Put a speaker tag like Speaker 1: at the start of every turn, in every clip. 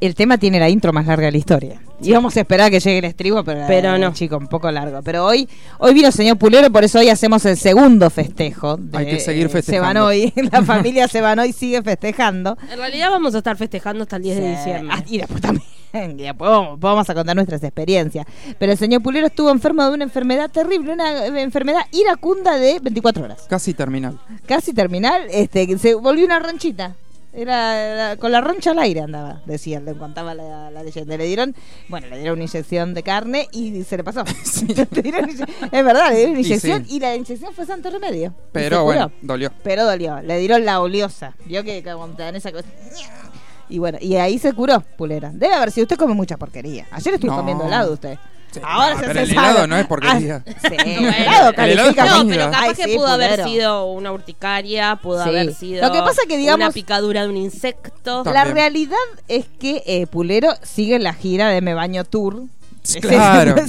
Speaker 1: El tema tiene la intro más larga de la historia. Y vamos a esperar a que llegue el estribo, pero,
Speaker 2: Pero
Speaker 1: eh,
Speaker 2: no.
Speaker 1: chico, un poco largo. Pero hoy, hoy vino el señor Pulero, por eso hoy hacemos el segundo festejo. de,
Speaker 3: Hay que seguir
Speaker 1: eh,
Speaker 3: festejando.
Speaker 1: Sebanoy. la familia Sebanoy sigue festejando.
Speaker 2: En realidad vamos a estar festejando hasta el 10 de diciembre.
Speaker 1: Ah, y después también. y después vamos, vamos a contar nuestras experiencias. Pero el señor Pulero estuvo enfermo de una enfermedad terrible, una eh, enfermedad iracunda de 24 horas.
Speaker 3: Casi terminal.
Speaker 1: Casi terminal, este, que se volvió una ranchita. Era, era- con la rancha al aire andaba, decía, le contaba la, la leyenda. Le dieron, bueno, le dieron una inyección de carne y se le pasó. Le dieron inye- es verdad, le dieron una
Speaker 3: Y sí.
Speaker 1: inyección y, la inyección fue santo remedio. Y se
Speaker 3: Pero bueno,
Speaker 1: curó.
Speaker 3: dolió.
Speaker 1: Pero dolió, le dieron la oleosa. Vio que cuando te dan esa cosa. Y bueno, y ahí se curó, pulera. Debe haber sido, usted come mucha porquería. Ayer estuvo
Speaker 3: No.
Speaker 1: comiendo helado usted.
Speaker 3: Sí,
Speaker 1: Ahora
Speaker 3: no,
Speaker 1: se
Speaker 3: pero
Speaker 1: hace
Speaker 3: el helado
Speaker 1: sano.
Speaker 3: no es porquería.
Speaker 1: Ah, sí, el helado
Speaker 3: El helado es
Speaker 1: califica
Speaker 2: No,
Speaker 3: comida.
Speaker 2: pero capaz
Speaker 1: Ay,
Speaker 2: que
Speaker 1: sí,
Speaker 2: pudo haber
Speaker 1: pulero.
Speaker 2: sido una urticaria, pudo
Speaker 1: Sí.
Speaker 2: haber sido
Speaker 1: Lo que pasa que, digamos-
Speaker 2: una picadura de un insecto.
Speaker 3: Ta-
Speaker 1: La
Speaker 3: También.
Speaker 1: realidad es que eh, Pulero sigue la gira de Me Baño Tour.
Speaker 3: Claro.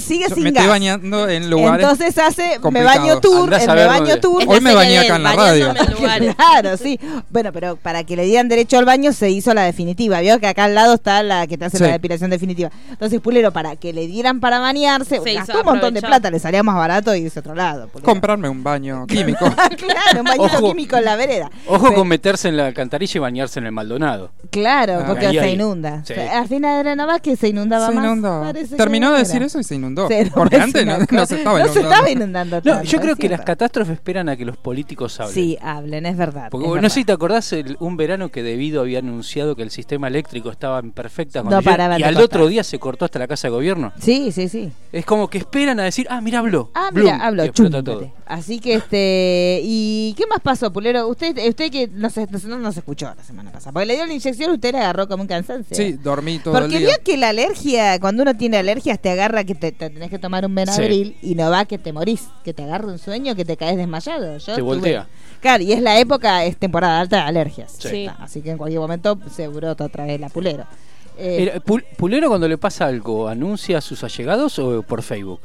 Speaker 1: Sigue
Speaker 3: Yo
Speaker 1: sin
Speaker 3: me
Speaker 1: gas.
Speaker 3: estoy bañando en lugares.
Speaker 1: Entonces hace Me
Speaker 3: complicados.
Speaker 1: Baño Tour,
Speaker 4: Andá
Speaker 1: el
Speaker 4: a
Speaker 1: Me
Speaker 4: saber
Speaker 1: Baño
Speaker 4: dónde.
Speaker 1: Tour.
Speaker 2: Es
Speaker 3: Hoy
Speaker 2: la
Speaker 3: me
Speaker 2: serie
Speaker 3: bañé
Speaker 2: de
Speaker 3: acá en la
Speaker 2: bañándome
Speaker 3: radio.
Speaker 2: en lugares.
Speaker 1: Claro, sí. Bueno, pero para que le dieran derecho al baño se hizo la definitiva. Vio que acá al lado está la que te hace
Speaker 3: Sí.
Speaker 1: la depilación definitiva. Entonces, Pulero, para que le dieran para bañarse,
Speaker 2: Se
Speaker 1: gastó
Speaker 2: hizo
Speaker 1: un montón de
Speaker 2: aprovechar.
Speaker 1: plata, le salía más barato y irse a otro lado. Pulero.
Speaker 3: Comprarme un baño químico.
Speaker 1: claro, un bañito
Speaker 4: Ojo.
Speaker 1: químico en la vereda.
Speaker 4: Ojo
Speaker 1: Pero-
Speaker 4: con meterse en la alcantarilla y bañarse en el Maldonado.
Speaker 1: Claro,
Speaker 3: Ah,
Speaker 1: porque
Speaker 4: ahí,
Speaker 1: se
Speaker 4: ahí.
Speaker 1: inunda.
Speaker 4: Sí.
Speaker 1: Al final era nada más que se inundaba
Speaker 3: Se
Speaker 1: más.
Speaker 3: inundó.
Speaker 1: Parece que
Speaker 3: Terminó de
Speaker 1: era.
Speaker 3: decir eso y se inundó.
Speaker 1: Se inundó,
Speaker 3: Porque
Speaker 1: es
Speaker 3: antes no,
Speaker 1: una cosa-
Speaker 3: no se estaba
Speaker 1: No se
Speaker 3: inundando.
Speaker 1: estaba inundando
Speaker 4: No,
Speaker 1: tanto,
Speaker 4: yo creo
Speaker 1: es
Speaker 4: que las
Speaker 1: cierto.
Speaker 4: catástrofes esperan a que los políticos hablen.
Speaker 1: Sí, hablen, es verdad.
Speaker 4: Porque
Speaker 1: es
Speaker 4: no
Speaker 1: verdad.
Speaker 4: sé si te acordás el- un verano que Debido había anunciado que el sistema eléctrico estaba en perfecta
Speaker 1: No
Speaker 4: condición
Speaker 1: paraban
Speaker 4: y
Speaker 1: de
Speaker 4: al
Speaker 1: cortar.
Speaker 4: otro día se cortó hasta la casa de gobierno.
Speaker 1: Sí, sí, sí.
Speaker 4: Es como que esperan a decir, ah, mira, habló.
Speaker 1: Ah,
Speaker 4: Blum",
Speaker 1: mira, hablo
Speaker 4: y explota
Speaker 1: chúmpate.
Speaker 4: todo.
Speaker 1: Así que este. ¿Y qué más pasó, Pulero? Usted usted que no se, no nos escuchó la semana pasada. Porque le dio la inyección, usted la agarró como un cansancio.
Speaker 3: Sí, dormí todo
Speaker 1: Porque
Speaker 3: el
Speaker 1: vio
Speaker 3: día.
Speaker 1: que la alergia, cuando uno tiene alergias, te agarra que te, te tenés que tomar un Benadryl y no va que te morís, que te agarra un sueño, que te caes desmayado. Yo
Speaker 4: Te
Speaker 1: tuve-
Speaker 4: voltea.
Speaker 1: Claro, y es la época, es temporada alta de alergias.
Speaker 4: Sí.
Speaker 2: Sí.
Speaker 1: Así que en cualquier momento se brota otra vez la Pulero. Eh,
Speaker 4: Mira, Pul- Pulero cuando le pasa algo, ¿anuncia a sus allegados o por Facebook?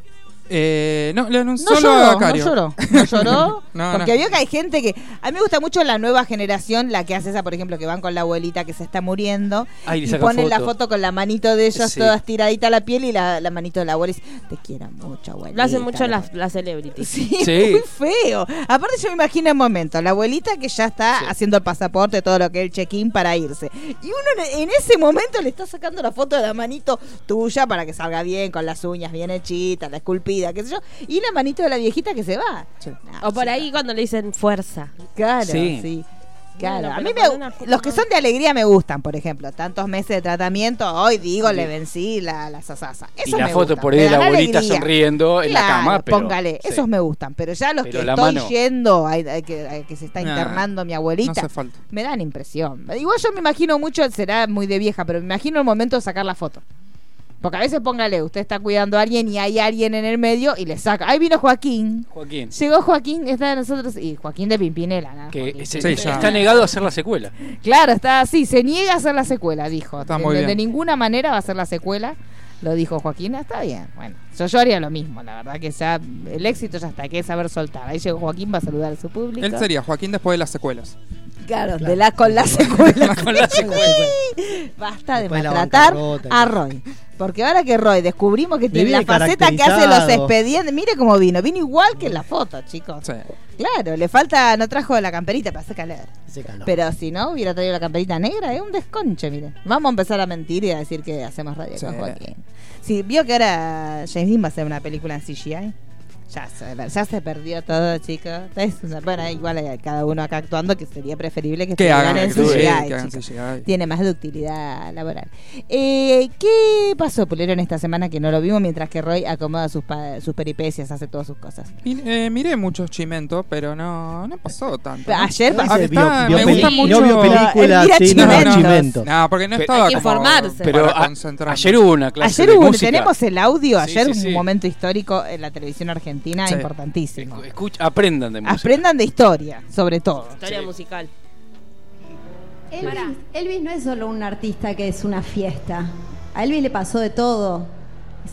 Speaker 3: Eh, no, le anunció
Speaker 1: No
Speaker 3: solo
Speaker 1: lloró,
Speaker 3: a
Speaker 1: no
Speaker 3: Cario.
Speaker 1: lloró, no lloró,
Speaker 3: No,
Speaker 1: porque
Speaker 3: no.
Speaker 1: vio que hay gente que a mí me gusta mucho la nueva generación, la que hace esa, por ejemplo, que van con la abuelita que se está muriendo
Speaker 4: Ay, le
Speaker 1: y
Speaker 4: sacan
Speaker 1: ponen la
Speaker 4: foto.
Speaker 1: foto con la manito de ellos
Speaker 4: Sí.
Speaker 1: toda estiradita a la piel y la, la manito de la abuela dice, te quiero mucho, abuelita.
Speaker 2: Lo hacen mucho
Speaker 1: Le
Speaker 2: las, las celebrities.
Speaker 1: Sí,
Speaker 4: Sí.
Speaker 1: muy feo. Aparte yo me imagino el momento, la abuelita que ya está haciendo el pasaporte, todo lo que es el check-in para irse. Y uno en- en ese momento le está sacando la foto de la manito tuya para que salga bien, con las uñas bien hechitas, la esculpida, qué sé yo. Y la manito de la viejita que se va. No,
Speaker 2: O por
Speaker 1: sí,
Speaker 2: ahí cuando le dicen fuerza.
Speaker 1: Claro, sí.
Speaker 4: Sí.
Speaker 1: Claro,
Speaker 2: Bueno,
Speaker 1: a mí
Speaker 2: pero
Speaker 1: me-
Speaker 2: con una foto
Speaker 1: los que
Speaker 2: no.
Speaker 1: son de alegría me gustan, por ejemplo, tantos meses de tratamiento, hoy digo, le vencí la, la sasasa. Eso
Speaker 4: y la
Speaker 1: me
Speaker 4: foto
Speaker 1: gusta,
Speaker 4: por
Speaker 1: me
Speaker 4: ahí de la
Speaker 1: dan
Speaker 4: abuelita
Speaker 1: alegría.
Speaker 4: sonriendo en la
Speaker 1: Claro,
Speaker 4: cama. Pero,
Speaker 1: póngale,
Speaker 4: sí.
Speaker 1: esos me gustan, pero ya los
Speaker 4: Pero
Speaker 1: que
Speaker 4: la
Speaker 1: estoy
Speaker 4: mano.
Speaker 1: yendo, ay, ay, que, ay, que se está
Speaker 3: Nah,
Speaker 1: internando mi
Speaker 3: No
Speaker 1: abuelita,
Speaker 3: hace falta.
Speaker 1: me dan impresión. Igual yo me imagino mucho, será muy de vieja, pero me imagino el momento de sacar la foto. Porque a veces póngale, usted está cuidando a alguien y hay alguien en el medio y le saca. Ahí vino Joaquín.
Speaker 4: Joaquín,
Speaker 1: Llegó Joaquín, está de nosotros. Y Joaquín de Pimpinela, nada,
Speaker 4: que
Speaker 1: Joaquín.
Speaker 4: se-
Speaker 3: Sí, ya.
Speaker 4: está negado a hacer la secuela.
Speaker 1: Claro, está así, se niega a hacer la secuela, dijo.
Speaker 3: Está
Speaker 1: de,
Speaker 3: muy
Speaker 1: de-
Speaker 3: bien.
Speaker 1: de ninguna manera va a ser la secuela, lo dijo Joaquín, ah, está bien. Bueno, yo, yo haría lo mismo, la verdad que ya el éxito ya está, que es saber soltar. Ahí llegó Joaquín, va a saludar a su público.
Speaker 3: Él sería Joaquín después de las secuelas.
Speaker 1: Claro, de la, con la secuela.
Speaker 4: Con la secuela.
Speaker 1: Basta de
Speaker 5: Después la
Speaker 1: maltratar
Speaker 5: bancarrota.
Speaker 1: a Roy. Porque ahora que Roy descubrimos que tiene la
Speaker 5: viene
Speaker 1: faceta que hace los
Speaker 5: caracterizado.
Speaker 1: expedientes, mire cómo vino, vino igual que en la foto, chicos.
Speaker 3: Sí.
Speaker 1: Claro, le falta, no trajo la camperita para hacer calor.
Speaker 5: Se caló.
Speaker 1: Pero si no hubiera traído la camperita negra, es un desconche, mire. Vamos a empezar a mentir y a decir que hacemos radio
Speaker 3: Sí.
Speaker 1: con Joaquín. Si vio que ahora James Dean va a hacer una película en CGI, ya se, ya se perdió todo, chicos. Es una- bueno, igual hay cada uno acá actuando que sería preferible que
Speaker 3: Que
Speaker 1: estuvieran
Speaker 3: hagan
Speaker 1: en
Speaker 3: el CGI, que
Speaker 1: CGI,
Speaker 3: hagan
Speaker 1: chicos.
Speaker 3: CGI.
Speaker 1: Tiene más ductilidad laboral. Eh, ¿Qué pasó, Pulero, en esta semana que no lo vimos mientras que Roy acomoda sus, pa- sus peripecias, hace todas sus cosas?
Speaker 3: Y, eh, miré muchos chimentos, pero no, no pasó tanto. ¿no?
Speaker 1: Ayer
Speaker 5: No
Speaker 1: pasó.
Speaker 3: Ah,
Speaker 5: dice
Speaker 3: está- me
Speaker 5: peli-
Speaker 3: gusta mucho-
Speaker 5: No vio
Speaker 1: Él mira
Speaker 5: películas, sí, no
Speaker 3: chimentos.
Speaker 5: vio chimentos.
Speaker 3: No, porque no
Speaker 4: Pero
Speaker 3: estaba
Speaker 2: hay que
Speaker 3: como
Speaker 2: informarse.
Speaker 3: para
Speaker 4: Pero a-
Speaker 3: concentrarme.
Speaker 4: ayer hubo una clase
Speaker 1: Este, Ayer
Speaker 4: de
Speaker 1: hubo,
Speaker 4: música.
Speaker 1: tenemos el audio,
Speaker 4: Sí,
Speaker 1: ayer
Speaker 4: sí,
Speaker 1: un
Speaker 4: sí.
Speaker 1: momento histórico en la televisión argentina
Speaker 3: Sí.
Speaker 1: importantísimo.
Speaker 4: Escu- escucha- aprendan de música.
Speaker 1: Aprendan de historia, sobre todo.
Speaker 2: Historia
Speaker 4: Sí.
Speaker 2: musical.
Speaker 6: Elvis, Elvis no es solo un artista que es una fiesta. A Elvis le pasó de todo.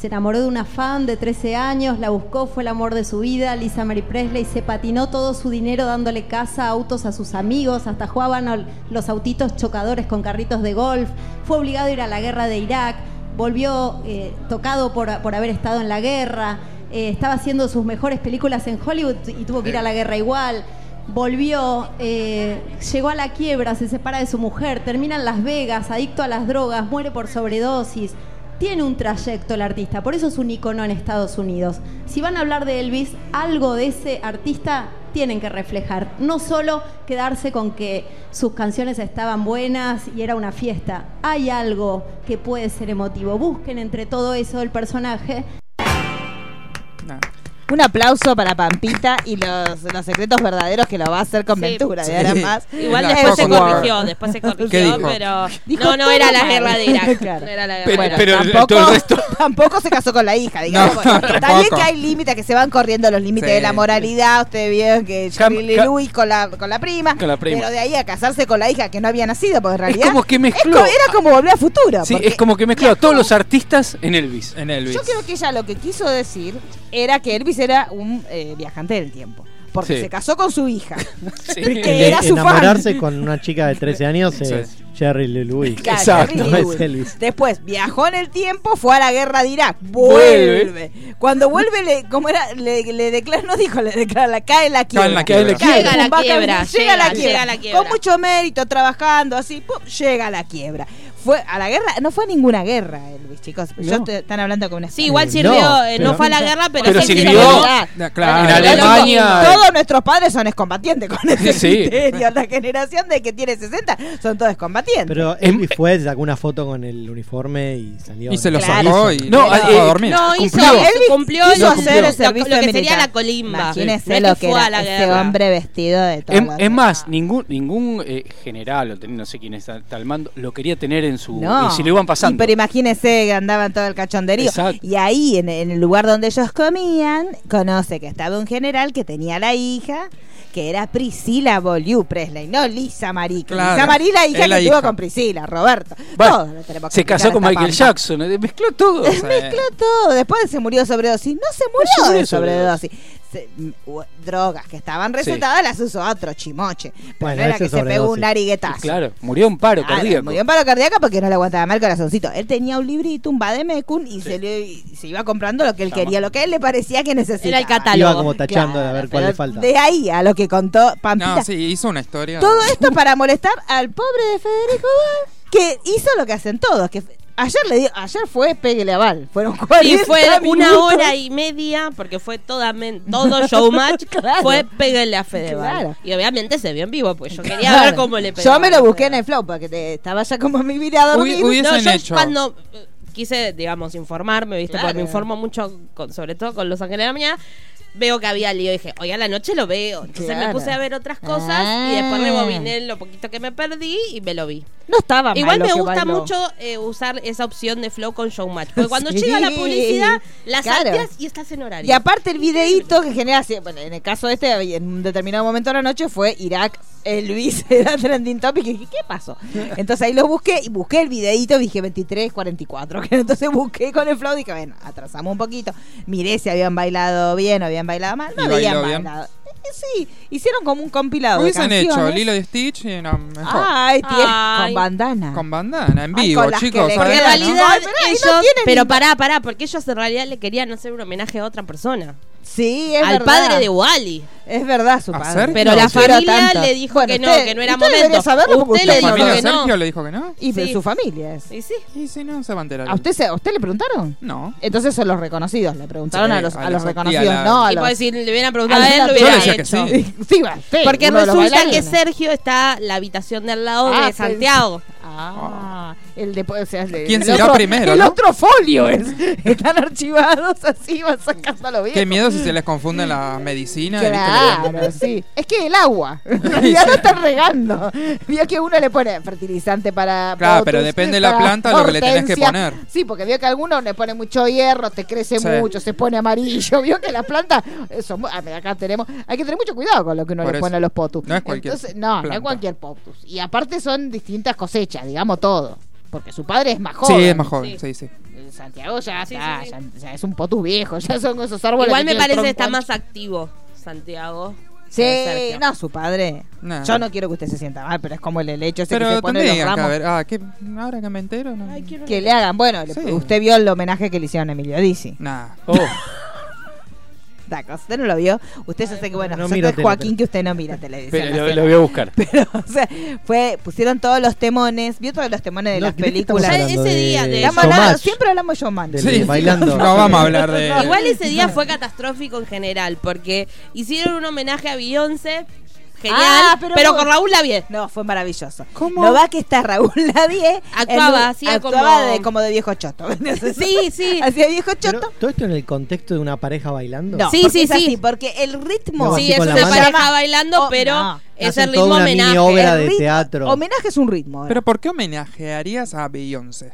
Speaker 6: Se enamoró de una fan de 13 años, la buscó, fue el amor de su vida, Lisa Mary Presley, se patinó todo su dinero dándole casa, autos a sus amigos, hasta jugaban al- los autitos chocadores con carritos de golf, fue obligado a ir a la guerra de Irak, volvió eh, tocado por, por haber estado en la guerra, eh, estaba haciendo sus mejores películas en Hollywood y tuvo que ir a la guerra igual. Volvió, eh, llegó a la quiebra, se separa de su mujer, termina en Las Vegas, adicto a las drogas, muere por sobredosis. Tiene un trayecto el artista, por eso es un icono en Estados Unidos. Si van a hablar de Elvis, algo de ese artista tienen que reflejar. No solo quedarse con que sus canciones estaban buenas y era una fiesta. Hay algo que puede ser emotivo. Busquen entre todo eso el personaje
Speaker 3: No.
Speaker 1: Un aplauso para Pampita y los, los secretos verdaderos que lo va a hacer con
Speaker 2: Sí.
Speaker 1: Ventura de
Speaker 3: Sí.
Speaker 1: ahora en más.
Speaker 2: Igual
Speaker 3: La
Speaker 2: después se
Speaker 3: Cold War.
Speaker 2: corrigió, después se
Speaker 3: ¿Qué
Speaker 2: corrigió,
Speaker 3: dijo?
Speaker 2: pero
Speaker 1: Dijo
Speaker 2: no, no
Speaker 1: todo
Speaker 2: era la
Speaker 1: mal.
Speaker 2: guerra de Irak.
Speaker 1: Claro.
Speaker 2: No era la guerra
Speaker 4: Pero-
Speaker 2: de Irak.
Speaker 4: pero el- todo el resto-
Speaker 1: tampoco se casó con la hija, digamos.
Speaker 3: No,
Speaker 1: Bueno, también
Speaker 3: tampoco.
Speaker 1: que hay límites que se van corriendo los límites
Speaker 3: Sí,
Speaker 1: de la moralidad. Ustedes vieron que
Speaker 4: Cam-
Speaker 1: Jerry Lee
Speaker 4: ca-
Speaker 1: Lewis con la, con la prima.
Speaker 4: Con la prima.
Speaker 1: Pero de ahí a casarse con la hija que no había nacido, porque en realidad.
Speaker 4: como que
Speaker 1: es
Speaker 4: mezcló.
Speaker 1: co- era como volver a futuro.
Speaker 4: Sí,
Speaker 1: porque
Speaker 4: es como que mezcló a todos los artistas en Elvis.
Speaker 3: En Elvis.
Speaker 1: Yo creo que ella lo que quiso decir era que Elvis era un eh, viajante del tiempo. Porque
Speaker 4: Sí.
Speaker 1: se casó con su hija.
Speaker 4: Sí.
Speaker 1: que
Speaker 5: El de
Speaker 1: era su fan.
Speaker 5: enamorarse con una chica de 13 años es
Speaker 4: Sí.
Speaker 5: Jerry Lee Lewis.
Speaker 1: Claro,
Speaker 4: Exacto.
Speaker 1: Jerry
Speaker 5: No es
Speaker 1: Lewis.
Speaker 5: Elvis.
Speaker 1: Después viajó en el tiempo, fue a la guerra de Irak,
Speaker 4: Vuelve.
Speaker 1: vuelve. Cuando vuelve, le, como era, le, le declara, no dijo, le declara, la cae la quiebra.
Speaker 3: Cae en la quiebra.
Speaker 1: Cae
Speaker 2: Llega
Speaker 1: como
Speaker 2: la
Speaker 1: un vaca-
Speaker 2: quiebra,
Speaker 1: llega, la
Speaker 2: llega,
Speaker 1: quiebra.
Speaker 2: llega la quiebra.
Speaker 1: Con mucho mérito, trabajando así, pum, llega a la quiebra. Fue a la guerra, no fue a ninguna guerra, Elvis, chicos. Yo
Speaker 5: No.
Speaker 1: te- están hablando con una
Speaker 2: Sí, igual
Speaker 5: No,
Speaker 2: sirvió, eh, no,
Speaker 5: pero-
Speaker 2: fue a la guerra, pero,
Speaker 4: Pero
Speaker 2: sí
Speaker 4: sirvió.
Speaker 2: sirvió.
Speaker 3: No,
Speaker 4: En
Speaker 3: claro.
Speaker 4: Alemania.
Speaker 1: Todos nuestros padres son excombatientes con ese
Speaker 4: Sí.
Speaker 1: criterio. La generación de que tiene 60 son todos excombatientes.
Speaker 5: Pero Elvis fue, sacó una foto con el uniforme y salió.
Speaker 3: Em- Y se lo
Speaker 1: Claro.
Speaker 3: sacó y
Speaker 4: No,
Speaker 3: lo dejó
Speaker 4: eh,
Speaker 3: a dormir.
Speaker 2: No, hizo,
Speaker 3: Cumplió.
Speaker 1: Él
Speaker 2: hizo- cumplió
Speaker 1: quiso
Speaker 2: lo-
Speaker 1: hacer el
Speaker 2: lo-
Speaker 1: servicio
Speaker 2: lo, que
Speaker 1: militar.
Speaker 2: sería la colimba. No
Speaker 1: Imagínense lo
Speaker 2: es
Speaker 1: que
Speaker 2: fue
Speaker 1: era
Speaker 2: a la
Speaker 1: ese
Speaker 2: guerra.
Speaker 1: hombre vestido de todo.
Speaker 4: Em- Es, más, ningún ningún eh, general o teniente, no sé quién está, está al mando, lo quería tener en su.
Speaker 1: No.
Speaker 4: Y si lo iban
Speaker 1: Y,
Speaker 4: pasando.
Speaker 1: pero imagínense que andaban todo el cachonderío.
Speaker 4: Exacto.
Speaker 1: Y ahí, en, en el lugar donde ellos comían, conoce que estaba un general que tenía la hija, que era Priscila Boliu Presley, no Lisa Marie. que
Speaker 3: Claro,
Speaker 1: Lisa Marie la
Speaker 3: es
Speaker 1: hija
Speaker 3: la
Speaker 1: que estuvo
Speaker 3: hija.
Speaker 1: con Priscila, Roberto.
Speaker 4: Bueno,
Speaker 1: Todos lo tenemos que
Speaker 4: se casó
Speaker 1: explicar
Speaker 4: con
Speaker 1: esta
Speaker 4: Michael
Speaker 1: pampa.
Speaker 4: Jackson, eh, mezcló todo. eh,
Speaker 3: O sea,
Speaker 1: Mezcló todo. Después se murió de sobredosis. No se murió
Speaker 4: murió
Speaker 1: de
Speaker 4: de
Speaker 1: sobredosis. Se- mm, hubo drogas que estaban recetadas las usó otro chimoche. Pero
Speaker 5: Bueno,
Speaker 1: no era
Speaker 5: ese
Speaker 1: que
Speaker 5: es
Speaker 1: se pegó
Speaker 5: sobredosis.
Speaker 1: un nariguetazo.
Speaker 4: Claro, murió un paro
Speaker 1: Claro,
Speaker 4: cardíaco.
Speaker 1: murió en paro cardíaco porque no le aguantaba mal el corazoncito. Él tenía un librito, un vademecum, y se, le, y se iba comprando lo que él
Speaker 4: Está mal.
Speaker 1: quería, lo que a él le parecía que necesitaba.
Speaker 2: Era el catálogo.
Speaker 5: Iba como tachando
Speaker 1: Claro,
Speaker 5: a ver cuál le
Speaker 1: pero
Speaker 5: falta.
Speaker 1: De ahí a lo que contó Pampita.
Speaker 3: No, sí, hizo una historia.
Speaker 1: Todo esto para molestar al pobre de Federico Val, que hizo lo que hacen todos. que f- Ayer le dio, ayer fue Pegue Laval. Fueron 40
Speaker 2: Y fue una
Speaker 1: minutos.
Speaker 2: hora y media, porque fue toda men- todo showmatch,
Speaker 1: Claro.
Speaker 2: fue pegarle a Fedeval.
Speaker 1: Claro.
Speaker 2: Y obviamente se vio en vivo, pues yo quería
Speaker 1: Claro.
Speaker 2: ver cómo le pegaba.
Speaker 1: Yo me lo busqué en el flow porque te- estaba ya como mi vida
Speaker 3: Hubi-
Speaker 1: dormida.
Speaker 3: hubiese-
Speaker 2: No,
Speaker 3: hubiesen
Speaker 2: yo
Speaker 3: hecho.
Speaker 2: cuando eh, quise, digamos, informarme, ¿viste?
Speaker 1: Claro.
Speaker 2: Porque me informo mucho, con- sobre todo con Los Ángeles de la Mañana, veo que había lío. Dije, hoy a la noche lo veo. Entonces
Speaker 1: Claro. Ah.
Speaker 2: me puse a ver otras cosas y después rebobiné lo poquito que me perdí y me lo vi.
Speaker 1: No estaba mal
Speaker 2: Igual
Speaker 1: lo
Speaker 2: me
Speaker 1: que
Speaker 2: gusta
Speaker 1: bailó.
Speaker 2: mucho eh, usar esa opción de flow con showmatch. Porque cuando
Speaker 1: Sí.
Speaker 2: llega la publicidad, las
Speaker 1: Claro.
Speaker 2: salteas y estás en horario.
Speaker 1: Y aparte el videíto que genera, sí, bueno, en el caso de este, en un determinado momento de la noche fue Irak, el Luis era trending topic y dije, ¿qué pasó? Entonces ahí lo busqué y busqué el videíto, dije 23, 44, que entonces busqué con el flow y dije, bueno, atrasamos un poquito, miré si habían bailado bien o habían bailado mal, no
Speaker 3: Y
Speaker 1: habían
Speaker 3: bailó bien.
Speaker 1: bailado. Eh, Sí, hicieron como un compilado. de
Speaker 3: Hubiesen hecho
Speaker 1: canciones.
Speaker 3: Lilo y Stitch y no, mejor.
Speaker 1: Ay, tie-
Speaker 2: Ay.
Speaker 1: con bandana.
Speaker 3: Con bandana, en
Speaker 1: Ah. Ay,
Speaker 3: vivo,
Speaker 1: con las que
Speaker 3: chicos.
Speaker 1: le-
Speaker 3: ¿sabes?
Speaker 2: Porque en
Speaker 1: Bueno,
Speaker 2: realidad
Speaker 1: no, pero ahí
Speaker 2: ellos.
Speaker 1: no tienen-
Speaker 2: pero pará, pará, porque ellos en realidad le querían hacer un homenaje a otra persona.
Speaker 1: Sí, es
Speaker 2: al
Speaker 1: verdad.
Speaker 2: padre de Wally.
Speaker 1: Es verdad su padre.
Speaker 3: ¿Hacer?
Speaker 2: Pero
Speaker 3: No,
Speaker 2: la
Speaker 3: sí.
Speaker 2: familia
Speaker 1: Pero
Speaker 2: le
Speaker 1: tanto.
Speaker 2: dijo
Speaker 1: Bueno,
Speaker 2: que no,
Speaker 1: usted-
Speaker 2: que no era
Speaker 1: usted
Speaker 2: momento.
Speaker 1: debería saberlo
Speaker 2: usted
Speaker 1: porque usted
Speaker 2: le
Speaker 1: es
Speaker 2: dijo
Speaker 3: La familia
Speaker 2: que
Speaker 3: de
Speaker 2: no.
Speaker 3: Sergio le dijo que no.
Speaker 1: Y de
Speaker 2: Sí.
Speaker 1: su familia es.
Speaker 2: Y sí.
Speaker 3: Y si no, se va a enterar.
Speaker 1: ¿A usted, se, ¿A usted le preguntaron?
Speaker 3: No.
Speaker 1: Entonces son los reconocidos, le preguntaron
Speaker 3: Sí,
Speaker 1: a los,
Speaker 3: a
Speaker 1: a
Speaker 3: los-
Speaker 1: los
Speaker 3: y a
Speaker 1: reconocidos,
Speaker 3: la-
Speaker 1: no a
Speaker 2: Y
Speaker 1: los...
Speaker 2: pues, si le hubieran preguntado
Speaker 1: Al
Speaker 2: a él, lo
Speaker 1: Yo
Speaker 2: hubiera
Speaker 3: decía que
Speaker 2: hecho.
Speaker 3: sí.
Speaker 1: Sí, va, sí,
Speaker 2: Porque
Speaker 1: uno de los
Speaker 2: resulta que
Speaker 1: bailarines.
Speaker 2: Sergio está la habitación de al lado
Speaker 1: Ah,
Speaker 2: de
Speaker 1: sí.
Speaker 2: Santiago.
Speaker 1: Ah, el de... o sea, el de-
Speaker 3: ¿Quién
Speaker 1: el
Speaker 3: será
Speaker 1: otro-
Speaker 3: primero,
Speaker 1: El
Speaker 3: no?
Speaker 1: otro folio es. Están archivados así, van sacando a los
Speaker 3: Qué
Speaker 1: viejos.
Speaker 3: miedo si se les confunden las medicinas. ¿viste? Le dan-
Speaker 1: Claro, sí. Es que el agua, ya lo están regando. Vio que uno le pone fertilizante para.
Speaker 3: Claro,
Speaker 1: potus,
Speaker 3: pero depende de la
Speaker 1: para
Speaker 3: planta lo que le tenés que
Speaker 1: hortensia.
Speaker 3: poner.
Speaker 1: Sí, porque vio que alguno le pone mucho hierro, te crece
Speaker 3: Sí.
Speaker 1: mucho, se pone amarillo. Vio que las plantas. Eso, ah, mira, acá tenemos. Hay que tener mucho cuidado con lo que uno
Speaker 3: Por
Speaker 1: le
Speaker 3: eso.
Speaker 1: pone a los potus.
Speaker 3: No es cualquier
Speaker 1: Entonces, no, no es
Speaker 3: planta.
Speaker 1: cualquier potus. Y aparte son distintas cosechas, digamos todo. Porque su padre es más joven.
Speaker 3: Sí, es más joven, sí, sí.
Speaker 1: Santiago ya
Speaker 2: Sí,
Speaker 1: está,
Speaker 2: sí, sí.
Speaker 1: ya, ya es un potus viejo, ya son esos árboles.
Speaker 2: Igual
Speaker 1: que
Speaker 2: me
Speaker 1: tienen
Speaker 2: parece que
Speaker 1: tronco
Speaker 2: está
Speaker 1: ancho.
Speaker 2: más activo Santiago. que
Speaker 1: Sí,
Speaker 2: Sergio.
Speaker 1: no, su padre.
Speaker 3: No.
Speaker 1: Yo no quiero que usted se sienta mal, pero es como el helecho ese que
Speaker 3: Pero
Speaker 1: se pone los
Speaker 3: tendrían que
Speaker 1: ramos.
Speaker 3: haber. Ah, ¿qué? ahora que me entero, no.
Speaker 1: Que le hagan, bueno, le-
Speaker 3: Sí.
Speaker 1: usted vio el homenaje que le hicieron a Emilio Dizzi.
Speaker 3: Nah.
Speaker 4: Oh,
Speaker 1: Tacos, usted no lo vio. Usted ya sé que, bueno,
Speaker 5: No
Speaker 1: nosotros
Speaker 5: miro
Speaker 1: es
Speaker 5: tele,
Speaker 1: Joaquín
Speaker 5: pero-
Speaker 1: que usted no mira televisión.
Speaker 4: pero
Speaker 1: no
Speaker 4: lo,
Speaker 1: sé.
Speaker 4: lo voy a buscar.
Speaker 1: Pero, o sea, fue, pusieron todos los temones, vio todos los temones de
Speaker 5: No,
Speaker 1: las
Speaker 5: ¿de qué estamos
Speaker 1: películas.
Speaker 5: hablando?
Speaker 2: Ese día de-
Speaker 1: Estamos
Speaker 5: Showmatch.
Speaker 1: hablando- siempre hablamos de Showman.
Speaker 5: Del-
Speaker 1: Sí.
Speaker 5: de bailando.
Speaker 3: No vamos a hablar de.
Speaker 2: Igual ese día fue catastrófico en general, porque hicieron un homenaje a Beyoncé, genial,
Speaker 1: Ah, pero
Speaker 2: pero,
Speaker 1: vos-
Speaker 2: con Raúl Lavie.
Speaker 1: No, fue maravilloso.
Speaker 3: ¿Cómo?
Speaker 1: Lo va que está Raúl Lavie.
Speaker 2: Actuaba,
Speaker 1: en un-
Speaker 2: hacía
Speaker 1: actuaba
Speaker 2: como-
Speaker 1: de, como de viejo choto.
Speaker 2: Sí, sí.
Speaker 1: Hacía viejo
Speaker 5: Pero,
Speaker 1: choto.
Speaker 5: ¿Todo esto en el contexto de una pareja bailando?
Speaker 1: No,
Speaker 2: Sí,
Speaker 1: porque
Speaker 2: sí,
Speaker 1: es así,
Speaker 2: sí.
Speaker 1: porque el ritmo.
Speaker 5: No,
Speaker 2: sí,
Speaker 5: así
Speaker 2: es
Speaker 5: con la
Speaker 2: una
Speaker 5: mano.
Speaker 2: pareja bailando,
Speaker 1: Oh,
Speaker 2: pero
Speaker 1: no.
Speaker 2: es
Speaker 5: Hacen
Speaker 2: el
Speaker 5: toda
Speaker 2: ritmo
Speaker 5: una mini
Speaker 2: homenaje.
Speaker 5: obra
Speaker 1: El
Speaker 5: de
Speaker 1: ritmo-
Speaker 5: teatro.
Speaker 1: Homenaje es un ritmo. ¿eh? ahora.
Speaker 3: Pero ¿por qué homenajearías a Beyoncé?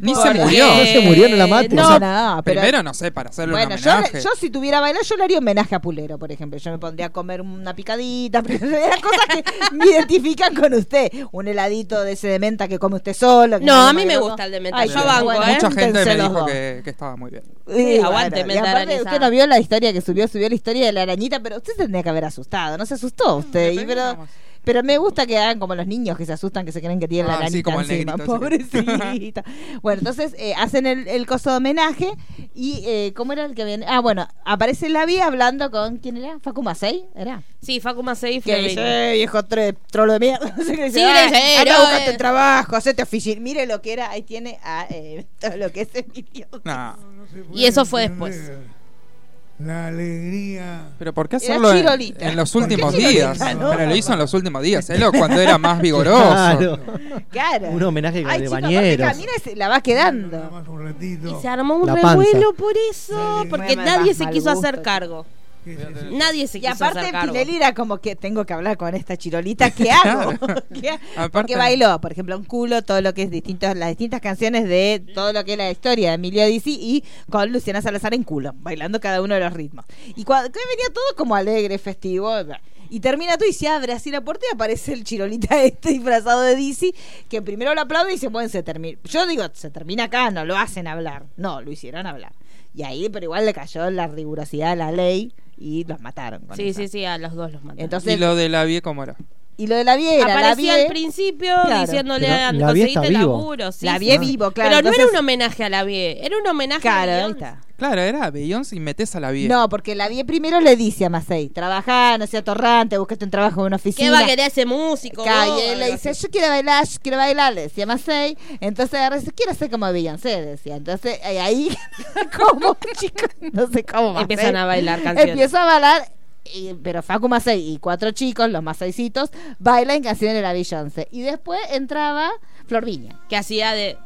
Speaker 3: Ni se
Speaker 2: Porque-
Speaker 3: murió.
Speaker 5: No se murió, no la mates.
Speaker 1: Eh, No,
Speaker 3: O sea,
Speaker 1: no, pero-
Speaker 3: Primero, no sé, para hacerle
Speaker 1: Bueno,
Speaker 3: un
Speaker 1: yo,
Speaker 3: homenaje.
Speaker 1: yo si tuviera bailar, yo le haría homenaje a Pulero, por ejemplo. Yo me pondría a comer una picadita, porque eran cosas que me identifican con usted. Un heladito de ese de menta que come usted solo. que
Speaker 2: No,
Speaker 1: come
Speaker 2: a mí me
Speaker 1: otro.
Speaker 2: gusta el de menta, yo
Speaker 1: pero
Speaker 2: banco, ¿eh?
Speaker 3: Mucha gente me
Speaker 1: júntense los
Speaker 3: dijo
Speaker 1: dos.
Speaker 3: que, que estaba muy bien.
Speaker 1: Y
Speaker 2: Sí, aguante,
Speaker 1: y
Speaker 2: menta
Speaker 1: aparte,
Speaker 2: aranizada.
Speaker 1: usted no vio la historia que subió, subió la historia de la arañita, pero usted se tendría que haber asustado, no se asustó usted.
Speaker 3: depende,
Speaker 1: y pero,
Speaker 3: vamos.
Speaker 1: pero me gusta que hagan como los niños que se asustan, que se creen que tienen
Speaker 3: Ah,
Speaker 1: la arañita
Speaker 3: sí, como el
Speaker 1: encima.
Speaker 3: negrito ese.
Speaker 1: Pobrecito. bueno, entonces eh, hacen el, el coso de homenaje y eh, ¿cómo era el que viene? Ah, bueno, aparece la vía hablando con ¿quién era? Facu Macei, era.
Speaker 2: Sí, Facu Macei
Speaker 1: Que
Speaker 2: Fiorini.
Speaker 1: dice, "Eh, viejo tre- trolo de mierda. No sé qué dice,
Speaker 2: Sí, le
Speaker 1: "Ah,
Speaker 2: dice, eh,
Speaker 1: anda,
Speaker 2: no,
Speaker 1: buscate
Speaker 2: eh".
Speaker 1: trabajo, hacete oficina. Mire lo que era, ahí tiene a eh, todo lo que es Emilio.
Speaker 3: Nah.
Speaker 2: Y eso fue después.
Speaker 7: La alegría.
Speaker 3: Pero ¿por qué
Speaker 1: Era
Speaker 3: hacerlo en,
Speaker 1: chirolita.
Speaker 3: en los
Speaker 7: ¿Por qué
Speaker 3: últimos
Speaker 1: chirolita,
Speaker 3: días?
Speaker 1: no?
Speaker 3: Pero lo hizo en los últimos días. Él cuando era más vigoroso.
Speaker 5: Claro.
Speaker 1: Claro.
Speaker 5: Un homenaje
Speaker 1: Ay,
Speaker 5: de
Speaker 1: chico, aparte
Speaker 5: bañeros.
Speaker 1: camina y se la va
Speaker 7: Nada
Speaker 1: quedando.
Speaker 7: más un
Speaker 2: Y
Speaker 7: ratito.
Speaker 2: se armó un
Speaker 5: La panza.
Speaker 2: revuelo por eso,
Speaker 7: Sí.
Speaker 2: porque
Speaker 1: Bueno,
Speaker 2: nadie
Speaker 1: más
Speaker 2: se
Speaker 1: mal
Speaker 2: quiso
Speaker 1: gusto,
Speaker 2: hacer
Speaker 1: chico.
Speaker 2: cargo.
Speaker 7: Que se-
Speaker 2: Nadie se
Speaker 1: Y
Speaker 2: quiso
Speaker 1: aparte
Speaker 2: hacer cargo.
Speaker 1: Pinelli era como que tengo que hablar con esta chirolita, ¿qué hago? ¿Qué ha-
Speaker 3: Aparte-
Speaker 1: Porque bailó, por ejemplo, un culo, todo lo que es distintos, las distintas canciones de todo lo que es la historia de Emilio Dizzy y con Luciana Salazar en culo, bailando cada uno de los ritmos. Y cuando que venía todo como alegre, festivo. Y termina todo y se abre así la puerta y aparece el chirolita este disfrazado de Dizzy, que primero lo aplaude y dice, bueno, se termina. Yo digo, se termina acá, no lo hacen hablar. No, lo hicieron hablar. Y ahí, pero igual le cayó la rigurosidad de la ley y los mataron. con
Speaker 2: Sí,
Speaker 1: esa.
Speaker 2: sí, sí, a los dos los mataron.
Speaker 1: Entonces,
Speaker 3: Y lo de la vie como era.
Speaker 1: de la viera, la
Speaker 2: Aparecía
Speaker 1: vie,
Speaker 2: al principio
Speaker 1: Claro.
Speaker 2: diciéndole
Speaker 5: Pero
Speaker 2: a
Speaker 5: Lavie está
Speaker 2: conseguiste
Speaker 5: vivo.
Speaker 2: laburo. sí,
Speaker 1: la
Speaker 2: sí.
Speaker 1: vie vivo,
Speaker 2: Pero
Speaker 1: claro.
Speaker 2: no era
Speaker 1: entonces-
Speaker 2: un homenaje a la vie, era un homenaje
Speaker 1: Claro,
Speaker 2: a
Speaker 1: ahí
Speaker 2: Beyoncé.
Speaker 1: está.
Speaker 3: Claro, era Beyoncé y metes a la vie.
Speaker 1: No, porque la vie primero le dice a Macei, trabajá, no sea torrante, buscate un trabajo en una
Speaker 2: ¿Qué
Speaker 1: oficina.
Speaker 2: va a querer ese músico?
Speaker 1: Acá,
Speaker 2: vos?
Speaker 1: y él le
Speaker 2: Algo
Speaker 1: dice,
Speaker 2: así.
Speaker 1: yo quiero bailar, yo quiero bailar, le decía Macei. Entonces agarra y dice, quiero ser como Beyoncé, decía. Entonces ahí- ahí, como chicos, no sé cómo. Macei.
Speaker 2: Empiezan a bailar canciones.
Speaker 1: Empieza a bailar, y- pero Facu Macei y cuatro chicos, los Maceicitos, bailan canciones de la Beyoncé. Y después entraba Flor Viña.
Speaker 2: Que hacía de.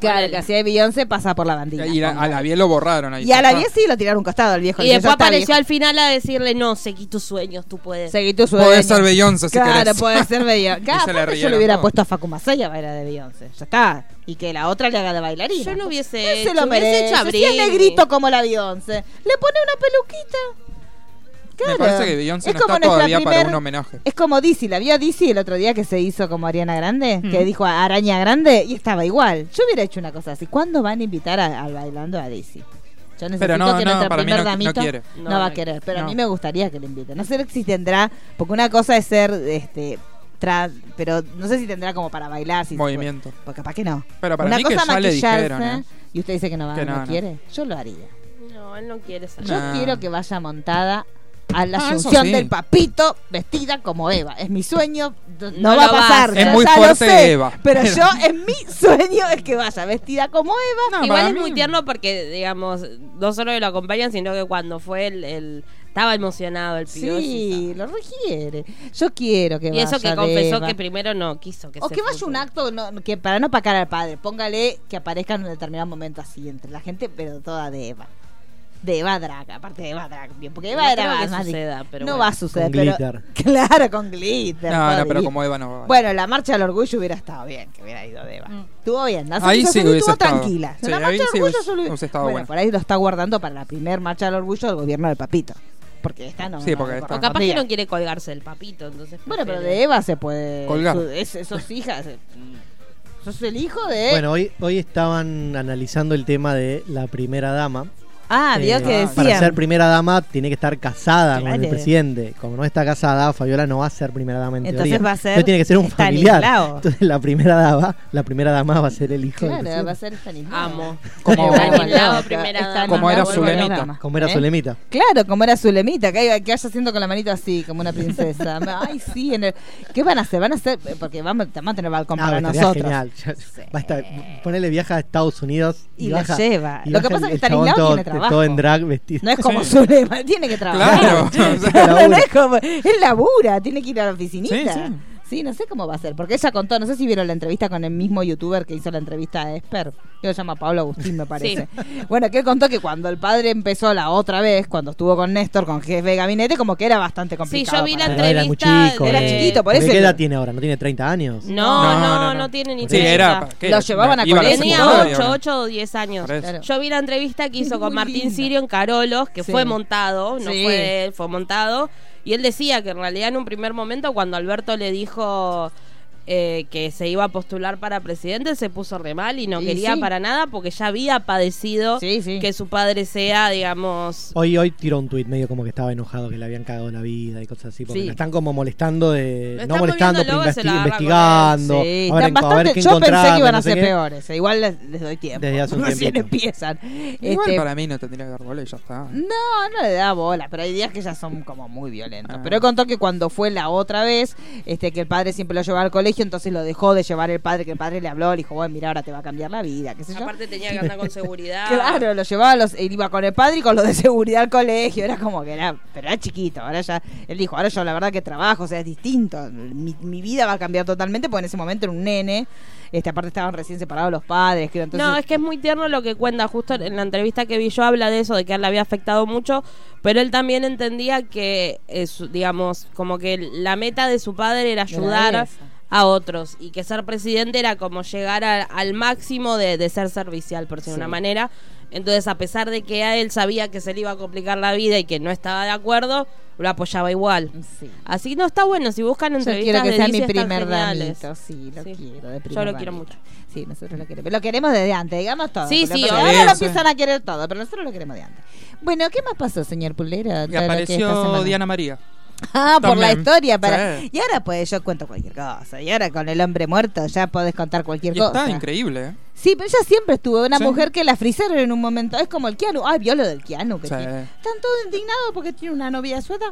Speaker 1: Claro, que hacía de Beyoncé pasa por la bandina.
Speaker 3: Y la- a la vie lo borraron ahí.
Speaker 1: Y a la
Speaker 3: Ah,
Speaker 1: 10 sí lo tiraron a un costado al viejo.
Speaker 2: Y
Speaker 1: le dijo,
Speaker 2: después
Speaker 1: "Ya está,
Speaker 2: apareció
Speaker 1: viejo".
Speaker 2: al final a decirle: No, seguí tus sueños, tú puedes.
Speaker 1: Seguí tu sueño.
Speaker 3: Podés ser Beyoncé si
Speaker 1: Claro,
Speaker 3: querés.
Speaker 1: puede ser Beyoncé.
Speaker 3: Y se
Speaker 1: Claro,
Speaker 3: le
Speaker 1: aparte yo
Speaker 3: rieron
Speaker 1: le hubiera
Speaker 3: todos.
Speaker 1: puesto a Facu Masai a bailar de Beyoncé. Ya está. Y que la otra le haga de bailarina.
Speaker 2: Yo no hubiese
Speaker 1: Él
Speaker 2: hecho,
Speaker 1: se lo
Speaker 2: hubiese
Speaker 1: merece.
Speaker 2: hecho a
Speaker 1: Si es
Speaker 2: Britney.
Speaker 1: negrito como la Beyoncé. Le pone una peluquita. Claro.
Speaker 3: Me parece que Beyoncé
Speaker 1: Es
Speaker 3: no
Speaker 1: como
Speaker 3: está
Speaker 1: nuestra
Speaker 3: todavía para
Speaker 1: primer-
Speaker 3: un homenaje.
Speaker 1: Es como Dizzy, la vio a Dizzy el otro día que se hizo como Ariana Grande, que dijo a Araña Grande y estaba igual. Yo hubiera hecho una cosa así. ¿Cuándo van a invitar a- al bailando a Dizzy? Yo necesito
Speaker 3: Pero no,
Speaker 1: que
Speaker 3: no,
Speaker 1: nuestra
Speaker 3: para mí
Speaker 1: primer
Speaker 3: no- no
Speaker 1: damito
Speaker 3: quiere.
Speaker 2: No,
Speaker 1: va a
Speaker 2: no
Speaker 1: querer. Pero a
Speaker 3: no.
Speaker 1: mí me gustaría que le inviten. No sé si tendrá, porque una cosa es ser este trans, pero no sé si tendrá como para bailar. Si
Speaker 3: Movimiento.
Speaker 1: Porque capaz que no.
Speaker 3: Pero para
Speaker 1: una
Speaker 3: mí que
Speaker 1: cosa
Speaker 3: ya le
Speaker 1: maquillarse,
Speaker 3: dijeron, ¿eh?
Speaker 1: Y usted dice que no va,
Speaker 3: Que
Speaker 1: no,
Speaker 3: no, no.
Speaker 1: quiere. Yo lo haría.
Speaker 2: No, él no quiere salir.
Speaker 1: Yo
Speaker 3: Nah.
Speaker 1: quiero que vaya montada a la
Speaker 3: Ah, eso
Speaker 1: asunción
Speaker 3: sí.
Speaker 1: del papito vestida como Eva. Es mi sueño, no,
Speaker 2: No
Speaker 1: va a
Speaker 2: lo vas a
Speaker 1: pasar.
Speaker 2: hacer.
Speaker 1: yo
Speaker 3: Es muy
Speaker 1: ya lo
Speaker 3: fuerte
Speaker 1: sé,
Speaker 3: Eva.
Speaker 1: Pero
Speaker 3: Pero-
Speaker 1: yo, en mi sueño es que vaya vestida como Eva.
Speaker 3: No,
Speaker 2: Igual
Speaker 3: para
Speaker 2: es
Speaker 3: mí-
Speaker 2: muy tierno porque, digamos, no solo que lo acompañan, sino que cuando fue el. el- estaba emocionado el pibe.
Speaker 1: Sí, lo requiere. Yo quiero que
Speaker 2: Y
Speaker 1: vaya
Speaker 2: eso que
Speaker 1: de
Speaker 2: confesó
Speaker 1: Eva.
Speaker 2: que primero no quiso que
Speaker 1: o
Speaker 2: se
Speaker 1: que vaya
Speaker 2: fuese.
Speaker 1: un acto no- que para no pacar al padre, póngale que aparezca en un determinado momento así entre la gente, pero toda de Eva. De Eva Drag, aparte de Eva Drag, bien, porque Eva
Speaker 2: No
Speaker 1: era
Speaker 2: creo que
Speaker 1: más di-
Speaker 2: suceda, pero
Speaker 1: No
Speaker 2: bueno.
Speaker 1: va a suceder,
Speaker 5: Con
Speaker 1: pero
Speaker 5: glitter.
Speaker 1: claro, con glitter.
Speaker 3: No,
Speaker 1: todo
Speaker 3: no, pero
Speaker 1: divino.
Speaker 3: como Eva no va.
Speaker 1: Bueno, la marcha del orgullo hubiera estado bien, que hubiera ido Deva. Estuvo bien, la
Speaker 3: Mm. Ahí
Speaker 1: Sofía
Speaker 3: sí
Speaker 1: Sofía
Speaker 3: hubiese
Speaker 1: estuvo
Speaker 3: estado.
Speaker 1: tranquila.
Speaker 3: Sí,
Speaker 1: la
Speaker 3: ahí
Speaker 1: marcha
Speaker 3: sí
Speaker 1: del orgullo
Speaker 3: hubiese-
Speaker 1: solo-
Speaker 3: hubiese estado
Speaker 1: bueno,
Speaker 3: bueno.
Speaker 1: por ahí lo está guardando para la primer marcha del orgullo del gobierno del papito. Porque esta no.
Speaker 3: Sí,
Speaker 1: no,
Speaker 3: porque
Speaker 1: no
Speaker 3: esta-
Speaker 1: corre-
Speaker 2: O capaz que
Speaker 1: Mira.
Speaker 2: no quiere colgarse el papito, entonces.
Speaker 1: Bueno, pero
Speaker 2: prefiere-
Speaker 1: de Eva se puede.
Speaker 3: Colgar.
Speaker 1: su- es- esos hijas. eh, Sos el hijo de.
Speaker 5: Bueno, hoy, hoy estaban analizando el tema de la primera dama.
Speaker 8: Ah, vio
Speaker 5: Eh,
Speaker 8: que
Speaker 5: Para ser
Speaker 8: decían.
Speaker 5: primera dama tiene que estar casada con
Speaker 8: Claro.
Speaker 5: el presidente. Como no está casada, Fabiola no va a ser primera dama en
Speaker 8: Entonces
Speaker 5: teoría.
Speaker 8: va a ser
Speaker 5: Entonces tiene que ser un familiar.
Speaker 8: Estanislao.
Speaker 5: Entonces la primera dama, la primera dama va a ser el hijo del
Speaker 1: claro,
Speaker 5: presidente.
Speaker 1: va a ser Stanislao.
Speaker 2: Amo.
Speaker 3: Como-
Speaker 2: Estanislao, primera dama.
Speaker 3: Como era
Speaker 1: Stanislao, primera
Speaker 3: Zulemita.
Speaker 1: dama.
Speaker 5: Como era
Speaker 1: ¿Eh?
Speaker 5: Solemita.
Speaker 1: Claro, como era Zulemita, que, hay- que vaya haciendo con la manito así, como una princesa. Ay, sí. En el... ¿Qué van a hacer? Van a hacer. eh, Porque vamos, vamos a tener balcón
Speaker 5: Ah,
Speaker 1: para
Speaker 5: estaría
Speaker 1: nosotros.
Speaker 5: genial. Ya- Basta, ponele viaja a Estados Unidos y,
Speaker 8: Y la
Speaker 5: baja-
Speaker 8: lleva.
Speaker 5: y
Speaker 1: Lo que
Speaker 5: baja
Speaker 1: pasa
Speaker 5: el-
Speaker 1: es que
Speaker 5: el chabón
Speaker 1: Stanislao
Speaker 5: todo,
Speaker 1: tiene trabajo.
Speaker 5: Todo en drag vestido.
Speaker 1: No es como
Speaker 3: Sí.
Speaker 1: Zulema, tiene que trabajar.
Speaker 3: Claro. O sea,
Speaker 1: No, no,
Speaker 5: Labura.
Speaker 1: es como, es labura, tiene que ir a la oficinita.
Speaker 3: Sí,
Speaker 1: Sí,
Speaker 3: sí.
Speaker 1: no sé cómo va a ser, porque ella contó, no sé si vieron la entrevista con el mismo youtuber que hizo la entrevista a Esper, que se llama Pablo Agustín, me parece. Bueno, que él contó que cuando el padre empezó la otra vez, cuando estuvo con Néstor, con jefe de gabinete, como que era bastante
Speaker 2: Sí,
Speaker 1: complicado.
Speaker 2: yo vi la
Speaker 1: para él.
Speaker 5: Pero era muy
Speaker 2: entrevista.
Speaker 5: chico,
Speaker 2: de-
Speaker 1: Era chiquito, por
Speaker 5: Porque
Speaker 1: eso-
Speaker 5: ¿Qué edad tiene ahora? ¿No tiene 30 años?
Speaker 2: No, no, no, tiene ni
Speaker 3: Sí, era.
Speaker 2: treinta.
Speaker 3: ¿qué
Speaker 1: Lo
Speaker 3: era?
Speaker 1: llevaban a
Speaker 3: Iba la
Speaker 1: Corea.
Speaker 2: Tenía
Speaker 3: secundaria,
Speaker 2: 8,
Speaker 3: ¿no?
Speaker 2: 8 o 10 años.
Speaker 3: Por eso.
Speaker 1: Claro.
Speaker 2: Yo vi la entrevista que hizo
Speaker 1: Es
Speaker 2: con
Speaker 1: muy
Speaker 2: Martín
Speaker 1: linda.
Speaker 2: Sirio en Carolos, que
Speaker 1: Sí.
Speaker 2: fue montado, no
Speaker 1: Sí.
Speaker 2: fue de él, fue montado. Y él decía que en realidad en un primer momento, cuando Alberto le dijo eh, que se iba a postular para presidente, se puso re mal y no
Speaker 1: Y
Speaker 2: quería
Speaker 1: sí.
Speaker 2: para nada porque ya había padecido
Speaker 1: Sí, sí.
Speaker 2: que su padre sea, digamos,
Speaker 5: Hoy, hoy tiró un tuit medio como que estaba enojado, que le habían cagado la vida y cosas así, porque
Speaker 1: Sí.
Speaker 5: la están como molestando de...
Speaker 2: Lo
Speaker 5: no
Speaker 2: están
Speaker 5: molestando,
Speaker 2: volviendo
Speaker 5: pero
Speaker 2: loca, se
Speaker 5: investi-
Speaker 2: la agarran
Speaker 5: investigando.
Speaker 1: Sí,
Speaker 5: a ver,
Speaker 1: están
Speaker 5: en- a ver
Speaker 1: bastante,
Speaker 5: qué
Speaker 1: yo pensé que
Speaker 5: encontramos,
Speaker 1: iban a
Speaker 5: no sé
Speaker 1: ser
Speaker 5: qué.
Speaker 1: peores, eh, igual les, les doy tiempo.
Speaker 5: Desde hace un
Speaker 1: Recién
Speaker 5: tiempito.
Speaker 1: empiezan.
Speaker 3: Igual
Speaker 1: Este,
Speaker 3: para mí no tendría que dar bola y ya está.
Speaker 1: No, no le da bola, pero hay días que ya son como muy
Speaker 5: Ah.
Speaker 1: violentos. Pero él contó que cuando fue la otra vez, este, que el padre siempre lo llevaba al colegio, entonces lo dejó de llevar el padre, que el padre le habló, le dijo, bueno, mira, ahora te va a cambiar la vida, qué sé yo.
Speaker 2: aparte tenía que andar con seguridad.
Speaker 1: Claro, lo llevaba, a los, él iba con el padre y con los de seguridad al colegio, era como que era, pero era chiquito, ahora ya, él dijo, ahora yo la verdad que trabajo, o sea, es distinto, mi, mi vida va a cambiar totalmente, porque en ese momento era un nene, este, aparte estaban recién separados los padres, creo, entonces...
Speaker 2: no, es que es muy tierno lo que cuenta. Justo en la entrevista que vi yo habla de eso, de que a él le había afectado mucho, pero él también entendía que, eh, su- digamos, como que la meta de su padre era ayudar
Speaker 1: esa.
Speaker 2: a otros y que ser presidente era como llegar a- al máximo de, de ser servicial, por decirlo de una manera. Entonces, a pesar de que a él sabía que se le iba a complicar la vida y que no estaba de acuerdo, lo apoyaba igual.
Speaker 1: Sí.
Speaker 2: Así no está bueno, si buscan
Speaker 1: Yo
Speaker 2: entrevistas
Speaker 1: quiero que
Speaker 2: de
Speaker 1: sea
Speaker 2: Dizzy
Speaker 1: mi
Speaker 2: están
Speaker 1: primer
Speaker 2: geniales.
Speaker 1: damito, sí, lo
Speaker 2: Sí.
Speaker 1: quiero. de
Speaker 2: Yo
Speaker 1: primer
Speaker 2: lo quiero
Speaker 1: damito.
Speaker 2: mucho.
Speaker 1: Sí, nosotros lo queremos. Lo queremos desde antes, digamos todo.
Speaker 2: Sí,
Speaker 1: porque
Speaker 2: sí,
Speaker 1: nosotros-
Speaker 3: obvio.
Speaker 1: ahora lo
Speaker 3: Sí, sí.
Speaker 1: empiezan a querer todo, pero nosotros lo queremos de antes. Bueno, ¿qué más pasó, señor Pulera?
Speaker 3: Y
Speaker 1: Todo lo que esta
Speaker 3: apareció
Speaker 1: semana.
Speaker 3: Diana María.
Speaker 1: Ah, por la
Speaker 3: También.
Speaker 1: historia. para
Speaker 3: Sí.
Speaker 1: Y ahora pues yo cuento cualquier cosa. Y ahora con el hombre muerto ya podés contar cualquier
Speaker 3: Y
Speaker 1: cosa.
Speaker 3: está increíble, ¿eh?
Speaker 1: Sí, pero ella siempre estuvo. Una
Speaker 3: Sí.
Speaker 1: mujer que la frisaron en un momento. Es como el Keanu. Ay, vio lo del Keanu. Que
Speaker 3: Sí.
Speaker 1: tiene. Están todos indignados porque tiene una novia suelta.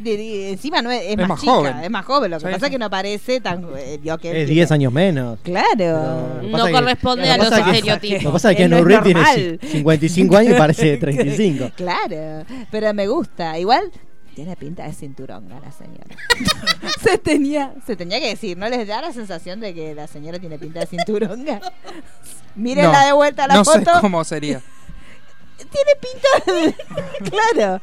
Speaker 1: De- de- encima no es, es
Speaker 3: Es
Speaker 1: más,
Speaker 3: más
Speaker 1: chica,
Speaker 3: joven.
Speaker 1: es más joven. Lo que
Speaker 3: Sí,
Speaker 1: pasa
Speaker 3: sí.
Speaker 1: es que no parece tan. eh, vio que él
Speaker 5: Es
Speaker 1: tiene-
Speaker 5: 10 años menos.
Speaker 1: Claro. Mm.
Speaker 5: Pero-
Speaker 2: No
Speaker 5: Pasa que-
Speaker 2: corresponde
Speaker 1: lo
Speaker 2: a los
Speaker 1: pasa que-
Speaker 2: estereotipos.
Speaker 5: Lo que pasa es que
Speaker 1: Él no
Speaker 5: Keanu
Speaker 1: es
Speaker 5: Reeves tiene
Speaker 1: normal.
Speaker 5: ci- 55 años y parece de 35.
Speaker 1: Claro. Pero me gusta. Igual tiene pinta de cinturonga la señora. se tenía se tenía que decir. ¿No les da la sensación de que la señora tiene pinta de cinturonga? Mírenla
Speaker 3: No,
Speaker 1: de vuelta a la
Speaker 3: no
Speaker 1: foto.
Speaker 3: sé cómo sería.
Speaker 1: Tiene pinta de... claro.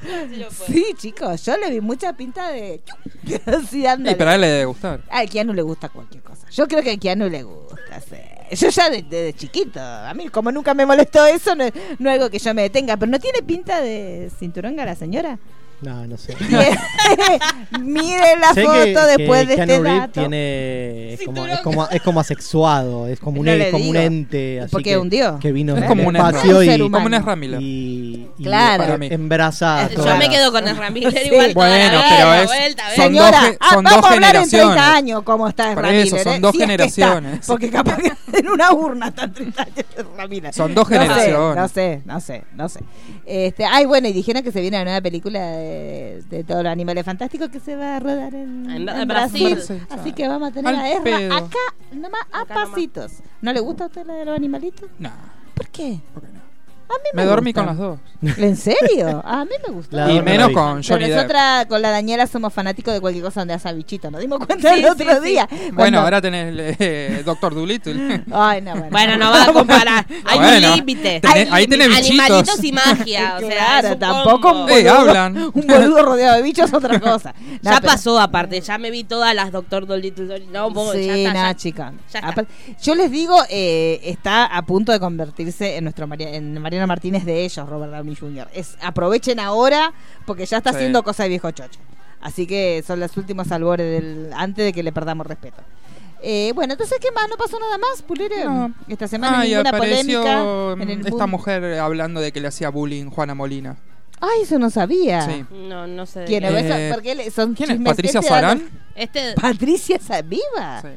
Speaker 1: Sí, chicos. Yo le vi mucha pinta de... Así
Speaker 3: Y
Speaker 1: dándole.
Speaker 3: para él le debe gustar.
Speaker 1: Al Ah, Keanu le gusta cualquier cosa. Yo creo que al Keanu le gusta. sí. Yo ya de- desde chiquito, a mí como nunca me molestó eso, no, es- no es algo que yo me detenga. Pero no tiene pinta de cinturonga la señora. Eh,
Speaker 5: No, no sé.
Speaker 1: Mire la
Speaker 5: Sé
Speaker 1: foto
Speaker 5: que-
Speaker 1: después
Speaker 5: que
Speaker 1: de
Speaker 5: Keanu
Speaker 1: este
Speaker 5: Reeves
Speaker 1: dato.
Speaker 5: tiene es como, es
Speaker 2: Cinturón.
Speaker 5: como es como asexuado, es como un,
Speaker 1: No
Speaker 5: es
Speaker 1: le
Speaker 5: como un
Speaker 1: digo.
Speaker 5: ente así
Speaker 1: Porque
Speaker 5: que,
Speaker 1: hundió.
Speaker 5: que vino
Speaker 3: Es
Speaker 5: del
Speaker 3: como un
Speaker 5: espacio
Speaker 1: Ezra.
Speaker 5: y,
Speaker 1: Un
Speaker 3: Como una
Speaker 1: humano.
Speaker 3: Ramila.
Speaker 5: y, y
Speaker 1: Claro.
Speaker 5: para mí. embrazada.
Speaker 2: Yo
Speaker 5: toda
Speaker 2: me
Speaker 5: la-
Speaker 2: quedo con el Ramírez
Speaker 1: Sí.
Speaker 2: igual. toda la
Speaker 3: Bueno,
Speaker 2: vida,
Speaker 3: pero
Speaker 2: la
Speaker 3: es-
Speaker 2: vuelta, ¿ves?
Speaker 3: son
Speaker 1: Señora,
Speaker 3: dos ge-
Speaker 1: ah,
Speaker 3: son
Speaker 1: vamos
Speaker 3: dos
Speaker 1: a hablar en 30
Speaker 3: generaciones.
Speaker 1: años cómo está
Speaker 3: Por
Speaker 1: Ramírez.
Speaker 3: eso, son
Speaker 1: ¿eh?
Speaker 3: dos
Speaker 1: Si es que está,
Speaker 3: generaciones.
Speaker 1: porque capaz que en una urna están 30 años de Ramírez.
Speaker 3: Son dos
Speaker 1: No sé,
Speaker 3: generaciones.
Speaker 1: No sé, no sé, no sé. Este, ay, bueno, y dijeron que se viene la nueva película de, de todos los animales fantásticos que se va a rodar en,
Speaker 2: En-
Speaker 1: en
Speaker 2: en
Speaker 1: Brasil.
Speaker 2: Brasil.
Speaker 1: Así que vamos a tener
Speaker 3: Al
Speaker 1: a Ezra
Speaker 3: pedo.
Speaker 1: acá, nomás a
Speaker 2: Acá nomás.
Speaker 1: pasitos. ¿No le gusta a usted la de los animalitos?
Speaker 3: No,
Speaker 1: ¿Por qué?
Speaker 3: ¿por qué no?
Speaker 1: A mí me,
Speaker 3: Me dormí
Speaker 1: gustan.
Speaker 3: con las dos.
Speaker 1: ¿En serio? A mí me gusta.
Speaker 5: La
Speaker 3: y
Speaker 5: dos me la
Speaker 3: menos
Speaker 5: vi.
Speaker 3: con
Speaker 1: Pero
Speaker 3: Johnny Depp.
Speaker 1: nosotras con la Daniela somos fanáticos de cualquier cosa donde hace bichito. Nos dimos cuenta
Speaker 2: Sí,
Speaker 1: el otro
Speaker 2: sí, sí.
Speaker 1: día.
Speaker 3: Bueno,
Speaker 1: Cuando-
Speaker 3: ahora tenés eh, Doctor Dolittle.
Speaker 1: Ay, no, bueno.
Speaker 2: Bueno, no va a comparar. Hay
Speaker 3: Bueno,
Speaker 2: un límite.
Speaker 3: tenés-
Speaker 2: Hay un
Speaker 3: ahí
Speaker 2: límite.
Speaker 3: tenés bichitos.
Speaker 2: Animalitos y magia. O sea,
Speaker 1: Claro,
Speaker 2: es un
Speaker 1: tampoco
Speaker 2: combo.
Speaker 1: un
Speaker 3: Eh,
Speaker 1: boludo,
Speaker 3: hablan.
Speaker 1: un boludo rodeado de bichos es otra cosa. No,
Speaker 2: ya
Speaker 1: pero-
Speaker 2: pasó aparte. Ya me vi todas las Doctor Dolittle. No, vos,
Speaker 1: sí,
Speaker 2: Ah, ya está,
Speaker 1: nada,
Speaker 2: ya-
Speaker 1: chica.
Speaker 2: ya está.
Speaker 1: Aparte- Yo les digo, eh, está a punto de convertirse en nuestro Maria- en Mariano Martínez de ellos, Robert Downey Jr. Es, aprovechen ahora porque ya está
Speaker 3: Sí.
Speaker 1: haciendo cosas de viejo chocho. Así que son los últimos albores del, antes de que le perdamos respeto. Eh, bueno, entonces, ¿qué más? ¿No pasó nada más, Pulero?
Speaker 3: No.
Speaker 1: Esta semana
Speaker 3: Ah, y
Speaker 1: ninguna
Speaker 3: apareció
Speaker 1: polémica.
Speaker 3: mm,
Speaker 1: en el
Speaker 3: esta
Speaker 1: mundo.
Speaker 3: mujer hablando de que le hacía bullying Juana Molina.
Speaker 1: Ay, eso no sabía.
Speaker 3: Sí.
Speaker 2: No, no sé. de
Speaker 1: ¿Quién,
Speaker 2: qué.
Speaker 3: Eh,
Speaker 1: es? ¿Por qué le- son
Speaker 3: ¿Quién es?
Speaker 1: chismes
Speaker 3: ¿Patricia
Speaker 1: que se dan-
Speaker 3: Sarán?
Speaker 2: Este,
Speaker 1: Patricia Sa- viva.
Speaker 3: Sí.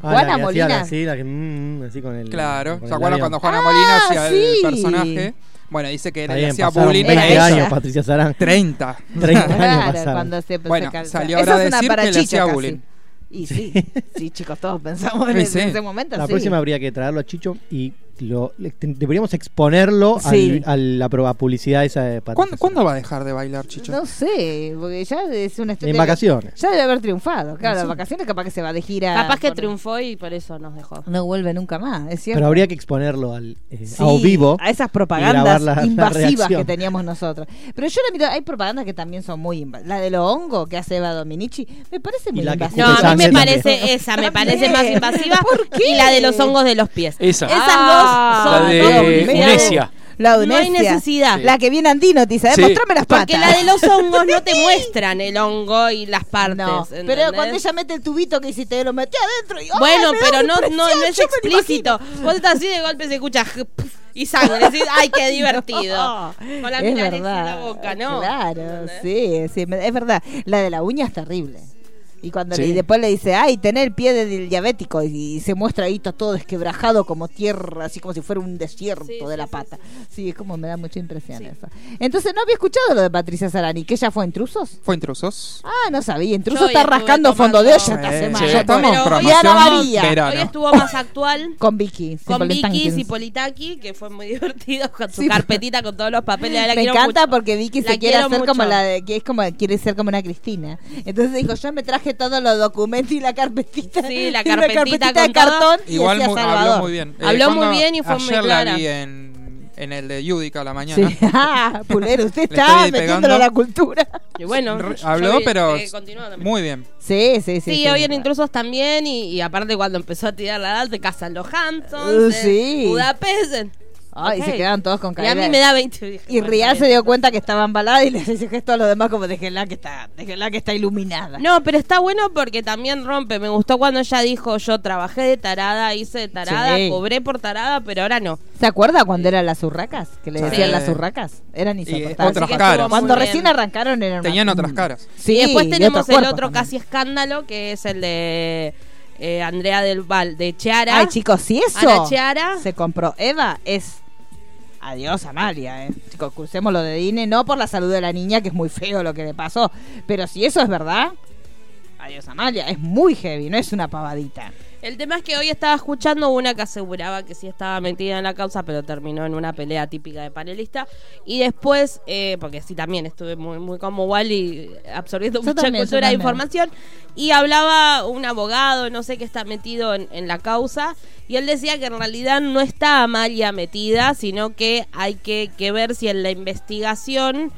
Speaker 1: Juana
Speaker 5: que hacía la-
Speaker 1: Molina.
Speaker 5: sí, la que, mm, mm, así con el.
Speaker 3: Claro,
Speaker 5: con
Speaker 3: ¿se
Speaker 5: el
Speaker 3: acuerdan
Speaker 5: labio.
Speaker 3: cuando Juana
Speaker 1: Ah,
Speaker 3: Molina hacía
Speaker 1: sí.
Speaker 3: el personaje? Bueno, dice que
Speaker 5: Está
Speaker 3: le
Speaker 5: bien,
Speaker 3: hacía
Speaker 5: pasaron
Speaker 3: bullying a
Speaker 5: 20
Speaker 1: ella.
Speaker 5: años, Patricia Sarán.
Speaker 3: 30.
Speaker 5: 30 años
Speaker 1: Claro,
Speaker 5: pasaron.
Speaker 1: cuando se
Speaker 3: Bueno,
Speaker 1: se-
Speaker 3: salió
Speaker 1: Eso es
Speaker 3: ahora a
Speaker 1: una
Speaker 3: decir que le
Speaker 1: parachicha
Speaker 3: hacía
Speaker 1: casi.
Speaker 3: bullying.
Speaker 1: Y sí,
Speaker 5: Sí.
Speaker 1: sí, chicos, todos pensamos en,
Speaker 3: Y
Speaker 1: ese-
Speaker 3: sí.
Speaker 1: ese momento.
Speaker 5: La
Speaker 1: sí.
Speaker 5: próxima habría que traerlo a Chicho y lo, le- te- deberíamos exponerlo al-
Speaker 1: Sí.
Speaker 5: a la pro- a publicidad esa de Patricia
Speaker 3: ¿Cuándo,
Speaker 5: Sarán.
Speaker 3: cuándo va a dejar de bailar, Chicho?
Speaker 1: No sé, porque ya es una
Speaker 5: En vacaciones.
Speaker 1: Ya debe haber triunfado. Claro, de vacaciones capaz que se va de gira.
Speaker 2: capaz que
Speaker 1: por-
Speaker 2: triunfó y por eso nos dejó.
Speaker 1: No vuelve nunca más, es cierto.
Speaker 5: Pero habría que exponerlo al, eh,
Speaker 1: Sí,
Speaker 5: a o vivo.
Speaker 1: a esas
Speaker 5: y
Speaker 1: propagandas
Speaker 5: grabar la- la
Speaker 1: invasivas
Speaker 5: reacción.
Speaker 1: que teníamos nosotros. Pero yo la miro, hay propagandas que también son muy invasivas. La de lo hongo que hace Eva Dominici, me parece muy
Speaker 5: la que
Speaker 1: invasiva.
Speaker 2: No, a mí me
Speaker 5: Sangre también.
Speaker 2: parece esa, me parece
Speaker 1: También.
Speaker 2: más invasiva.
Speaker 1: ¿Por qué? Eh,
Speaker 2: Y la de los hongos de los pies.
Speaker 4: Esa.
Speaker 2: Esas dos
Speaker 1: Ah,
Speaker 2: son
Speaker 4: la de
Speaker 2: dos
Speaker 1: publicidad.
Speaker 4: Unesia.
Speaker 1: La de
Speaker 2: No hay
Speaker 1: Unesia.
Speaker 2: necesidad.
Speaker 1: La que viene andino, te dice, "A ver,
Speaker 4: Sí.
Speaker 1: mostrame las patas.
Speaker 2: Porque la de los hongos no te muestran el hongo y las partes.
Speaker 1: No,
Speaker 2: ¿entendés?
Speaker 1: pero cuando ella mete el tubito que hiciste, lo mete adentro y ¡ay,
Speaker 2: Bueno,
Speaker 1: me da
Speaker 2: pero
Speaker 1: una
Speaker 2: no, no,
Speaker 1: impresión!
Speaker 2: no es
Speaker 1: Yo me lo
Speaker 2: explícito.
Speaker 1: imagino.
Speaker 2: Vos estás así de golpe se escucha y sangre. Decís, ay, qué divertido. Con la
Speaker 1: es
Speaker 2: mirada en
Speaker 1: verdad. eh,
Speaker 2: la boca, ¿no?
Speaker 1: Claro,
Speaker 2: ¿Entendés?
Speaker 1: sí, sí, me- es verdad. La de la uña es terrible. Y cuando le-
Speaker 4: Sí.
Speaker 1: y después le dice, ay, tener el pie del diabético y, y se muestra ahí to- todo desquebrajado como tierra, así como si fuera un desierto
Speaker 2: Sí,
Speaker 1: de
Speaker 2: sí,
Speaker 1: la
Speaker 2: sí,
Speaker 1: pata. Sí, es como me da mucha impresión eso. Entonces no había escuchado lo de Patricia Sarani, que ella fue intrusos.
Speaker 3: ¿Fue intrusos?
Speaker 1: Ah, no sabía, intrusos
Speaker 2: Yo
Speaker 1: está
Speaker 2: estuve
Speaker 1: rascando
Speaker 2: tomando-
Speaker 1: fondo de olla esta
Speaker 3: Sí,
Speaker 1: semana.
Speaker 3: ya estamos
Speaker 2: Pero
Speaker 3: en
Speaker 2: hoy-
Speaker 3: programación
Speaker 1: Diana María.
Speaker 2: Hoy
Speaker 3: verano.
Speaker 2: estuvo más actual.
Speaker 1: Con Vicky.
Speaker 2: Con Vicky
Speaker 1: Simpolitankins.
Speaker 2: Cipolitaki, que fue muy divertido con su
Speaker 1: Sí,
Speaker 2: carpetita con todos los papeles. La
Speaker 1: Me
Speaker 2: quiero
Speaker 1: encanta
Speaker 2: mucho.
Speaker 1: porque Vicky
Speaker 2: La
Speaker 1: se quiere
Speaker 2: quiero
Speaker 1: hacer como
Speaker 2: mucho.
Speaker 1: la de, que es como quiere ser como una Cristina. Entonces dijo, yo me traje todos los documentos y la carpetita.
Speaker 2: Sí, la
Speaker 1: y una
Speaker 2: carpetita
Speaker 1: de
Speaker 2: con todo.
Speaker 1: cartón y
Speaker 3: Igual
Speaker 1: decía
Speaker 3: mu- habló
Speaker 1: Salvador.
Speaker 3: muy bien. Eh,
Speaker 2: Habló muy
Speaker 3: cuando-
Speaker 2: bien y fue muy
Speaker 3: ayer
Speaker 2: clara.
Speaker 3: la vi en, en el de Judica a la mañana.
Speaker 1: Sí. Ah, Pulero, usted
Speaker 3: Le
Speaker 1: está
Speaker 3: estoy
Speaker 1: metiéndole
Speaker 3: pegando.
Speaker 1: a la cultura.
Speaker 2: Y bueno,
Speaker 3: Re-
Speaker 2: yo
Speaker 3: habló,
Speaker 2: vi-
Speaker 3: pero
Speaker 2: eh, continúa también.
Speaker 3: muy bien.
Speaker 1: Sí, sí, sí.
Speaker 2: Sí, hoy en
Speaker 1: verdad.
Speaker 2: Intrusos también, y, y aparte cuando empezó a tirar la edad, se casan los
Speaker 1: Uh,
Speaker 2: Hamptons,
Speaker 1: sí.
Speaker 2: sí. Budapest. eh.
Speaker 1: Ay,
Speaker 2: Ok.
Speaker 1: se quedaron todos con
Speaker 2: Y a
Speaker 1: caída.
Speaker 2: mí me da 20. dije,
Speaker 1: Y
Speaker 2: bueno,
Speaker 1: Rial
Speaker 2: está
Speaker 1: se
Speaker 2: bien.
Speaker 1: dio cuenta que estaba embalada y le hizo gesto a los demás como déjenla que está, déjenla que está iluminada.
Speaker 2: No, pero está bueno porque también rompe. Me gustó cuando ella dijo, yo trabajé de tarada, hice de tarada,
Speaker 1: Sí.
Speaker 2: cobré por tarada, pero ahora no.
Speaker 1: ¿Se acuerda cuando eran las urracas? Que le
Speaker 3: Sí.
Speaker 1: decían las urracas. Eran
Speaker 3: eh,
Speaker 1: insoportables.
Speaker 3: otras
Speaker 2: Así que
Speaker 3: caras.
Speaker 2: estuvo muy
Speaker 1: Cuando
Speaker 2: bien.
Speaker 1: recién arrancaron eran una-
Speaker 3: Tenían otras caras.
Speaker 1: Sí,
Speaker 2: y después
Speaker 1: y
Speaker 2: tenemos
Speaker 1: otros
Speaker 2: el
Speaker 1: cuerpos
Speaker 2: otro
Speaker 1: también.
Speaker 2: casi escándalo, que es el de eh, Andrea del Val, de Chiara.
Speaker 1: Ay, chicos, si eso
Speaker 2: Ana Chiara.
Speaker 1: se compró Eva, es adiós Amalia, ¿eh? Chicos, crucemos lo de Dine, no por la salud de la niña, que es muy feo lo que le pasó, pero si eso es verdad, adiós Amalia, es muy heavy, no es una pavadita.
Speaker 2: El tema es que hoy estaba escuchando una que aseguraba que sí estaba metida en la causa, pero terminó en una pelea típica de panelista. Y después, eh, porque sí también estuve muy, muy como Wally absorbiendo
Speaker 1: Yo
Speaker 2: mucha
Speaker 1: también, yo
Speaker 2: cultura de
Speaker 1: también.
Speaker 2: información. Y hablaba un abogado, no sé qué está metido en, en la causa. Y él decía que en realidad no está Amalia metida, sino que hay que, que ver si en la investigación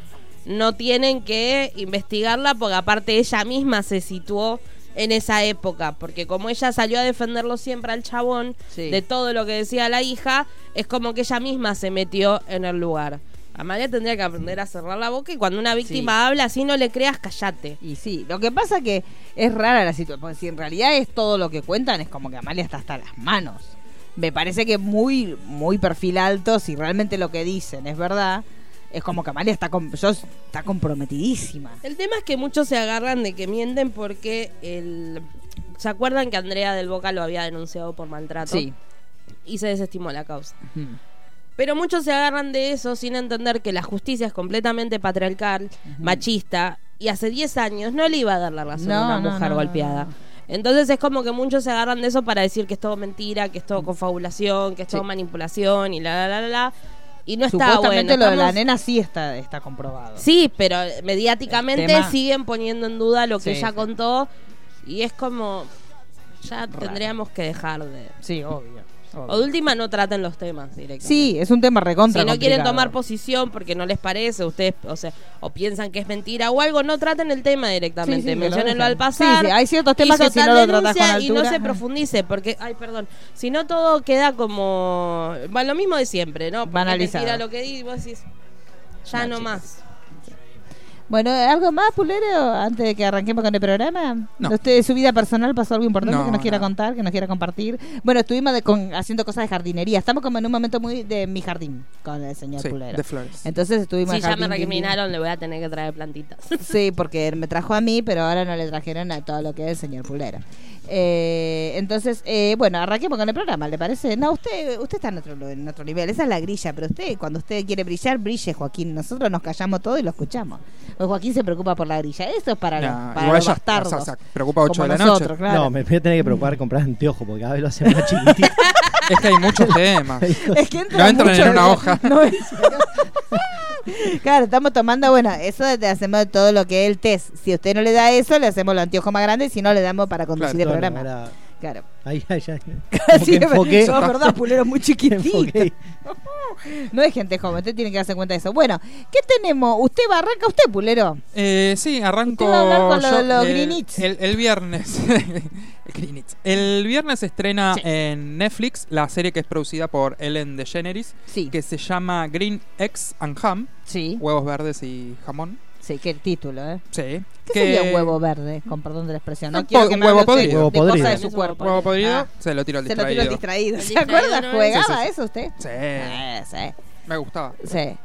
Speaker 2: no tienen que investigarla porque aparte ella misma se situó en esa época, porque como ella salió a defenderlo siempre al chabón
Speaker 1: Sí.
Speaker 2: de todo lo que decía la hija, es como que ella misma se metió en el lugar. Amalia tendría que aprender a cerrar la boca y cuando una víctima habla así no le creas, callate.
Speaker 1: Y sí, lo que pasa que es rara la situación, porque si en realidad es todo lo que cuentan, es como que Amalia está hasta las manos. Me parece que muy, muy perfil alto, si realmente lo que dicen es verdad, es como que Amalia está, com- yo- está comprometidísima.
Speaker 2: El tema es que muchos se agarran de que mienten porque el... ¿Se acuerdan que Andrea del Boca lo había denunciado por maltrato?
Speaker 1: Sí.
Speaker 2: Y se desestimó la causa. Pero muchos se agarran de eso sin entender que la justicia es completamente patriarcal, machista, y hace 10 años no le iba a dar la razón
Speaker 1: No,
Speaker 2: a una
Speaker 1: no,
Speaker 2: mujer
Speaker 1: no,
Speaker 2: golpeada.
Speaker 1: no, no.
Speaker 2: Entonces es como que muchos se agarran de eso para decir que es todo mentira, que es
Speaker 1: Mm.
Speaker 2: todo confabulación, que es todo manipulación y la, la, la, la, la. Y no está bueno.
Speaker 1: Supuestamente lo de la
Speaker 2: Estamos-
Speaker 1: nena sí está, está comprobado.
Speaker 2: Sí, pero mediáticamente
Speaker 1: El tema-
Speaker 2: siguen poniendo en duda lo que
Speaker 1: Sí,
Speaker 2: ella
Speaker 1: sí.
Speaker 2: contó y es como ya tendríamos que dejar de...
Speaker 1: Sí, obvio. obvio.
Speaker 2: O de última no traten los temas directamente.
Speaker 1: Sí, es un tema recontra.
Speaker 2: si no quieren
Speaker 1: complicado.
Speaker 2: tomar posición porque no les parece, ustedes, o sea, o piensan que es mentira o algo, no traten el tema directamente,
Speaker 1: Sí, sí, que lo
Speaker 2: menciónenlo
Speaker 1: dejen.
Speaker 2: al pasar.
Speaker 1: Sí, sí, hay ciertos temas
Speaker 2: hizo
Speaker 1: que si
Speaker 2: tal
Speaker 1: no lo tratás
Speaker 2: denuncia
Speaker 1: con
Speaker 2: y no
Speaker 1: altura,
Speaker 2: se
Speaker 1: ajá.
Speaker 2: profundice porque, ay, perdón, si no todo queda como, bueno, lo mismo de siempre, ¿no? Porque es
Speaker 1: Banalizado.
Speaker 2: mentira lo que di, vos decís, ya no más.
Speaker 1: Bueno, ¿algo más, Pulero, antes de que arranquemos con el programa?
Speaker 3: No.
Speaker 1: ¿De ¿Usted, de su vida personal pasó algo importante
Speaker 3: No,
Speaker 1: que nos quiera
Speaker 3: no.
Speaker 1: contar, que nos quiera compartir? Bueno, estuvimos de- con- haciendo cosas de jardinería. Estamos como en un momento muy de mi jardín con el señor
Speaker 3: Sí,
Speaker 1: Pulero.
Speaker 3: de flores.
Speaker 1: Entonces estuvimos
Speaker 2: Si
Speaker 1: en
Speaker 2: ya me
Speaker 1: jardín
Speaker 2: recriminaron, le voy a tener que traer plantitas.
Speaker 1: divino. Sí, porque él me trajo a mí, pero ahora no le trajeron a todo lo que es el señor Pulero. Eh, entonces, eh, bueno, arranquemos con el programa, ¿le parece? No, usted usted está en otro, lu- en otro nivel, esa es la grilla, pero usted, cuando usted quiere brillar, brille, Joaquín. Nosotros nos callamos todo y lo escuchamos. Pues Joaquín se preocupa por la grilla, eso es para, los,
Speaker 3: No,
Speaker 1: para
Speaker 3: igual
Speaker 1: los
Speaker 3: ya-
Speaker 1: bastardos.
Speaker 3: o sea, se preocupa 8
Speaker 1: como
Speaker 3: de la
Speaker 1: nosotros,
Speaker 3: noche.
Speaker 1: claro.
Speaker 5: No, me voy a tener que preocupar de comprar anteojos porque cada vez lo hacen más chiquitito.
Speaker 3: Es que hay muchos temas.
Speaker 1: Es que entra
Speaker 3: No entran
Speaker 1: mucho
Speaker 3: en una
Speaker 1: el-
Speaker 3: hoja.
Speaker 1: no es- claro, estamos tomando, bueno, eso te hacemos todo lo que es el test. Si usted no le da eso, le hacemos los anteojos más grandes, si no le damos para conducir
Speaker 5: No, no,
Speaker 1: el programa.
Speaker 5: ahora-
Speaker 1: Claro.
Speaker 5: Ahí, ahí, ya. Como
Speaker 1: Así
Speaker 5: que
Speaker 1: es,
Speaker 5: enfoqué,
Speaker 1: yo, verdad, pulero muy chiquitito.
Speaker 5: enfoqué.
Speaker 1: No es gente joven, usted tiene que darse cuenta de eso. Bueno, ¿qué tenemos? Usted va, arranca usted, pulero.
Speaker 3: Eh, sí, arranco.
Speaker 1: Usted va a hablar con lo
Speaker 3: yo,
Speaker 1: de los
Speaker 3: eh,
Speaker 1: Greenwich.
Speaker 3: El, el viernes. Greenwich. El viernes estrena en Netflix la serie que es producida por Ellen DeGeneres,
Speaker 1: Sí,
Speaker 3: que se llama Green Eggs and Ham,
Speaker 1: sí,
Speaker 3: huevos verdes y jamón.
Speaker 1: sí, qué título, ¿eh?
Speaker 3: Sí.
Speaker 1: ¿Qué
Speaker 3: que-
Speaker 1: sería un huevo verde? Con perdón de la expresión. No
Speaker 3: Un
Speaker 1: quiero
Speaker 3: po-
Speaker 1: que me
Speaker 3: un huevo
Speaker 1: hable usted
Speaker 3: podrido.
Speaker 5: Huevo
Speaker 1: de cosas de
Speaker 5: podrido.
Speaker 1: su
Speaker 2: También es un
Speaker 1: cuerpo.
Speaker 3: Huevo podrido,
Speaker 1: Ah.
Speaker 3: se lo tiro al
Speaker 1: Se lo tiró
Speaker 3: distraído.
Speaker 1: el distraído. ¿Se
Speaker 2: distraído,
Speaker 1: acuerda?
Speaker 2: ¿no?
Speaker 1: ¿Jugaba
Speaker 3: Sí, sí, Eh. sí.
Speaker 1: eso usted?
Speaker 3: Sí,
Speaker 1: Ah, sí,
Speaker 3: me gustaba.
Speaker 1: sí.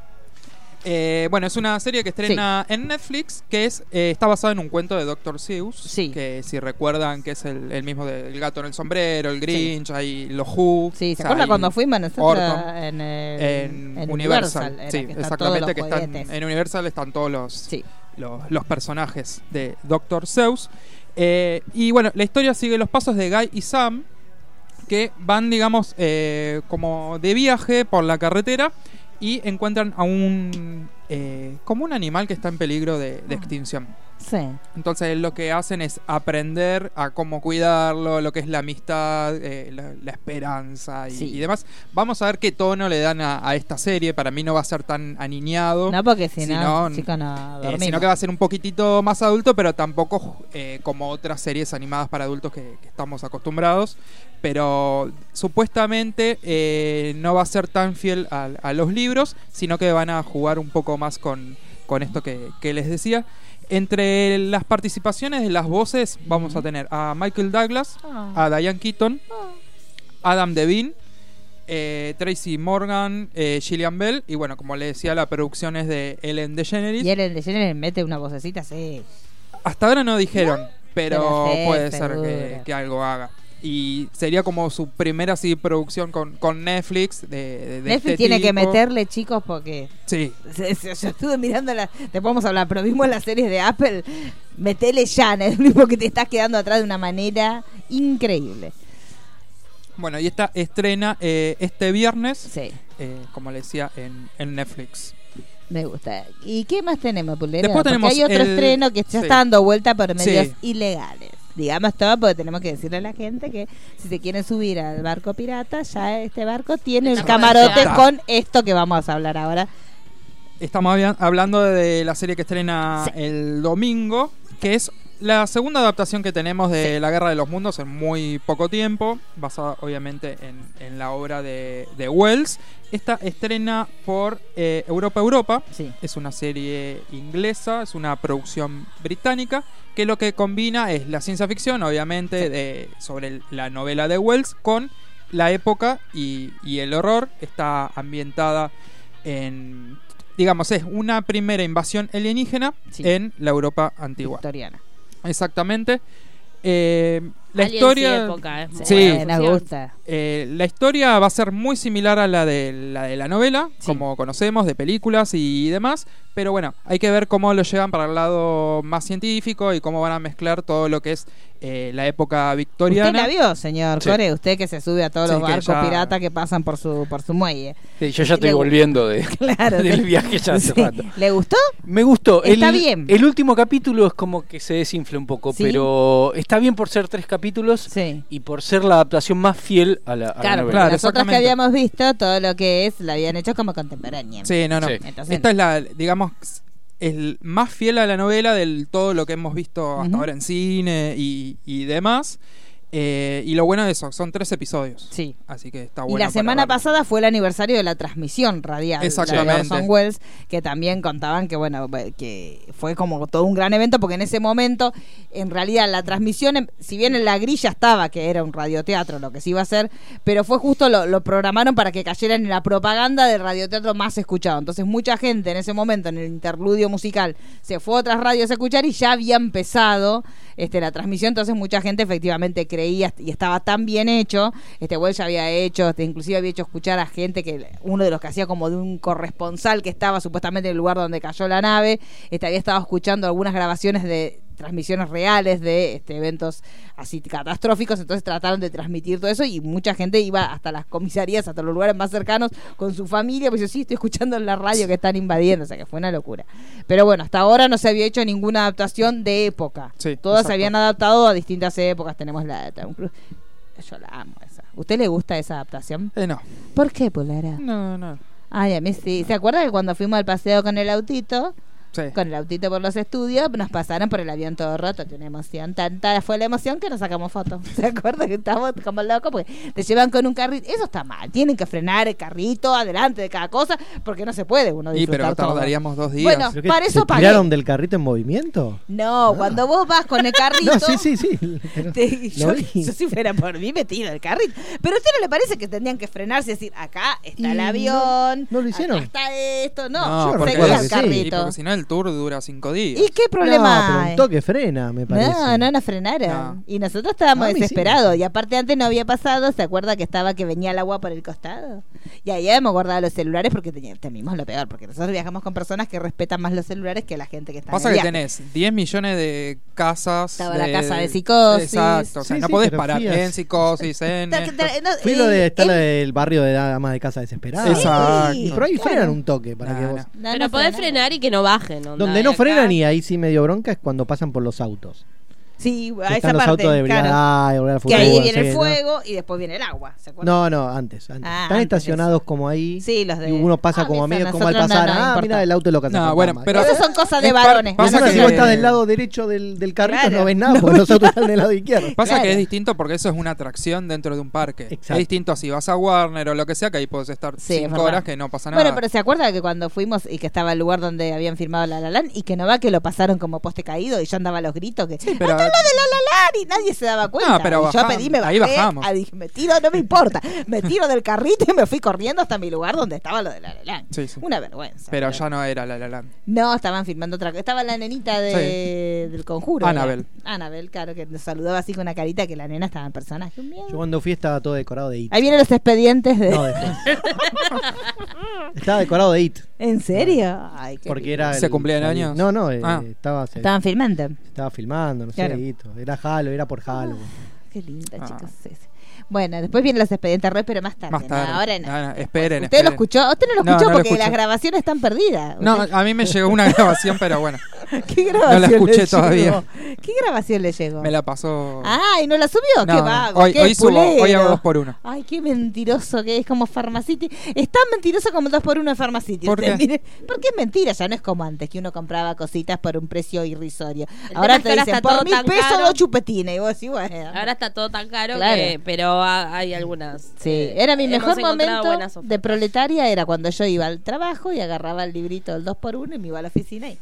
Speaker 3: Eh, bueno, es una serie que estrena en Netflix que es eh, está basada en un cuento de Dr. Seuss.
Speaker 1: Sí.
Speaker 3: Que si recuerdan que es el, el mismo del gato en el sombrero, el Grinch, hay los Who.
Speaker 1: Sí, ¿se
Speaker 3: o sea,
Speaker 1: acuerda
Speaker 3: hay
Speaker 1: cuando fuimos nosotros
Speaker 3: Orton.
Speaker 1: en, el-
Speaker 3: En,
Speaker 1: en
Speaker 3: Universal.
Speaker 1: era
Speaker 3: sí,
Speaker 1: que están
Speaker 3: exactamente, que
Speaker 1: todos los
Speaker 3: están
Speaker 1: juguetes.
Speaker 3: en Universal están todos los,
Speaker 1: Sí,
Speaker 3: los, los personajes de Dr. Seuss. Eh, y bueno, la historia sigue los pasos de Guy y Sam, que van, digamos, eh, como de viaje por la carretera y encuentran a un. eh, como un animal que está en peligro de, de extinción.
Speaker 1: sí.
Speaker 3: Entonces lo que hacen es aprender a cómo cuidarlo, lo que es la amistad, eh, la, la esperanza y,
Speaker 1: Sí.
Speaker 3: y demás. Vamos a ver qué tono le dan a, a esta serie. Para mí no va a ser tan aniñado.
Speaker 1: No, porque si
Speaker 3: Si
Speaker 1: no,
Speaker 3: no,
Speaker 1: chicos, no
Speaker 3: Eh,
Speaker 1: dormimos.
Speaker 3: sino que va a ser un poquitito más adulto, pero tampoco eh, como otras series animadas para adultos que, que estamos acostumbrados. Pero supuestamente eh, no va a ser tan fiel a, a los libros, sino que van a jugar un poco más con, con esto que, que les decía. Entre las participaciones de las voces vamos a tener a Michael Douglas,
Speaker 1: Ah,
Speaker 3: a Diane Keaton, Adam Devine, eh, Tracy Morgan, eh, Gillian Bell y bueno, como le decía, la producción es de Ellen DeGeneres.
Speaker 1: Y él el de Jenner mete una vocecita, sí.
Speaker 3: Hasta ahora no dijeron, pero
Speaker 1: Pero sí,
Speaker 3: puede
Speaker 1: seguro.
Speaker 3: ser que, que algo haga. Y sería como su primera así producción con, con Netflix. De, de- de
Speaker 1: Netflix
Speaker 3: este
Speaker 1: tiene que
Speaker 3: tipo.
Speaker 1: meterle, chicos, porque
Speaker 3: Sí,
Speaker 1: se- se- yo estuve mirando las, te podemos hablar, pero vimos las series de Apple, metele ya, es mismo que te estás quedando atrás de una manera increíble.
Speaker 3: bueno, y esta estrena eh, este viernes,
Speaker 1: Sí,
Speaker 3: eh, como le decía, en, en Netflix.
Speaker 1: me gusta. ¿Y qué más tenemos, Pulero?
Speaker 3: Después
Speaker 1: Porque
Speaker 3: tenemos
Speaker 1: hay otro
Speaker 3: el-
Speaker 1: estreno que ya
Speaker 3: sí.
Speaker 1: está dando vuelta por medios
Speaker 3: Sí.
Speaker 1: ilegales. Digamos todo, porque tenemos que decirle a la gente que si se quieren subir al barco pirata, ya este barco tiene el
Speaker 2: Está
Speaker 1: camarote
Speaker 3: fuera.
Speaker 1: con esto que vamos a hablar ahora.
Speaker 3: Estamos habia- hablando de la serie que estrena el domingo, que es la segunda adaptación que tenemos de La Guerra de los Mundos en muy poco tiempo, basada obviamente en, en la obra de, de Wells. Esta estrena por eh, Europa Europa,
Speaker 1: Sí.
Speaker 3: Es una serie inglesa, es una producción británica, que lo que combina es la ciencia ficción, obviamente, de, sobre el- la novela de Wells, con la época y, y el horror. Está ambientada en, digamos, es una primera invasión alienígena
Speaker 1: Sí.
Speaker 3: en la Europa antigua.
Speaker 1: Victoriana.
Speaker 3: Exactamente. Eh, la
Speaker 2: Aliens y
Speaker 3: historia...
Speaker 2: época, es muy
Speaker 3: Sí.
Speaker 2: buena
Speaker 1: nos
Speaker 2: fusión.
Speaker 1: gusta.
Speaker 3: Eh, la historia va a ser muy similar a la de la, de la novela, como conocemos, de películas y demás, pero bueno, hay que ver cómo lo llevan para el lado más científico y cómo van a mezclar todo lo que es eh, la época victoriana.
Speaker 1: Usted la vio, señor
Speaker 4: Sí.
Speaker 1: Core, usted que se sube a todos
Speaker 3: Sí,
Speaker 1: los
Speaker 3: que
Speaker 1: barcos
Speaker 3: ya-
Speaker 1: piratas que pasan por su por su muelle.
Speaker 4: Sí, yo ya estoy
Speaker 1: Le-
Speaker 4: volviendo de,
Speaker 1: Claro.
Speaker 4: del viaje ya hace
Speaker 1: Sí.
Speaker 4: rato.
Speaker 1: ¿Le gustó?
Speaker 4: Me gustó.
Speaker 1: Está
Speaker 4: el,
Speaker 1: bien.
Speaker 4: El último capítulo es como que se desinfla un poco,
Speaker 1: Sí.
Speaker 4: pero está bien por ser tres capítulos
Speaker 1: Sí.
Speaker 4: y por ser la adaptación más fiel a la, a
Speaker 1: Claro,
Speaker 4: la
Speaker 1: porque
Speaker 4: novela.
Speaker 3: Claro,
Speaker 1: las otras que
Speaker 3: exactamente.
Speaker 1: habíamos visto, todo lo que es, la habían hecho como contemporánea.
Speaker 3: Sí, no, no.
Speaker 4: Sí.
Speaker 1: Entonces,
Speaker 3: Esta es la, digamos, el más fiel a la novela del todo lo que hemos visto hasta
Speaker 1: Ujú.
Speaker 3: ahora en cine y, y demás. Eh, y lo bueno de eso, son tres episodios.
Speaker 1: Sí.
Speaker 3: Así que está
Speaker 1: Y
Speaker 3: bueno.
Speaker 1: la
Speaker 3: para
Speaker 1: semana
Speaker 3: verlo.
Speaker 1: pasada fue el aniversario de la transmisión radial
Speaker 3: Exactamente.
Speaker 1: la de Orson Welles, que también contaban que bueno eh, que fue como todo un gran evento porque en ese momento en realidad la transmisión, em- si bien en la grilla estaba que era un radioteatro lo que se iba a hacer, pero fue justo lo, lo programaron para que cayeran en la propaganda del radioteatro más escuchado. Entonces mucha gente en ese momento en el interludio musical se fue a otras radios a escuchar y ya había empezado este la transmisión, entonces mucha gente efectivamente creía y estaba tan bien hecho, este Welsh había hecho, este, inclusive había hecho escuchar a gente que uno de los que hacía como de un corresponsal que estaba supuestamente en el lugar donde cayó la nave, este había estado escuchando algunas grabaciones de transmisiones reales de este, eventos así catastróficos, entonces trataron de transmitir todo eso y mucha gente iba hasta las comisarías, hasta los lugares más cercanos con su familia, pues yo sí estoy escuchando en la radio que están invadiendo, o sea que fue una locura. Pero bueno, hasta ahora no se había hecho ninguna adaptación de época.
Speaker 3: Sí,
Speaker 1: Todas se
Speaker 3: exacto.
Speaker 1: habían adaptado a distintas épocas, tenemos la de Tom Cruise. Yo la amo esa. ¿Usted le gusta esa adaptación?
Speaker 3: Eh, no.
Speaker 1: ¿Por qué, Polara?
Speaker 3: No, no.
Speaker 1: Ay, a mí sí. ¿Se acuerda que cuando fuimos al paseo con el autito?
Speaker 3: Sí.
Speaker 1: con el autito por los estudios, nos pasaron por el avión todo roto, que una emoción, tanta fue la emoción que nos sacamos fotos. ¿Se acuerdan que estábamos como locos? Porque te llevan con un carrito, eso está mal, tienen que frenar el carrito adelante de cada cosa, porque no se puede uno
Speaker 3: Y
Speaker 1: disfrutar
Speaker 3: pero
Speaker 1: todo.
Speaker 3: tardaríamos dos días.
Speaker 1: Bueno.
Speaker 5: Creo que
Speaker 1: Para eso
Speaker 5: ¿Se
Speaker 1: pagué.
Speaker 5: tiraron del carrito en movimiento?
Speaker 1: No, cuando vos vas con el carrito...
Speaker 5: No, sí, sí, sí. Pero
Speaker 1: te- yo,
Speaker 5: lo vi.
Speaker 1: yo si fuera por mí metido el carrito. Pero a usted no le parece que tendrían que frenarse y decir, acá
Speaker 5: Y
Speaker 1: está el
Speaker 5: no-
Speaker 1: avión.
Speaker 5: no lo hicieron.
Speaker 1: acá está esto,
Speaker 5: yo
Speaker 1: no.
Speaker 5: porque-
Speaker 1: seguía
Speaker 5: recuerdo
Speaker 1: el
Speaker 5: que sí,
Speaker 3: y
Speaker 1: carrito.
Speaker 3: porque si no, el tour dura cinco días.
Speaker 1: ¿Y qué problema?
Speaker 5: No, pero
Speaker 1: hay?
Speaker 5: un toque frena, me parece.
Speaker 1: No, no nos frenaron.
Speaker 3: No.
Speaker 1: Y nosotros estábamos
Speaker 5: A mí sí.
Speaker 1: desesperados. Y aparte antes no había pasado, ¿se acuerda que estaba que venía el agua por el costado? Y ahí habíamos guardado los celulares porque teníamos, temimos lo peor, porque nosotros viajamos con personas que respetan más los celulares que la gente que está
Speaker 3: Pasa
Speaker 1: en
Speaker 3: que
Speaker 1: el viaje.
Speaker 3: tenés 10 millones de casas.
Speaker 1: Estaba la casa de psicosis.
Speaker 3: Exacto, o sea,
Speaker 5: Sí,
Speaker 3: no
Speaker 5: sí,
Speaker 3: podés
Speaker 5: pero
Speaker 3: parar
Speaker 5: fías.
Speaker 3: en psicosis, en.
Speaker 1: Ta-
Speaker 3: esto.
Speaker 1: ta- no,
Speaker 5: Fui lo de
Speaker 1: eh,
Speaker 5: estar
Speaker 1: eh,
Speaker 5: el barrio de damas de casa desesperada.
Speaker 3: Exacto.
Speaker 1: Sí.
Speaker 5: Pero ahí
Speaker 1: Claro.
Speaker 5: frenan un toque para
Speaker 3: No,
Speaker 5: que
Speaker 3: no.
Speaker 5: vos.
Speaker 1: no,
Speaker 2: Pero
Speaker 1: no
Speaker 2: podés
Speaker 1: frenaron.
Speaker 2: frenar y que no bajen. onda,
Speaker 5: Donde no
Speaker 2: acá.
Speaker 5: frenan y ahí sí medio bronca es cuando pasan por los autos.
Speaker 1: Sí,
Speaker 5: Que
Speaker 1: a esa
Speaker 5: están los
Speaker 1: parte.
Speaker 5: autos de
Speaker 1: claro.
Speaker 5: brigada, de
Speaker 1: que ahí viene el fuego y después viene el agua, ¿se acuerda?
Speaker 5: No, no, antes. antes.
Speaker 1: Ah,
Speaker 5: están
Speaker 1: antes
Speaker 5: estacionados como ahí.
Speaker 1: Sí, los de-
Speaker 5: Y uno pasa
Speaker 1: Ah,
Speaker 5: como a
Speaker 1: mira,
Speaker 5: medio como al
Speaker 1: nosotros no
Speaker 5: pasar.
Speaker 1: nos
Speaker 5: ah,
Speaker 1: importa.
Speaker 5: mira el auto lo que
Speaker 3: No, bueno, pero.
Speaker 1: Esas son cosas de
Speaker 3: es par-
Speaker 1: varones.
Speaker 3: Pasa
Speaker 5: Pasa
Speaker 3: que
Speaker 5: que si vos estás del lado derecho del, del carrito
Speaker 1: Claro.
Speaker 5: no ves nada, porque los autos están del lado izquierdo.
Speaker 3: Pasa
Speaker 1: Claro.
Speaker 3: que es distinto porque eso es una atracción dentro de un parque.
Speaker 5: Exacto.
Speaker 3: Es distinto a si vas a Warner o lo que sea, que ahí podés estar
Speaker 1: Sí, es
Speaker 3: 5
Speaker 1: verdad.
Speaker 3: horas que no pasa nada.
Speaker 1: Bueno, pero ¿se acuerda que cuando fuimos y que estaba el lugar donde habían firmado La La Land y que no va que lo pasaron como poste caído y yo andaba a los gritos que sí, lo
Speaker 3: pero-
Speaker 1: de La La Land y nadie se daba cuenta.
Speaker 3: No, pero
Speaker 1: Y yo
Speaker 3: bajamos,
Speaker 1: pedí, me bajé,
Speaker 3: ahí bajamos.
Speaker 1: ah, dije, me tiro, no me importa. Me tiro del carrito y me fui corriendo hasta mi lugar donde estaba lo de La La Land.
Speaker 3: Sí, sí.
Speaker 1: Una vergüenza.
Speaker 3: Pero ya no era la la Land.
Speaker 1: No, estaban filmando otra cosa. Estaba la nenita de, del conjuro.
Speaker 3: Annabelle.
Speaker 1: era. Annabelle, claro, que nos saludaba así con una carita que la nena estaba en personaje. Un miedo.
Speaker 5: Yo cuando fui estaba todo decorado de IT.
Speaker 1: Ahí vienen los expedientes de...
Speaker 5: No, después. estaba decorado de IT.
Speaker 1: ¿En serio? Ay, qué
Speaker 5: Porque
Speaker 1: lindo.
Speaker 5: era.
Speaker 3: ¿Se
Speaker 5: el-
Speaker 3: cumplían años?
Speaker 5: No, no, eh,
Speaker 3: Ah.
Speaker 5: estaba, se-
Speaker 1: Estaban filmando.
Speaker 5: estaba filmando, no sé,
Speaker 1: Claro.
Speaker 5: IT. Era Halo, era por Halo.
Speaker 1: Qué linda,
Speaker 3: Ah.
Speaker 1: chicos. sí, sí. Bueno, después vienen los expedientes Roy, pero más tarde.
Speaker 3: Más
Speaker 1: ¿no?
Speaker 3: tarde.
Speaker 1: Ahora no.
Speaker 3: No, no, esperen,
Speaker 1: ¿Usted lo
Speaker 3: esperen.
Speaker 1: escuchó? Usted no lo
Speaker 3: No,
Speaker 1: escuchó
Speaker 3: no lo
Speaker 1: porque
Speaker 3: escuché.
Speaker 1: las grabaciones están perdidas.
Speaker 3: No,
Speaker 1: Usted-
Speaker 3: a mí me llegó una grabación, pero bueno,
Speaker 1: ¿Qué grabación le
Speaker 3: escuché
Speaker 1: llegó?
Speaker 3: todavía.
Speaker 1: ¿Qué grabación le llegó?
Speaker 3: me la pasó.
Speaker 1: Ay, ¿no la subió?
Speaker 3: No,
Speaker 1: qué
Speaker 3: no,
Speaker 1: vago.
Speaker 3: hoy-
Speaker 1: qué
Speaker 3: hoy subo-
Speaker 1: pulero.
Speaker 3: hoy hago dos por uno.
Speaker 1: Ay, qué mentiroso que es como Pharmacity. Es tan mentiroso como el dos por uno de Pharmacity.
Speaker 3: ¿Por
Speaker 1: Usted
Speaker 3: qué?
Speaker 1: mire, porque es mentira, ya no es como antes, que uno compraba cositas por un precio irrisorio.
Speaker 2: tema
Speaker 1: Ahora
Speaker 2: es que
Speaker 1: te
Speaker 2: ahora
Speaker 1: dicen,
Speaker 2: está
Speaker 1: por
Speaker 2: todo
Speaker 1: mil
Speaker 2: tan
Speaker 1: pesos
Speaker 2: caro.
Speaker 1: dos chupetines. Y vos decís, bueno.
Speaker 2: Ahora está todo tan caro,
Speaker 1: Claro.
Speaker 2: que, pero ha- hay algunas.
Speaker 1: Sí,
Speaker 2: eh,
Speaker 1: era mi
Speaker 2: hemos
Speaker 1: mejor
Speaker 2: encontrado buenas
Speaker 1: momento de
Speaker 2: ofertas.
Speaker 1: proletaria, era cuando yo iba al trabajo y agarraba el librito del 2x1 y me iba a la oficina y...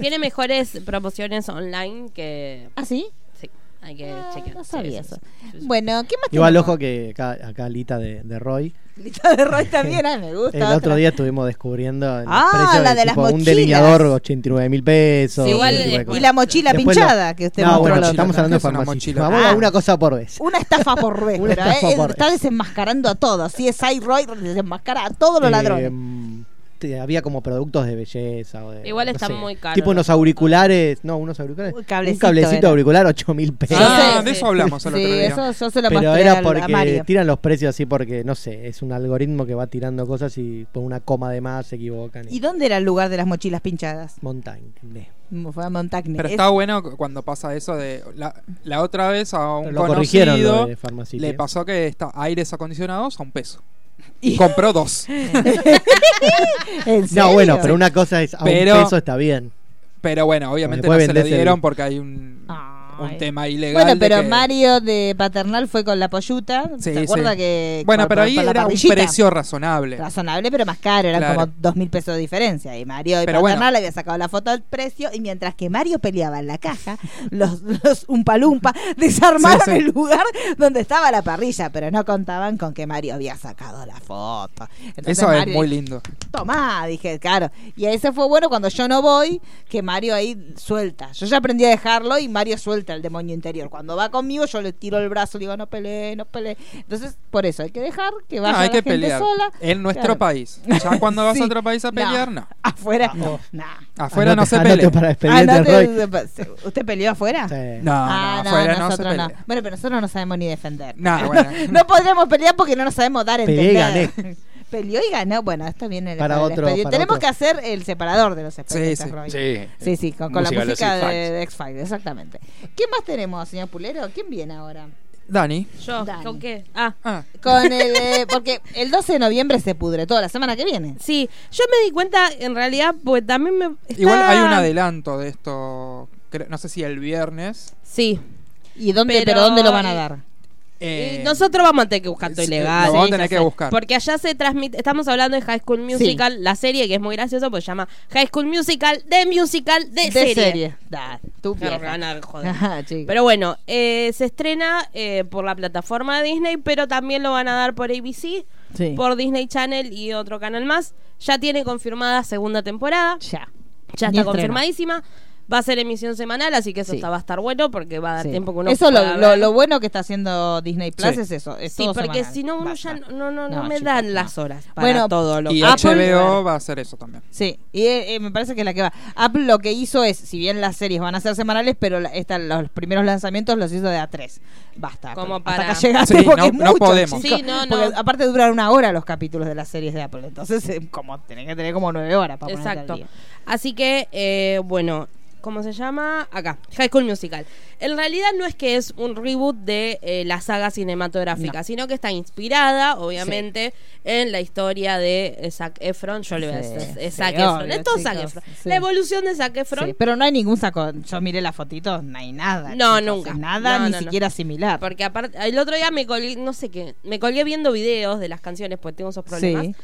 Speaker 2: Tiene mejores promociones online que.
Speaker 1: ¿Ah, sí?
Speaker 2: Sí, hay que
Speaker 1: Ah,
Speaker 2: chequear.
Speaker 1: no
Speaker 2: Sí,
Speaker 1: sabía
Speaker 2: sí,
Speaker 1: eso.
Speaker 2: sí, sí, sí.
Speaker 1: Bueno, ¿qué más
Speaker 5: Igual
Speaker 1: tenemos?
Speaker 5: ojo que acá, acá Lita de, de Roy.
Speaker 1: Lita de Roy también, ay, ah, me gusta.
Speaker 5: El
Speaker 1: otra.
Speaker 5: otro día estuvimos descubriendo el
Speaker 1: Ah,
Speaker 5: precio
Speaker 1: la
Speaker 5: del
Speaker 1: de las
Speaker 5: tipo, un
Speaker 1: mochilas.
Speaker 5: delineador 89 mil pesos.
Speaker 2: Sí, igual,
Speaker 5: ese tipo de
Speaker 2: eh,
Speaker 5: cosas.
Speaker 1: Y la mochila
Speaker 5: Después lo-
Speaker 1: pinchada que usted
Speaker 5: No,
Speaker 1: mostró
Speaker 5: bueno,
Speaker 1: la otra.
Speaker 5: estamos
Speaker 3: otra.
Speaker 5: hablando de
Speaker 3: Es una
Speaker 5: farmacia.
Speaker 3: mochila.
Speaker 5: Vamos a
Speaker 1: Ah.
Speaker 5: una cosa por vez.
Speaker 1: Una estafa por vez,
Speaker 5: Una
Speaker 1: pero,
Speaker 5: estafa
Speaker 1: eh,
Speaker 5: por
Speaker 1: está
Speaker 5: vez.
Speaker 1: desenmascarando a todos. Si es Sai Roy, desenmascara a todos los ladrones.
Speaker 5: Eh, te- había como productos de belleza. O de,
Speaker 2: Igual
Speaker 5: no
Speaker 2: están
Speaker 5: sé,
Speaker 2: muy caros
Speaker 5: Tipo
Speaker 2: los
Speaker 5: unos auriculares. No, unos auriculares.
Speaker 1: Un
Speaker 5: Un
Speaker 1: cablecito
Speaker 5: cablecito,
Speaker 1: era.
Speaker 5: auricular, 8 mil pesos.
Speaker 3: Ah,
Speaker 1: Sí, sí.
Speaker 3: de eso hablamos el
Speaker 1: Sí,
Speaker 3: otro día.
Speaker 1: eso yo se lo
Speaker 5: Pero
Speaker 1: mostré
Speaker 5: era
Speaker 1: al- a
Speaker 5: porque
Speaker 1: Mario.
Speaker 5: tiran los precios así porque, no sé, es un algoritmo que va tirando cosas y por una coma de más se equivocan.
Speaker 1: ¿Y dónde era el lugar de las mochilas pinchadas?
Speaker 5: Mountain. de-
Speaker 1: Fue a Montagne.
Speaker 3: Pero
Speaker 1: Es-
Speaker 3: está bueno cu- cuando pasa eso de la, la otra vez a un
Speaker 5: Lo corrigieron
Speaker 3: conocido
Speaker 5: lo de farmacia.
Speaker 3: le pasó que está aires acondicionados a un peso. Compró dos,
Speaker 1: ¿En
Speaker 5: No,
Speaker 1: serio?
Speaker 5: bueno, pero una cosa es a
Speaker 3: Pero-
Speaker 5: un peso está bien.
Speaker 3: pero bueno, obviamente no
Speaker 5: Después
Speaker 3: se le
Speaker 5: vendés el-
Speaker 3: dieron porque hay un
Speaker 1: Ah.
Speaker 3: un
Speaker 2: ay.
Speaker 3: tema ilegal.
Speaker 1: Bueno,
Speaker 3: de
Speaker 1: pero
Speaker 3: que-
Speaker 1: Mario de Paternal fue con la polluta.
Speaker 3: Sí,
Speaker 1: ¿Se acuerda
Speaker 3: sí.
Speaker 1: que.?
Speaker 3: Bueno,
Speaker 1: por-
Speaker 3: pero
Speaker 1: por-
Speaker 3: ahí
Speaker 1: por la
Speaker 3: era un
Speaker 1: parrillita?
Speaker 3: precio razonable.
Speaker 1: Razonable, pero más caro. Eran
Speaker 3: Claro.
Speaker 1: como dos mil pesos de diferencia. Y Mario de
Speaker 3: Pero
Speaker 1: Paternal
Speaker 3: bueno.
Speaker 1: le había sacado la foto al precio. Y mientras que Mario peleaba en la caja, los, los Umpalumpa desarmaron
Speaker 3: Sí, sí.
Speaker 1: el lugar donde estaba la parrilla. Pero no contaban con que Mario había sacado la foto. Entonces
Speaker 3: Eso es
Speaker 1: Mario
Speaker 3: muy
Speaker 1: dijo,
Speaker 3: lindo.
Speaker 1: Tomá, dije, claro. Y ese fue bueno cuando yo no voy, que Mario ahí suelta. Yo ya aprendí a dejarlo y Mario suelta el demonio interior. Cuando va conmigo, yo le tiro el brazo, le digo, no peleé, no peleé. Entonces, por eso, hay que dejar que vaya
Speaker 3: No, hay
Speaker 1: la
Speaker 3: que
Speaker 1: gente
Speaker 3: pelear.
Speaker 1: sola.
Speaker 3: En nuestro
Speaker 1: Claro.
Speaker 3: país. Ya cuando vas
Speaker 1: Sí.
Speaker 3: a otro país a pelear, no.
Speaker 1: Afuera, no. nah.
Speaker 3: Afuera no
Speaker 5: Anote-
Speaker 3: se
Speaker 5: anote
Speaker 3: pelea.
Speaker 5: para
Speaker 1: Ah,
Speaker 5: Ah, expediente
Speaker 1: no te-
Speaker 5: Roy.
Speaker 1: ¿Usted peleó afuera?
Speaker 5: Sí.
Speaker 3: No,
Speaker 1: Ah,
Speaker 3: no, afuera no se
Speaker 1: nosotros
Speaker 3: pelea.
Speaker 1: no. Bueno, pero nosotros no sabemos ni defender.
Speaker 3: No, bueno.
Speaker 1: No podríamos pelear porque no nos sabemos dar a
Speaker 5: Peleé y
Speaker 1: entender. Peleó y ganó. Bueno, esto viene
Speaker 5: Para
Speaker 1: para el
Speaker 5: otro,
Speaker 1: expediente.
Speaker 5: para
Speaker 1: Tenemos
Speaker 5: otro.
Speaker 1: que hacer el separador de los expedientes.
Speaker 3: sí.
Speaker 1: Roy.
Speaker 4: Sí.
Speaker 1: Sí, sí, con, con la
Speaker 4: de los
Speaker 1: música de,
Speaker 4: X-Files.
Speaker 1: de X-Files, exactamente. ¿Quién más tenemos, señor Pulero? ¿Quién viene ahora?
Speaker 3: Dani.
Speaker 2: Yo,
Speaker 1: Dani.
Speaker 2: ¿con qué? Ah.
Speaker 3: Ah,
Speaker 1: Con el, eh, porque el 12 de noviembre se pudre, toda la semana que viene.
Speaker 2: Sí, yo me di cuenta, en realidad, pues también me. está-
Speaker 3: Igual hay un adelanto de esto. cre- No sé si el viernes.
Speaker 2: Sí.
Speaker 1: ¿Y dónde, pero,
Speaker 2: Pero,
Speaker 1: dónde lo van a
Speaker 2: eh,
Speaker 1: dar?
Speaker 3: Eh,
Speaker 2: Y nosotros vamos a tener que buscar todo
Speaker 3: sí,
Speaker 2: ilegal.
Speaker 3: lo vamos a
Speaker 2: sí,
Speaker 3: tener
Speaker 2: ya
Speaker 3: que
Speaker 2: sé.
Speaker 3: buscar.
Speaker 2: Porque allá se transmite. Estamos hablando de High School Musical, la serie que es muy graciosa, pues se llama High School Musical de Musical de, serie.
Speaker 1: Da, tú
Speaker 2: Claro,
Speaker 1: Ah, vieja.
Speaker 2: ganar, joder.
Speaker 1: Ajá, chico.
Speaker 2: Pero bueno, eh, se estrena eh, por la plataforma de Disney, pero también lo van a dar por ABC,
Speaker 1: Sí.
Speaker 2: por Disney Channel y otro canal más. Ya tiene confirmada segunda temporada.
Speaker 1: Ya.
Speaker 2: Ya
Speaker 1: Ni
Speaker 2: está
Speaker 1: estreno.
Speaker 2: confirmadísima. Va a ser emisión semanal, así que eso
Speaker 1: Sí.
Speaker 2: está- va a estar bueno porque va a dar
Speaker 1: Sí.
Speaker 2: tiempo que uno.
Speaker 1: Eso lo,
Speaker 2: pueda
Speaker 1: lo,
Speaker 2: ver.
Speaker 1: lo bueno que está haciendo Disney Plus
Speaker 3: Sí.
Speaker 1: es eso. es
Speaker 2: Sí,
Speaker 1: todo
Speaker 2: porque
Speaker 1: semanal.
Speaker 2: si no, uno ya
Speaker 1: Basta.
Speaker 2: no, no, no me
Speaker 1: chicos,
Speaker 2: dan
Speaker 1: no.
Speaker 2: las horas para
Speaker 1: Bueno,
Speaker 2: todo lo
Speaker 3: y
Speaker 1: ah,
Speaker 2: que quiero
Speaker 3: HBO
Speaker 2: ver.
Speaker 3: va a hacer eso también.
Speaker 1: Sí, y eh, eh, me parece que es la que va. Apple lo que hizo es, si bien las series van a ser semanales, pero la- esta- los primeros lanzamientos los hizo de A3. Basta. Apple.
Speaker 2: Como
Speaker 1: Hasta
Speaker 2: para-
Speaker 1: acá llegaste
Speaker 3: Sí,
Speaker 1: porque
Speaker 3: no-
Speaker 1: es
Speaker 3: no
Speaker 1: mucho,
Speaker 3: podemos.
Speaker 1: chicos.
Speaker 2: Sí, no, no.
Speaker 1: Porque aparte duran una hora los capítulos de las series de Apple. Entonces, eh, como tenés que tener como nueve horas para ponerte al
Speaker 2: Exacto.
Speaker 1: día.
Speaker 2: Así que, eh, bueno, ¿cómo se llama? Acá, High School Musical. En realidad no es que es un reboot de eh, la saga cinematográfica, sino que está inspirada, obviamente, en la historia de eh, Zac Efron. Yo le voy a
Speaker 1: Sí,
Speaker 2: decir, es
Speaker 1: sí,
Speaker 2: Zac Efron.
Speaker 1: obvio,
Speaker 2: es todo Zac
Speaker 1: chicos,
Speaker 2: Efron.
Speaker 1: sí.
Speaker 2: La evolución de Zac Efron.
Speaker 1: Sí, pero no hay ningún saco. Yo miré las fotitos, no hay nada.
Speaker 2: No,
Speaker 1: chicos,
Speaker 2: nunca.
Speaker 1: Nada,
Speaker 2: No,
Speaker 1: ni
Speaker 2: no, no.
Speaker 1: siquiera similar.
Speaker 2: Porque aparte, el otro día me colgué, no sé qué, me colgué viendo videos de las canciones, porque tengo esos problemas.
Speaker 1: Sí.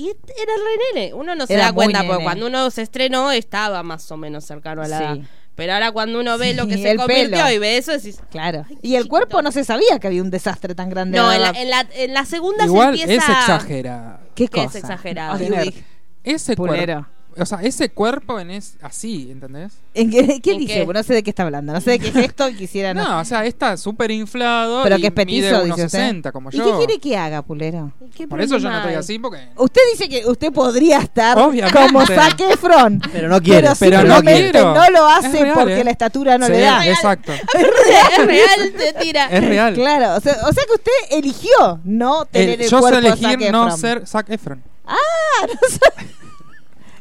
Speaker 2: Y era re nene. Uno no se
Speaker 1: Era
Speaker 2: da
Speaker 1: muy
Speaker 2: cuenta, porque
Speaker 1: nene.
Speaker 2: cuando uno se estrenó estaba más o menos cercano a la
Speaker 1: Sí.
Speaker 2: edad. Pero ahora cuando uno ve
Speaker 1: Sí,
Speaker 2: lo que se
Speaker 1: el
Speaker 2: convirtió
Speaker 1: pelo.
Speaker 2: y ve eso, decís...
Speaker 1: Claro.
Speaker 2: Ay,
Speaker 1: Y el
Speaker 2: chiquito.
Speaker 1: cuerpo no se sabía que había un desastre tan grande.
Speaker 2: No,
Speaker 1: la
Speaker 2: en la,
Speaker 1: verdad.
Speaker 2: en la, en la segunda
Speaker 3: Igual
Speaker 2: se empieza...
Speaker 3: es exagerado.
Speaker 1: ¿Qué
Speaker 2: que es
Speaker 1: cosa?
Speaker 2: exagerado.
Speaker 1: Ay,
Speaker 3: Tener
Speaker 1: uy.
Speaker 3: ese
Speaker 1: Pulero.
Speaker 3: cuerpo. O sea, ese cuerpo en es así, ¿entendés?
Speaker 1: ¿En qué, qué
Speaker 2: ¿En
Speaker 1: dije?
Speaker 2: qué?
Speaker 1: No sé de qué está hablando. No sé de qué es esto. Quisiera. no-
Speaker 3: No, o sea, está súper inflado.
Speaker 1: Pero
Speaker 3: y
Speaker 1: que es petizo,
Speaker 3: mide unos
Speaker 1: dice usted.
Speaker 3: 60, como
Speaker 1: ¿Y qué
Speaker 3: yo.
Speaker 1: quiere que haga, Pulero?
Speaker 2: ¿Qué
Speaker 3: Por eso yo no
Speaker 2: problema
Speaker 3: estoy
Speaker 2: hay?
Speaker 3: así, porque.
Speaker 1: Usted dice que usted podría estar
Speaker 3: Obviamente.
Speaker 1: como Zac Efron.
Speaker 5: Pero no quiere,
Speaker 3: pero no
Speaker 1: simplemente
Speaker 3: quiero.
Speaker 1: no lo
Speaker 3: Es
Speaker 1: hace
Speaker 3: real,
Speaker 1: porque
Speaker 3: ¿eh?
Speaker 1: la estatura no
Speaker 3: Sí,
Speaker 1: le da.
Speaker 3: Exacto.
Speaker 2: es real, te tira.
Speaker 3: Es real.
Speaker 1: Claro, o sea, o sea que usted eligió no
Speaker 3: El-
Speaker 1: tener el,
Speaker 3: Eh, yo sé
Speaker 1: cuerpo de
Speaker 3: elegir
Speaker 1: Zac
Speaker 3: no
Speaker 1: Efron.
Speaker 3: ser Zac Efron.
Speaker 1: Ah, no sé.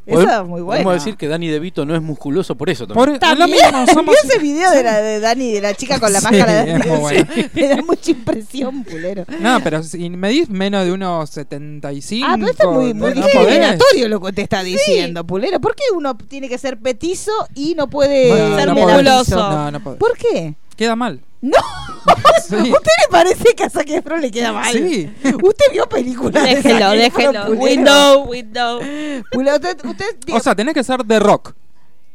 Speaker 1: Eso es muy bueno.
Speaker 4: Podemos decir que Dani DeVito no es musculoso por eso también.
Speaker 3: Por, es lo mismo, somos.
Speaker 1: ¿Vio ese video de, la, de Dani, de la chica con la
Speaker 3: Sí,
Speaker 1: máscara de
Speaker 3: es muy bueno.
Speaker 1: Me da mucha impresión, pulero.
Speaker 3: No, pero si medís menos de unos 75.
Speaker 1: Ah, pero esto es muy, muy
Speaker 3: no podés.
Speaker 1: discriminatorio lo que te está diciendo, Pulero. ¿Por qué uno tiene que ser petizo y no puede
Speaker 3: Bueno,
Speaker 1: ser
Speaker 3: no podés.
Speaker 1: musculoso?
Speaker 3: No, no podés.
Speaker 1: ¿Por qué?
Speaker 3: Queda mal.
Speaker 1: No.
Speaker 3: Sí.
Speaker 1: ¿Usted le parece que a Zac Efron le queda mal?
Speaker 3: Sí.
Speaker 1: ¿Usted vio películas de
Speaker 2: Déjelo,
Speaker 1: Zac Efron,
Speaker 2: déjelo.
Speaker 1: Pulero?
Speaker 2: Window, window.
Speaker 1: Pulero, usted... usted
Speaker 3: O sea, tenés que ser de rock.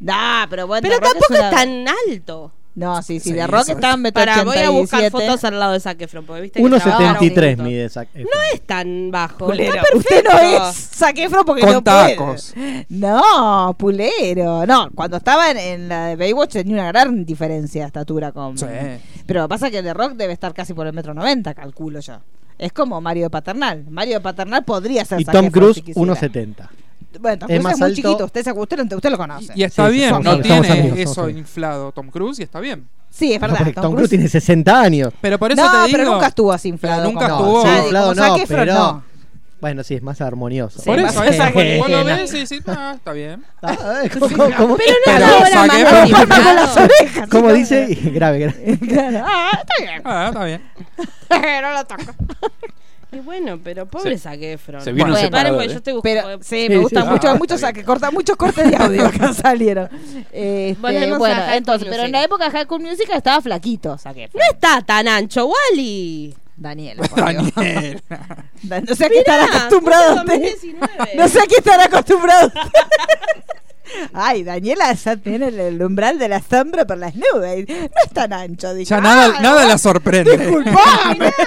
Speaker 1: nah, pero bueno.
Speaker 2: Pero
Speaker 1: The Rock
Speaker 2: tampoco
Speaker 1: una-
Speaker 2: es tan alto.
Speaker 1: No, sí, sí,
Speaker 3: Sí,
Speaker 1: de Rock
Speaker 3: eso es.
Speaker 1: está en metro
Speaker 2: Para, voy a buscar
Speaker 1: 87.
Speaker 2: fotos al lado de Zac Efron, porque viste que trabajaron
Speaker 5: 1.73
Speaker 2: juntos.
Speaker 5: mide eh, Zac Efron.
Speaker 2: No es tan bajo.
Speaker 1: Pulero,
Speaker 2: Está perfecto.
Speaker 1: usted no es Zac Efron porque
Speaker 3: Con
Speaker 1: no puede.
Speaker 3: tacos.
Speaker 1: No, Pulero. No, cuando estaba en, en la de Baywatch tenía una gran diferencia de estatura con.
Speaker 3: Sí.
Speaker 1: Pero pasa que The Rock debe estar casi por el metro 90, calculo yo. Es como Mario de Paternal. Mario de Paternal podría ser
Speaker 5: Y
Speaker 1: Zac
Speaker 5: Tom
Speaker 1: Efron
Speaker 5: Cruise
Speaker 1: si quisiera.
Speaker 5: 1.70.
Speaker 1: Bueno, Tom
Speaker 5: Es
Speaker 1: Cruise es,
Speaker 5: más
Speaker 1: muy
Speaker 5: alto.
Speaker 1: chiquito. Usted, se- usted, lo- usted lo conoce.
Speaker 3: Y, y está
Speaker 5: Ah, Sí, sí,
Speaker 3: bien,
Speaker 5: somos
Speaker 3: no
Speaker 5: amigos,
Speaker 3: tiene
Speaker 5: somos amigos,
Speaker 3: eso
Speaker 5: somos amigos.
Speaker 3: inflado Tom Cruise y está bien.
Speaker 1: Sí, es
Speaker 5: No,
Speaker 1: verdad.
Speaker 5: porque Tom Cruise tiene 60 años.
Speaker 3: Pero por eso
Speaker 1: no,
Speaker 3: te digo.
Speaker 1: pero nunca estuvo así inflado.
Speaker 3: Pero nunca
Speaker 1: como-
Speaker 3: estuvo.
Speaker 1: Nadie,
Speaker 5: inflado
Speaker 1: como
Speaker 5: no,
Speaker 1: Zac Efron,
Speaker 5: pero-
Speaker 1: no.
Speaker 5: Bueno, sí, es más armonioso.
Speaker 3: Por
Speaker 1: Sí,
Speaker 3: eso,
Speaker 1: más
Speaker 3: eso,
Speaker 1: que-
Speaker 3: vos lo
Speaker 1: no.
Speaker 3: ves y decís, ah, está bien.
Speaker 5: Ah, eh, ¿cómo- cómo- cómo-
Speaker 2: Pero no es
Speaker 3: Pero
Speaker 2: ahora
Speaker 3: Zac
Speaker 2: más
Speaker 3: Efron-
Speaker 2: complicado.
Speaker 1: Con las orejas.
Speaker 5: ¿Cómo
Speaker 1: ¿sí?
Speaker 5: dice? Y grave, grave.
Speaker 1: Claro. Ah, está bien.
Speaker 3: Ah, está bien.
Speaker 1: no lo toco.
Speaker 2: Y bueno, pero pobre Zac Efron.
Speaker 4: se vino
Speaker 1: un
Speaker 2: paren,
Speaker 4: separador,
Speaker 2: porque
Speaker 4: eh.
Speaker 2: yo estoy buscando.
Speaker 1: Pero
Speaker 2: eh,
Speaker 1: sí, me
Speaker 5: sí,
Speaker 1: gusta
Speaker 5: sí.
Speaker 1: mucho,
Speaker 4: Ah,
Speaker 1: muchos,
Speaker 4: está
Speaker 1: sac- corta, muchos cortes de audio que salieron. Este,
Speaker 2: Bueno, no
Speaker 1: bueno,
Speaker 2: sé, High School
Speaker 1: entonces, pero en la
Speaker 2: Musical.
Speaker 1: época de High School Musical estaba flaquito, Zac Efron.
Speaker 2: No está tan ancho, Wally.
Speaker 1: Daniela. por Dios.
Speaker 3: Daniel.
Speaker 1: No sé a qué estará acostumbrado
Speaker 2: justo
Speaker 1: usted.
Speaker 2: 2019.
Speaker 1: No sé a qué estará acostumbrado usted. Ay, Daniela ya tiene el, el umbral de la sombra por las nubes. No es tan ancho, dijo.
Speaker 3: Ya nada,
Speaker 1: Ah,
Speaker 3: nada la sorprende.
Speaker 2: Ah,
Speaker 1: Disculpame.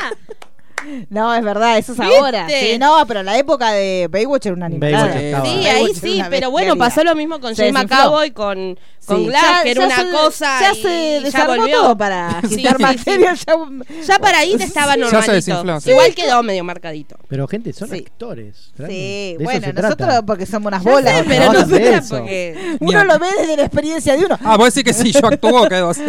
Speaker 1: No, es verdad, eso es
Speaker 2: ¿Viste?
Speaker 1: ahora. Sí, no, pero la época de Baywatch era un animal.
Speaker 5: Baywatch
Speaker 3: Eh,
Speaker 5: estaba.
Speaker 3: sí,
Speaker 2: Sí,
Speaker 1: Ah,
Speaker 2: ahí
Speaker 1: Baywatch era
Speaker 2: sí,
Speaker 1: una
Speaker 2: pero bueno,
Speaker 1: bestialidad.
Speaker 2: pasó lo mismo con
Speaker 1: Se
Speaker 2: Jay
Speaker 1: desinfló.
Speaker 2: McAvoy, con, con
Speaker 1: Sí,
Speaker 2: Glass,
Speaker 1: ya-
Speaker 2: que era
Speaker 1: ya
Speaker 2: una
Speaker 1: se-
Speaker 2: cosa.
Speaker 1: Ya
Speaker 2: y
Speaker 1: se
Speaker 2: ya
Speaker 1: desarmó
Speaker 2: volvió.
Speaker 1: todo para
Speaker 2: Sí,
Speaker 1: quitar
Speaker 2: sí,
Speaker 1: materia.
Speaker 2: sí.
Speaker 1: Ya,
Speaker 2: Ya para ahí te estaba
Speaker 3: Sí. Ya se
Speaker 2: normalito.
Speaker 3: desinfló, sí.
Speaker 2: Igual quedó medio marcadito.
Speaker 5: Pero gente, son
Speaker 1: Sí.
Speaker 5: actores. claro. De
Speaker 1: sí,
Speaker 5: eso
Speaker 1: bueno,
Speaker 5: se
Speaker 1: nosotros
Speaker 5: trata.
Speaker 1: porque somos unas
Speaker 2: Ya
Speaker 1: bolas.
Speaker 2: sé,
Speaker 5: no,
Speaker 2: pero
Speaker 5: no,
Speaker 2: no
Speaker 5: de
Speaker 2: será
Speaker 5: eso.
Speaker 2: porque.
Speaker 1: Uno lo ve desde la experiencia de uno.
Speaker 3: Ah, vos decís que sí, yo actúo, quedo así.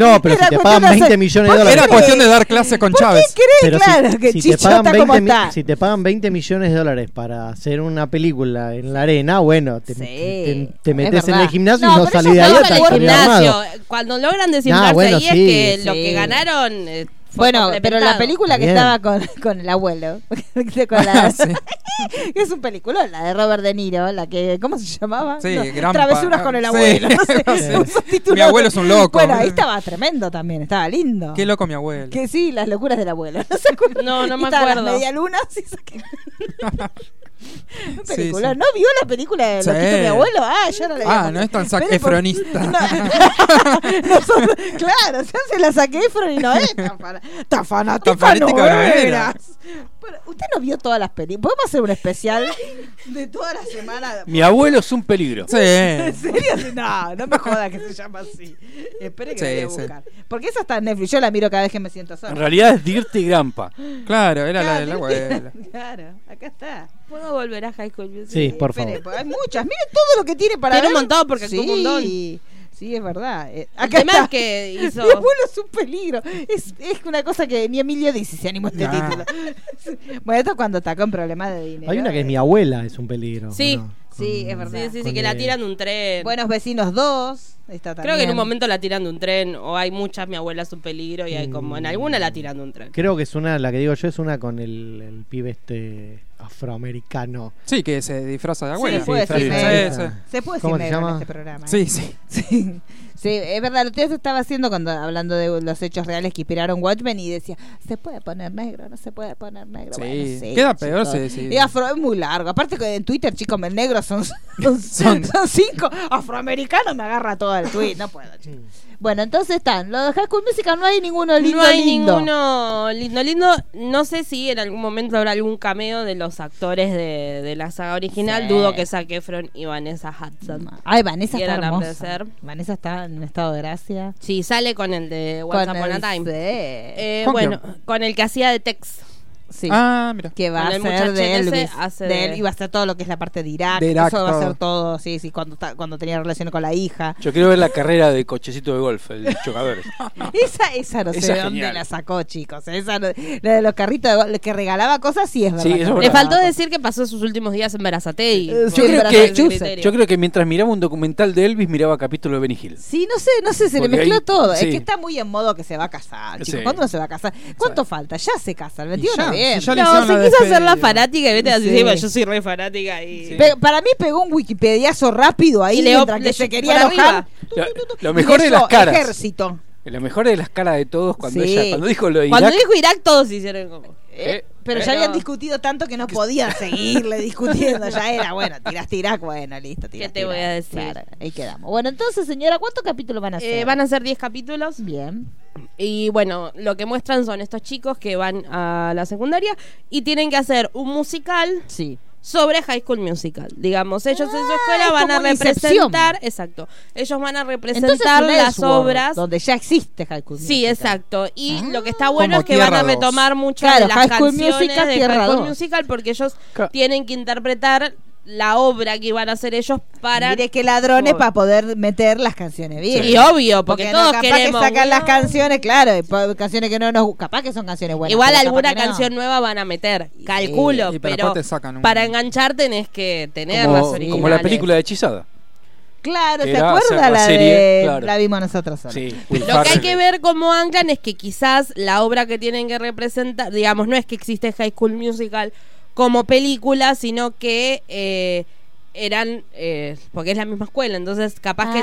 Speaker 5: No, pero si
Speaker 1: Era
Speaker 5: te
Speaker 1: cuestión
Speaker 5: pagan
Speaker 1: de hacer-
Speaker 5: 20 millones
Speaker 1: ¿Por
Speaker 5: de
Speaker 1: qué
Speaker 5: dólares.
Speaker 3: Era
Speaker 1: Sí.
Speaker 3: cuestión de dar clases con
Speaker 1: ¿Por qué
Speaker 3: Chávez.
Speaker 1: crees,
Speaker 5: Pero si-
Speaker 1: claro, que
Speaker 5: si, te
Speaker 1: Chicho
Speaker 5: pagan
Speaker 1: está como
Speaker 5: 20 mi-
Speaker 1: está?
Speaker 5: si te pagan 20 millones de dólares para hacer una película en la arena, bueno, te,
Speaker 1: Sí,
Speaker 5: te- te
Speaker 1: es
Speaker 5: metes en
Speaker 1: verdad.
Speaker 5: el gimnasio
Speaker 1: No,
Speaker 5: y no
Speaker 1: pero
Speaker 5: salís de
Speaker 1: ellos
Speaker 5: ahí
Speaker 1: no
Speaker 5: hasta
Speaker 1: van
Speaker 5: que
Speaker 1: al
Speaker 5: estés armado.
Speaker 2: gimnasio. Cuando logran desinflarse
Speaker 5: Ah, bueno,
Speaker 2: ahí
Speaker 5: sí,
Speaker 2: es que lo
Speaker 1: sí.
Speaker 2: que ganaron eh, fue
Speaker 1: Bueno, pero la
Speaker 2: complementado.
Speaker 1: película que
Speaker 5: Bien. Ah,
Speaker 1: estaba con, con el abuelo, con la-
Speaker 3: Sí.
Speaker 1: que es un peliculón, la de Robert De Niro, la que, ¿cómo se llamaba?
Speaker 3: Sí,
Speaker 1: No,
Speaker 3: gran
Speaker 1: Travesuras
Speaker 3: pa-
Speaker 1: con el
Speaker 3: sí,
Speaker 1: abuelo. no sé,
Speaker 3: no sé.
Speaker 1: un subtítulo.
Speaker 3: Mi abuelo es un loco.
Speaker 1: Bueno, ahí estaba tremendo también, estaba lindo.
Speaker 3: Qué loco mi abuelo.
Speaker 1: que sí, las locuras del abuelo. ¿No se acuerdan?
Speaker 2: No, no
Speaker 1: Y
Speaker 2: me
Speaker 1: estaban las
Speaker 2: acuerdo.
Speaker 1: medialunas y saqué- Un
Speaker 3: Sí,
Speaker 1: peliculón.
Speaker 3: sí.
Speaker 1: ¿No vio la película de
Speaker 3: Sí.
Speaker 1: Loquito mi abuelo? Ah, yo no la vi.
Speaker 3: Ah, no es tan sac- efronista.
Speaker 1: Nosotros- claro, se hace la saqué Efron y no es tan, fan- tan fanática.
Speaker 3: Tan fanática
Speaker 1: no
Speaker 3: no era.
Speaker 1: eras. Pero, ¿Usted no vio todas las películas? ¿Podemos hacer un especial de toda la semana?
Speaker 4: Mi abuelo es un peligro.
Speaker 1: ¿En
Speaker 3: Sí.
Speaker 1: serio? No, no me jodas que se llama así. Espere que la
Speaker 3: Sí,
Speaker 1: voy
Speaker 3: sí.
Speaker 1: a buscar. Porque esa está en Netflix. Yo la miro cada vez que me siento
Speaker 4: En
Speaker 1: sola.
Speaker 4: realidad es Dirty Grampa.
Speaker 3: Claro, era la del abuelo.
Speaker 1: Claro, acá está.
Speaker 2: ¿Puedo volver a High School Musical?
Speaker 5: Sí, por
Speaker 1: Espere,
Speaker 5: favor.
Speaker 1: pues hay muchas. Miren todo lo que tiene para
Speaker 2: Tiene un
Speaker 1: ver.
Speaker 2: montón porque actúa un montón.
Speaker 1: Sí, sí, es verdad. Eh,
Speaker 2: El
Speaker 1: acá
Speaker 2: tema
Speaker 1: está.
Speaker 2: es que hizo-
Speaker 1: Mi abuelo es un peligro. Es, es una cosa que ni Emilio dice se animó a este
Speaker 3: Nah.
Speaker 1: título. bueno, esto es cuando está con problemas de dinero.
Speaker 5: Hay una que es mi abuela, es un peligro.
Speaker 2: Sí.
Speaker 5: ¿o no? Mm.
Speaker 1: Sí,
Speaker 5: Con-
Speaker 1: es verdad.
Speaker 2: Sí, sí, sí,
Speaker 5: con
Speaker 2: que la
Speaker 5: el-
Speaker 2: tiran de un tren.
Speaker 1: Buenos vecinos 2. Está
Speaker 2: Creo que en un momento la tiran de un tren, o hay muchas, mi abuela es un peligro, y hay como en alguna la tiran de un tren.
Speaker 5: Creo que es una, la que digo yo, es una con el, el pibe este afroamericano.
Speaker 3: Sí, que se disfraza de
Speaker 1: se
Speaker 3: abuela.
Speaker 1: puede
Speaker 5: Freddy
Speaker 1: decir
Speaker 5: Freddy.
Speaker 1: negro.
Speaker 3: Sí,
Speaker 1: Se puede decir
Speaker 5: ¿Cómo se
Speaker 1: negro en
Speaker 5: llama?
Speaker 1: este programa.
Speaker 3: Sí, sí.
Speaker 1: Sí, sí, es verdad, lo que usted estaba haciendo cuando hablando de los hechos reales que inspiraron Watchmen y decía, se puede poner negro, no se puede poner negro.
Speaker 3: Sí,
Speaker 1: Bueno, sí,
Speaker 3: queda peor,
Speaker 1: chicos.
Speaker 3: sí, sí.
Speaker 1: Y afro es muy largo. Aparte que en Twitter, chicos, me negro son, son,
Speaker 3: Son-
Speaker 1: son cinco. Afroamericanos me agarra todo el tweet, no puedo. chicos. Bueno, entonces están, los de High School Musical no hay ninguno lindo.
Speaker 2: no hay
Speaker 1: lindo.
Speaker 2: ninguno lindo, lindo. No sé si en algún momento habrá algún cameo de los actores de, de la saga original.
Speaker 1: Sí.
Speaker 2: Dudo que Zac Efron y Vanessa Hudson.
Speaker 1: Ay, Vanessa está
Speaker 2: Quieran
Speaker 1: hermosa.
Speaker 2: agradecer.
Speaker 1: Vanessa está en un estado de gracia.
Speaker 2: Sí, sale con el de Once
Speaker 1: Con
Speaker 2: Upon a
Speaker 1: el-
Speaker 2: Time.
Speaker 1: sí.
Speaker 2: Eh,
Speaker 3: ¿Con
Speaker 2: bueno, con el que hacía de Tex.
Speaker 1: Sí.
Speaker 3: Ah, mira.
Speaker 1: que va
Speaker 2: Con
Speaker 1: a
Speaker 2: el
Speaker 1: ser de
Speaker 2: muchacho ese
Speaker 1: Elvis,
Speaker 2: hace
Speaker 1: de
Speaker 2: de-
Speaker 1: él, y va a ser todo lo que es la parte de Irak,
Speaker 3: De Irak,
Speaker 1: eso va a ser
Speaker 3: todo.
Speaker 1: todo, sí, sí, cuando ta- cuando tenía relación con la hija.
Speaker 4: Yo quiero ver la carrera de cochecito de golf, el de chocadores.
Speaker 1: Esa esa no sé
Speaker 4: Esa
Speaker 1: de
Speaker 4: es
Speaker 1: dónde
Speaker 4: genial.
Speaker 1: la sacó, chicos. Esa no- la de los carritos de gol- que regalaba cosas sí es verdad.
Speaker 4: Sí,
Speaker 1: que
Speaker 4: eso es
Speaker 2: Le
Speaker 4: verdad.
Speaker 2: faltó decir que pasó sus últimos días en Berazategui.
Speaker 1: Eh, sí,
Speaker 2: Por-
Speaker 4: creo
Speaker 2: por
Speaker 4: que-
Speaker 2: ese criterio.
Speaker 4: Yo creo que mientras miraba un documental de Elvis, miraba capítulo de Benny Hill.
Speaker 1: Sí, no sé, no sé, se le
Speaker 4: Porque
Speaker 1: mezcló
Speaker 4: ahí-
Speaker 1: todo. Es
Speaker 4: sí.
Speaker 1: que está muy en modo que se va a casar, chicos.
Speaker 4: Sí.
Speaker 1: ¿Cuándo no se va a casar? ¿Cuánto falta? Ya se casa, el 21
Speaker 3: ya,
Speaker 1: de noviembre.
Speaker 3: si ya le
Speaker 2: No,
Speaker 3: hicieron
Speaker 2: se
Speaker 3: la
Speaker 2: quiso hacer la
Speaker 3: despedida.
Speaker 2: fanática y vete a decir,
Speaker 1: Sí.
Speaker 2: "Sí, bueno, yo soy re fanática y...
Speaker 1: Pe- para mí pegó un wikipediazo rápido ahí
Speaker 2: Y le-
Speaker 1: mientras
Speaker 2: le-
Speaker 1: que se quería
Speaker 2: para
Speaker 1: enojar.
Speaker 2: arriba.
Speaker 4: Lo, lo
Speaker 1: Y
Speaker 4: mejor de
Speaker 1: leyó
Speaker 4: las caras.
Speaker 1: Ejército.
Speaker 4: Lo mejor de las caras de todos cuando
Speaker 1: Sí.
Speaker 4: ella, cuando dijo lo de
Speaker 2: Cuando
Speaker 4: Irak,
Speaker 2: dijo Irak todos se hicieron como...
Speaker 1: Eh,
Speaker 4: Eh,
Speaker 1: pero
Speaker 4: eh,
Speaker 1: ya habían
Speaker 2: no.
Speaker 1: discutido tanto que no podían seguirle discutiendo. Ya era, bueno, tiraste Irak, bueno, listo, tiraste
Speaker 2: te voy
Speaker 1: Irak.
Speaker 2: a decir?
Speaker 1: Claro, ahí quedamos. Bueno, entonces, señora, ¿cuántos capítulos van a hacer?
Speaker 2: Eh, van a ser 10 capítulos
Speaker 1: Bien.
Speaker 2: y bueno, lo que muestran son estos chicos que van a la secundaria y tienen que hacer un musical
Speaker 1: Sí.
Speaker 2: sobre High School Musical. Digamos, ellos en su
Speaker 1: Ah,
Speaker 2: escuela
Speaker 1: es
Speaker 2: van a
Speaker 1: como una incepción.
Speaker 2: representar, exacto, ellos van a
Speaker 1: Entonces,
Speaker 2: representar
Speaker 1: una
Speaker 2: las
Speaker 1: Elseworld,
Speaker 2: obras.
Speaker 1: Donde ya existe High School
Speaker 2: Sí,
Speaker 1: Musical.
Speaker 2: exacto. Y
Speaker 1: Ah.
Speaker 2: lo que está bueno
Speaker 3: Como
Speaker 2: es que van a
Speaker 3: Tierra dos.
Speaker 2: retomar muchas
Speaker 1: Claro,
Speaker 2: de las
Speaker 1: High School
Speaker 2: canciones
Speaker 1: Musical,
Speaker 2: de
Speaker 1: Tierra
Speaker 2: High School
Speaker 1: dos.
Speaker 2: Musical porque ellos
Speaker 4: Ca-
Speaker 2: tienen que interpretar la obra que iban a hacer ellos para
Speaker 1: Mire que ladrones
Speaker 2: Joder.
Speaker 1: para poder meter las canciones bien.
Speaker 2: Y obvio, porque
Speaker 1: no,
Speaker 2: todos
Speaker 1: capaz
Speaker 2: queremos,
Speaker 1: que sacan las
Speaker 2: weón.
Speaker 1: canciones, claro, y po- canciones que no nos capaz que son canciones buenas.
Speaker 2: Igual
Speaker 1: pero capaz
Speaker 2: alguna
Speaker 1: que no.
Speaker 2: canción nueva van a meter, calculo,
Speaker 3: Y- y pero
Speaker 2: pero
Speaker 3: aparte sacan un-
Speaker 2: para enganchar tenés que tener las
Speaker 4: como,
Speaker 2: originales.
Speaker 4: como la película de Hechizada.
Speaker 1: Claro, ¿se
Speaker 4: Era hacer
Speaker 1: acuerda
Speaker 4: la
Speaker 1: la
Speaker 4: serie,
Speaker 1: de
Speaker 4: claro.
Speaker 1: la vimos nosotros solos?
Speaker 4: Sí,
Speaker 2: Lo que hay que ver cómo anclan es que quizás la obra que tienen que representar, digamos, no es que existe High School Musical como película, sino que eh, eran, eh, porque es la misma escuela, entonces capaz
Speaker 1: Ah.
Speaker 2: que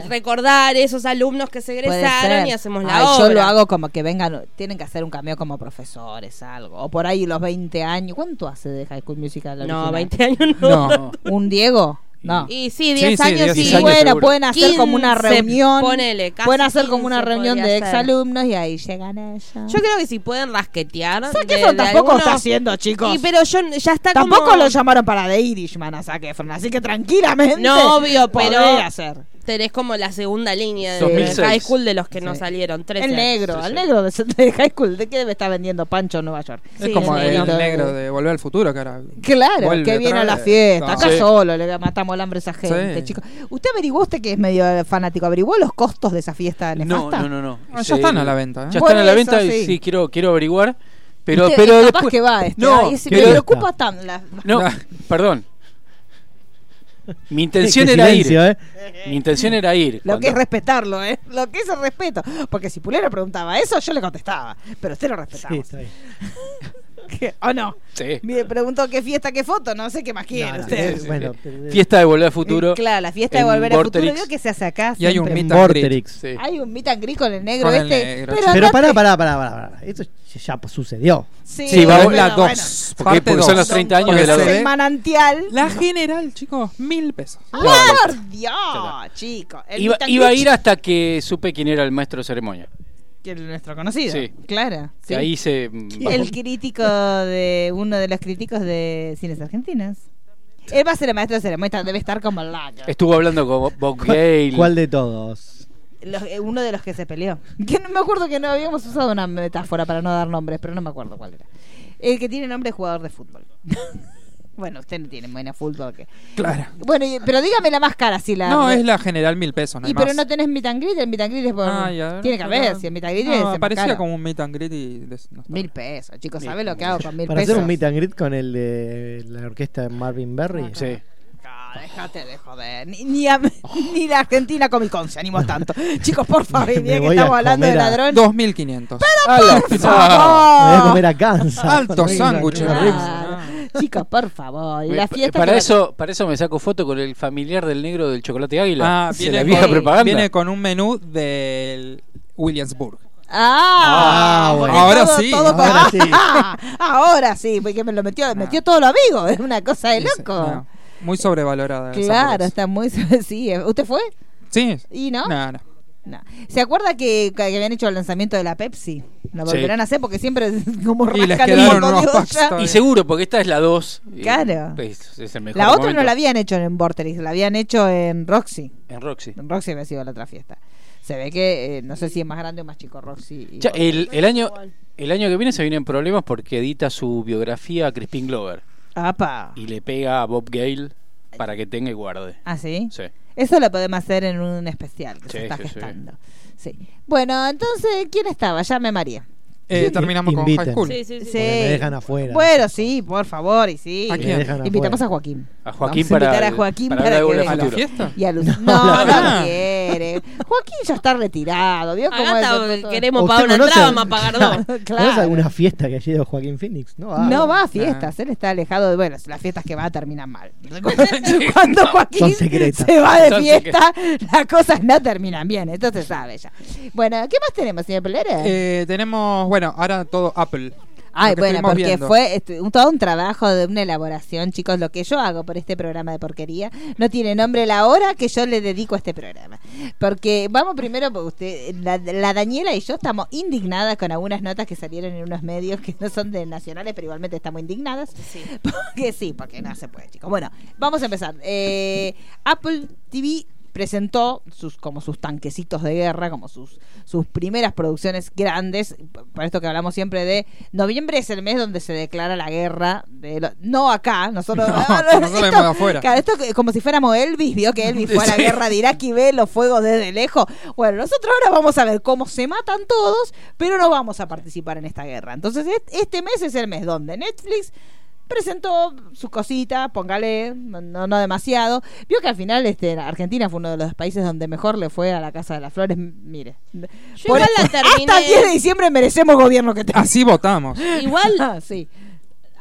Speaker 2: son recordar esos alumnos que se
Speaker 1: Puede
Speaker 2: egresaron
Speaker 1: ser.
Speaker 2: y hacemos la
Speaker 1: Ay,
Speaker 2: obra.
Speaker 1: Yo lo hago como que vengan, tienen que hacer un cameo como profesores, algo. O por ahí los 20 años. ¿Cuánto hace de High School Musical? la
Speaker 2: No,
Speaker 1: original?
Speaker 2: 20 años no.
Speaker 3: No,
Speaker 1: ¿Un Diego? No.
Speaker 2: Y sí,
Speaker 3: Sí,
Speaker 2: 10
Speaker 3: sí,
Speaker 2: años
Speaker 3: 10
Speaker 2: sí.
Speaker 3: años.
Speaker 1: bueno,
Speaker 4: seguro.
Speaker 1: pueden hacer como una
Speaker 2: 15,
Speaker 1: reunión.
Speaker 2: ponele, casi
Speaker 1: pueden hacer como una
Speaker 2: 15
Speaker 1: reunión de
Speaker 2: podría ser.
Speaker 1: exalumnos y ahí llegan ellos.
Speaker 2: Yo creo que si pueden rasquetear.
Speaker 1: O sea, que
Speaker 2: de-
Speaker 1: eso
Speaker 2: de
Speaker 1: tampoco
Speaker 2: alguno-
Speaker 1: está haciendo, chicos.
Speaker 2: Y pero yo ya está
Speaker 1: tampoco
Speaker 2: como-
Speaker 1: lo llamaron para The Irishman a Zac Efron, así que tranquilamente.
Speaker 2: No, obvio, pero-
Speaker 1: podría ser.
Speaker 2: tenés como la segunda línea de
Speaker 4: 2006.
Speaker 2: high school de los que no
Speaker 1: Sí.
Speaker 2: salieron. 13.
Speaker 1: El negro,
Speaker 4: sí,
Speaker 1: el
Speaker 4: sí.
Speaker 1: negro de, de High School, ¿de qué debe estar vendiendo Pancho en Nueva York?
Speaker 3: es como
Speaker 2: sí,
Speaker 3: el
Speaker 2: no.
Speaker 3: negro de Volver al Futuro, que ahora
Speaker 1: Claro,
Speaker 3: vuelve
Speaker 1: que
Speaker 3: otra
Speaker 1: viene a la
Speaker 3: vez.
Speaker 1: fiesta.
Speaker 3: No.
Speaker 1: Acá
Speaker 4: Sí.
Speaker 1: solo le matamos el hambre a esa gente,
Speaker 3: Sí.
Speaker 1: chicos. ¿Usted averiguó usted que es medio fanático? ¿Averiguó los costos de esa fiesta
Speaker 4: No,
Speaker 1: nefasta?
Speaker 4: no, no, no.
Speaker 3: Ah, ya
Speaker 4: Se-
Speaker 3: están a la venta, ¿eh?
Speaker 4: Ya
Speaker 1: Por
Speaker 4: están a la
Speaker 1: eso,
Speaker 4: venta y
Speaker 1: sí.
Speaker 4: sí, quiero, quiero averiguar. Pero,
Speaker 1: Este,
Speaker 4: pero
Speaker 1: capaz
Speaker 4: después.
Speaker 1: que va este.
Speaker 4: No,
Speaker 1: ay, ese
Speaker 4: pero-
Speaker 1: me preocupa tan la-
Speaker 4: No,
Speaker 3: Ah.
Speaker 4: perdón. Mi
Speaker 5: Qué
Speaker 4: intención era ir.
Speaker 5: silencio, ¿eh?
Speaker 4: Mi intención era ir.
Speaker 1: Lo
Speaker 4: Cuando-
Speaker 1: que es respetarlo, ¿eh? Lo que es el respeto. Porque si Pulero preguntaba eso, yo le contestaba. Pero usted lo
Speaker 5: Sí,
Speaker 1: respetaba.
Speaker 5: está bien.
Speaker 1: ¿O no?
Speaker 4: Sí.
Speaker 1: Me preguntó qué fiesta, qué foto. No sé qué más quiere
Speaker 5: No, no,
Speaker 1: usted.
Speaker 5: eh, bueno, eh,
Speaker 4: Fiesta de volver al futuro.
Speaker 1: Claro, la fiesta de
Speaker 4: en
Speaker 1: volver al futuro.
Speaker 4: Vorterix.
Speaker 1: Vio que se hace acá.
Speaker 3: Y hay un
Speaker 1: siempre.
Speaker 3: meet and greet.
Speaker 5: Vorterix.
Speaker 4: Sí.
Speaker 1: Hay un meet and greet con el negro
Speaker 3: Con el
Speaker 1: este.
Speaker 3: negro,
Speaker 1: pero
Speaker 3: chico.
Speaker 5: Pero
Speaker 1: andate-
Speaker 5: pará, pará, pará, pará, pará. Eso ya sucedió.
Speaker 1: Sí,
Speaker 4: Sí, vamos-
Speaker 1: pero
Speaker 3: la
Speaker 1: bueno.
Speaker 3: 2.
Speaker 4: Porque- porque son los 30 años
Speaker 1: Porque
Speaker 4: de la
Speaker 1: es
Speaker 4: se
Speaker 1: el manantial.
Speaker 3: La general, chicos, mil pesos.
Speaker 1: ¡Por Dios, chico! El
Speaker 4: Iba,
Speaker 1: meet and
Speaker 4: iba a
Speaker 1: greet
Speaker 4: ir hasta que supe quién era el maestro de ceremonia.
Speaker 1: que es nuestro conocido.
Speaker 4: Sí.
Speaker 1: Claro. sí.
Speaker 4: Y ahí se.
Speaker 1: El crítico de uno de los críticos de cines argentinas. Él va a ser el maestro de ceremonia, debe estar como el layo.
Speaker 4: Estuvo hablando con Bob Gale.
Speaker 5: ¿Cuál, cuál de todos?
Speaker 1: Los- eh, uno de los que se peleó. Que no me acuerdo que no habíamos usado una metáfora para no dar nombres, pero no me acuerdo cuál era. El que tiene nombre de jugador de fútbol. bueno, usted no tiene buena fútbol. que-
Speaker 3: Claro.
Speaker 1: Bueno, y- eh, pero dígame la más cara, si la.
Speaker 3: No, es la general mil pesos, no hay
Speaker 1: Y pero
Speaker 3: más.
Speaker 1: no tenés meet and greet, el meet and greet es por...
Speaker 3: Ah, ya,
Speaker 1: tiene que
Speaker 3: no,
Speaker 1: haber,
Speaker 3: no.
Speaker 1: si el meet and greet
Speaker 3: No,
Speaker 1: es el más
Speaker 3: parecía
Speaker 1: caro.
Speaker 3: como un meet and greet y des- no estaba.
Speaker 1: Mil pesos, chicos, ¿sabés lo que hago con mil
Speaker 5: Para
Speaker 1: pesos?
Speaker 5: hacer un meet and greet con el de la orquesta de Marvin Berry.
Speaker 4: Sí.
Speaker 1: Ah, déjate de joder. Ni, ni, a- ni la Argentina Comic Con se animó tanto. chicos, por favor,
Speaker 5: Me
Speaker 1: bien que
Speaker 5: voy a
Speaker 1: estamos hablando de
Speaker 5: comer a-
Speaker 1: ladrones.
Speaker 3: 2500.
Speaker 1: ¡Por
Speaker 5: Me voy a comer
Speaker 1: favor!
Speaker 5: a Kansas.
Speaker 3: Alto sándwich.
Speaker 1: Claro.
Speaker 3: Ribs.
Speaker 1: Chicos, por favor. Y
Speaker 4: Me-
Speaker 1: la fiesta
Speaker 4: para
Speaker 1: que va-
Speaker 4: eso para eso me saco foto con el familiar del negro del chocolate águila
Speaker 3: Ah,
Speaker 4: se
Speaker 3: viene,
Speaker 4: la vieja
Speaker 3: con,
Speaker 4: propaganda Ah,
Speaker 3: viene con un menú del Williamsburg.
Speaker 1: Ah,
Speaker 5: Ah,
Speaker 1: porque
Speaker 3: bueno. Ahora
Speaker 1: todo-
Speaker 3: sí,
Speaker 1: todo con- ah,
Speaker 5: ahora sí.
Speaker 1: ahora sí, porque me lo metió, metió todo lo amigo. Es una cosa de
Speaker 3: Dice,
Speaker 1: loco.
Speaker 3: no, muy sobrevalorada. esa
Speaker 1: Claro,
Speaker 3: hamburguesa.
Speaker 1: está muy. Sí, ¿usted fue?
Speaker 3: Sí.
Speaker 1: ¿Y no?
Speaker 3: No, no.
Speaker 1: No. ¿Se acuerda que, que habían hecho el lanzamiento de la Pepsi? Lo
Speaker 4: Sí.
Speaker 1: volverán a hacer porque siempre como
Speaker 3: Y les
Speaker 1: rascan un
Speaker 3: quedaron
Speaker 1: montón de
Speaker 3: unos packs
Speaker 1: ollas.
Speaker 3: todavía.
Speaker 4: y seguro porque esta es la 2
Speaker 1: Claro.
Speaker 4: es, es el mejor
Speaker 1: La otra
Speaker 4: momento.
Speaker 1: no la habían hecho en Vorterix, la habían hecho en Roxy.
Speaker 4: en Roxy
Speaker 1: En Roxy había sido la otra fiesta. Se ve que eh, no sé si es más grande o más chico Roxy. y
Speaker 4: Ya,
Speaker 1: Vorterix.
Speaker 4: el, el año el año que viene se vienen problemas porque edita su biografía a Crispin Glover
Speaker 1: ¡Apa!
Speaker 4: y le pega a Bob Gale para que tenga y guarde
Speaker 1: ¿Ah, sí?
Speaker 4: Sí.
Speaker 1: Eso lo podemos hacer en un especial que se
Speaker 4: Sí,
Speaker 1: está
Speaker 4: sí, sí.
Speaker 1: gestando. Sí. Bueno, entonces, ¿quién estaba? Ya me mareé.
Speaker 3: Eh, terminamos con
Speaker 5: Inviten.
Speaker 3: High School.
Speaker 2: Sí, sí, sí.
Speaker 1: Sí.
Speaker 5: me dejan afuera.
Speaker 1: Bueno, sí, por favor, y sí.
Speaker 3: ¿A
Speaker 5: Me
Speaker 3: quién?
Speaker 5: dejan
Speaker 1: Invitamos
Speaker 5: afuera.
Speaker 1: a Joaquín.
Speaker 4: a Joaquín
Speaker 1: Vamos a
Speaker 4: para
Speaker 1: invitar a
Speaker 4: el-
Speaker 1: Joaquín
Speaker 4: para
Speaker 1: para
Speaker 4: hablar de
Speaker 1: que
Speaker 4: Volver
Speaker 3: ¿A
Speaker 4: al
Speaker 3: la
Speaker 1: venga.
Speaker 4: futuro
Speaker 3: fiesta?
Speaker 1: Y a Luz. No,
Speaker 3: Ah.
Speaker 1: no quiere. Joaquín ya está retirado. ¿Vio cómo
Speaker 2: Acá
Speaker 1: es el-
Speaker 2: está- queremos
Speaker 5: ¿Usted
Speaker 2: pagar una
Speaker 5: conoce-
Speaker 2: entrada, vamos a pagar dos.
Speaker 1: Claro.
Speaker 5: ¿Conoce alguna fiesta que haya ido Joaquín Phoenix? No,
Speaker 1: No va a fiestas, él está alejado de. Bueno, las fiestas que va terminan mal. Cuando Joaquín
Speaker 5: Son secretas.
Speaker 1: se va de
Speaker 4: Son
Speaker 1: fiesta, las cosas no terminan bien, esto se sabe ya. Bueno, ¿qué más tenemos, señor Pelera?
Speaker 3: Eh, tenemos, bueno, ahora todo Apple.
Speaker 1: Ay,
Speaker 3: lo que
Speaker 1: bueno,
Speaker 3: estuvimos
Speaker 1: porque
Speaker 3: viendo.
Speaker 1: fue este, un- todo un trabajo de una elaboración, chicos. Lo que yo hago por este programa de porquería no tiene nombre la hora que yo le dedico a este programa. Porque vamos primero, porque usted, la, la Daniela y yo estamos indignadas con algunas notas que salieron en unos medios que no son de nacionales, pero igualmente estamos indignadas. Porque sí, porque no se puede, chicos. Bueno, vamos a empezar. Eh, Apple TV presentó sus como sus tanquecitos de guerra, como sus sus primeras producciones grandes, p- por esto que hablamos siempre de noviembre es el mes donde se declara la guerra de lo- no acá, nosotros Ah,
Speaker 3: No, nosotros
Speaker 1: esto-
Speaker 3: vemos de afuera.
Speaker 1: claro, esto que- como si fuéramos Elvis, vio que Elvis fue a la
Speaker 4: Sí.
Speaker 1: guerra de Irak y ve los fuegos desde lejos. Bueno, nosotros ahora vamos a ver cómo se matan todos, pero no vamos a participar en esta guerra. Entonces, est- este mes es el mes donde Netflix presentó sus cositas, póngale, no, no, no demasiado. Vio que al final este, Argentina fue uno de los países donde mejor le fue a la Casa de las Flores. M- Mire,
Speaker 2: Yo igual la
Speaker 1: hasta el 10 de
Speaker 2: terminé.
Speaker 1: diciembre merecemos gobierno que tenga.
Speaker 3: Así votamos.
Speaker 2: Igual
Speaker 1: sí,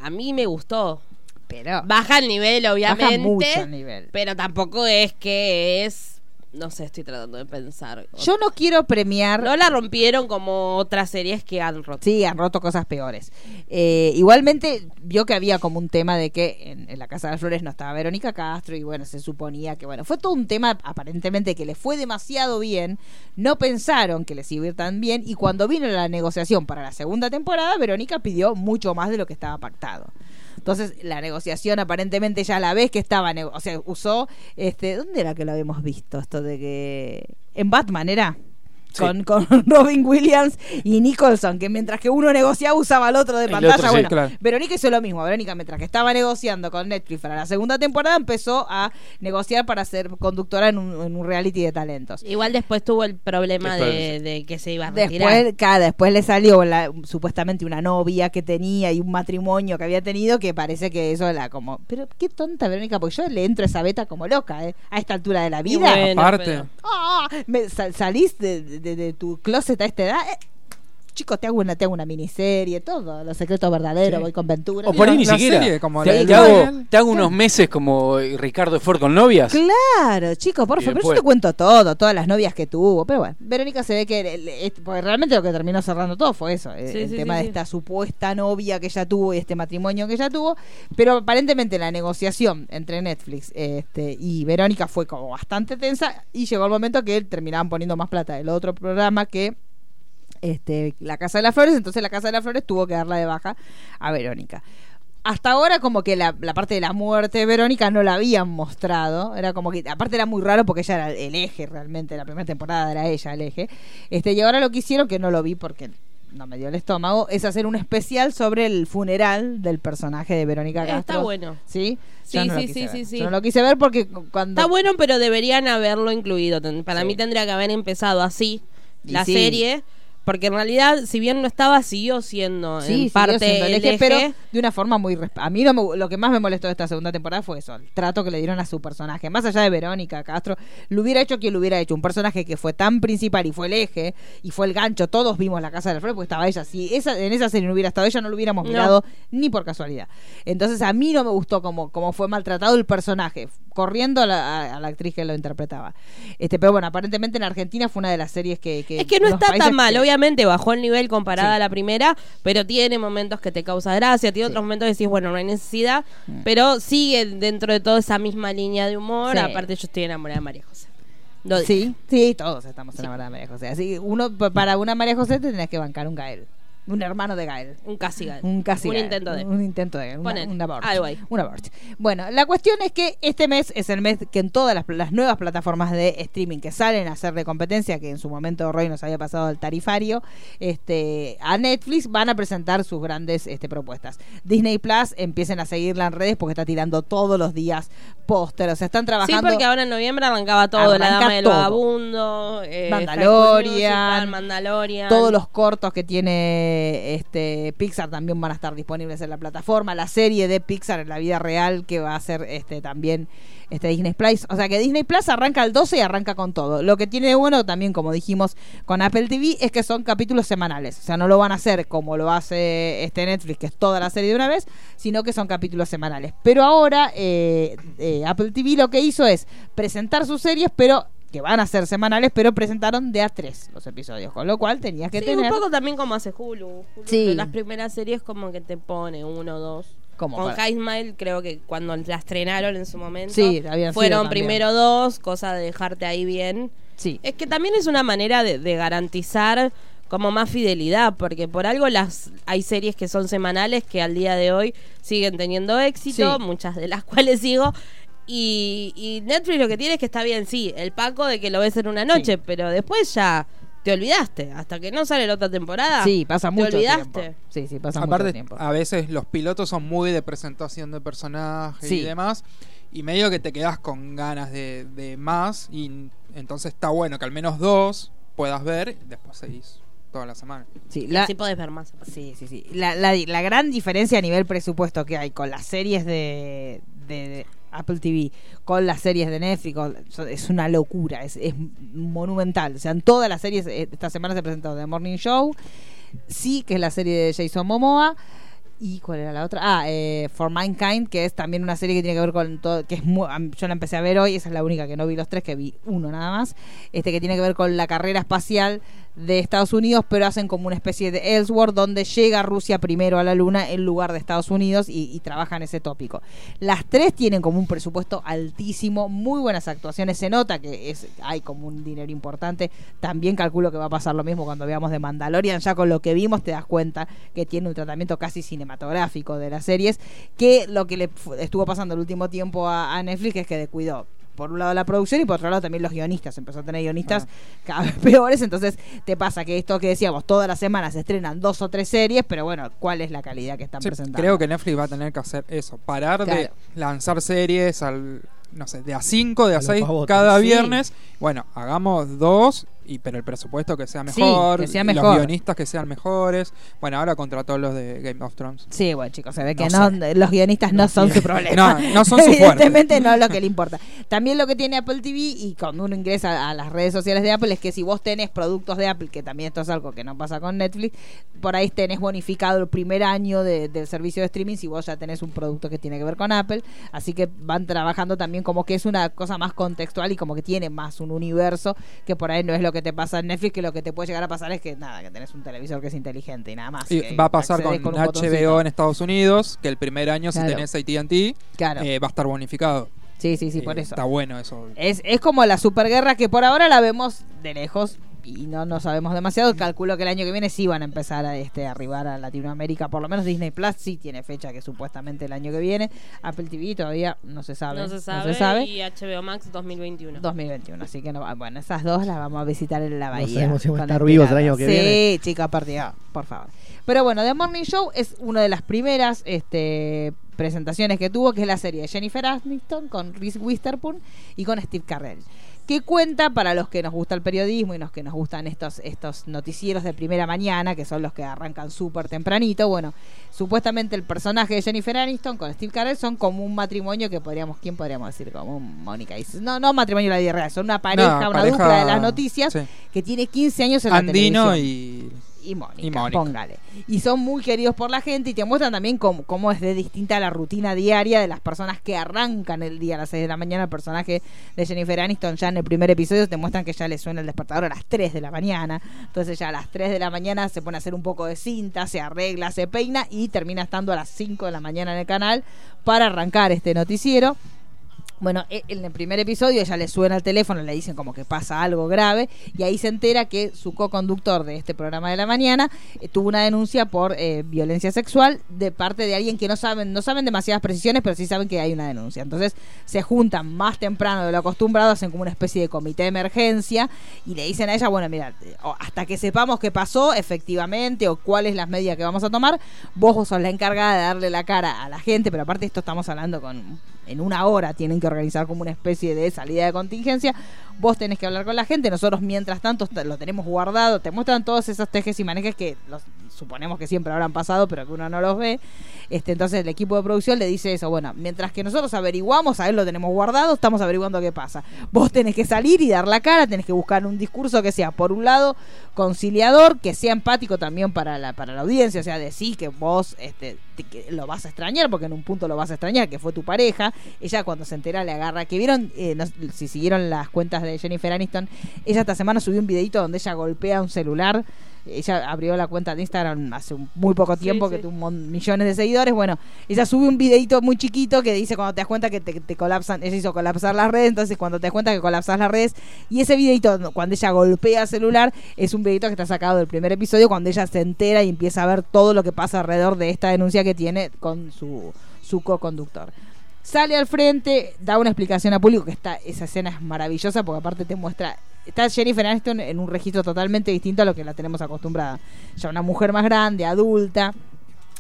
Speaker 2: a mí me gustó.
Speaker 1: pero
Speaker 2: Baja el nivel, obviamente.
Speaker 1: baja mucho el nivel.
Speaker 2: Pero tampoco es que es. No sé, estoy tratando de pensar.
Speaker 1: Yo no quiero premiar
Speaker 2: No la rompieron como otras series que han roto.
Speaker 1: Sí, han roto cosas peores. Eh, igualmente, vio que había como un tema de que en, en la Casa de las Flores no estaba Verónica Castro y bueno, se suponía que bueno, fue todo un tema aparentemente que les fue demasiado bien, no pensaron que les iba a ir tan bien y cuando vino la negociación para la segunda temporada, Verónica pidió mucho más de lo que estaba pactado. Entonces, la negociación aparentemente ya a la vez que estaba, nego- o sea, usó, este, ¿dónde era que lo habíamos visto? Esto de que... En Batman era.
Speaker 4: Sí.
Speaker 1: Con, con Robin Williams y Nicholson, que mientras que uno negociaba usaba al otro de
Speaker 4: El
Speaker 1: pantalla.
Speaker 4: otro, sí,
Speaker 1: bueno,
Speaker 3: claro.
Speaker 1: Verónica hizo lo mismo. Verónica, mientras que estaba negociando con Netflix para la segunda temporada, empezó a negociar para ser conductora en un, en un reality de talentos.
Speaker 2: Igual después tuvo el problema
Speaker 4: Después,
Speaker 2: de, de que se iba a retirar.
Speaker 1: Después, claro, después le salió la- supuestamente una novia que tenía y un matrimonio que había tenido que parece que eso la como... Pero qué tonta Verónica, porque yo le entro a esa beta como loca, ¿eh? A esta altura de la
Speaker 2: Y
Speaker 1: vida.
Speaker 2: bueno,
Speaker 3: Aparte.
Speaker 2: pero-
Speaker 1: Ah, me sal- salís de, de- de tu closet a esta edad. Eh, chico, te hago una, te hago una miniserie, todo. Los secretos verdaderos,
Speaker 3: Sí.
Speaker 1: voy con Ventura.
Speaker 4: O por ahí ni
Speaker 3: La
Speaker 4: siquiera.
Speaker 3: serie, como
Speaker 4: te,
Speaker 3: la-
Speaker 4: te hago, te hago unos meses como eh, Ricardo Ford con novias.
Speaker 1: Claro, chico, por
Speaker 4: Y
Speaker 1: favor, pero yo
Speaker 4: después-
Speaker 1: te cuento todo, todas las novias que tuvo. Pero bueno, Verónica se ve que le- le- es- porque realmente lo que terminó cerrando todo fue eso, eh,
Speaker 2: Sí,
Speaker 1: el
Speaker 2: sí,
Speaker 1: tema
Speaker 2: sí,
Speaker 1: de
Speaker 2: sí.
Speaker 1: esta supuesta novia que ella tuvo y este matrimonio que ella tuvo. Pero aparentemente la negociación entre Netflix este, y Verónica fue como bastante tensa y llegó el momento que terminaban poniendo más plata del otro programa que este, la Casa de las Flores, entonces la Casa de las Flores tuvo que darla de baja a Verónica. Hasta ahora como que la, la parte de la muerte de Verónica no la habían mostrado, era como que, aparte era muy raro porque ella era el eje realmente, la primera temporada era ella el eje, este, y ahora lo que hicieron, que no lo vi porque no me dio el estómago, es hacer un especial sobre el funeral del personaje de Verónica
Speaker 2: Está
Speaker 1: Castro.
Speaker 2: bueno.
Speaker 1: ¿Sí?
Speaker 2: Sí,
Speaker 1: Yo no lo
Speaker 2: sí,
Speaker 1: quise
Speaker 2: sí,
Speaker 1: ver.
Speaker 2: sí, sí.
Speaker 1: Yo no lo quise ver porque cu- cuando...
Speaker 2: Está bueno, pero deberían haberlo incluido. Ten- Para
Speaker 1: Sí.
Speaker 2: mí tendría que haber empezado así
Speaker 1: Y
Speaker 2: la
Speaker 1: sí.
Speaker 2: serie. Porque en realidad, si bien no estaba, siguió siendo
Speaker 1: Sí,
Speaker 2: en
Speaker 1: sí,
Speaker 2: parte
Speaker 1: Dios siendo
Speaker 2: el
Speaker 1: el eje,
Speaker 2: eje.
Speaker 1: pero de una forma muy resp- a mí no me- lo que más me molestó de esta segunda temporada fue eso el trato que le dieron a su personaje más allá de Verónica Castro lo hubiera hecho quien lo hubiera hecho un personaje que fue tan principal y fue el eje y fue el gancho todos vimos la casa de la flor porque estaba ella si esa, en esa serie no hubiera estado ella no lo hubiéramos
Speaker 2: No.
Speaker 1: mirado ni por casualidad entonces a mí no me gustó como, como fue maltratado el personaje corriendo a la, a- a la actriz que lo interpretaba este pero bueno aparentemente en Argentina fue una de las series que, que
Speaker 2: Es que no
Speaker 1: los
Speaker 2: está
Speaker 1: países
Speaker 2: tan mal,
Speaker 1: que-
Speaker 2: obviamente bajó el nivel comparada a la primera, pero tiene momentos que te causa gracia, tiene otros momentos que decís, bueno, no hay necesidad, pero sigue dentro de toda esa misma línea de humor.
Speaker 1: Mm. Sí.
Speaker 2: Aparte, yo estoy enamorada de María José. Lo dije.
Speaker 1: Sí, sí, todos estamos enamorados de María José. Así que uno pa- para una María José te tenés que bancar un Gael, un hermano de Gael.
Speaker 2: Un casi gal.
Speaker 1: Un casi
Speaker 2: Un
Speaker 1: Gael,
Speaker 2: intento de.
Speaker 1: un intento de una,
Speaker 2: Ponele,
Speaker 1: un abort,
Speaker 2: algo ahí.
Speaker 1: un abort. Bueno, la cuestión es que este mes es el mes que en todas las, las nuevas plataformas de streaming que salen a hacer de competencia, que en su momento Roy nos había pasado al tarifario, este, a Netflix van a presentar sus grandes este, propuestas. Disney Plus empiecen a seguirla en redes porque está tirando todos los días pósteres, o sea, están
Speaker 2: Sí,
Speaker 1: trabajando.
Speaker 2: porque ahora en noviembre arrancaba todo, la
Speaker 1: Arranca
Speaker 2: dama del
Speaker 1: todo.
Speaker 2: vagabundo, eh, High
Speaker 1: Mandalorian,
Speaker 2: School Musical, Mandalorian.
Speaker 1: Todos los cortos que tiene este Pixar también van a estar disponibles en la plataforma. La serie de Pixar en la vida real que va a ser este también este Disney Plus. O sea que Disney Plus arranca el 12 y arranca con todo. Lo que tiene de bueno también, como dijimos con Apple TV, es que son capítulos semanales. O sea, no lo van a hacer como lo hace este Netflix, que es toda la serie de una vez, sino que son capítulos semanales. Pero ahora eh, eh, Apple TV lo que hizo es presentar sus series, pero que van a ser semanales, pero presentaron de a tres los episodios, con lo cual tenías que
Speaker 2: Sí,
Speaker 1: tener
Speaker 2: un poco también como hace Hulu. Hulu,
Speaker 1: Sí.
Speaker 2: Las primeras series como que te pone uno, dos.
Speaker 1: como
Speaker 2: Con
Speaker 1: para-
Speaker 2: Heismail, creo que cuando la estrenaron en su momento,
Speaker 1: Sí, habían sido
Speaker 2: fueron
Speaker 1: también.
Speaker 2: primero dos, cosa de dejarte ahí bien.
Speaker 1: sí.
Speaker 2: Es que también es una manera de, de garantizar como más fidelidad, porque por algo las hay series que son semanales que al día de hoy siguen teniendo éxito,
Speaker 1: Sí.
Speaker 2: muchas de las cuales sigo. Y, y Netflix lo que tiene es que está bien, sí, el paco de que lo ves en una noche, pero después ya te olvidaste. Hasta que no sale la otra temporada,
Speaker 1: Sí, pasa
Speaker 2: Ah, te
Speaker 1: mucho
Speaker 2: olvidaste.
Speaker 1: tiempo. Sí, sí, pasa mucho
Speaker 3: Aparte, ah,
Speaker 1: tiempo.
Speaker 3: a veces los pilotos son muy de presentación de personajes
Speaker 1: Sí.
Speaker 3: y demás. Y medio que te quedas con ganas de, de más. Y entonces está bueno que al menos dos puedas ver. y Después seguís. toda la semana.
Speaker 1: Sí, la,
Speaker 2: Así podés ver más. aparte.
Speaker 1: Sí, sí, sí. La, la- la gran diferencia a nivel presupuesto que hay con las series de, de- de Apple TV, con las series de Netflix, con- so- es una locura, es, es monumental. O sea, en todas las series, eh, esta semana se presentó The Morning Show, sí, que es la serie de Jason Momoa. ¿Y cuál era la otra? Ah, eh, For Mankind, que es también una serie que tiene que ver con todo, que es mu- am- yo la empecé a ver hoy, esa es la única que no vi los tres, que vi uno nada más, este que tiene que ver con la carrera espacial de Estados Unidos, pero hacen como una especie de Ellsworth, donde llega Rusia primero a la Luna en lugar de Estados Unidos y, y trabajan ese tópico. Las tres tienen como un presupuesto altísimo, muy buenas actuaciones, se nota que es, hay como un dinero importante, también calculo que va a pasar lo mismo cuando veamos de Mandalorian, ya con lo que vimos te das cuenta que tiene un tratamiento casi cinematográfico de las series, que lo que le fu- estuvo pasando el último tiempo a, a Netflix es que descuidó. Por un lado la producción y por otro lado también los guionistas. Empezó a tener guionistas
Speaker 3: Ah.
Speaker 1: cada vez peores. Entonces te pasa que esto que decíamos, todas las semanas se estrenan dos o tres series, pero bueno, ¿cuál es la calidad que están
Speaker 3: Sí,
Speaker 1: presentando?
Speaker 3: creo que Netflix va a tener que hacer eso, parar de
Speaker 1: Claro.
Speaker 3: lanzar series al no sé, de a 5, de a
Speaker 5: A los
Speaker 3: 6
Speaker 5: pavotes.
Speaker 3: cada
Speaker 1: Sí.
Speaker 3: viernes. Bueno, hagamos dos y pero el presupuesto que sea
Speaker 1: Sí,
Speaker 3: mejor,
Speaker 1: que sea
Speaker 3: los
Speaker 1: mejor.
Speaker 3: guionistas que sean mejores. Bueno, ahora contrató los de Game of Thrones.
Speaker 1: Sí, bueno, chicos, se ve
Speaker 3: No
Speaker 1: que no, los guionistas no son su problema.
Speaker 3: No, no son su fuerte.
Speaker 1: Evidentemente no es lo que le importa. También lo que tiene Apple TV y cuando uno ingresa a las redes sociales de Apple es que si vos tenés productos de Apple, que también esto es algo que no pasa con Netflix, por ahí tenés bonificado el primer año de- del servicio de streaming si vos ya tenés un producto que tiene que ver con Apple. Así que van trabajando también como que es una cosa más contextual y como que tiene más un universo que por ahí no es lo que te pasa en Netflix, que lo que te puede llegar a pasar es que nada, que tenés un televisor que es inteligente y nada más.
Speaker 3: Y
Speaker 1: que
Speaker 3: va a pasar con,
Speaker 1: accedes un botoncito.
Speaker 3: HBO en Estados Unidos, que el primer año
Speaker 1: Claro.
Speaker 3: si tenés AT&T
Speaker 1: Claro.
Speaker 3: eh, va a estar bonificado.
Speaker 1: Sí, sí, sí,
Speaker 3: Eh,
Speaker 1: por eso. Eh,
Speaker 3: Está bueno eso.
Speaker 1: Es, es como la superguerra que por ahora la vemos de lejos y no, no sabemos
Speaker 2: Mm.
Speaker 1: demasiado. Calculo que el año que viene sí van a empezar a este, a arribar a Latinoamérica. Por lo menos Disney Plus sí tiene fecha que supuestamente el año que viene. Apple TV todavía no se sabe.
Speaker 2: No se sabe. Y HBO Max 2021.
Speaker 1: 2021, así que no, va- bueno, esas dos las vamos a visitar en la
Speaker 5: No
Speaker 1: bahía.
Speaker 5: sabemos si vamos a
Speaker 1: con
Speaker 5: estar
Speaker 1: las
Speaker 5: vivos el
Speaker 1: piratas.
Speaker 5: año que
Speaker 1: sí,
Speaker 5: viene.
Speaker 1: chica, partida, por favor. Pero bueno, The Morning Show es una de las primeras este, presentaciones que tuvo, que es la serie de Jennifer Aniston con Reese Witherspoon y con Steve Carell. Que cuenta para los que nos gusta el periodismo y los que nos gustan estos, estos noticieros de primera mañana, que son los que arrancan súper tempranito. Bueno, supuestamente el personaje de Jennifer Aniston con Steve Carell son como un matrimonio que podríamos, ¿quién podríamos decir? Como un Mónica. Isis. No, no matrimonio de la vida real, son una pareja,
Speaker 3: No,
Speaker 1: una
Speaker 3: pareja-
Speaker 1: dupla de las noticias
Speaker 3: sí.
Speaker 1: que tiene 15 años en la
Speaker 3: Andino
Speaker 1: televisión.
Speaker 3: y
Speaker 1: Y Mónica,
Speaker 3: y Mónica.
Speaker 1: póngale. Y son muy queridos por la gente y te muestran también cómo, cómo es de distinta la rutina diaria de las personas que arrancan el día a las 6 de la mañana. El personaje de Jennifer Aniston ya en el primer episodio te muestran que ya le suena el despertador a las 3 de la mañana. Entonces ya a las 3 de la mañana se pone a hacer un poco de cinta, se arregla, se peina y termina estando a las 5 de la mañana en el canal para arrancar este noticiero. Bueno, e- en el primer episodio ella le suena el teléfono, le dicen como que pasa algo grave y ahí se entera que su co-conductor de este programa de la mañana eh, tuvo una denuncia por eh, violencia sexual de parte de alguien que no saben, no saben demasiadas precisiones, pero sí saben que hay una denuncia. Entonces se juntan más temprano de lo acostumbrado, hacen como una especie de comité de emergencia y le dicen a ella, bueno, mira, eh, o- hasta que sepamos qué pasó efectivamente o cuáles las medidas que vamos a tomar, vos sos la encargada de darle la cara a la gente, pero aparte esto estamos hablando con en una hora tienen que organizar como una especie de salida de contingencia. Vos tenés que hablar con la gente, nosotros mientras tanto t- lo tenemos guardado, te muestran todos esos tejes y manejes que los, suponemos que siempre habrán pasado, pero que uno no los ve. Este, entonces el equipo de producción le dice eso, bueno, mientras que nosotros averiguamos, a él lo tenemos guardado, estamos averiguando qué pasa. Vos tenés que salir y dar la cara, tenés que buscar un discurso que sea, por un lado, conciliador, que sea empático también para la, para la audiencia, o sea, decís que vos este, te- que lo vas a extrañar, porque en un punto lo vas a extrañar, que fue tu pareja, ella cuando se entera le agarra, que vieron, eh, no- si siguieron las cuentas de Jennifer Aniston, ella esta semana subió un videito donde ella golpea un celular, ella abrió la cuenta de Instagram hace un- muy poco tiempo, que
Speaker 2: sí.
Speaker 1: tuvo un mon- millones de seguidores, bueno, ella sube un videito muy chiquito que dice cuando te das cuenta que te, te colapsan, ella hizo colapsar las redes, entonces cuando te das cuenta que colapsas las redes, y ese videito cuando ella golpea el celular es un videito que está sacado del primer episodio cuando ella se entera y empieza a ver todo lo que pasa alrededor de esta denuncia que tiene con su, su co-conductor. Sale al frente, da una explicación a público, que está, esa escena es maravillosa porque aparte te muestra... Está Jennifer Aniston en un registro totalmente distinto a lo que la tenemos acostumbrada. Ya una mujer más grande, adulta,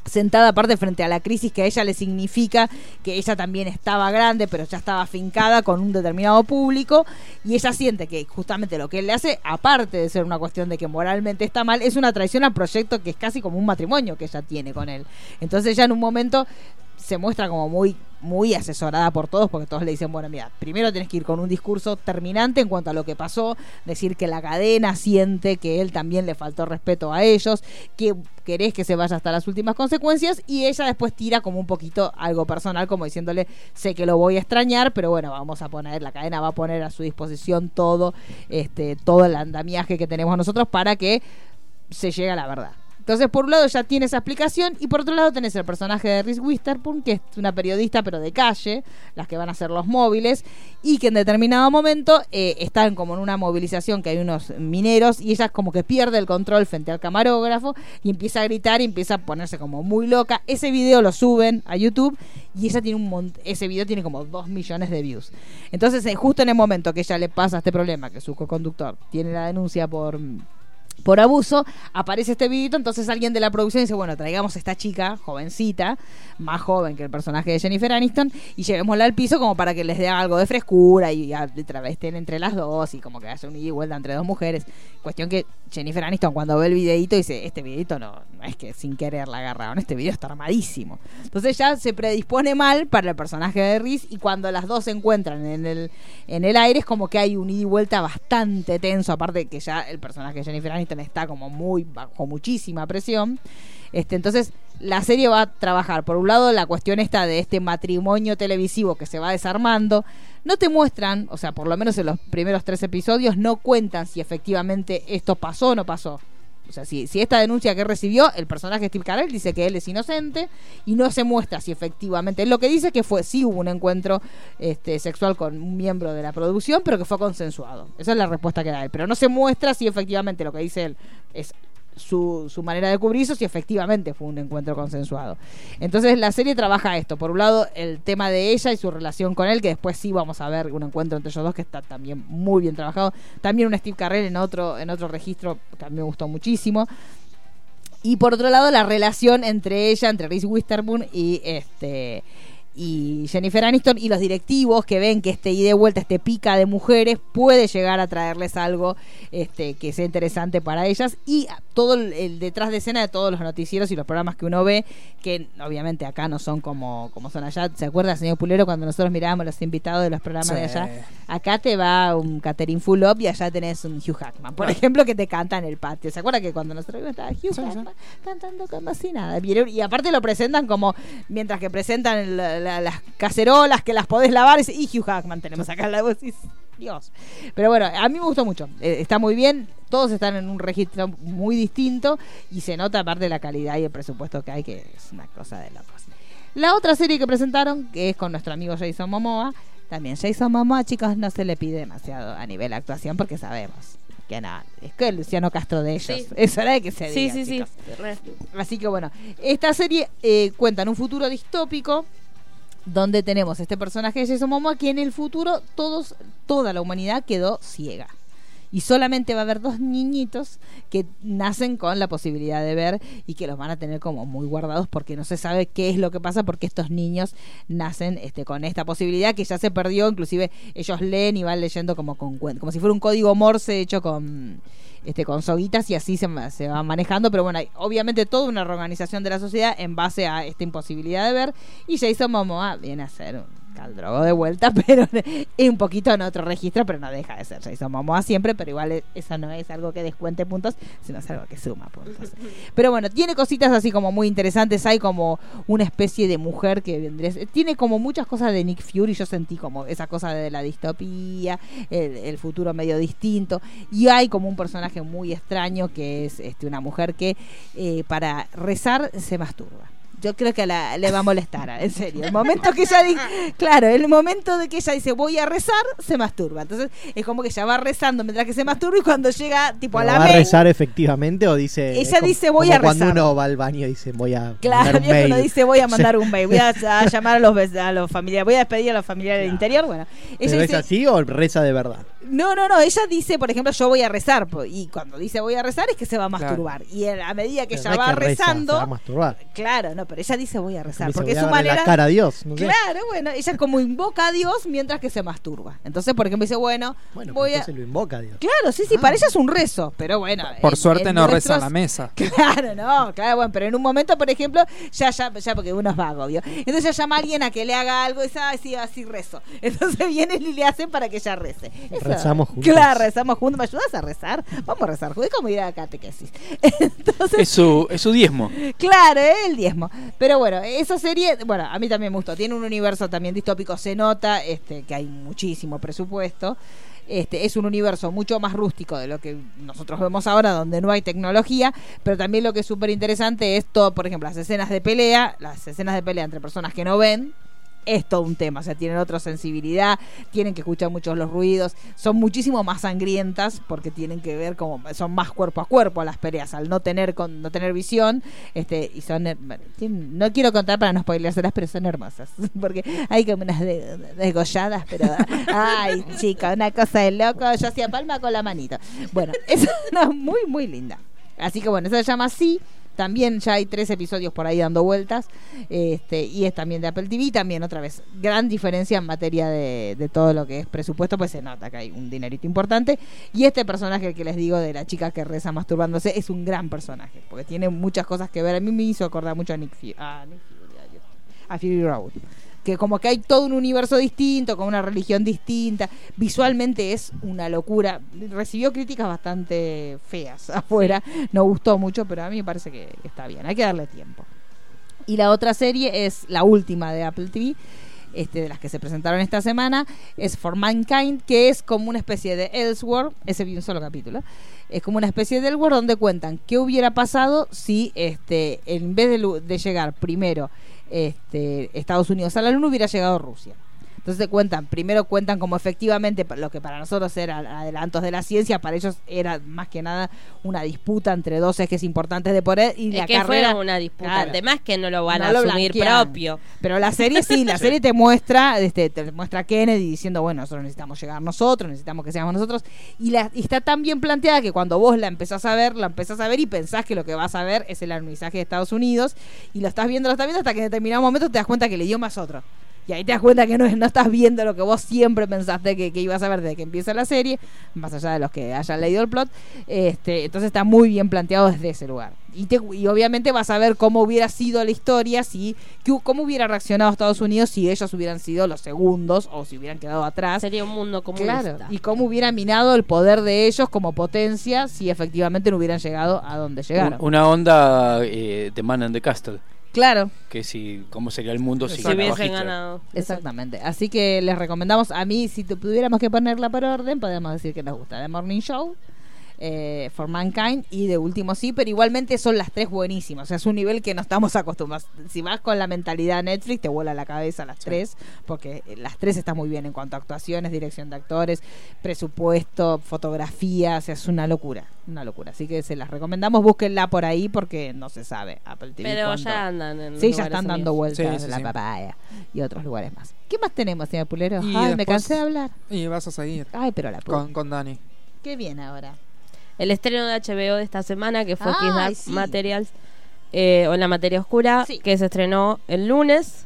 Speaker 1: sentada aparte frente a la crisis que a ella le significa que ella también estaba grande pero ya estaba afincada con un determinado público y ella siente que justamente lo que él le hace aparte de ser una cuestión de que moralmente está mal es una traición al proyecto que es casi como un matrimonio que ella tiene con él entonces ella en un momento se muestra como muy muy asesorada por todos porque todos le dicen bueno mira primero tenés que ir con un discurso terminante en cuanto a lo que pasó decir que la cadena siente que él también le faltó respeto a ellos que querés que se vaya hasta las últimas consecuencias y ella después tira como un poquito algo personal como diciéndole sé que lo voy a extrañar pero bueno vamos a poner la cadena va a poner a su disposición todo este todo el andamiaje que tenemos nosotros para que se llegue a la verdad entonces, por un lado ya tiene esa explicación y por otro lado tenés el personaje de Reese Witherspoon, que es una periodista pero de calle, las que van a ser los móviles, y que en determinado momento eh, están como en una movilización que hay unos mineros y ella como que pierde el control frente al camarógrafo y empieza a gritar y empieza a ponerse como muy loca. Ese video lo suben a YouTube y ella tiene un mon- ese video tiene como 2 millones de views. Entonces, eh, justo en el momento que ella le pasa este problema, que su co-conductor tiene la denuncia por por abuso, aparece este videito, entonces alguien de la producción dice, bueno, traigamos a esta chica, jovencita, más joven que el personaje de Jennifer Aniston, y llevémosla al piso como para que les dé algo de frescura y a- tra- estén entre las dos y como que haya una ida y vuelta entre dos mujeres. Cuestión que Jennifer Aniston cuando ve el videito dice, este videito no, no es que sin querer la agarraron, este video está armadísimo. Entonces ya se predispone mal para el personaje de Reese y cuando las dos se encuentran en el, en el aire es como que hay un ida y vuelta bastante tenso, aparte que ya el personaje de Jennifer Aniston está como muy bajo muchísima presión. Este, entonces, la serie va a trabajar, por un lado, la cuestión esta de este matrimonio televisivo que se va desarmando. No te muestran, o sea, por lo menos en los primeros tres episodios, no cuentan si efectivamente esto pasó o no pasó. O sea, si, si esta denuncia que recibió, el personaje Steve Carell dice que él es inocente y no se muestra si efectivamente. Él lo que dice es que fue, sí hubo un encuentro este, sexual con un miembro de la producción, pero que fue consensuado. Esa es la respuesta que da él. Pero no se muestra si efectivamente lo que dice él es su, su manera de cubrir eso si efectivamente fue un encuentro consensuado. Entonces la serie trabaja esto. Por un lado, el tema de ella y su relación con él, que después sí vamos a ver un encuentro entre ellos dos que está también muy bien trabajado. También un Steve Carrell en otro, en otro registro que a mí me gustó muchísimo. Y por otro lado, la relación entre ella, entre Reese Witherspoon y este y Jennifer Aniston y los directivos que ven que este ida y vuelta, este pica de mujeres, puede llegar a traerles algo este, que sea interesante para ellas. Y todo el, el detrás de escena de todos los noticieros y los programas que uno ve, que obviamente acá no son como, como son allá. ¿Se acuerda, señor Pulero, cuando nosotros mirábamos los invitados de los programas de
Speaker 3: Sí.
Speaker 1: allá? Acá te va un Catherine Full Up y allá tenés un Hugh Hackman, por ejemplo, que te canta en el patio. ¿Se acuerda que cuando nosotros íbamos estaba Hugh
Speaker 3: Sí, sí.
Speaker 1: Hackman cantando como si nada? Y era- Y aparte lo presentan como, mientras que presentan el- la- la- las cacerolas que las podés lavar, dice, y Hugh Hackman tenemos acá en la voz. y dices, Dios. Pero bueno, a mí me gustó mucho. Eh, está muy bien. Todos están en un registro muy distinto y se nota aparte de la calidad y el presupuesto que hay, que es una cosa de locos. La otra serie que presentaron, que es con nuestro amigo Jason Momoa, también Jason Momoa, chicos, no se le pide demasiado a nivel actuación porque sabemos que nada, es que el Luciano Castro de ellos.
Speaker 2: Sí.
Speaker 1: Es hora de que se
Speaker 2: Sí,
Speaker 1: diga,
Speaker 2: sí, sí.
Speaker 1: chicos. Así que bueno, esta serie eh, cuenta en un futuro distópico donde tenemos este personaje de Jason Momoa que en el futuro todos, toda la humanidad quedó ciega. Y solamente va a haber dos niñitos que nacen con la posibilidad de ver y que los van a tener como muy guardados porque no se sabe qué es lo que pasa porque estos niños nacen este, con esta posibilidad que ya se perdió, inclusive ellos leen y van leyendo como con cuen- como si fuera un código morse hecho con este con soguitas y así se, ma- se va manejando, pero bueno, hay obviamente toda una reorganización de la sociedad en base a esta imposibilidad de ver y Jason Momoa viene a ser un caldrogo de vuelta, pero es un poquito en otro registro, pero no deja de ser Jason Momoa siempre, pero igual e- eso no es algo que descuente puntos, sino es algo que suma puntos. Pero bueno, tiene cositas así como muy interesantes. Hay como una especie de mujer que vendría. Tiene como muchas cosas de Nick Fury. Yo sentí como esa cosa de la distopía, el, el futuro medio distinto. Y hay como un personaje muy extraño que es este, una mujer que eh, para rezar se masturba. Yo creo que la- le va a molestar, en serio. El momento que ella dice, claro, el momento de que ella dice voy a rezar, se masturba. Entonces es como que ella va rezando mientras que se masturba y cuando llega tipo a
Speaker 5: ¿Pero
Speaker 1: la
Speaker 5: ¿Va a
Speaker 1: main-
Speaker 5: rezar efectivamente o dice.?
Speaker 1: Ella
Speaker 5: es como-
Speaker 1: dice, voy
Speaker 5: como
Speaker 1: a rezar.
Speaker 5: Cuando uno va al baño y dice, voy a. mandar
Speaker 1: Claro, bien
Speaker 5: un
Speaker 1: que
Speaker 5: mail.
Speaker 1: uno dice voy a mandar un mail, voy a, a llamar a los, vec- a los familiares, voy a despedir a los familiares del interior, bueno. Ella
Speaker 5: ¿Pero es
Speaker 1: dice,
Speaker 5: así o reza de verdad?
Speaker 1: No, no, no. Ella dice, por ejemplo, yo voy a rezar. po- Y cuando dice voy a rezar es que se va a
Speaker 3: Claro.
Speaker 1: masturbar. Y en- a medida que
Speaker 5: Pero
Speaker 1: ella
Speaker 5: no es
Speaker 1: va
Speaker 5: que reza,
Speaker 1: rezando.
Speaker 5: se va a masturbar.
Speaker 1: Claro, no, pero ella dice voy a rezar.
Speaker 5: Dice,
Speaker 1: Porque es
Speaker 5: voy a
Speaker 1: su
Speaker 5: darle
Speaker 1: manera.
Speaker 5: la cara a Dios. no sé.
Speaker 1: Claro, bueno, ella como invoca a Dios mientras que se masturba. Entonces, por ejemplo, dice, bueno,
Speaker 5: Bueno, pero
Speaker 1: voy a.
Speaker 5: entonces Ah. lo invoca a Dios.
Speaker 1: Claro, sí, sí, para ella es un rezo, pero bueno.
Speaker 3: Por
Speaker 1: en-
Speaker 3: suerte
Speaker 1: Eh, en
Speaker 3: no reza
Speaker 1: nuestros-
Speaker 3: la mesa.
Speaker 1: Claro, no, claro, bueno, pero en un momento, por ejemplo, ya, ya, ya, porque uno es vago, obvio. Entonces ya llama a alguien a que le haga algo y dice, "Ay, sí, así rezo. Entonces vienen y le hacen para que ella rece. Eso-
Speaker 5: Rezamos juntos.
Speaker 1: Claro, rezamos juntos. ¿Me ayudas a rezar? Vamos a rezar juntos. Es como ir a la catequesis. Entonces,
Speaker 4: Es su, es su diezmo.
Speaker 1: Claro, ¿eh? el diezmo. Pero bueno, esa serie, bueno, a mí también me gustó. Tiene un universo también distópico, se nota este, que hay muchísimo presupuesto. Este, es un universo mucho más rústico de lo que nosotros vemos ahora, donde no hay tecnología, pero también lo que es súper interesante es todo, por ejemplo, las escenas de pelea, las escenas de pelea entre personas que no ven, es todo un tema, o sea, tienen otra sensibilidad, tienen que escuchar muchos los ruidos, son muchísimo más sangrientas porque tienen que ver como son más cuerpo a cuerpo las peleas al no tener con no tener visión, este y son her- bueno, tienen- no quiero contar para no spoileárselas, pero son hermosas, porque hay como unas de- desgolladas, pero ay, chica, una cosa de loco, yo hacía palma con la manito. Bueno, es una muy muy linda. Así que bueno, eso se llama así. También ya hay tres episodios por ahí dando vueltas. Este, y es también de Apple TV. También, otra vez, gran diferencia en materia de, de todo lo que es presupuesto, pues se nota que hay un dinerito importante. Y este personaje que les digo de la chica que reza masturbándose es un gran personaje, porque tiene muchas cosas que ver. A mí me hizo acordar mucho a Nick Fury. A, Nick Fury, a Dios. A Fury Road. Que como que hay todo un universo distinto, con una religión distinta. Visualmente es una locura. Recibió críticas bastante feas afuera. No gustó mucho, pero a mí me parece que está bien. Hay que darle tiempo. Y la otra serie es la última de Apple TV, este, de las que se presentaron esta semana, es For Mankind, que es como una especie de Elseworld, ese vi un solo capítulo, es como una especie de Elseworld donde cuentan qué hubiera pasado si este, en vez de, lu- de llegar primero este, Estados Unidos a la Luna hubiera llegado Rusia. Entonces te cuentan, primero cuentan como efectivamente pa- lo que para nosotros eran adelantos de la ciencia, para ellos era más que nada una disputa entre dos ejes importantes de poder y
Speaker 2: Es
Speaker 1: la
Speaker 2: que
Speaker 1: carrera
Speaker 2: fue una disputa.
Speaker 1: Claro.
Speaker 2: Además que no lo van
Speaker 1: No
Speaker 2: a
Speaker 1: lo
Speaker 2: asumir
Speaker 1: blanquean.
Speaker 2: propio.
Speaker 1: Pero la serie sí, la serie te muestra, este, te muestra a Kennedy diciendo, bueno, nosotros necesitamos llegar nosotros, necesitamos que seamos nosotros. Y, la, y está tan bien planteada que cuando vos la empezás a ver, la empezás a ver y pensás que lo que vas a ver es el alunizaje de Estados Unidos. Y lo estás viendo, lo estás viendo hasta que en determinado momento te das cuenta que el idioma es otro. Y ahí te das cuenta que no, es- no estás viendo lo que vos siempre pensaste que, que ibas a ver desde que empieza la serie, más allá de los que hayan leído el plot. Este, entonces está muy bien planteado desde ese lugar. Y, te- y obviamente vas a ver cómo hubiera sido la historia, si, que hu- cómo hubiera reaccionado Estados Unidos si ellos hubieran sido los segundos o si hubieran quedado atrás.
Speaker 2: Sería un mundo comunista.
Speaker 1: Claro, y cómo hubiera minado el poder de ellos como potencia si efectivamente no hubieran llegado a donde llegaron.
Speaker 4: Un- Una onda eh, de Man and the Castle.
Speaker 1: Claro,
Speaker 4: Que si, ¿Cómo sería el mundo si
Speaker 2: si
Speaker 4: ganaba
Speaker 2: hubiesen
Speaker 4: Hitler?
Speaker 2: ganado.
Speaker 1: Exactamente. Así que les recomendamos a mí, si tu- tuviéramos que ponerla por orden, podemos decir que nos gusta The Morning Show, eh, For Mankind y de último sí, pero igualmente son las tres buenísimas. O sea, es un nivel que no estamos acostumbrados. Si vas con la mentalidad Netflix, te vuela la cabeza las tres, porque eh, las tres están muy bien en cuanto a actuaciones, dirección de actores, presupuesto, fotografía. O sea, es una locura, una locura. Así que se las recomendamos, búsquenla por ahí porque no se sabe. Apple TV
Speaker 2: Pero
Speaker 1: cuándo-
Speaker 2: ya andan en
Speaker 1: Sí,
Speaker 2: los
Speaker 1: ya
Speaker 2: lugares
Speaker 1: están dando
Speaker 2: unidos.
Speaker 1: vueltas
Speaker 3: Sí, sí,
Speaker 1: la
Speaker 3: sí.
Speaker 1: papaya y otros lugares más. ¿Qué más tenemos, señor Pulero? Ay,
Speaker 3: Y
Speaker 1: me
Speaker 3: después-
Speaker 1: cansé de hablar.
Speaker 3: Y vas a seguir
Speaker 1: Ay, pero la puta.
Speaker 3: con, con Dani.
Speaker 1: ¿Qué viene ahora?
Speaker 2: El estreno de HBO de esta semana, que fue
Speaker 1: Ay,
Speaker 2: Kiss Dark
Speaker 1: sí.
Speaker 2: Materials, eh, o La Materia Oscura,
Speaker 1: Sí.
Speaker 2: que se estrenó el lunes.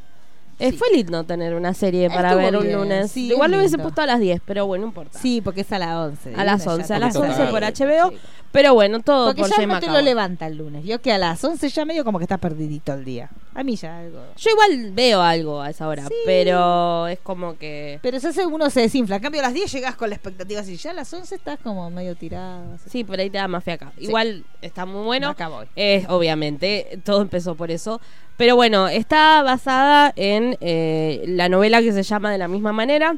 Speaker 2: Eh,
Speaker 1: Sí.
Speaker 2: Fue lindo tener una serie para
Speaker 1: Estuvo
Speaker 2: ver un
Speaker 1: bien,
Speaker 2: lunes.
Speaker 1: sí,
Speaker 2: Igual
Speaker 1: es
Speaker 2: lo hubiesen
Speaker 1: lindo.
Speaker 2: puesto a las 10, pero bueno, no importa.
Speaker 1: Sí, porque es a las 11.
Speaker 2: A las
Speaker 1: Una ya
Speaker 2: 11, a
Speaker 1: está
Speaker 2: las
Speaker 1: por
Speaker 2: 11 por
Speaker 1: ahí,
Speaker 2: HBO.
Speaker 1: chico.
Speaker 2: Pero bueno, todo
Speaker 1: Porque
Speaker 2: por
Speaker 1: ya
Speaker 2: Gemma
Speaker 1: no te lo
Speaker 2: Cabo.
Speaker 1: levanta el lunes. Yo que a las 11 ya medio como que está perdidito el día. A mí ya algo.
Speaker 2: Yo igual veo algo a esa hora,
Speaker 1: Sí.
Speaker 2: pero es como que...
Speaker 1: Pero ya hace uno se desinfla. En cambio, a las 10 llegas con la expectativa. Si ya a las 11 estás como medio tirado. así.
Speaker 2: Sí, por ahí te da más fe acá.
Speaker 1: Sí.
Speaker 2: Igual está muy bueno.
Speaker 1: Acá voy.
Speaker 2: Es, obviamente, todo empezó por eso. Pero bueno, está basada en eh, la novela que se llama de la misma manera,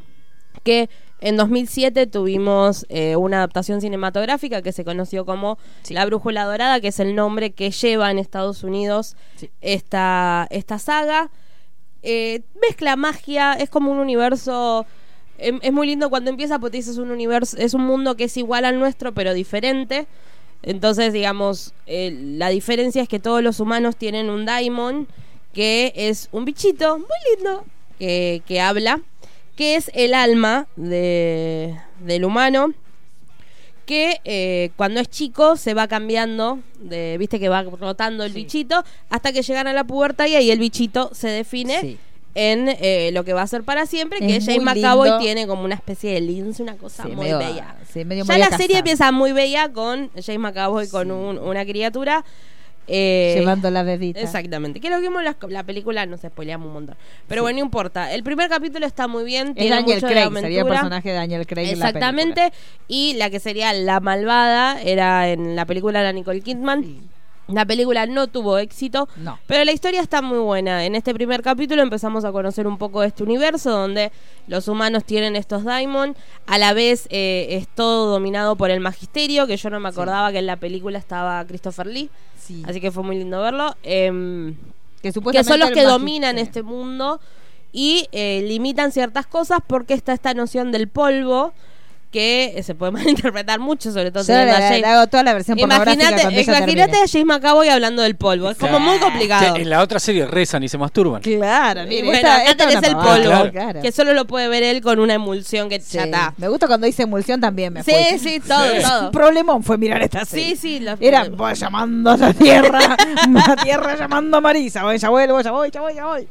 Speaker 2: que en 2007 tuvimos eh, una adaptación cinematográfica que se conoció como La Brújula Dorada, que es el nombre que lleva en Estados Unidos
Speaker 1: Sí.
Speaker 2: esta, esta saga. Eh, mezcla magia, es como un universo... em- Es muy lindo cuando empieza porque dices un universo, es un mundo que es igual al nuestro pero diferente. Entonces, digamos, eh, la diferencia es que todos los humanos tienen un daimon, que es un bichito muy lindo, que, que habla, que es el alma de, del humano, que eh, cuando es chico se va cambiando, de, viste que va rotando el bichito, hasta que llegan a la pubertad y ahí el bichito se define.
Speaker 1: Sí.
Speaker 2: En eh, lo que va a ser para siempre, que
Speaker 1: Es
Speaker 2: James
Speaker 1: muy
Speaker 2: McAvoy
Speaker 1: lindo.
Speaker 2: tiene como una especie de lince, una cosa
Speaker 1: Sí,
Speaker 2: muy
Speaker 1: medio-
Speaker 2: bella.
Speaker 1: sí, medio
Speaker 2: ya
Speaker 1: María
Speaker 2: la serie
Speaker 1: Casán.
Speaker 2: empieza muy bella con James McAvoy con un- una criatura. eh,
Speaker 1: Llevando la bebita.
Speaker 2: Exactamente. Que lo vimos en las co- la, película, nos spoileamos un montón. Pero bueno, no importa. El primer capítulo está muy bien.
Speaker 1: Es
Speaker 2: tiene
Speaker 1: Daniel
Speaker 2: mucho de
Speaker 1: Craig, sería el
Speaker 2: aventura.
Speaker 1: personaje de Daniel Craig. en la película.
Speaker 2: Exactamente. y la que sería La Malvada era en la película de Nicole Kidman. La película no tuvo éxito,
Speaker 1: No.
Speaker 2: pero la historia está muy buena. En este primer capítulo empezamos a conocer un poco de este universo donde los humanos tienen estos daimon. A la vez eh, es todo dominado por el magisterio, que yo no me acordaba que en la película estaba Christopher Lee.
Speaker 1: Sí.
Speaker 2: Así que fue muy lindo verlo. Em,
Speaker 1: que,
Speaker 2: que
Speaker 1: supuestamente
Speaker 2: son los
Speaker 1: el
Speaker 2: que
Speaker 1: magi-
Speaker 2: dominan
Speaker 1: sí.
Speaker 2: este mundo y eh, limitan ciertas cosas porque está esta noción del polvo que eh, se puede malinterpretar mucho, sobre todo
Speaker 1: Yo le,
Speaker 2: teniendo a
Speaker 1: le- le
Speaker 2: James.
Speaker 1: hago toda la versión pornográfica cuando
Speaker 2: Imagínate,
Speaker 1: ella
Speaker 2: imagínate
Speaker 1: termine.
Speaker 2: a James McAvoy hablando del polvo, es como muy complicado.
Speaker 4: Sí, En la otra serie rezan y se masturban.
Speaker 1: Claro,
Speaker 2: Y
Speaker 1: mira,
Speaker 2: Eh, bueno,
Speaker 1: esta-
Speaker 2: acá
Speaker 1: esta es
Speaker 2: tenés
Speaker 1: una
Speaker 2: el
Speaker 1: pavada,
Speaker 2: polvo,
Speaker 1: claro.
Speaker 2: que solo lo puede ver él con una emulsión que
Speaker 1: Sí.
Speaker 2: ya está.
Speaker 1: Me gusta cuando dice emulsión también, me
Speaker 2: Sí,
Speaker 1: fue.
Speaker 2: sí, todo, todo.
Speaker 1: Un problemón fue mirar esta serie.
Speaker 2: Sí, eh, sí, los-
Speaker 1: Era voy llamando a la tierra, la tierra llamando a Marisa. Voy, ya vuelvo, ya voy, ya voy, ya voy.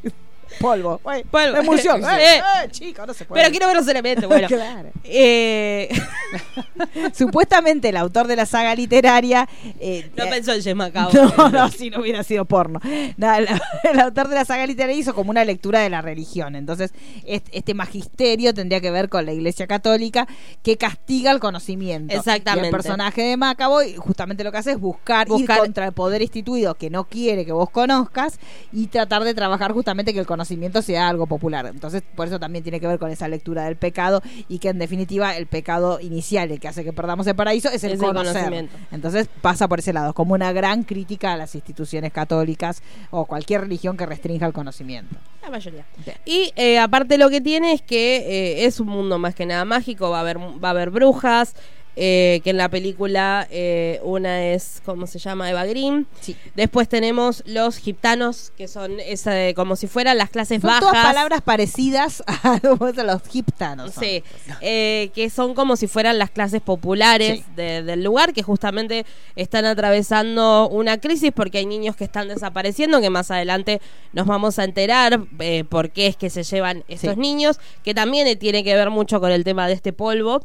Speaker 1: Polvo, voy.
Speaker 2: Polvo.
Speaker 1: Emulsión.
Speaker 2: Sí.
Speaker 1: Eh, eh, chico, no se puede.
Speaker 2: Pero quiero ver los elementos, bueno.
Speaker 1: Claro.
Speaker 2: Eh,
Speaker 1: Supuestamente el autor de la saga literaria. eh,
Speaker 2: no
Speaker 1: eh,
Speaker 2: pensó en James McAvoy.
Speaker 1: No, no, si no hubiera sido porno. Nada, la- el autor de la saga literaria hizo como una lectura de la religión. Entonces, est- este magisterio tendría que ver con la iglesia católica que castiga el conocimiento.
Speaker 2: Exactamente.
Speaker 1: Y el personaje de Macaboy justamente lo que hace es buscar,
Speaker 2: Buscar-
Speaker 1: ir contra el poder instituido que no quiere que vos conozcas y tratar de trabajar justamente que el conocimiento sea algo popular. Entonces, por eso también tiene que ver con esa lectura del pecado y que en definitiva el pecado inicial, el que hace que perdamos el paraíso, es el,
Speaker 2: Es el
Speaker 1: conocer.
Speaker 2: conocimiento.
Speaker 1: Entonces pasa por ese lado, es como una gran crítica a las instituciones católicas o cualquier religión que restrinja el conocimiento.
Speaker 2: La mayoría. Y eh, aparte lo que tiene es que eh, es un mundo más que nada mágico, va a haber, va a haber brujas, eh, que en la película eh, una es, ¿cómo se llama? Eva Green.
Speaker 1: Sí.
Speaker 2: Después tenemos los gitanos, que son esa, de- como si fueran las clases
Speaker 1: Son
Speaker 2: bajas.
Speaker 1: todas palabras parecidas a los giptanos.
Speaker 2: Sí, eh, que son como si fueran las clases populares
Speaker 1: Sí.
Speaker 2: de- del lugar, que justamente están atravesando una crisis porque hay niños que están desapareciendo, que más adelante nos vamos a enterar eh, por qué es que se llevan estos
Speaker 1: Sí.
Speaker 2: niños, que también eh, tiene que ver mucho con el tema de este polvo.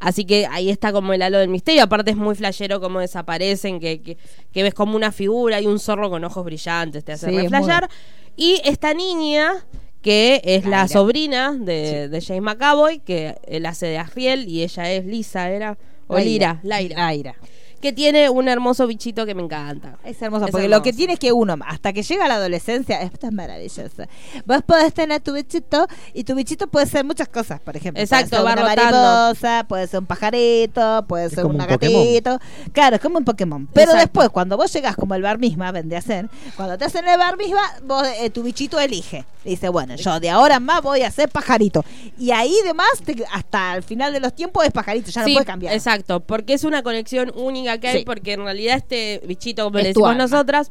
Speaker 2: Así que ahí está como el halo del misterio. Aparte es muy flashero como desaparecen, que, que, que ves como una figura y un zorro con ojos brillantes, te hace
Speaker 1: Sí, es muy-
Speaker 2: reflashear. Y esta niña, que es la
Speaker 1: Kyra.
Speaker 2: sobrina de, de James McAvoy, que él hace de Asriel y ella es Lisa, era. O Lira, Laira. Que tiene un hermoso bichito que me encanta.
Speaker 1: Es hermosa,
Speaker 2: Es
Speaker 1: porque
Speaker 2: hermoso.
Speaker 1: lo que tiene es que uno, hasta que llega a la adolescencia, esto es maravilloso. Vos podés tener tu bichito y tu bichito puede ser muchas cosas, por ejemplo.
Speaker 2: Exacto,
Speaker 1: puede
Speaker 2: va
Speaker 1: ser una
Speaker 2: rotando.
Speaker 1: mariposa, puede ser un pajarito, puede
Speaker 9: Es
Speaker 1: ser
Speaker 9: como
Speaker 1: una
Speaker 9: un Pokémon.
Speaker 1: gatito. Claro, es como un Pokémon. Pero
Speaker 2: Exacto.
Speaker 1: después, cuando vos llegás como el bar misma, vendría a ser, cuando te hacen el bar misma, vos, eh, tu bichito elige. Y Dice, bueno, yo de ahora en más voy a ser pajarito. Y ahí, además, te- hasta el final de los tiempos es pajarito, ya
Speaker 2: Sí,
Speaker 1: no puedes cambiar.
Speaker 2: Exacto, porque es una conexión única que hay,
Speaker 1: Sí.
Speaker 2: porque en realidad este bichito, como
Speaker 1: Es
Speaker 2: le
Speaker 1: tu
Speaker 2: decimos
Speaker 1: alma.
Speaker 2: nosotras,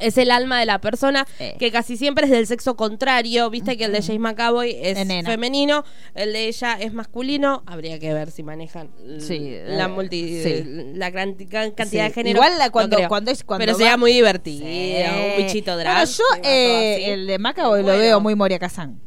Speaker 2: es el alma de la persona,
Speaker 1: Eh. Mm.
Speaker 2: que casi siempre es del sexo contrario. Viste que el de James McAvoy es
Speaker 1: De nena.
Speaker 2: femenino, el de ella es masculino. Habría que ver si manejan l-
Speaker 1: Sí,
Speaker 2: la,
Speaker 1: eh,
Speaker 2: multi,
Speaker 1: sí.
Speaker 2: la gran gran cantidad
Speaker 1: Sí.
Speaker 2: de género.
Speaker 1: Igual la-
Speaker 2: No
Speaker 1: cuando-
Speaker 2: creo.
Speaker 1: cuando es- cuando
Speaker 2: Pero
Speaker 1: va-
Speaker 2: sería muy divertido,
Speaker 1: Sí.
Speaker 2: un bichito drag.
Speaker 1: Bueno, yo
Speaker 2: que va
Speaker 1: eh,
Speaker 2: todo así.
Speaker 1: el de Macaboy
Speaker 2: Bueno.
Speaker 1: lo veo muy Moria Kazan.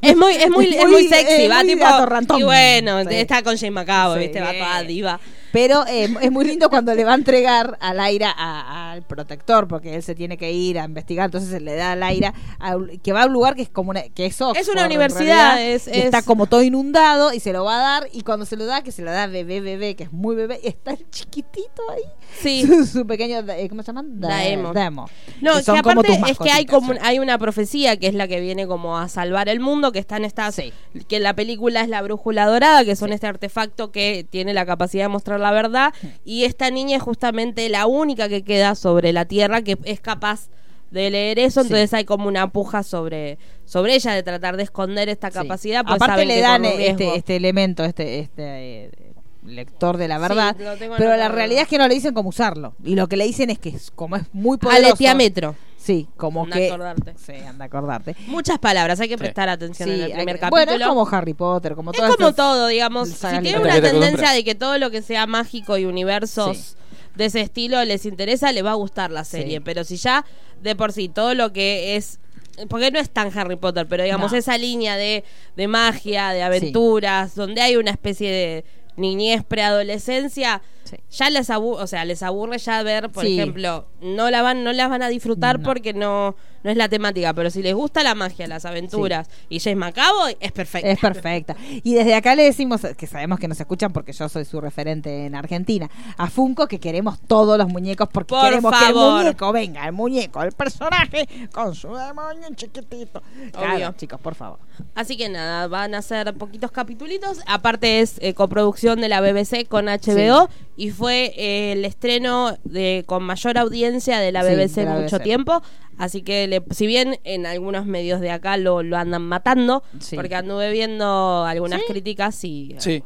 Speaker 2: Es muy, es muy, es
Speaker 1: Muy,
Speaker 2: muy sexy,
Speaker 1: eh,
Speaker 2: va
Speaker 1: muy
Speaker 2: tipo.
Speaker 1: atorrantón.
Speaker 2: Y bueno,
Speaker 1: Sí.
Speaker 2: está con James McAvoy,
Speaker 1: Sí.
Speaker 2: viste, va toda diva.
Speaker 1: Pero eh, es muy lindo cuando le va a entregar al Aira a- al protector, porque él se tiene que ir a investigar, entonces se le da al Aira a un- que va a un lugar que es como una, que es Oxford,
Speaker 2: Es una
Speaker 1: en
Speaker 2: universidad,
Speaker 1: realidad,
Speaker 2: es-
Speaker 1: y
Speaker 2: es-
Speaker 1: está como todo inundado y se lo va a dar y cuando se lo da que se lo da bebé bebé que es muy bebé y está el chiquitito ahí
Speaker 2: Sí.
Speaker 1: su, su pequeño eh, cómo se llaman Da-
Speaker 2: Daemon.
Speaker 1: Daemon.
Speaker 2: No,
Speaker 1: Que son
Speaker 2: que
Speaker 1: como
Speaker 2: aparte
Speaker 1: tus
Speaker 2: es que hay
Speaker 1: mascotitas.
Speaker 2: como un- hay una profecía que es la que viene como a salvar el mundo, que están estas
Speaker 1: Sí.
Speaker 2: que en la película es la brújula dorada, que son este artefacto que tiene la capacidad de mostrar la verdad y esta niña es justamente la única que queda sobre la Tierra que es capaz de leer eso,
Speaker 1: Sí.
Speaker 2: entonces hay como una puja sobre sobre ella de tratar de esconder esta
Speaker 1: Sí.
Speaker 2: capacidad, pues
Speaker 1: Aparte
Speaker 2: saben
Speaker 1: le
Speaker 2: que
Speaker 1: dan
Speaker 2: corre un
Speaker 1: eh, este,
Speaker 2: riesgo. Ah,
Speaker 1: este elemento, este, este eh, lector de la verdad.
Speaker 2: lo tengo
Speaker 1: pero
Speaker 2: anotado.
Speaker 1: la realidad es que no le dicen cómo usarlo. Y lo que le dicen es que es- como es muy poderoso.
Speaker 2: Aletiametro.
Speaker 1: Sí, como
Speaker 2: Ah, Anda a
Speaker 1: que.
Speaker 2: acordarte.
Speaker 1: Sí, anda a acordarte.
Speaker 2: Muchas palabras, hay que
Speaker 4: Sí.
Speaker 2: prestar atención
Speaker 1: Sí,
Speaker 2: en el
Speaker 1: hay
Speaker 2: primer
Speaker 1: que-
Speaker 2: capítulo.
Speaker 1: Bueno, es como Harry Potter, como
Speaker 2: Es
Speaker 1: todas
Speaker 2: como
Speaker 1: esas-
Speaker 2: todo, digamos. Si
Speaker 1: sagas
Speaker 2: tiene
Speaker 1: lindas.
Speaker 2: una
Speaker 4: Hasta que te
Speaker 2: tendencia
Speaker 4: acostumbras.
Speaker 2: de que todo lo que sea mágico y universos
Speaker 1: Sí.
Speaker 2: de ese estilo les interesa, le va a gustar la serie.
Speaker 1: Sí.
Speaker 2: Pero si ya de por sí todo lo que es. Porque no es tan Harry Potter, pero digamos
Speaker 1: No.
Speaker 2: esa línea de, de magia, de aventuras, donde hay una especie de niñez, preadolescencia.
Speaker 1: Sí.
Speaker 2: Ya les aburre, o sea, les aburre ya ver, por
Speaker 1: Sí.
Speaker 2: ejemplo, no la van, no las van a disfrutar
Speaker 1: No.
Speaker 2: porque no, no es la temática, pero si les gusta la magia, las aventuras y James Macabo, es perfecto.
Speaker 1: Es perfecta. Y desde acá le decimos, eh, que sabemos que nos escuchan porque yo soy su referente en Argentina, a Funko que queremos todos los muñecos porque
Speaker 2: Por
Speaker 1: queremos que
Speaker 2: favor.
Speaker 1: el muñeco venga, el muñeco, el personaje con su demonio chiquitito. Claro,
Speaker 2: Obvio.
Speaker 1: chicos, por favor.
Speaker 2: Así que nada, van a ser poquitos capitulitos. Aparte es eh, coproducción de la BBC con HBO y fue eh, el estreno de con mayor audiencia de la
Speaker 1: Sí,
Speaker 2: BBC
Speaker 1: de
Speaker 2: en
Speaker 1: la
Speaker 2: mucho
Speaker 1: BBC.
Speaker 2: tiempo. Así que le- si bien en algunos medios de acá lo, lo andan matando,
Speaker 1: Sí.
Speaker 2: porque anduve viendo algunas críticas y...
Speaker 4: Sí.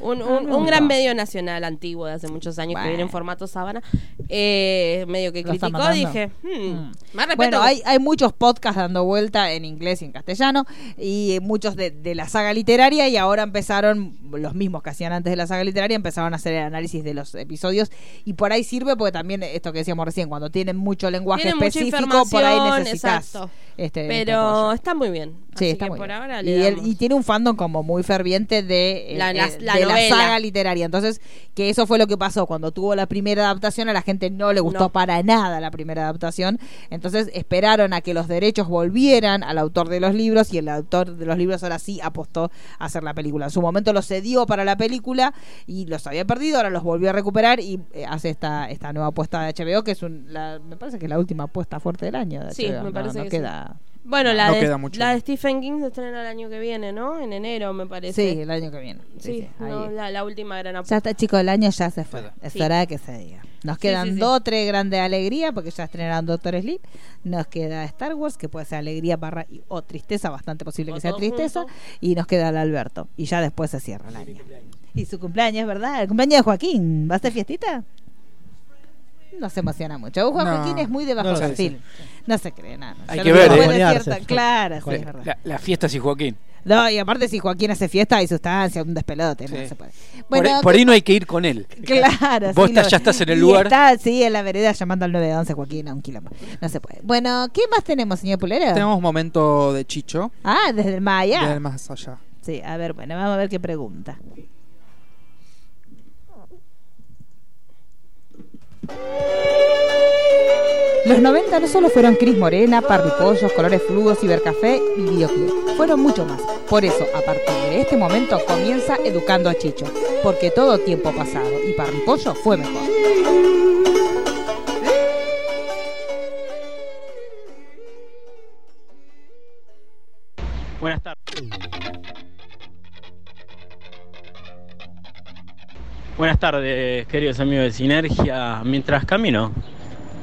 Speaker 2: Un,
Speaker 1: Ah,
Speaker 2: un-
Speaker 1: me
Speaker 2: un
Speaker 1: gusta.
Speaker 2: gran medio nacional antiguo de hace muchos años
Speaker 1: Bueno.
Speaker 2: que viene en formato sábana, eh, medio que
Speaker 1: Lo está
Speaker 2: criticó,
Speaker 1: matando.
Speaker 2: dije, hmm,
Speaker 1: Mm.
Speaker 2: más respeto.
Speaker 1: Bueno, hay, hay muchos podcasts dando vuelta en inglés y en castellano, y muchos de, de la saga literaria, y ahora empezaron, los mismos que hacían antes de la saga literaria, empezaron a hacer el análisis de los episodios, y por ahí sirve porque también esto que decíamos recién, cuando tienen mucho lenguaje
Speaker 2: Tienen mucha
Speaker 1: específico, por ahí
Speaker 2: información,
Speaker 1: necesitas.
Speaker 2: exacto.
Speaker 1: Este, este
Speaker 2: Pero
Speaker 1: apoyo.
Speaker 2: está muy bien.
Speaker 1: Sí,
Speaker 2: Así
Speaker 1: está
Speaker 2: que
Speaker 1: muy
Speaker 2: por
Speaker 1: bien.
Speaker 2: ahora le
Speaker 1: y, él-
Speaker 2: damos.
Speaker 1: y tiene un fandom como muy ferviente de, eh,
Speaker 2: La- la-
Speaker 1: eh,
Speaker 2: la
Speaker 1: de la
Speaker 2: novela.
Speaker 1: saga literaria. Entonces, que eso fue lo que pasó. Cuando tuvo la primera adaptación, a la gente no le gustó
Speaker 2: No.
Speaker 1: para nada la primera adaptación. Entonces, esperaron a que los derechos volvieran al autor de los libros y el autor de los libros ahora sí apostó a hacer la película. En su momento los cedió para la película y los había perdido, ahora los volvió a recuperar y eh, hace esta, esta nueva apuesta de HBO, que es un, la- me parece que es la última apuesta fuerte del año. de
Speaker 2: Sí,
Speaker 1: HBO,
Speaker 2: me
Speaker 1: no-
Speaker 2: parece
Speaker 1: no
Speaker 2: que sí.
Speaker 1: queda...
Speaker 2: Bueno, la,
Speaker 3: No
Speaker 2: de,
Speaker 3: queda mucho.
Speaker 2: la de Stephen King se estrena el año que viene, ¿no? En enero, me parece.
Speaker 1: Sí, el año que viene. Sí,
Speaker 2: Sí,
Speaker 1: sí, ahí
Speaker 2: no,
Speaker 1: es.
Speaker 2: la, la última gran
Speaker 1: Ya
Speaker 2: apuesta.
Speaker 1: está, chicos, el año ya se fue. Es
Speaker 2: Sí.
Speaker 1: hora de que se diga. Nos quedan
Speaker 2: sí, sí.
Speaker 1: dos, tres grandes alegrías, porque ya estrenaron Doctor Sleep. Nos queda Star Wars, que puede ser alegría barra y- o tristeza, bastante posible
Speaker 2: O
Speaker 1: que sea
Speaker 2: todo
Speaker 1: tristeza.
Speaker 2: junto.
Speaker 1: Y nos queda el Alberto. Y ya después se cierra el año. Y su cumpleaños, ¿verdad? El cumpleaños de Joaquín. ¿Va a ser fiestita? No se emociona mucho.
Speaker 3: No,
Speaker 1: Joaquín es muy de bajo
Speaker 5: no lo sé,
Speaker 1: perfil. No se cree nada.
Speaker 4: Hay
Speaker 1: Yo
Speaker 4: que
Speaker 1: lo
Speaker 4: ver,
Speaker 1: después
Speaker 4: ¿eh?
Speaker 1: de
Speaker 5: Joanearse.
Speaker 1: cierta- Claro, sí, es verdad.
Speaker 4: La, la fiesta sin Joaquín.
Speaker 1: No, y aparte si Joaquín hace fiesta hay sustancia, un despelote, no
Speaker 4: Sí.
Speaker 1: se puede.
Speaker 4: Por ahí- por, ahí no hay que ir con él.
Speaker 1: Claro,
Speaker 4: Vos
Speaker 1: sí,
Speaker 4: estás-
Speaker 1: lo-
Speaker 4: ya estás en el
Speaker 1: y
Speaker 4: lugar.
Speaker 1: Está, sí, en la vereda llamando al 911, Joaquín, a un quilombo. No se puede. Bueno, ¿qué más tenemos, señor Pulero?
Speaker 3: Tenemos momento de Chicho,
Speaker 1: Ah, desde el Maya.
Speaker 3: del más allá.
Speaker 1: Sí, a ver, bueno, vamos a ver qué pregunta. Los 90 no solo fueron Cris Morena, Parripollos, Colores Fluos, Cibercafé y Videoclub, fueron mucho más. Por eso, a partir de este momento comienza Educando a Chicho, porque todo tiempo pasado y Parripollo fue mejor.
Speaker 10: Buenas tardes. Buenas tardes, queridos amigos de Sinergia. Mientras camino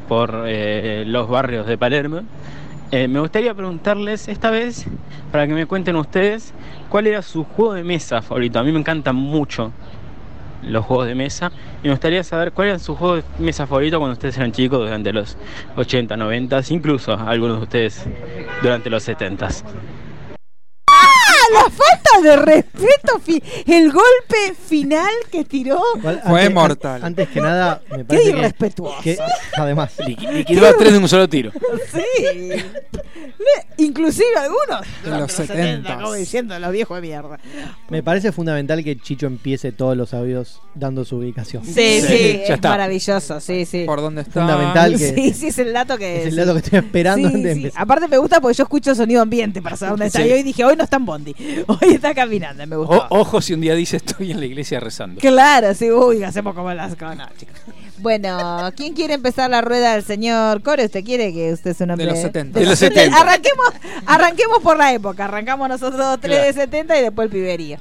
Speaker 10: por eh, los barrios de Palermo, eh, me gustaría preguntarles esta vez, para que me cuenten ustedes, cuál era su juego de mesa favorito. A mí me encantan mucho los juegos de mesa y me gustaría saber cuál era su juego de mesa favorito cuando ustedes eran chicos durante los 80, 90, incluso algunos de ustedes durante los 70.
Speaker 1: la falta de respeto, fi- el golpe final que tiró.
Speaker 5: Igual,
Speaker 3: Fue
Speaker 5: antes-
Speaker 3: mortal.
Speaker 5: Antes que nada, me
Speaker 1: Qué
Speaker 5: parece que,
Speaker 1: irrespetuoso.
Speaker 5: que- además,
Speaker 4: Liqui- Liquidó a tres de un solo tiro.
Speaker 1: Sí. Le- Inclusive algunos.
Speaker 3: De los 70.
Speaker 1: Como diciendo los viejos de mierda.
Speaker 5: me parece fundamental que Chicho empiece todos los sabios dando su ubicación.
Speaker 1: Sí, sí,
Speaker 4: sí, ya
Speaker 1: es
Speaker 4: está.
Speaker 1: maravilloso, sí, sí.
Speaker 3: Por dónde está.
Speaker 5: Fundamental. tal que-
Speaker 1: Sí, sí, es el dato que...
Speaker 5: Es el
Speaker 1: sí.
Speaker 5: dato que estoy esperando
Speaker 1: Sí,
Speaker 5: antes de
Speaker 1: sí.
Speaker 5: empezar.
Speaker 1: Aparte me gusta porque yo escucho sonido ambiente para saber dónde está.
Speaker 4: Sí. Oh,
Speaker 1: Y hoy dije, hoy no está en Bondi, hoy está caminando, me gustó.
Speaker 4: O- ojo si un día dice estoy en la iglesia rezando.
Speaker 1: Claro, sí, uy, hacemos como las como- no, chicos. Bueno, ¿quién quiere empezar la rueda del señor Core? ¿Usted quiere que usted es un hombre
Speaker 3: De los 70.
Speaker 4: De los 70.
Speaker 1: Arranquemos, arranquemos por la época. Arrancamos nosotros tres
Speaker 4: Claro.
Speaker 1: de 70 y después el piberío.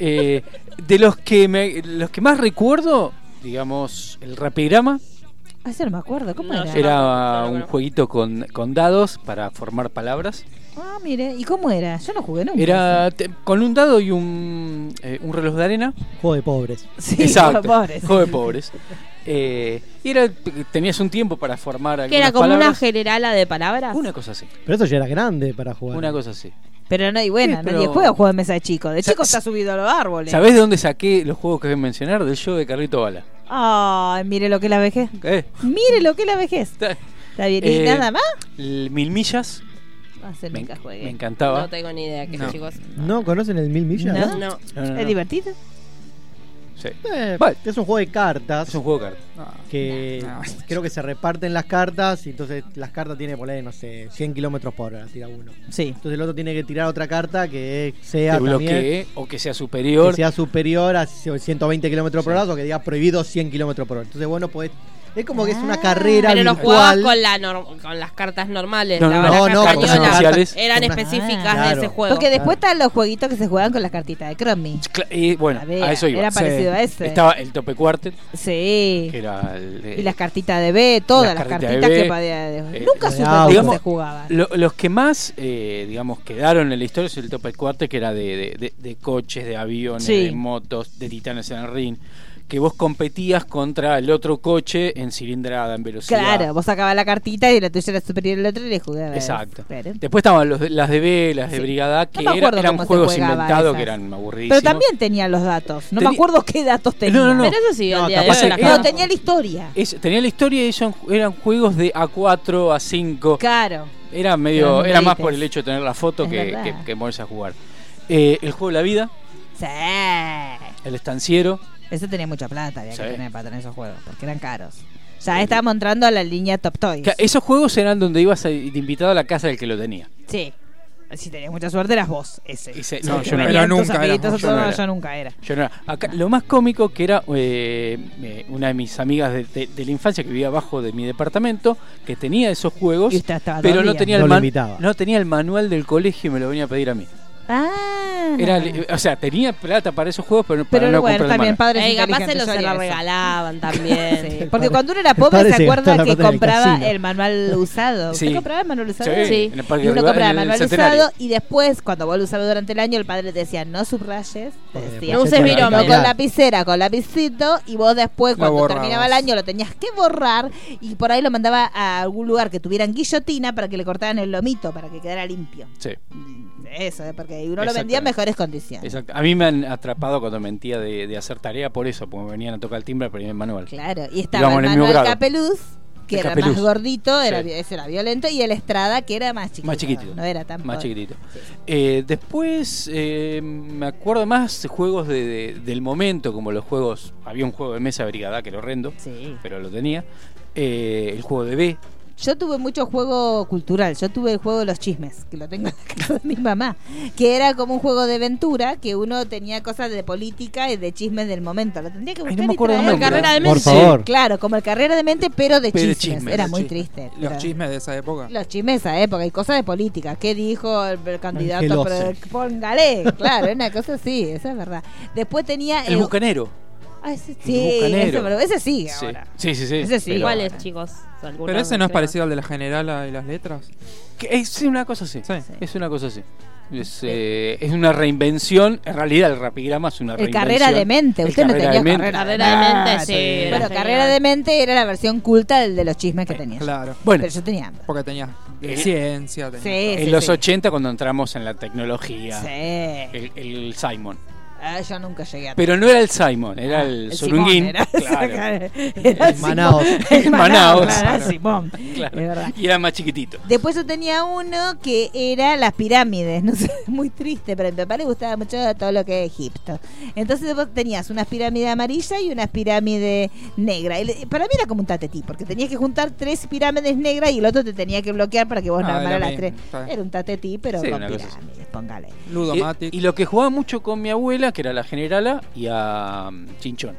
Speaker 4: Eh, de los que me, los que más recuerdo, digamos, el rapigrama
Speaker 1: Ah, eso no me acuerdo. ¿Cómo
Speaker 2: No,
Speaker 1: era?
Speaker 2: yo no.
Speaker 4: era
Speaker 2: claro,
Speaker 4: un
Speaker 2: bueno.
Speaker 4: jueguito con, con dados para formar palabras.
Speaker 1: Ah, mire, ¿y cómo era? Yo no jugué nunca.
Speaker 4: Era te- con un dado y un, eh, un reloj de arena.
Speaker 5: Juego de pobres.
Speaker 1: Sí,
Speaker 4: Exacto.
Speaker 1: pobres.
Speaker 4: Juego de pobres. Eh, y era, tenías un tiempo para formar algunas
Speaker 2: Que era como una
Speaker 4: palabras.
Speaker 2: generala de palabras.
Speaker 4: Una cosa así.
Speaker 5: Pero eso ya era grande para jugar.
Speaker 4: Una cosa así.
Speaker 1: Pero no, y bueno,
Speaker 4: Sí, pero-
Speaker 1: nadie juega juego de mesa de chicos. De
Speaker 4: Sa-
Speaker 1: chicos está
Speaker 4: sa-
Speaker 1: subido a los árboles.
Speaker 4: ¿Sabés de dónde saqué los juegos que voy a mencionar? Del show de Carrito Bala.
Speaker 1: Ay, mire lo que es la vejez.
Speaker 4: Eh,
Speaker 1: Mire lo que es la vejez.
Speaker 4: está-
Speaker 1: Está bien, y
Speaker 4: Eh,
Speaker 1: nada más.
Speaker 4: l- Mil millas.
Speaker 1: No sé,
Speaker 4: Me,
Speaker 1: nunca juegue.
Speaker 4: me encantaba.
Speaker 2: No tengo ni idea, que
Speaker 3: No.
Speaker 2: chicos.
Speaker 5: ¿No conocen el Mil Millas?
Speaker 1: No.
Speaker 2: No.
Speaker 4: No, no, no.
Speaker 1: ¿Es divertido?
Speaker 4: Sí.
Speaker 5: Eh,
Speaker 4: Vale.
Speaker 5: Es un juego de cartas
Speaker 4: Es un juego de cartas.
Speaker 3: Ah,
Speaker 5: que
Speaker 3: No.
Speaker 5: creo que se reparten las cartas y entonces las cartas tiene, por no sé, 100 kilómetros por hora, tira uno.
Speaker 1: Sí.
Speaker 5: Entonces el otro tiene que tirar otra carta que sea
Speaker 4: Que
Speaker 5: también-
Speaker 4: bloquee o que sea
Speaker 5: que
Speaker 4: superior.
Speaker 5: sea superior a 120 kilómetros por
Speaker 4: Sí.
Speaker 5: hora o que diga prohibido 100 kilómetros por hora. Entonces, bueno, pues es como que es una
Speaker 1: Ah.
Speaker 5: carrera
Speaker 2: Pero los jugabas
Speaker 5: virtual.
Speaker 2: con, la norm- con las cartas normales.
Speaker 4: No,
Speaker 2: la
Speaker 4: no,
Speaker 5: no,
Speaker 2: baraja
Speaker 5: no, con
Speaker 2: española.
Speaker 5: las
Speaker 4: cartas-
Speaker 2: Eran
Speaker 5: con una-
Speaker 2: específicas
Speaker 5: Ah,
Speaker 2: de ese
Speaker 5: claro.
Speaker 2: juego.
Speaker 1: Porque después están los jueguitos que se juegan con las cartitas de Crummy.
Speaker 4: Cla- eh, bueno,
Speaker 1: Había,
Speaker 4: a eso iba.
Speaker 1: Era
Speaker 3: Sí.
Speaker 1: parecido a ese.
Speaker 4: Estaba el tope cuartet,
Speaker 1: Sí.
Speaker 4: que era el, eh,
Speaker 1: Y las cartitas de B, todas las,
Speaker 4: las cartitas de
Speaker 1: cartitas
Speaker 4: B,
Speaker 1: que podía.
Speaker 4: eh,
Speaker 1: Nunca
Speaker 5: de
Speaker 1: supe
Speaker 5: auto.
Speaker 1: cómo se
Speaker 4: Digamos-
Speaker 1: jugaban.
Speaker 4: lo- los que más, eh, digamos, quedaron en la historia es el tope cuartet, que era de, de- de- de coches, de aviones,
Speaker 1: Sí.
Speaker 4: de motos, de titanes en el ring, que vos competías contra el otro coche en cilindrada, en velocidad.
Speaker 1: Claro, vos sacabas la cartita y la tuya era superior a la otra y le jugabas.
Speaker 4: Exacto.
Speaker 1: Pero,
Speaker 4: Después estaban los de- las de B, las de
Speaker 1: Sí.
Speaker 4: Brigada, que
Speaker 1: me
Speaker 4: era-
Speaker 1: acuerdo
Speaker 4: eran
Speaker 1: cómo se
Speaker 4: juegos
Speaker 1: jugaba
Speaker 4: inventados
Speaker 1: esas.
Speaker 4: que eran aburridísimos.
Speaker 1: pero también tenía los datos. No me
Speaker 4: Tenía-
Speaker 1: acuerdo qué datos tenía.
Speaker 4: no, no.
Speaker 2: Pero eso sí,
Speaker 5: No,
Speaker 2: el día de
Speaker 5: capaz
Speaker 2: hoy.
Speaker 4: que-
Speaker 2: las
Speaker 1: Pero
Speaker 2: cartas-
Speaker 1: tenía la historia.
Speaker 4: Es- tenía la historia y ellos eran juegos de A4, A5.
Speaker 1: Claro.
Speaker 4: Era
Speaker 1: Eran
Speaker 4: medio, era
Speaker 1: numeritos.
Speaker 4: más por el hecho de tener la foto
Speaker 1: Es
Speaker 4: que,
Speaker 1: verdad.
Speaker 4: que, que ponerse a jugar. Eh, el juego de la vida,
Speaker 1: Sí.
Speaker 4: el estanciero,
Speaker 1: Eso tenía mucha plata, había que
Speaker 4: Sí.
Speaker 1: tener para tener esos juegos, porque eran caros. Ya estábamos entrando a la línea Top Toys.
Speaker 4: que esos juegos eran donde ibas a- de invitado a la casa del que lo tenía.
Speaker 1: Sí. Si tenías mucha suerte, eras vos, ese.
Speaker 4: Ese-
Speaker 1: Sí,
Speaker 4: no,
Speaker 1: que
Speaker 4: yo no
Speaker 1: venían
Speaker 3: era.
Speaker 1: tus
Speaker 3: Nunca era
Speaker 1: amiguitos
Speaker 3: vos,
Speaker 1: a
Speaker 4: yo no
Speaker 1: todo,
Speaker 4: era.
Speaker 1: yo nunca era.
Speaker 4: Yo no era- acá, lo más cómico que era eh, eh, una de mis amigas de, de- de la infancia que vivía abajo de mi departamento, que tenía esos juegos,
Speaker 1: Y usted estaba
Speaker 4: pero
Speaker 1: todo
Speaker 4: no
Speaker 1: el día.
Speaker 4: tenía,
Speaker 5: No
Speaker 4: el
Speaker 5: lo
Speaker 4: man-
Speaker 5: invitaba.
Speaker 4: no tenía el manual del colegio y me lo venía a pedir a mí.
Speaker 1: Ah.
Speaker 4: Era,
Speaker 1: no.
Speaker 4: li- o sea, tenía plata para esos juegos, pero, para
Speaker 1: Pero
Speaker 4: no
Speaker 1: bueno,
Speaker 4: comprar el
Speaker 1: está bien,
Speaker 4: manual.
Speaker 1: padres
Speaker 2: Eh, capaz se
Speaker 1: inteligentes,
Speaker 2: los
Speaker 1: yo
Speaker 2: se
Speaker 1: haría
Speaker 2: la
Speaker 1: eso.
Speaker 2: regalaban también.
Speaker 1: Sí,
Speaker 2: sí.
Speaker 1: Porque
Speaker 5: padre-
Speaker 1: cuando uno era
Speaker 5: el
Speaker 1: pobre
Speaker 5: padre
Speaker 1: se
Speaker 5: se gastó
Speaker 1: acuerda
Speaker 5: la
Speaker 1: que
Speaker 5: plata en el
Speaker 1: compraba
Speaker 5: casino.
Speaker 1: el manual usado. ¿Usted
Speaker 4: Sí.
Speaker 1: compraba el manual usado?
Speaker 4: Sí, en el Parque
Speaker 1: Y uno
Speaker 4: Rivadavia,
Speaker 1: compraba el
Speaker 4: en el
Speaker 1: manual
Speaker 4: Centenario.
Speaker 1: usado y después, cuando vos lo usabas durante el año, el padre te decía, no subrayes. Te
Speaker 5: Porque
Speaker 1: decía,
Speaker 2: No
Speaker 5: después
Speaker 2: uses
Speaker 5: se
Speaker 1: "Bueno,
Speaker 2: virome".
Speaker 5: arregla.
Speaker 1: con lapicera, con lapicito, y vos después,
Speaker 3: Lo
Speaker 1: cuando
Speaker 3: borrabas.
Speaker 1: terminaba el año, lo tenías que borrar y por ahí lo mandaba a algún lugar que tuvieran guillotina para que le cortaran el lomito, para que quedara limpio.
Speaker 4: Sí,
Speaker 1: Eso, ¿eh? porque uno lo vendía en
Speaker 4: Exactamente.
Speaker 1: mejores condiciones.
Speaker 4: exacto. A mí me han atrapado cuando mentía de, de hacer tarea por eso, porque me venían a tocar el timbre para ir al manual.
Speaker 1: Claro, y estaba
Speaker 4: Íbamos en
Speaker 1: el
Speaker 4: el mismo
Speaker 1: Manuel
Speaker 4: grado.
Speaker 1: Capeluz, que
Speaker 4: El
Speaker 1: era
Speaker 4: Capeluz.
Speaker 1: más gordito, era,
Speaker 4: Sí.
Speaker 1: ese era violento, y el Estrada, que era más chiquito.
Speaker 4: Más chiquitito.
Speaker 1: No era tan
Speaker 4: Más
Speaker 1: po-
Speaker 4: chiquitito. Eh, después eh, me acuerdo más de juegos de, de- del momento, como los juegos. Había un juego de mesa brigada que era horrendo,
Speaker 1: Sí.
Speaker 4: pero lo tenía. Eh, el juego de B.
Speaker 1: Yo tuve mucho juego cultural. Yo tuve el juego de los chismes, que lo tengo en la casa de mi mamá, que era como un juego de aventura, que uno tenía cosas de política y de chismes del momento. Lo tendría que
Speaker 4: Ay,
Speaker 1: buscar
Speaker 4: no me
Speaker 1: y
Speaker 4: acuerdo el
Speaker 1: traer.
Speaker 2: Como
Speaker 4: nombre.
Speaker 2: carrera de
Speaker 5: Por
Speaker 2: mente.
Speaker 5: favor.
Speaker 1: Claro, como el carrera de mente, pero de
Speaker 4: Pero de
Speaker 1: chismes.
Speaker 4: chismes,
Speaker 1: era
Speaker 4: de
Speaker 1: muy
Speaker 4: chismes.
Speaker 1: triste.
Speaker 3: Los
Speaker 1: pero-
Speaker 3: chismes de esa época.
Speaker 1: Los chismes de esa época y eh, cosas de política. ¿Qué dijo el, el candidato?
Speaker 5: Angelosi.
Speaker 1: Pero- Póngale, claro, una cosa así, esa es verdad. Después tenía.
Speaker 4: El
Speaker 1: eh,
Speaker 4: bucanero.
Speaker 1: ah, ese,
Speaker 4: el
Speaker 1: sí,
Speaker 4: bucanero.
Speaker 1: ese, pero ese sigue
Speaker 4: Sí.
Speaker 1: ahora.
Speaker 4: sí, sí, sí.
Speaker 1: Ese sí,
Speaker 4: pero-
Speaker 1: igual
Speaker 2: ¿Cuáles, chicos? Algunos,
Speaker 3: Pero ese no es
Speaker 2: creo.
Speaker 3: parecido al de la generala y las letras.
Speaker 4: Que Es una cosa así.
Speaker 3: Sí.
Speaker 4: Es una cosa así. Es, eh, es una reinvención. En realidad, el rapigrama es una
Speaker 1: El
Speaker 4: reinvención.
Speaker 1: carrera de mente.
Speaker 4: El
Speaker 1: Usted no
Speaker 4: carrera
Speaker 1: tenía
Speaker 4: de mente.
Speaker 1: carrera de
Speaker 2: Carrera de
Speaker 1: Ah,
Speaker 2: mente, sí.
Speaker 1: mente.
Speaker 2: era
Speaker 1: Bueno,
Speaker 2: genial.
Speaker 1: carrera de mente era la versión culta del de los chismes que tenía.
Speaker 3: Claro.
Speaker 4: Bueno,
Speaker 1: Pero yo tenía hambre.
Speaker 3: Porque tenías de
Speaker 4: Eh,
Speaker 3: ciencia, tenías
Speaker 1: Sí,
Speaker 4: en los 80, cuando entramos en la tecnología,
Speaker 1: Sí.
Speaker 4: el, el Simon.
Speaker 1: Ah, yo nunca llegué a.
Speaker 4: Pero no era el Simon, era el,
Speaker 1: Simón,
Speaker 4: Surunguín.
Speaker 1: Ah, Era,
Speaker 4: Claro,
Speaker 1: era el
Speaker 5: Manaos.
Speaker 1: Simón. El Manaos.
Speaker 4: Manaos.
Speaker 1: claro, era el Simón.
Speaker 4: claro.
Speaker 1: Es verdad.
Speaker 4: Y era más chiquitito.
Speaker 1: Después yo tenía uno que era las pirámides, no sé, muy triste, pero a mi papá le gustaba mucho todo lo que es Egipto. Entonces vos tenías unas pirámides amarillas y unas pirámides negras. Y le- Para mí era como un tatetí, porque tenías que juntar tres pirámides negras y el otro te tenía que bloquear para que vos no
Speaker 3: Ah,
Speaker 1: armaras
Speaker 3: era
Speaker 1: las
Speaker 3: mi-
Speaker 1: tres.
Speaker 3: está bien.
Speaker 1: Era un tatetí, pero
Speaker 4: Sí,
Speaker 1: con
Speaker 4: una cosa así.
Speaker 1: pirámides, póngale.
Speaker 4: Y-
Speaker 3: Ludomatic.
Speaker 4: Eh, Y, lo que jugaba mucho con mi abuela, que era la generala, y a um, Chinchón.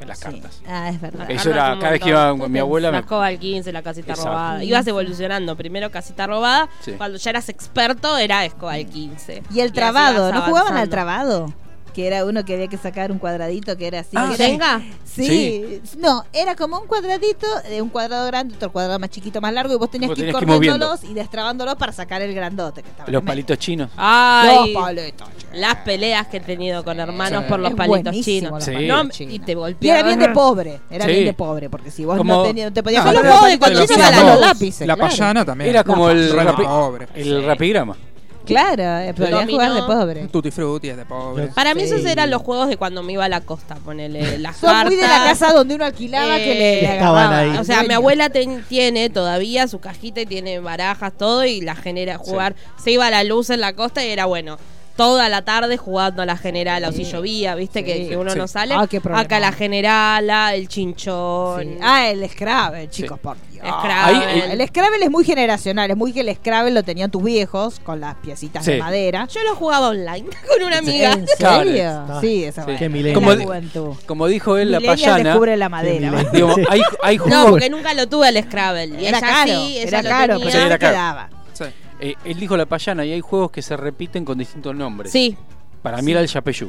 Speaker 4: En las
Speaker 1: Sí.
Speaker 4: cartas.
Speaker 1: Ah, es verdad.
Speaker 4: Eso
Speaker 2: Armas
Speaker 4: era,
Speaker 2: un
Speaker 4: cada vez que
Speaker 2: montón.
Speaker 4: iba con mi abuela,
Speaker 2: La
Speaker 4: me-
Speaker 2: escoba al 15, la casita
Speaker 4: Exacto.
Speaker 2: robada. Ibas evolucionando. Primero casita robada.
Speaker 4: Sí.
Speaker 2: Cuando ya eras experto, era escoba al 15.
Speaker 1: Y el
Speaker 2: así
Speaker 1: trabado,
Speaker 2: ibas
Speaker 1: ¿no jugaban al
Speaker 2: avanzando.
Speaker 1: trabado? que era uno que había que sacar un cuadradito que era así.
Speaker 2: Ah,
Speaker 1: que era-
Speaker 2: ¿Jenga?
Speaker 1: Sí. No, era como un cuadradito, de un cuadrado grande, otro cuadrado más chiquito, más largo, y vos tenías
Speaker 4: Vos
Speaker 1: que ir
Speaker 4: tenías que ir moviendo.
Speaker 1: cortándolos y destrabándolos para sacar el grandote. Que estaba
Speaker 4: Los
Speaker 1: tremendo.
Speaker 4: palitos chinos.
Speaker 2: Ay,
Speaker 1: Los palitos, che.
Speaker 2: las peleas que he tenido con hermanos
Speaker 3: Sí.
Speaker 2: por los
Speaker 1: Es
Speaker 2: palitos
Speaker 1: buenísimo
Speaker 2: chinos.
Speaker 1: los
Speaker 4: Sí.
Speaker 1: palitos
Speaker 2: No,
Speaker 1: chinos.
Speaker 2: y te
Speaker 1: Y era
Speaker 2: golpeaban.
Speaker 1: bien de pobre, era
Speaker 4: Sí.
Speaker 1: bien de pobre, porque si vos no,
Speaker 4: Como-
Speaker 1: tenías, no te podías
Speaker 4: No,
Speaker 1: comprar los
Speaker 4: pero los
Speaker 1: palitos
Speaker 4: palitos
Speaker 1: chinos
Speaker 4: los
Speaker 1: eran los
Speaker 4: pillamos.
Speaker 1: lápices.
Speaker 3: La
Speaker 1: claro.
Speaker 3: payana también.
Speaker 4: Era como el,
Speaker 3: Re
Speaker 4: rapi-
Speaker 3: pobre.
Speaker 4: el rapigrama.
Speaker 1: Claro, eh, podías
Speaker 2: Dominó.
Speaker 1: jugar de pobre.
Speaker 3: Un Tutti Frutti es de pobre.
Speaker 2: Para mí esos
Speaker 1: Sí.
Speaker 2: eran los juegos de cuando me iba a la costa, ponele las
Speaker 1: Son
Speaker 2: cartas.
Speaker 1: muy de la casa donde uno alquilaba que le, le
Speaker 5: que estaban
Speaker 1: agarraba.
Speaker 5: ahí.
Speaker 2: Eh, O sea, mi abuela ten- tiene todavía su cajita y tiene barajas, todo, y la genera jugar. Se iba la luz en la costa y era bueno. Toda la tarde jugando a la general, o si llovía, viste que, que uno
Speaker 3: Sí.
Speaker 2: no sale.
Speaker 1: Ah, qué problema.
Speaker 2: Acá la generala, el chinchón.
Speaker 1: Sí. Ah, el Scrabble, chicos,
Speaker 4: Sí.
Speaker 1: por Dios.
Speaker 2: Scrabble.
Speaker 4: Ahí,
Speaker 1: El Scrabble es muy generacional, es muy que el Scrabble lo tenían tus viejos con las piecitas de
Speaker 4: Sí.
Speaker 1: madera.
Speaker 2: Yo lo jugaba online con una amiga.
Speaker 1: ¿En
Speaker 4: Claro,
Speaker 1: serio?
Speaker 5: está.
Speaker 1: Sí, esa
Speaker 4: Sí.
Speaker 1: manera.
Speaker 5: Qué milenio.
Speaker 4: Como
Speaker 1: la
Speaker 4: de-
Speaker 1: juventud.
Speaker 4: Como dijo él, la
Speaker 1: Millennial
Speaker 4: payana.
Speaker 1: descubre la
Speaker 5: Qué
Speaker 1: madera.
Speaker 5: milenio.
Speaker 4: digo, hay, hay
Speaker 2: No,
Speaker 4: juegos.
Speaker 2: porque nunca lo tuve el Scrabble. Y
Speaker 1: Era
Speaker 2: ella
Speaker 1: caro,
Speaker 2: sí, ella
Speaker 1: era
Speaker 2: lo
Speaker 1: caro,
Speaker 2: tenía.
Speaker 1: pero
Speaker 4: Sí,
Speaker 1: no
Speaker 4: era caro.
Speaker 1: quedaba.
Speaker 3: Sí.
Speaker 4: Eh, él dijo la payana y hay juegos que se repiten con distintos nombres.
Speaker 2: Sí,
Speaker 4: Para mí era el Yapeyú.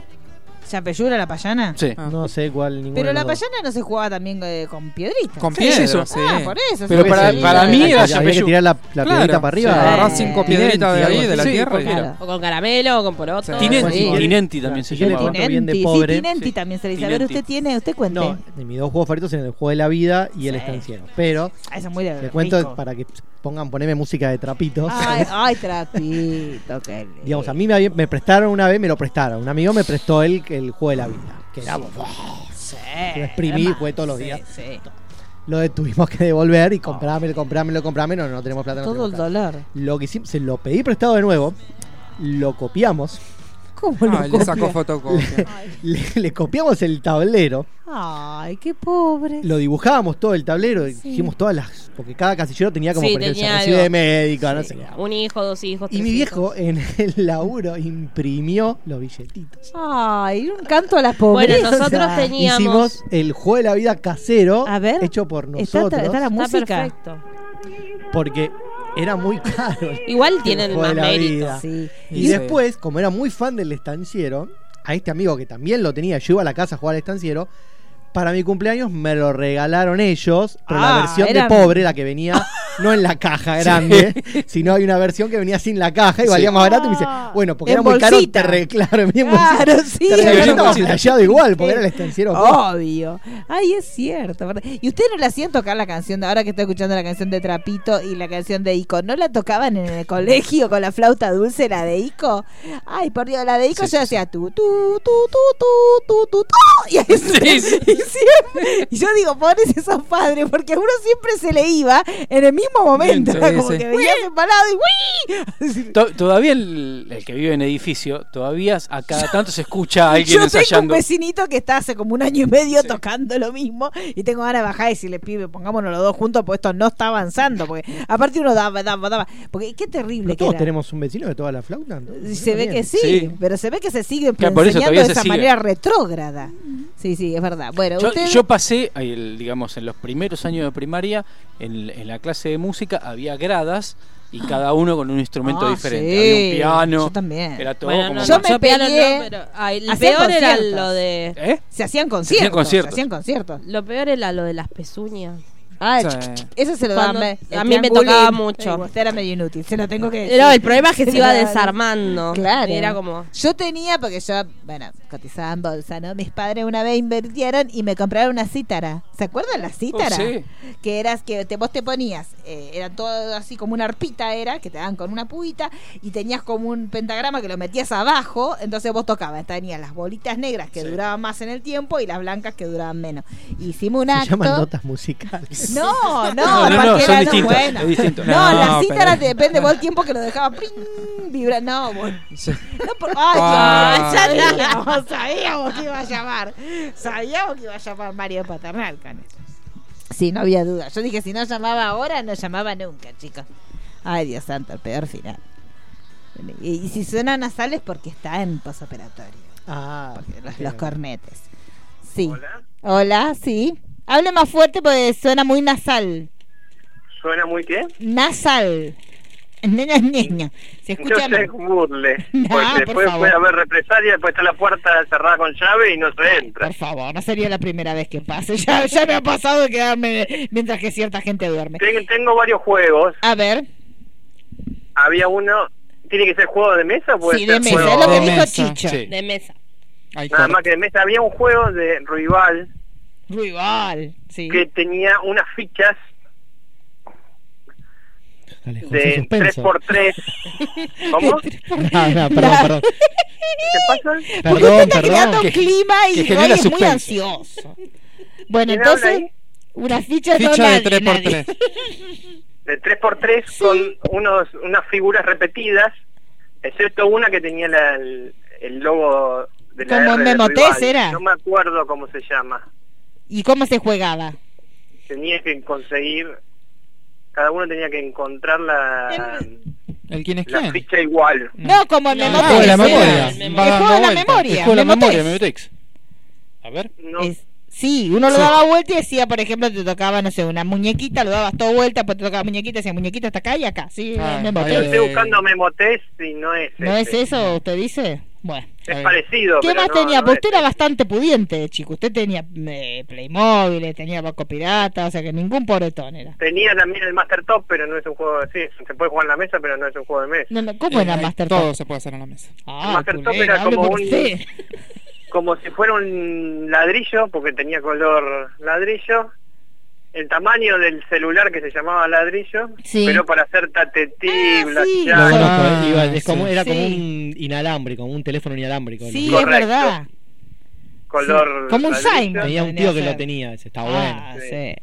Speaker 1: ¿Yapeyú era la payana?
Speaker 4: Sí.
Speaker 3: Ah.
Speaker 5: No sé cuál ninguno
Speaker 1: Pero
Speaker 5: de
Speaker 1: la
Speaker 5: los dos.
Speaker 1: payana no se jugaba también eh, con piedritas.
Speaker 3: Con
Speaker 4: Sí,
Speaker 3: piedra,
Speaker 4: es eso.
Speaker 3: sí.
Speaker 1: Ah, por eso.
Speaker 4: Pero
Speaker 1: sí,
Speaker 4: para-
Speaker 1: sí,
Speaker 4: para
Speaker 1: sí,
Speaker 4: mí
Speaker 1: sí.
Speaker 4: era
Speaker 5: Había que
Speaker 4: Yapeyú.
Speaker 5: tirar la, la
Speaker 3: Claro.
Speaker 5: piedrita para arriba.
Speaker 3: Sí,
Speaker 1: agarrás
Speaker 5: Eh,
Speaker 3: cinco piedritas de
Speaker 5: algo
Speaker 3: ahí, de la
Speaker 5: así.
Speaker 4: Sí,
Speaker 3: tierra. y-
Speaker 1: cualquiera.
Speaker 2: o con caramelo, o con poroto.
Speaker 3: Sí.
Speaker 4: Tinenti,
Speaker 5: Sí.
Speaker 4: Tinenti también se
Speaker 5: Si quieres
Speaker 4: llamaba.
Speaker 5: contar bien de
Speaker 1: Ah, Tinenti, sí,
Speaker 5: pobre.
Speaker 1: Tinenti
Speaker 4: Sí.
Speaker 1: también se le dice. A ver,
Speaker 4: Tinenti.
Speaker 1: usted tiene, usted cuente.
Speaker 5: No, de mis dos juegos favoritos eran el juego de la vida y el
Speaker 1: Sí.
Speaker 5: estanciero. Pero
Speaker 1: Ah, eso es muy de
Speaker 5: te cuento
Speaker 1: rico. Ah,
Speaker 5: para que pongan, poneme música de trapitos.
Speaker 1: Ay, ay, trapito, qué lindo.
Speaker 5: Digamos, a mí me, había- me prestaron una vez, me lo prestaron. Un amigo me prestó el, el juego de la vida. Que era,
Speaker 1: Sí,
Speaker 5: lo exprimí,
Speaker 1: además,
Speaker 5: jugué todos los
Speaker 1: sí,
Speaker 5: días.
Speaker 1: sí.
Speaker 5: Lo de- tuvimos que devolver y comprámelo, comprámelo, comprámelo. No, no tenemos plata.
Speaker 1: Ah.
Speaker 5: no
Speaker 1: Todo
Speaker 5: tenemos
Speaker 1: el
Speaker 5: plata.
Speaker 1: dolor.
Speaker 5: Lo que hicimos, se lo pedí prestado de nuevo. Lo copiamos.
Speaker 1: ¿Cómo
Speaker 3: Ah, le sacó fotocopia.
Speaker 5: Le, le copiamos el tablero.
Speaker 1: Ay, qué pobre.
Speaker 5: Lo dibujábamos todo el tablero. Hicimos todas las. Porque cada casillero tenía como
Speaker 2: Sí,
Speaker 5: por ejemplo,
Speaker 2: tenía
Speaker 5: se recibe de
Speaker 2: algo.
Speaker 5: médico, no sé qué.
Speaker 2: Un hijo, dos hijos.
Speaker 5: Y
Speaker 2: tres
Speaker 5: mi
Speaker 2: hijos.
Speaker 5: viejo en el laburo imprimió los billetitos.
Speaker 1: Ay, un canto a la
Speaker 2: Bueno,
Speaker 1: pobreza.
Speaker 2: nosotros teníamos.
Speaker 5: Hicimos el juego de la vida casero
Speaker 1: A ver,
Speaker 5: hecho por
Speaker 1: está,
Speaker 5: nosotros
Speaker 1: está la
Speaker 2: Está
Speaker 1: música.
Speaker 2: perfecto.
Speaker 5: porque era muy caro. el
Speaker 2: Igual tienen
Speaker 5: juego
Speaker 2: más
Speaker 5: de la
Speaker 2: mérito.
Speaker 5: vida.
Speaker 1: Sí.
Speaker 5: Y
Speaker 3: Sí.
Speaker 5: después, como era muy fan del estanciero, a este amigo que también lo tenía, yo iba a la casa a jugar al estanciero. Para mi cumpleaños me lo regalaron ellos, pero
Speaker 1: Ah,
Speaker 5: la versión
Speaker 1: eran-
Speaker 5: de pobre, la que venía no en la caja grande, sino hay una versión que venía sin la caja y valía más barato. Y me dice, bueno, porque
Speaker 1: Ah, En
Speaker 5: era muy caro,
Speaker 1: bolsita.
Speaker 5: te reclaro bien bolsita.
Speaker 1: Claro, sí.
Speaker 5: Te
Speaker 1: es
Speaker 5: regalaron
Speaker 1: verdad.
Speaker 5: como flashado igual, porque era el estanciero.
Speaker 1: Oh, Obvio. Ay, es cierto. ¿verdad? Y ustedes no le hacían tocar la canción de ahora que estoy escuchando la canción de Trapito y la canción de Ico. ¿No la tocaban en el colegio con la flauta dulce, la de Ico? Ay, por Dios, la de Ico
Speaker 4: Sí,
Speaker 1: yo
Speaker 4: sí,
Speaker 1: hacía tu, tu, tu, tu, tu, tu, tu, tu. Y, ahí se- y siempre- y yo digo, pobres esos padres, porque a uno siempre se le iba en el mismo momento.
Speaker 3: Sí,
Speaker 1: como
Speaker 3: sí.
Speaker 1: que veías embalado y ¡uy!
Speaker 4: To- todavía el, el que vive en edificio, todavía a cada tanto se escucha a alguien
Speaker 1: Yo tengo un
Speaker 4: ensayando.
Speaker 1: vecinito que está hace como un año y medio tocando lo mismo y tengo ganas de bajar y decirle, pibe, pongámonos los dos juntos porque esto no está avanzando. Porque aparte uno daba, daba, daba. Porque qué terrible
Speaker 5: No
Speaker 1: que
Speaker 5: todos
Speaker 1: era.
Speaker 5: tenemos un vecino que toca la flauta.
Speaker 1: Y Se ve que sí,
Speaker 4: Sí.
Speaker 1: pero se ve que se sigue
Speaker 4: Claro, por eso
Speaker 1: enseñando
Speaker 4: todavía
Speaker 1: de
Speaker 4: se
Speaker 1: esa
Speaker 4: sigue.
Speaker 1: manera retrógrada. Sí, sí, es verdad. Bueno,
Speaker 4: Yo,
Speaker 1: ustedes-
Speaker 4: yo pasé, ahí el- digamos, en los primeros años de primaria, en, en la clase de música había gradas y cada uno con un instrumento
Speaker 1: Ah,
Speaker 4: diferente.
Speaker 1: sí.
Speaker 4: Había un piano,
Speaker 1: Yo también.
Speaker 4: era todo
Speaker 2: Bueno,
Speaker 4: como...
Speaker 2: no,
Speaker 1: Yo
Speaker 2: yo
Speaker 1: me
Speaker 2: me piano
Speaker 1: peleé.
Speaker 2: no, pero ah, el
Speaker 1: Hacían
Speaker 2: peor era
Speaker 1: conciertos.
Speaker 2: lo de
Speaker 4: ¿Eh?
Speaker 1: Se hacían conciertos.
Speaker 4: hacían conciertos.
Speaker 1: se hacían conciertos.
Speaker 2: lo peor era lo de las pezuñas.
Speaker 1: Ah,
Speaker 3: Sí.
Speaker 1: ch- ch- eso se lo
Speaker 2: Cuando-
Speaker 1: daban.
Speaker 2: a mí me tocaba mucho.
Speaker 1: Usted era medio inútil, se lo tengo que decir.
Speaker 2: Pero el problema es que se iba
Speaker 1: Claro.
Speaker 2: desarmando.
Speaker 1: Claro.
Speaker 2: Y Era como
Speaker 1: Yo tenía, porque yo, bueno, cotizaba en bolsa, ¿no? Mis padres una vez invirtieron y me compraron una cítara. ¿Se acuerdan la cítara?
Speaker 4: Oh, sí.
Speaker 1: Que eras que te, vos te ponías, eh, era todo así como una arpita, era, que te daban con una pubita y tenías como un pentagrama que lo metías abajo, entonces vos tocabas. Tenías las bolitas negras que
Speaker 4: Sí.
Speaker 1: duraban más en el tiempo y las blancas que duraban menos. Hicimos un
Speaker 5: Se llaman
Speaker 1: acto.
Speaker 5: notas musicales.
Speaker 1: No, no,
Speaker 4: No, no, no,
Speaker 1: porque
Speaker 4: son
Speaker 1: era-
Speaker 4: distintos,
Speaker 1: bueno.
Speaker 4: es distinto.
Speaker 1: No, la
Speaker 3: No,
Speaker 1: cítara
Speaker 3: pero-
Speaker 1: depende vos el tiempo que lo dejaba pring, vibra. No, bueno.
Speaker 3: Sí.
Speaker 1: No, por- Ay,
Speaker 3: Ah.
Speaker 1: ya sabíamos, sabíamos que iba a llamar. Sabíamos que iba a llamar Mario Paternal con eso. Sí, no había duda. Yo dije, si no llamaba ahora, no llamaba nunca, chicos. Ay, Dios santo, el peor final. Y, y si suena nasal es porque está en posoperatorio.
Speaker 5: Ah,
Speaker 1: porque los,
Speaker 5: bien.
Speaker 1: los cornetes. Sí. ¿Hola? sí. Hable más fuerte porque suena muy nasal.
Speaker 11: ¿Suena muy qué?
Speaker 1: Nasal. Nena, nena. Se escucha.
Speaker 8: No se burle.
Speaker 1: No,
Speaker 8: porque
Speaker 1: Ah, por
Speaker 8: después
Speaker 1: favor.
Speaker 8: puede haber represalia, después está la puerta cerrada con llave y no se entra.
Speaker 1: Por favor, no sería la primera vez que pase. Ya, ya me ha pasado de quedarme mientras que cierta gente duerme.
Speaker 8: Ten- tengo varios juegos.
Speaker 1: A ver,
Speaker 8: Había uno. ¿Tiene que ser juego de mesa? Puede
Speaker 1: sí,
Speaker 8: ser
Speaker 1: de mesa,
Speaker 8: juego-
Speaker 1: es lo que
Speaker 3: de
Speaker 1: dijo
Speaker 3: mesa.
Speaker 1: Chicho.
Speaker 4: Sí.
Speaker 2: De mesa.
Speaker 3: Ahí
Speaker 8: Nada
Speaker 3: corta.
Speaker 8: más que de mesa. Había un juego de rival
Speaker 1: Rival, sí.
Speaker 8: que tenía unas fichas
Speaker 5: Dale, José,
Speaker 8: de
Speaker 5: suspenso.
Speaker 8: 3x3. ¿Cómo? ¿Qué
Speaker 5: No, Ah, no, perdón, perdón.
Speaker 8: pasa?
Speaker 1: Porque usted
Speaker 5: Perdón,
Speaker 1: está creando
Speaker 5: perdón.
Speaker 1: un
Speaker 4: que-
Speaker 1: clima y
Speaker 4: que
Speaker 1: hoy
Speaker 4: genera
Speaker 1: es muy
Speaker 4: suspense.
Speaker 1: ansioso. Bueno,
Speaker 8: ¿Quién habla
Speaker 1: entonces,
Speaker 8: ahí?
Speaker 1: una ficha, no
Speaker 3: Ficha
Speaker 1: nadie,
Speaker 3: de
Speaker 1: nadie.
Speaker 3: 3x3.
Speaker 8: De 3x3 con unos, unas figuras repetidas, excepto una que tenía la- el, el logo de la
Speaker 1: Como
Speaker 8: R
Speaker 1: en
Speaker 8: de
Speaker 1: Memotés,
Speaker 8: rival.
Speaker 1: ¿era?
Speaker 8: No me acuerdo cómo se llama.
Speaker 1: ¿Y cómo se jugaba?
Speaker 8: Tenía que conseguir. Cada uno tenía que encontrar la,
Speaker 3: El quién es
Speaker 8: la
Speaker 3: quién.
Speaker 8: ficha igual.
Speaker 1: No, como en
Speaker 2: No,
Speaker 1: Memotes.
Speaker 5: ah, la
Speaker 1: era.
Speaker 5: memoria.
Speaker 1: El
Speaker 3: Va dando
Speaker 1: juego de la
Speaker 3: vueltas.
Speaker 1: memoria.
Speaker 4: Juego de la
Speaker 1: Memotex.
Speaker 4: memoria, Memotex. A ver.
Speaker 8: No,
Speaker 1: Es- sí, uno lo
Speaker 3: Sí.
Speaker 1: daba vuelta y decía, por ejemplo, te tocaba, no sé, una muñequita, lo dabas todo vuelta, pues te tocaba muñequita, decía muñequita hasta acá y acá. Sí,
Speaker 3: Ah,
Speaker 1: en Memotex.
Speaker 8: yo
Speaker 3: ahí
Speaker 8: estoy
Speaker 3: eh,
Speaker 8: buscando Memotés y no es.
Speaker 1: ¿No es
Speaker 8: ese.
Speaker 1: eso, usted dice? Bueno.
Speaker 8: Es parecido.
Speaker 1: ¿Qué
Speaker 8: pero
Speaker 1: más
Speaker 8: no-
Speaker 1: tenía?
Speaker 8: no
Speaker 1: Pues
Speaker 8: es
Speaker 1: usted era
Speaker 8: ese.
Speaker 1: bastante pudiente, chico. Usted tenía eh, Playmobil, tenía Banco Pirata, o sea que ningún pobretón era.
Speaker 8: Tenía también el Master Top, pero no es un juego así. Se puede jugar en la mesa, pero no es un juego de mesa.
Speaker 1: No, no, ¿Cómo era
Speaker 3: Eh,
Speaker 1: Master
Speaker 3: Todo
Speaker 1: Top?
Speaker 3: se puede hacer en la mesa.
Speaker 1: Ah,
Speaker 8: Master Top
Speaker 1: culé,
Speaker 8: era
Speaker 1: hable
Speaker 8: como
Speaker 1: por
Speaker 8: un-
Speaker 1: usted.
Speaker 8: como si fuera un ladrillo, porque tenía color ladrillo, el tamaño del celular que se llamaba ladrillo,
Speaker 1: Sí.
Speaker 8: pero para hacer tatetí,
Speaker 1: Ah,
Speaker 8: blackjack,
Speaker 1: sí.
Speaker 5: Lo
Speaker 1: Claro.
Speaker 3: Ah,
Speaker 5: conozco, iba- es como- era como
Speaker 1: Sí.
Speaker 5: un inalámbrico, un teléfono inalámbrico.
Speaker 1: Sí,
Speaker 5: Lo-
Speaker 1: es
Speaker 8: Correcto.
Speaker 1: verdad.
Speaker 8: color
Speaker 1: Sí, como un
Speaker 8: ladrillo.
Speaker 1: Zayn.
Speaker 5: Tenía un
Speaker 1: Tenía
Speaker 5: tío que
Speaker 1: ser.
Speaker 5: lo tenía, ese está
Speaker 1: Ah,
Speaker 5: bueno.
Speaker 1: sí.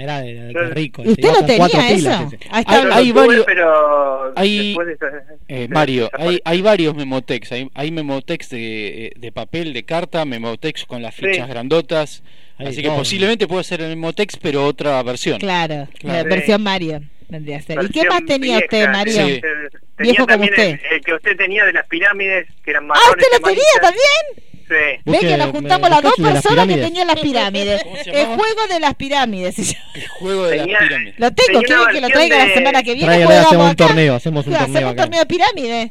Speaker 5: Era de, de- de
Speaker 8: Claro.
Speaker 5: rico.
Speaker 1: ¿Y usted
Speaker 5: iba
Speaker 1: lo
Speaker 5: con
Speaker 1: tenía
Speaker 5: cuatro
Speaker 1: eso? Ah,
Speaker 5: pilas, ese. Ah,
Speaker 1: Ahí está.
Speaker 8: Yo
Speaker 4: Hay,
Speaker 8: lo
Speaker 4: hay
Speaker 8: tuve,
Speaker 4: varios,
Speaker 8: pero
Speaker 4: hay-
Speaker 8: después de esa-
Speaker 4: eh,
Speaker 8: de-
Speaker 4: Mario,
Speaker 8: esa
Speaker 4: hay,
Speaker 8: parte.
Speaker 4: hay varios Memotex. Hay, hay Memotex de, eh, de papel, de carta, Memotex con las
Speaker 8: Sí.
Speaker 4: fichas grandotas.
Speaker 5: Ahí
Speaker 4: Así que
Speaker 5: todo.
Speaker 4: posiblemente puede ser el Memotex, pero otra versión.
Speaker 1: Claro, la
Speaker 4: Claro.
Speaker 1: versión Mario. vendría a ser. ¿Y qué
Speaker 8: Versión
Speaker 1: más tenía
Speaker 8: vieja,
Speaker 1: usted, Mario? Ah,
Speaker 4: Sí.
Speaker 8: Tenía
Speaker 1: Viejo como
Speaker 8: también el-
Speaker 1: usted.
Speaker 8: El, que usted tenía de las pirámides, que eran
Speaker 1: Ah,
Speaker 8: marrones.
Speaker 1: usted lo tenía
Speaker 8: y manitas.
Speaker 1: también.
Speaker 8: Sí.
Speaker 5: Vos
Speaker 1: Ve que
Speaker 5: que
Speaker 1: nos
Speaker 5: me
Speaker 1: juntamos las dos
Speaker 5: dejaste de las
Speaker 1: personas que
Speaker 5: pirámides.
Speaker 1: tenían las pirámides.
Speaker 4: ¿Cómo se
Speaker 1: El
Speaker 4: llamaba?
Speaker 1: juego de las pirámides. se llama.
Speaker 4: El juego de
Speaker 8: Tenía-
Speaker 4: las pirámides.
Speaker 1: Lo tengo,
Speaker 8: Tenía
Speaker 1: quiero
Speaker 8: una
Speaker 1: que lo
Speaker 8: versión
Speaker 1: traiga la
Speaker 8: de-
Speaker 1: semana que viene.
Speaker 5: Tráigale,
Speaker 1: jugamos
Speaker 5: hacemos un
Speaker 1: acá.
Speaker 5: torneo, hacemos un
Speaker 1: Claro,
Speaker 5: torneo
Speaker 1: Hacemos un
Speaker 5: acá.
Speaker 1: torneo de pirámides.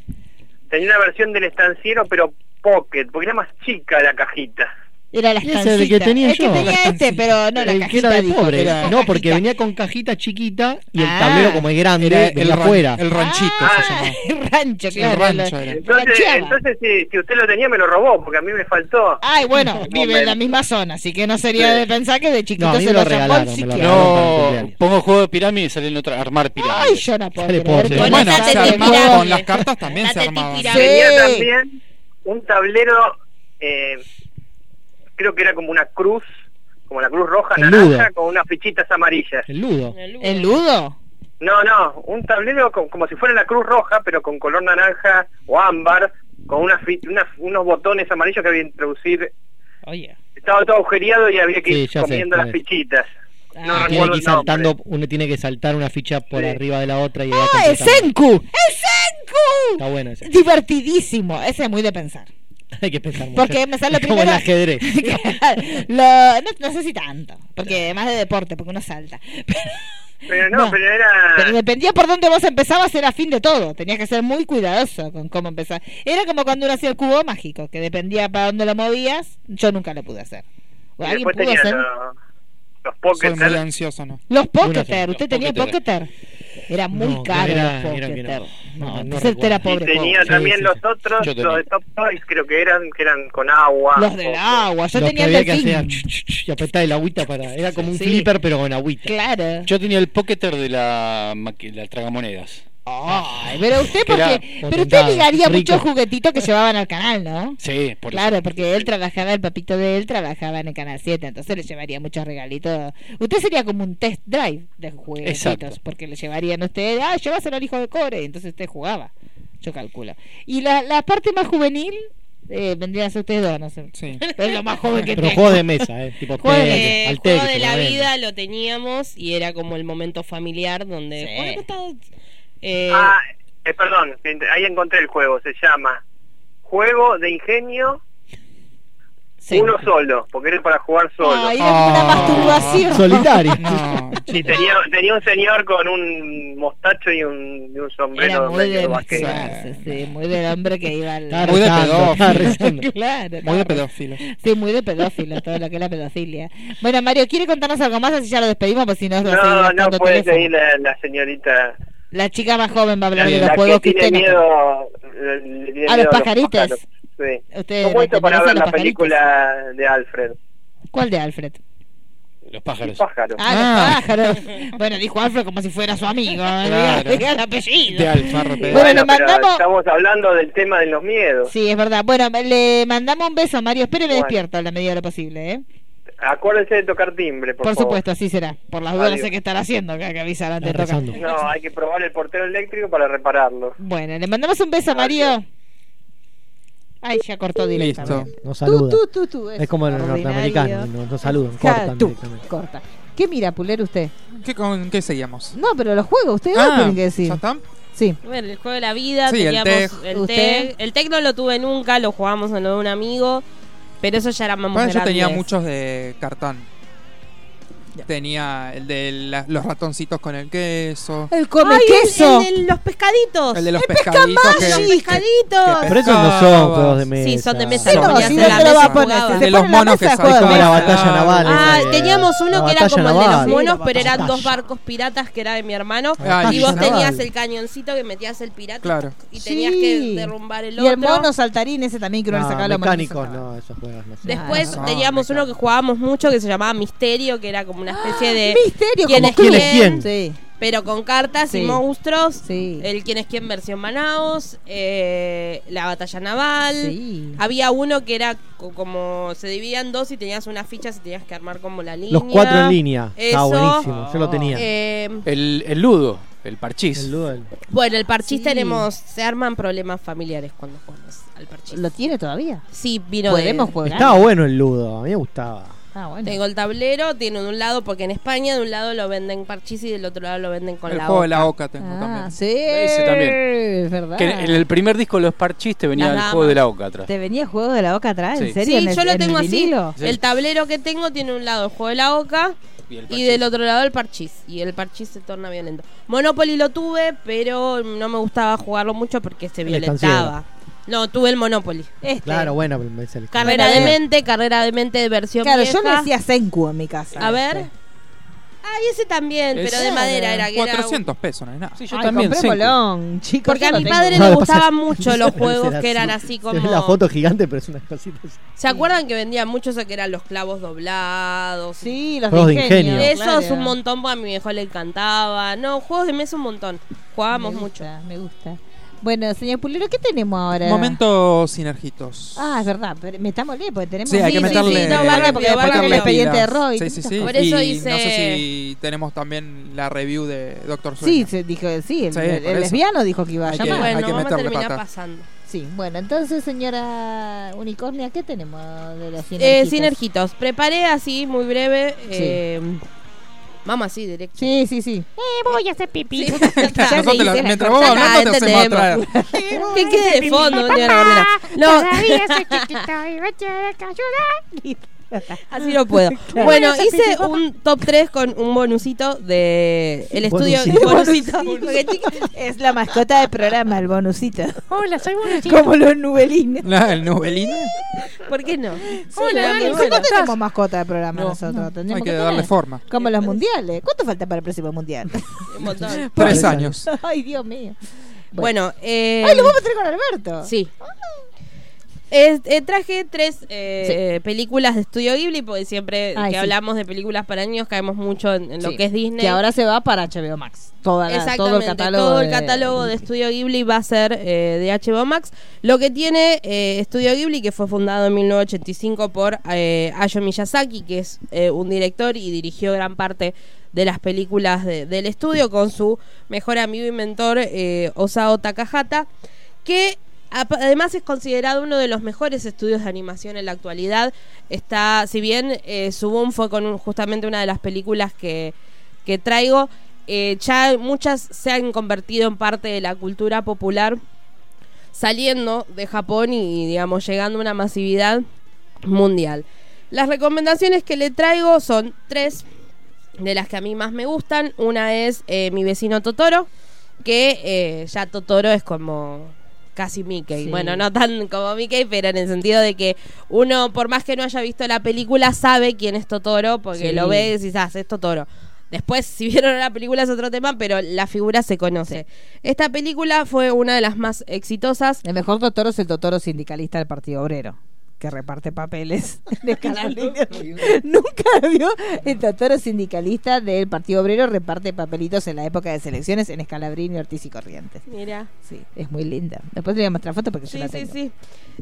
Speaker 8: Tenía una versión del estanciero, pero pocket, porque era más chica la cajita.
Speaker 1: Era las
Speaker 5: Ese es
Speaker 1: cancitas.
Speaker 5: el que tenía
Speaker 1: El que
Speaker 5: yo. Ah,
Speaker 1: tenía este, pero no la
Speaker 5: El que era
Speaker 1: cajita
Speaker 5: de
Speaker 1: dijo,
Speaker 5: pobre.
Speaker 1: pero-
Speaker 5: No, porque venía con cajita chiquita y el
Speaker 1: Ah.
Speaker 5: tablero como es grande,
Speaker 3: Era el,
Speaker 5: venía
Speaker 3: ran-
Speaker 5: afuera.
Speaker 3: el ranchito
Speaker 8: Ah.
Speaker 3: se llamaba.
Speaker 1: El rancho,
Speaker 3: Sí, el
Speaker 1: claro.
Speaker 3: rancho
Speaker 1: lo-
Speaker 3: era.
Speaker 8: Entonces,
Speaker 1: rancheaba.
Speaker 8: entonces si, si usted lo tenía, me lo robó, porque a mí me faltó.
Speaker 1: Ay, bueno, vive en la
Speaker 8: Momento.
Speaker 1: misma zona, así que no sería de pensar que de chiquito
Speaker 5: No, a mí
Speaker 1: se
Speaker 5: me
Speaker 1: lo
Speaker 5: lo
Speaker 1: llamó
Speaker 5: regalaron,
Speaker 1: el
Speaker 5: me lo
Speaker 1: psiquiatra.
Speaker 5: regalaron. para el
Speaker 4: No,
Speaker 5: cumpleaños.
Speaker 4: pongo juego de pirámides y salen otra, armar pirámides.
Speaker 1: Ay, yo no puedo
Speaker 5: Sale
Speaker 1: creer.
Speaker 5: pobre.
Speaker 1: Con
Speaker 3: Bueno,
Speaker 1: esa
Speaker 3: se
Speaker 2: de
Speaker 3: armaba
Speaker 2: pirámide.
Speaker 3: con las cartas también
Speaker 2: Las
Speaker 3: se
Speaker 2: de
Speaker 3: armaba.
Speaker 2: pirámide.
Speaker 8: Tenía
Speaker 1: Sí.
Speaker 8: también un tablero, eh, creo que era como una cruz, como la cruz roja
Speaker 5: El
Speaker 8: naranja,
Speaker 5: nudo.
Speaker 8: con unas fichitas amarillas.
Speaker 5: El ludo.
Speaker 1: ¿El ludo?
Speaker 8: No, no, un tablero con- como si fuera la cruz roja, pero con color naranja o ámbar, con unas fi- unas- unos botones amarillos que había que introducir.
Speaker 1: Oye.
Speaker 8: Estaba todo agujereado y había que
Speaker 5: Sí,
Speaker 8: ir
Speaker 5: ya sé,
Speaker 8: comiendo las
Speaker 5: vale.
Speaker 8: fichitas. No
Speaker 5: Y tiene
Speaker 8: recuerdo
Speaker 5: que
Speaker 8: el
Speaker 5: ir saltando,
Speaker 8: nombre.
Speaker 5: uno tiene que saltar una ficha por
Speaker 8: Sí.
Speaker 5: arriba de la otra y va
Speaker 1: ¡Ah, el
Speaker 5: completando.
Speaker 1: Senku! ¡El Senku!
Speaker 5: Está bueno ese.
Speaker 1: Divertidísimo. Ese es muy de pensar.
Speaker 5: Hay que pensar mucho.
Speaker 1: Porque me sale
Speaker 5: Es Como el
Speaker 1: primero-
Speaker 5: ajedrez.
Speaker 1: Lo- no, no sé si tanto, porque además de deporte, porque uno salta.
Speaker 8: Pero no,
Speaker 1: No.
Speaker 8: pero
Speaker 11: Ah.
Speaker 8: era...
Speaker 1: Pero dependía por dónde vos empezabas, era fin de todo. Tenías que ser muy cuidadoso con cómo empezar. Era como cuando uno hacía el cubo mágico, que dependía para dónde lo movías. Yo nunca lo pude hacer.
Speaker 8: y
Speaker 1: ¿O ¿Alguien
Speaker 8: después
Speaker 1: pudo
Speaker 8: tenía
Speaker 1: hacer?
Speaker 8: los, los
Speaker 3: Soy
Speaker 8: pockets,
Speaker 3: muy ansioso, ¿no?
Speaker 1: Los
Speaker 5: Uno
Speaker 1: Pocketer.
Speaker 5: solo,
Speaker 1: ¿Usted
Speaker 4: los
Speaker 1: tenía
Speaker 4: Pocketer.
Speaker 1: Pocketer? Era muy
Speaker 5: No,
Speaker 1: caro
Speaker 5: era-
Speaker 1: los
Speaker 5: era que no.
Speaker 1: Pocketer.
Speaker 5: No,
Speaker 1: No,
Speaker 5: no
Speaker 1: entonces usted era
Speaker 5: recuerdo.
Speaker 1: pobre.
Speaker 8: y tenía
Speaker 1: pobre.
Speaker 5: pobre.
Speaker 8: también
Speaker 5: Sí, sí,
Speaker 8: los
Speaker 5: sí.
Speaker 8: otros,
Speaker 4: Yo
Speaker 8: los de
Speaker 4: tenía.
Speaker 8: Top Toys creo que eran, que eran con agua.
Speaker 1: Los del
Speaker 8: o-
Speaker 1: agua. Yo
Speaker 5: Los
Speaker 1: tenía el
Speaker 5: que había que
Speaker 1: delfín.
Speaker 5: hacer ch, ch, ch, y apretar el agüita para. Era como un
Speaker 1: Sí.
Speaker 5: flipper, pero con agüita.
Speaker 1: Claro.
Speaker 4: Yo tenía el pocketer de la, maqui- la tragamonedas.
Speaker 1: Ay, pero usted
Speaker 4: Que era
Speaker 1: porque, pero usted
Speaker 5: potentado,
Speaker 1: ligaría
Speaker 5: rico.
Speaker 1: muchos juguetitos que llevaban al canal, ¿no?
Speaker 4: Sí, por eso.
Speaker 1: Claro, porque él trabajaba, el papito de él trabajaba en el Canal 7, entonces le llevaría muchos regalitos. Usted sería como un test drive de juguetitos,
Speaker 4: Exacto.
Speaker 1: porque le llevarían a usted, ah, lleváselo al hijo de cobre, y entonces usted jugaba, yo calculo. Y la, la parte más juvenil eh, vendrían a ser ustedes dos, no sé.
Speaker 3: Sí.
Speaker 1: Es lo más joven que
Speaker 5: Pero
Speaker 1: tengo.
Speaker 5: juegos de mesa, ¿eh? Tipo
Speaker 1: Juegos de-
Speaker 5: Tetris,
Speaker 2: Eh,
Speaker 5: al
Speaker 2: juego
Speaker 5: Tetris,
Speaker 2: de la
Speaker 5: seguramente.
Speaker 2: vida lo teníamos y era como el momento familiar donde.
Speaker 1: Sí.
Speaker 2: Bueno, ¿qué tal? Eh,
Speaker 8: Ah, eh, perdón, ahí encontré el juego, se llama Juego de Ingenio
Speaker 2: Sí.
Speaker 11: Uno solo, porque era para jugar solo.
Speaker 8: Ay, era una masturbación.
Speaker 5: Solitario.
Speaker 3: No.
Speaker 11: Y tenía, tenía un señor con un mostacho y un, y un
Speaker 8: Era
Speaker 11: sombrero
Speaker 8: muy
Speaker 11: medio
Speaker 8: de
Speaker 11: vaquero.
Speaker 8: masturbarse, sí, muy del hombre que iba al...
Speaker 5: Está
Speaker 3: Muy de
Speaker 5: rezando,
Speaker 3: pedófilo.
Speaker 5: está rezando.
Speaker 8: Claro,
Speaker 3: Muy de
Speaker 8: no.
Speaker 3: pedófilo.
Speaker 8: Sí, muy de pedófilo, todo lo que es la pedofilia. Bueno, Mario, ¿quiere contarnos algo más? Así ya lo despedimos, pues si no, lo seguimos
Speaker 11: No, no
Speaker 8: dando
Speaker 11: puede
Speaker 8: teléfono.
Speaker 11: seguir la, la señorita.
Speaker 8: La chica más joven va a hablar de los
Speaker 11: La que
Speaker 8: juegos que
Speaker 11: tiene
Speaker 8: usted no-
Speaker 11: miedo. le- le tiene
Speaker 8: A
Speaker 11: miedo
Speaker 8: los pajaritos.
Speaker 11: pájaros. Sí.
Speaker 8: Usted
Speaker 11: ¿Cómo hizo
Speaker 8: pertenece
Speaker 11: para
Speaker 8: a
Speaker 11: ver
Speaker 8: los
Speaker 11: la
Speaker 8: pajaritos.
Speaker 11: película de Alfred?
Speaker 8: ¿Cuál de Alfred?
Speaker 4: Los pájaros.
Speaker 11: Pájaro.
Speaker 8: Ah,
Speaker 3: Ah.
Speaker 8: los pájaros. Bueno, dijo Alfred como si fuera su amigo. ¿eh?
Speaker 3: Claro.
Speaker 8: Diga el apellido.
Speaker 3: De alfarro,
Speaker 11: Y
Speaker 3: pero-
Speaker 8: Bueno,
Speaker 11: pero
Speaker 8: le mandamos-
Speaker 11: Estamos hablando del tema de los miedos.
Speaker 8: Sí, es verdad. Bueno, le mandamos un beso, Mario. Espéreme
Speaker 11: Bueno.
Speaker 8: despierto a la medida de lo posible, ¿eh?
Speaker 11: Acuérdense de tocar timbre, por,
Speaker 8: Por
Speaker 11: favor.
Speaker 8: supuesto, así será. Por las dudas no sé
Speaker 11: Adiós.
Speaker 8: qué estar haciendo, que, que avisar antes
Speaker 5: Está
Speaker 8: de tocar.
Speaker 5: rezando.
Speaker 11: No, hay que probar el portero eléctrico para repararlo.
Speaker 8: Bueno, le mandamos un beso, Mario. Ay, ya cortó
Speaker 3: Listo.
Speaker 8: directamente.
Speaker 5: No
Speaker 1: Tú,
Speaker 5: saluda.
Speaker 1: tú, tú, tú.
Speaker 5: Es como los
Speaker 1: ordinario.
Speaker 5: norteamericanos, no, no saludan,
Speaker 1: Claro,
Speaker 5: cortan
Speaker 1: tú,
Speaker 5: directamente.
Speaker 1: corta. ¿Qué mira, Pulero, usted?
Speaker 3: ¿Qué, ¿Con qué seguíamos? Ah,
Speaker 1: No, pero los juegos, ustedes
Speaker 5: Ah,
Speaker 1: no tienen que decir.
Speaker 3: ¿ya está?
Speaker 1: Sí.
Speaker 2: Bueno, el juego de la vida,
Speaker 3: Sí, el
Speaker 2: teníamos
Speaker 3: teg.
Speaker 2: el
Speaker 1: ¿Usted?
Speaker 2: tec. El tec no lo tuve nunca, lo jugábamos en lo de un amigo, pero eso ya era más
Speaker 3: Bueno, yo
Speaker 2: grandes.
Speaker 3: tenía muchos de cartón. Tenía el de la- los ratoncitos con el queso.
Speaker 1: El come
Speaker 2: Ay, el-
Speaker 1: queso.
Speaker 2: el de los pescaditos.
Speaker 3: El de los pescaditos. que-
Speaker 2: Los
Speaker 1: Pescamagic.
Speaker 2: pescaditos.
Speaker 3: que
Speaker 5: Pero esos no son
Speaker 3: pescabas.
Speaker 5: juegos de mesa.
Speaker 2: Sí, son de mesa.
Speaker 1: Ay,
Speaker 3: Son
Speaker 1: no,
Speaker 3: de
Speaker 1: si no
Speaker 3: mesa.
Speaker 1: te lo va a poner.
Speaker 2: Jugaba.
Speaker 1: Si
Speaker 3: De
Speaker 1: se
Speaker 3: los
Speaker 1: pone en la
Speaker 3: monos que
Speaker 1: mesa,
Speaker 3: saltan.
Speaker 1: juega.
Speaker 5: Como la
Speaker 3: Ah,
Speaker 5: batalla naval.
Speaker 2: Ah,
Speaker 5: esa que-
Speaker 2: teníamos uno
Speaker 5: la
Speaker 2: que era
Speaker 5: batalla
Speaker 2: como el de los
Speaker 5: naval.
Speaker 2: monos,
Speaker 1: Sí,
Speaker 2: pero eran dos
Speaker 5: batalla.
Speaker 2: barcos piratas que eran de mi hermano.
Speaker 3: Ah,
Speaker 2: y
Speaker 5: sí,
Speaker 2: vos
Speaker 5: naval.
Speaker 2: tenías el cañoncito que metías el pirata
Speaker 3: Claro.
Speaker 2: y tenías
Speaker 1: Sí.
Speaker 2: que derrumbar el
Speaker 1: Y
Speaker 2: otro.
Speaker 1: el mono saltarín ese también que uno le sacaba
Speaker 5: no,
Speaker 1: los manos y
Speaker 5: mecánicos,
Speaker 1: sacaba.
Speaker 5: Ah, no, esos juegos no. sé.
Speaker 2: Después
Speaker 3: Ah,
Speaker 2: teníamos
Speaker 3: me encanta.
Speaker 2: uno que jugábamos mucho que se llamaba Misterio, que era como una
Speaker 1: Ah,
Speaker 2: especie de
Speaker 1: Misterio,
Speaker 2: quién
Speaker 1: como
Speaker 2: es
Speaker 1: club.
Speaker 2: quién,
Speaker 5: ¿Quién es quién?
Speaker 1: Sí.
Speaker 2: pero con cartas y
Speaker 1: Sí.
Speaker 2: monstruos.
Speaker 1: Sí.
Speaker 2: El quién es quién versión Manaus, eh, la batalla naval.
Speaker 1: Sí.
Speaker 2: Había uno que era co- como se dividían dos y tenías unas fichas y tenías que armar como la línea.
Speaker 5: Los cuatro en línea. Está
Speaker 2: Eso.
Speaker 5: buenísimo, yo lo tenía.
Speaker 2: Eh,
Speaker 4: El, el ludo, el parchís.
Speaker 5: El duel.
Speaker 2: bueno, el parchís
Speaker 1: Sí.
Speaker 2: tenemos, se arman problemas familiares cuando jugamos al parchís.
Speaker 1: ¿Lo tiene todavía?
Speaker 2: Sí, vino de-
Speaker 1: Podemos jugar.
Speaker 5: Estaba bueno el ludo, a mí me gustaba.
Speaker 1: Ah, bueno.
Speaker 2: Tengo el tablero, tiene de un lado, porque en España de un lado lo venden parchís y del otro lado lo venden con
Speaker 3: el
Speaker 2: la
Speaker 3: juego
Speaker 2: hoja.
Speaker 3: de la oca tengo
Speaker 1: Ah,
Speaker 3: también.
Speaker 1: sí.
Speaker 4: Ese también.
Speaker 1: Es verdad.
Speaker 4: Que en el primer disco de los parchís te venía
Speaker 2: Las
Speaker 4: el
Speaker 2: damas.
Speaker 4: juego de la boca atrás.
Speaker 1: ¿Te venía el juego de la boca atrás? ¿En
Speaker 4: Sí.
Speaker 1: serio?
Speaker 2: Sí,
Speaker 1: ¿En
Speaker 2: yo
Speaker 1: el-
Speaker 2: lo
Speaker 1: en
Speaker 2: tengo
Speaker 1: el
Speaker 2: así.
Speaker 1: vinilo?
Speaker 4: Sí.
Speaker 2: El tablero que tengo tiene un lado el juego de la oca
Speaker 4: Y, el
Speaker 2: y
Speaker 4: parchís.
Speaker 2: del otro lado el parchís. Y el parchís se torna violento. Monopoly lo tuve, pero no me gustaba jugarlo mucho porque se
Speaker 5: El
Speaker 2: violentaba. No, tuve el Monopoly.
Speaker 1: Este.
Speaker 5: Claro, bueno, pero me dice el-
Speaker 2: Carrera de mente, carrera de mente de versión
Speaker 1: Claro,
Speaker 2: vieja.
Speaker 1: yo le decía Senku en mi casa.
Speaker 2: A ver. Ay, ese también,
Speaker 4: Es-
Speaker 2: pero de madera era que era un-
Speaker 3: 400 pesos, no es nada.
Speaker 4: Sí, yo
Speaker 1: Yo Ay,
Speaker 4: también.
Speaker 1: también.
Speaker 4: Senku.
Speaker 1: chicos.
Speaker 2: Porque
Speaker 1: yo
Speaker 2: a
Speaker 1: lo
Speaker 2: mi
Speaker 1: tengo.
Speaker 2: padre
Speaker 5: No,
Speaker 2: le
Speaker 5: lo que pasa-
Speaker 2: gustaban mucho los
Speaker 5: se ve
Speaker 2: juegos que eran
Speaker 5: la-
Speaker 2: así
Speaker 5: se ve
Speaker 2: como.
Speaker 5: la foto gigante, pero es una cosita así.
Speaker 2: ¿Se acuerdan que vendían mucho eso que eran los clavos doblados?
Speaker 1: Sí, los
Speaker 5: Juegos
Speaker 1: de
Speaker 5: de
Speaker 1: ingenio.
Speaker 5: ingenio.
Speaker 2: De esos
Speaker 1: claro.
Speaker 2: un montón, porque a mi viejo le encantaba. No, juegos de mesa un montón. Jugábamos
Speaker 1: me
Speaker 2: mucho.
Speaker 1: Gusta, me gusta. Bueno, señor Pulero, ¿qué tenemos ahora?
Speaker 3: Momentos sinergitos.
Speaker 1: Ah, es verdad, pero metámosle porque tenemos
Speaker 3: Sí,
Speaker 2: Sí,
Speaker 3: hay que
Speaker 2: sí,
Speaker 3: meterle.
Speaker 2: sí, no, vale,
Speaker 1: porque
Speaker 2: vale,
Speaker 1: después
Speaker 2: vale.
Speaker 1: viene el expediente de
Speaker 3: pilas.
Speaker 1: Roy.
Speaker 3: Sí, sí, sí.
Speaker 2: Por eso
Speaker 3: y
Speaker 2: hice-
Speaker 3: No sé si tenemos también la review de Doctor Sueño.
Speaker 1: Sí, se dijo, sí, el,
Speaker 3: Sí,
Speaker 1: el-
Speaker 3: por
Speaker 1: el
Speaker 3: eso.
Speaker 1: lesbiano dijo que iba a
Speaker 3: Hay que-
Speaker 1: llamar.
Speaker 2: bueno,
Speaker 3: hay que
Speaker 2: vamos a
Speaker 3: meterle
Speaker 2: terminar
Speaker 3: pata.
Speaker 2: pasando.
Speaker 1: Sí, bueno, entonces, señora Unicornia, ¿qué tenemos de las
Speaker 2: Eh,
Speaker 1: sinergias?
Speaker 2: sinergitos. Preparé así, muy breve.
Speaker 1: Sí.
Speaker 2: eh, Vamos así, directo.
Speaker 1: Sí, sí, sí.
Speaker 2: voy a hacer pipí.
Speaker 3: Nosotros te lo- mientras vos hablás, nosotros te hacemos atraer.
Speaker 2: Que quede de fondo. un día la gordera. No, así no puedo. Bueno, hice un top 3 con un bonusito de el estudio.
Speaker 1: Bonusito.
Speaker 2: Bonusito. Porque chiqui-
Speaker 1: Es la mascota del programa, el bonusito. Hola, soy bonusito. Como los nubelines.
Speaker 3: La- el nubelín.
Speaker 2: ¿Por qué no?
Speaker 1: Hola,
Speaker 2: Hola,
Speaker 1: ¿Cómo tenemos mascota del programa
Speaker 3: No,
Speaker 1: nosotros? Tendríamos
Speaker 3: Hay que
Speaker 1: tener.
Speaker 3: darle forma.
Speaker 1: Como los mundiales. ¿Cuánto falta para el próximo mundial?
Speaker 2: Un montón.
Speaker 3: Tres años.
Speaker 1: Ay, Dios mío.
Speaker 2: Bueno, eh,
Speaker 1: Ay, lo vamos a hacer con Alberto.
Speaker 2: sí. Es- eh, traje tres eh, películas de Estudio Ghibli, porque siempre
Speaker 1: Ay,
Speaker 2: que
Speaker 1: sí.
Speaker 2: hablamos de películas para niños caemos mucho en, en lo
Speaker 1: Sí.
Speaker 2: que es Disney.
Speaker 1: Que ahora se va para HBO Max. Toda la-
Speaker 2: Exactamente,
Speaker 1: todo el catálogo.
Speaker 2: todo el catálogo de Estudio Ghibli va a ser eh, de HBO Max. Lo que tiene eh, Estudio Ghibli, que fue fundado en 1985 por eh, Hayao Miyazaki, que es eh, un director y dirigió gran parte de las películas de- del estudio con su mejor amigo y mentor eh, Osao Takahata, que ap- además es considerado uno de los mejores estudios de animación en la actualidad. Está, si bien eh, su boom fue con un- justamente una de las películas que, que traigo. eh, ya muchas se han convertido en parte de la cultura popular saliendo de Japón y, digamos, llegando a una masividad mundial. Las recomendaciones que le traigo son tres de las que a mí más me gustan. Una es eh, Mi vecino Totoro, que eh, ya Totoro es como casi Mickey.
Speaker 6: Sí.
Speaker 2: Bueno, no tan como Mickey, pero en el sentido de que uno, por más que no haya visto la película, sabe quién es Totoro, porque
Speaker 6: Sí.
Speaker 2: lo ve y decís, ah, es Totoro. Después, si vieron la película es otro tema, pero la figura se conoce. Esta película fue una de las más exitosas.
Speaker 8: El mejor Totoro es el Totoro sindicalista del Partido Obrero, que reparte papeles de cada línea. Nunca vio el Totoro sindicalista del Partido Obrero reparte papelitos en la época de selecciones en Escalabrini, Ortiz y Corrientes.
Speaker 2: Mira.
Speaker 8: Sí, es muy linda. Después le voy a mostrar foto porque yo
Speaker 2: Sí,
Speaker 8: la
Speaker 2: sí,
Speaker 8: tengo.
Speaker 2: sí.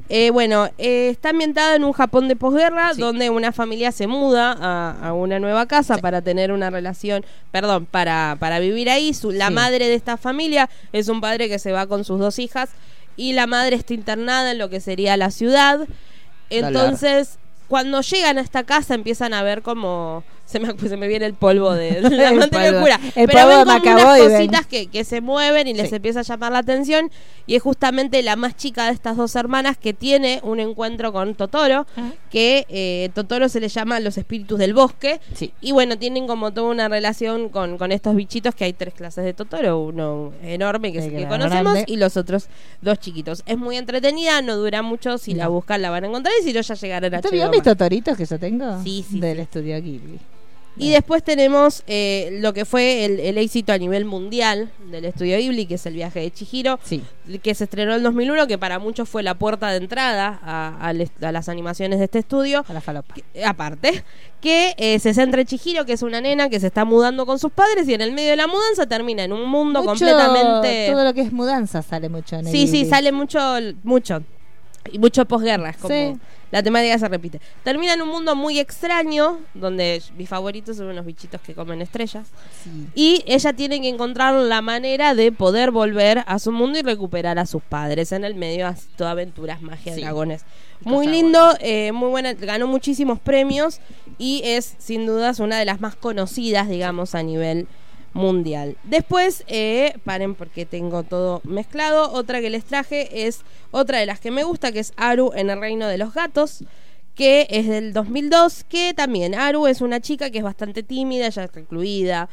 Speaker 2: Eh, bueno, eh, está ambientada en un Japón de posguerra, donde una familia se muda a, a una nueva casa para tener una relación, perdón, para, para vivir ahí. Su- la
Speaker 8: Sí.
Speaker 2: madre de esta familia es un padre que se va con sus dos hijas y la madre está internada en lo que sería la ciudad. Entonces, cuando llegan a esta casa empiezan a ver como... Se me, se me viene el polvo de la
Speaker 8: El
Speaker 2: manteca
Speaker 8: polvo.
Speaker 2: oscura.
Speaker 8: El
Speaker 2: Pero
Speaker 8: polvo
Speaker 2: ven como
Speaker 8: de Macaboy,
Speaker 2: unas
Speaker 8: ven.
Speaker 2: cositas que, que se mueven y les
Speaker 8: Sí.
Speaker 2: empieza a llamar la atención. Y es justamente la más chica de estas dos hermanas que tiene un encuentro con Totoro,
Speaker 8: Ah.
Speaker 2: que eh, Totoro se le llama los espíritus del bosque.
Speaker 8: Sí.
Speaker 2: Y bueno, tienen como toda una relación con, con estos bichitos que hay tres clases de Totoro, uno enorme que,
Speaker 8: El
Speaker 2: que
Speaker 8: gran
Speaker 2: conocemos
Speaker 8: grande.
Speaker 2: y los otros dos chiquitos. Es muy entretenida, no dura mucho, si la
Speaker 8: No.
Speaker 2: buscan la van a encontrar y si no ya llegarán a
Speaker 8: ¿Tú vio mis Totoritos que yo tengo?
Speaker 2: Sí, sí,
Speaker 8: Del estudio Ghibli.
Speaker 2: y después tenemos eh, lo que fue el, el éxito a nivel mundial del estudio Ghibli, que es el viaje de Chihiro,
Speaker 8: Sí.
Speaker 2: que se estrenó en 2001, que para muchos fue la puerta de entrada a, al est- a las animaciones de este estudio.
Speaker 8: A la falopa.
Speaker 2: Eh, aparte, que eh, se centra en Chihiro, que es una nena que se está mudando con sus padres y en el medio de la mudanza termina en un mundo
Speaker 8: Mucho-
Speaker 2: completamente...
Speaker 8: Todo lo que es mudanza sale mucho en el
Speaker 2: Sí, sí,
Speaker 8: Ghibli.
Speaker 2: sale mucho, mucho. Y mucho posguerra, es como
Speaker 8: Sí.
Speaker 2: la temática se repite. Termina en un mundo muy extraño, donde mis favoritos son unos bichitos que comen estrellas.
Speaker 8: Sí.
Speaker 2: Y ella tiene que encontrar la manera de poder volver a su mundo y recuperar a sus padres en el medio de todas aventuras, magia,
Speaker 8: Sí.
Speaker 2: dragones.
Speaker 8: Cosa
Speaker 2: Muy lindo, eh, muy buena, ganó muchísimos premios y es sin dudas una de las más conocidas, digamos, a nivel mundial. Después, eh, paren porque tengo todo mezclado, otra que les traje es otra de las que me gusta, que es Aru en el Reino de los Gatos que es del 2002, que también Aru es una chica que es bastante tímida, ya está incluida,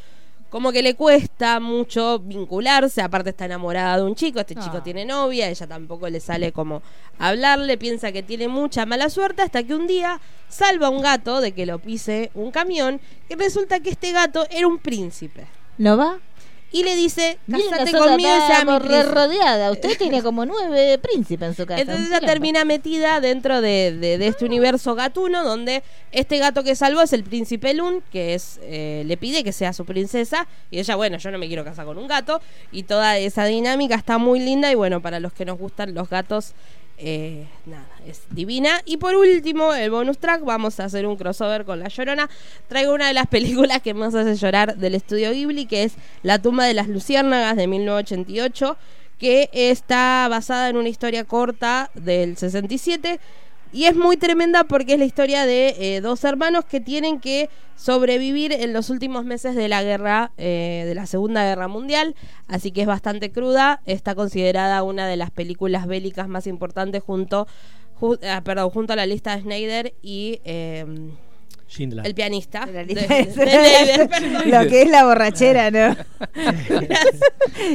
Speaker 2: como que le cuesta mucho vincularse, aparte está enamorada de un chico, este chico
Speaker 8: Ah.
Speaker 2: tiene novia, ella tampoco le sale como hablarle, piensa que tiene mucha mala suerte, hasta que un día salva a un gato de que lo pise un camión, y resulta que este gato era un príncipe.
Speaker 8: ¿No va?
Speaker 2: Y le dice,
Speaker 8: Miren,
Speaker 2: casate
Speaker 8: nosotros
Speaker 2: conmigo y sea mi
Speaker 8: estábamos re
Speaker 2: príncipe.
Speaker 8: rodeada. Usted tiene como nueve príncipes en su casa.
Speaker 2: Entonces
Speaker 8: Un Ah.
Speaker 2: ella
Speaker 8: quilombo.
Speaker 2: termina metida dentro de, de- de este universo gatuno, donde este gato que salvó es el príncipe Lun, que es eh, le pide que sea su princesa, y ella, bueno, yo no me quiero casar con un gato, y toda esa dinámica está muy linda, y bueno, para los que nos gustan los gatos, eh, nada, es divina. Y por último, el bonus track, vamos a hacer un crossover con La Llorona. Traigo una de las películas que más hace llorar del estudio Ghibli, que es La tumba de las luciérnagas de 1988, que está basada en una historia corta del 67. Y es muy tremenda porque es la historia de eh, dos hermanos que tienen que sobrevivir en los últimos meses de la guerra, eh, de la Segunda Guerra Mundial. Así que es bastante cruda. Está considerada una de las películas bélicas más importantes junto, ju- ah, perdón, junto a la lista de Schneider y eh,
Speaker 5: Schindler.
Speaker 2: El pianista.
Speaker 8: De la
Speaker 2: de-
Speaker 8: lista de-
Speaker 2: de Schneider, perdón.
Speaker 8: Lo que es la borrachera, ¿no?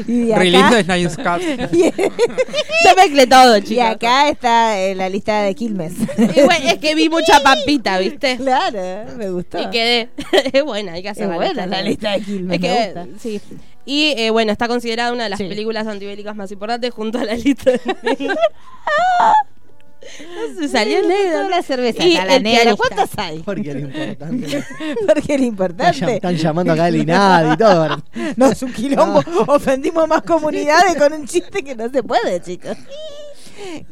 Speaker 8: y de
Speaker 3: Release de
Speaker 8: acá,
Speaker 3: Snyder's Cut.
Speaker 2: Yo mezclé todo,
Speaker 8: y
Speaker 2: chicos.
Speaker 8: acá está eh, la lista de Quilmes.
Speaker 2: Y bueno, es que vi mucha pampita, ¿viste?
Speaker 8: claro, me gustó.
Speaker 2: Y quedé. es buena, hay que hacer
Speaker 8: Es buena la lista de Quilmes,
Speaker 2: Es
Speaker 8: me
Speaker 2: que-
Speaker 8: gusta.
Speaker 2: sí. Y eh, bueno, está considerada una de las
Speaker 8: Sí.
Speaker 2: películas antibélicas más importantes junto a la lista de Se salió el negro.
Speaker 8: Toda la cerveza,
Speaker 2: Y
Speaker 8: está la
Speaker 2: el
Speaker 8: negra.
Speaker 2: pianista.
Speaker 8: ¿Cuántas eh, hay?
Speaker 5: Porque era importante.
Speaker 8: Porque era
Speaker 5: Están llam-
Speaker 8: importante.
Speaker 5: Están llamando acá el INAD y todo.
Speaker 8: No, es un quilombo.
Speaker 5: Ah.
Speaker 8: Ofendimos más comunidades con un chiste que no se puede, chicos.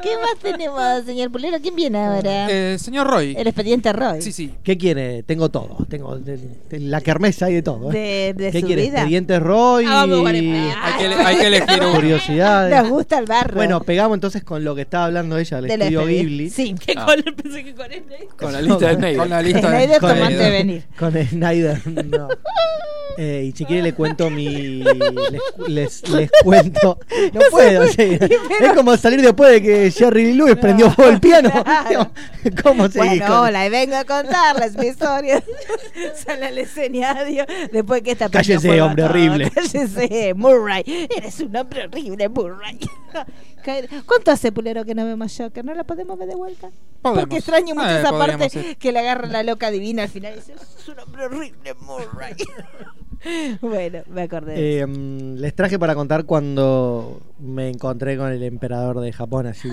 Speaker 8: ¿Qué más tenemos, señor Pulero? ¿Quién viene ahora?
Speaker 3: Eh, señor Roy.
Speaker 8: El expediente Roy.
Speaker 3: Sí, sí.
Speaker 5: ¿Qué quiere? Tengo todo. Tengo de- de- la kermesa hay de todo. ¿eh?
Speaker 8: De, de
Speaker 5: ¿Qué
Speaker 8: su
Speaker 5: quiere?
Speaker 8: vida.
Speaker 5: Expedientes Roy.
Speaker 2: Ah, vamos, vale.
Speaker 3: Hay que, hay que elegir uno.
Speaker 5: Curiosidades.
Speaker 8: Nos gusta el barro.
Speaker 5: Bueno, pegamos entonces con lo que estaba hablando ella del
Speaker 8: Del
Speaker 5: estudio
Speaker 8: expediente.
Speaker 5: Ghibli.
Speaker 8: Sí.
Speaker 2: Que con, pensé que con él.
Speaker 4: Con la lista de
Speaker 3: Con
Speaker 4: Snyder.
Speaker 3: la lista
Speaker 8: Snyder
Speaker 5: Con
Speaker 8: tomate
Speaker 5: el-
Speaker 8: venir.
Speaker 5: Con Snyder. No. Eh, y si quiere le cuento mi... Les, les, les cuento... No puedo. sí. Es como salir después de que Jerry Lee Lewis prendió fuego el piano.
Speaker 1: Claro.
Speaker 5: ¿Cómo se
Speaker 1: Bueno, hola, y vengo a contarles mi historia. Sale el escenario después que esta
Speaker 5: Cállese,
Speaker 1: prendió fuego
Speaker 5: hombre
Speaker 1: todo.
Speaker 5: horrible.
Speaker 1: Cállese, Murray. Eres un hombre horrible, Murray. ¿Cuánto hace Pulero que no vemos Joker? ¿No la podemos ver de vuelta?
Speaker 3: Podemos.
Speaker 1: Porque extraño mucho
Speaker 3: Eh,
Speaker 1: esa
Speaker 3: podríamos
Speaker 1: parte
Speaker 3: ir.
Speaker 1: que le agarra la loca divina al final y dice, es un hombre horrible, Murray. bueno, me acordé. de eso.
Speaker 5: Eh, mm, les traje para contar cuando me encontré con el emperador de Japón así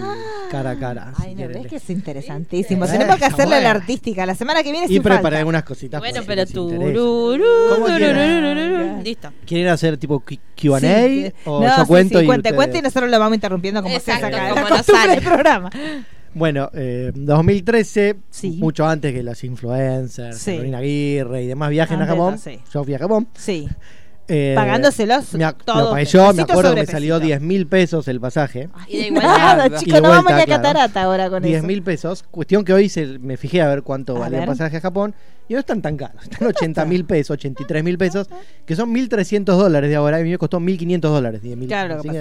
Speaker 5: cara a cara. ah, si
Speaker 1: Ah. Ay, no, ves
Speaker 5: quieren, les-
Speaker 1: que es interesantísimo.
Speaker 5: Eh,
Speaker 1: Tenemos que hacerle la
Speaker 5: bueno.
Speaker 1: artística. La semana que viene
Speaker 5: Y
Speaker 1: sin
Speaker 5: preparé
Speaker 1: falta.
Speaker 5: algunas cositas.
Speaker 2: Bueno,
Speaker 5: por si
Speaker 2: pero
Speaker 5: les
Speaker 2: tú.
Speaker 5: interesa. ¿Cómo
Speaker 1: quieren?
Speaker 2: Listo.
Speaker 5: ¿Quieren hacer tipo Q- QA?
Speaker 1: Sí,
Speaker 5: o
Speaker 1: no,
Speaker 5: yo
Speaker 1: sí,
Speaker 5: cuento
Speaker 1: sí,
Speaker 5: y
Speaker 1: cuente,
Speaker 5: ustedes-
Speaker 1: cuente y nosotros lo vamos interrumpiendo como se
Speaker 2: Exacto,
Speaker 1: saca
Speaker 2: como
Speaker 1: la
Speaker 2: nos
Speaker 1: costumbre
Speaker 2: sale.
Speaker 1: del programa.
Speaker 5: Bueno, eh, 2013,
Speaker 1: Sí.
Speaker 5: mucho antes que los influencers,
Speaker 1: Sí.
Speaker 5: Carolina Aguirre y demás viajen a
Speaker 1: Antes,
Speaker 5: Japón.
Speaker 1: sí.
Speaker 5: Yo fui a Japón.
Speaker 1: Sí,
Speaker 5: eh,
Speaker 1: pagándoselos
Speaker 5: me ac-
Speaker 1: todos,
Speaker 5: lo pagué yo, me
Speaker 1: pesito
Speaker 5: acuerdo que
Speaker 1: sobre
Speaker 5: me salió
Speaker 1: pesito.
Speaker 5: 10 mil pesos el pasaje.
Speaker 2: Y de igualdad.
Speaker 1: nada,
Speaker 3: Y
Speaker 1: chicos, no
Speaker 5: vuelta,
Speaker 1: vamos ni a
Speaker 5: claro.
Speaker 1: catarata ahora Ah, con
Speaker 5: 10
Speaker 1: eso.
Speaker 5: mil pesos. Cuestión que hoy se, me fijé a ver cuánto
Speaker 1: A
Speaker 5: valía el
Speaker 1: ver.
Speaker 5: pasaje a Japón. Y no están tan caros. Están 80 mil pesos, 83 mil pesos, que son 1.300 dólares de ahora. Y a mí me costó 1.500 dólares. 10.000.
Speaker 1: Claro, lo
Speaker 5: Así
Speaker 1: que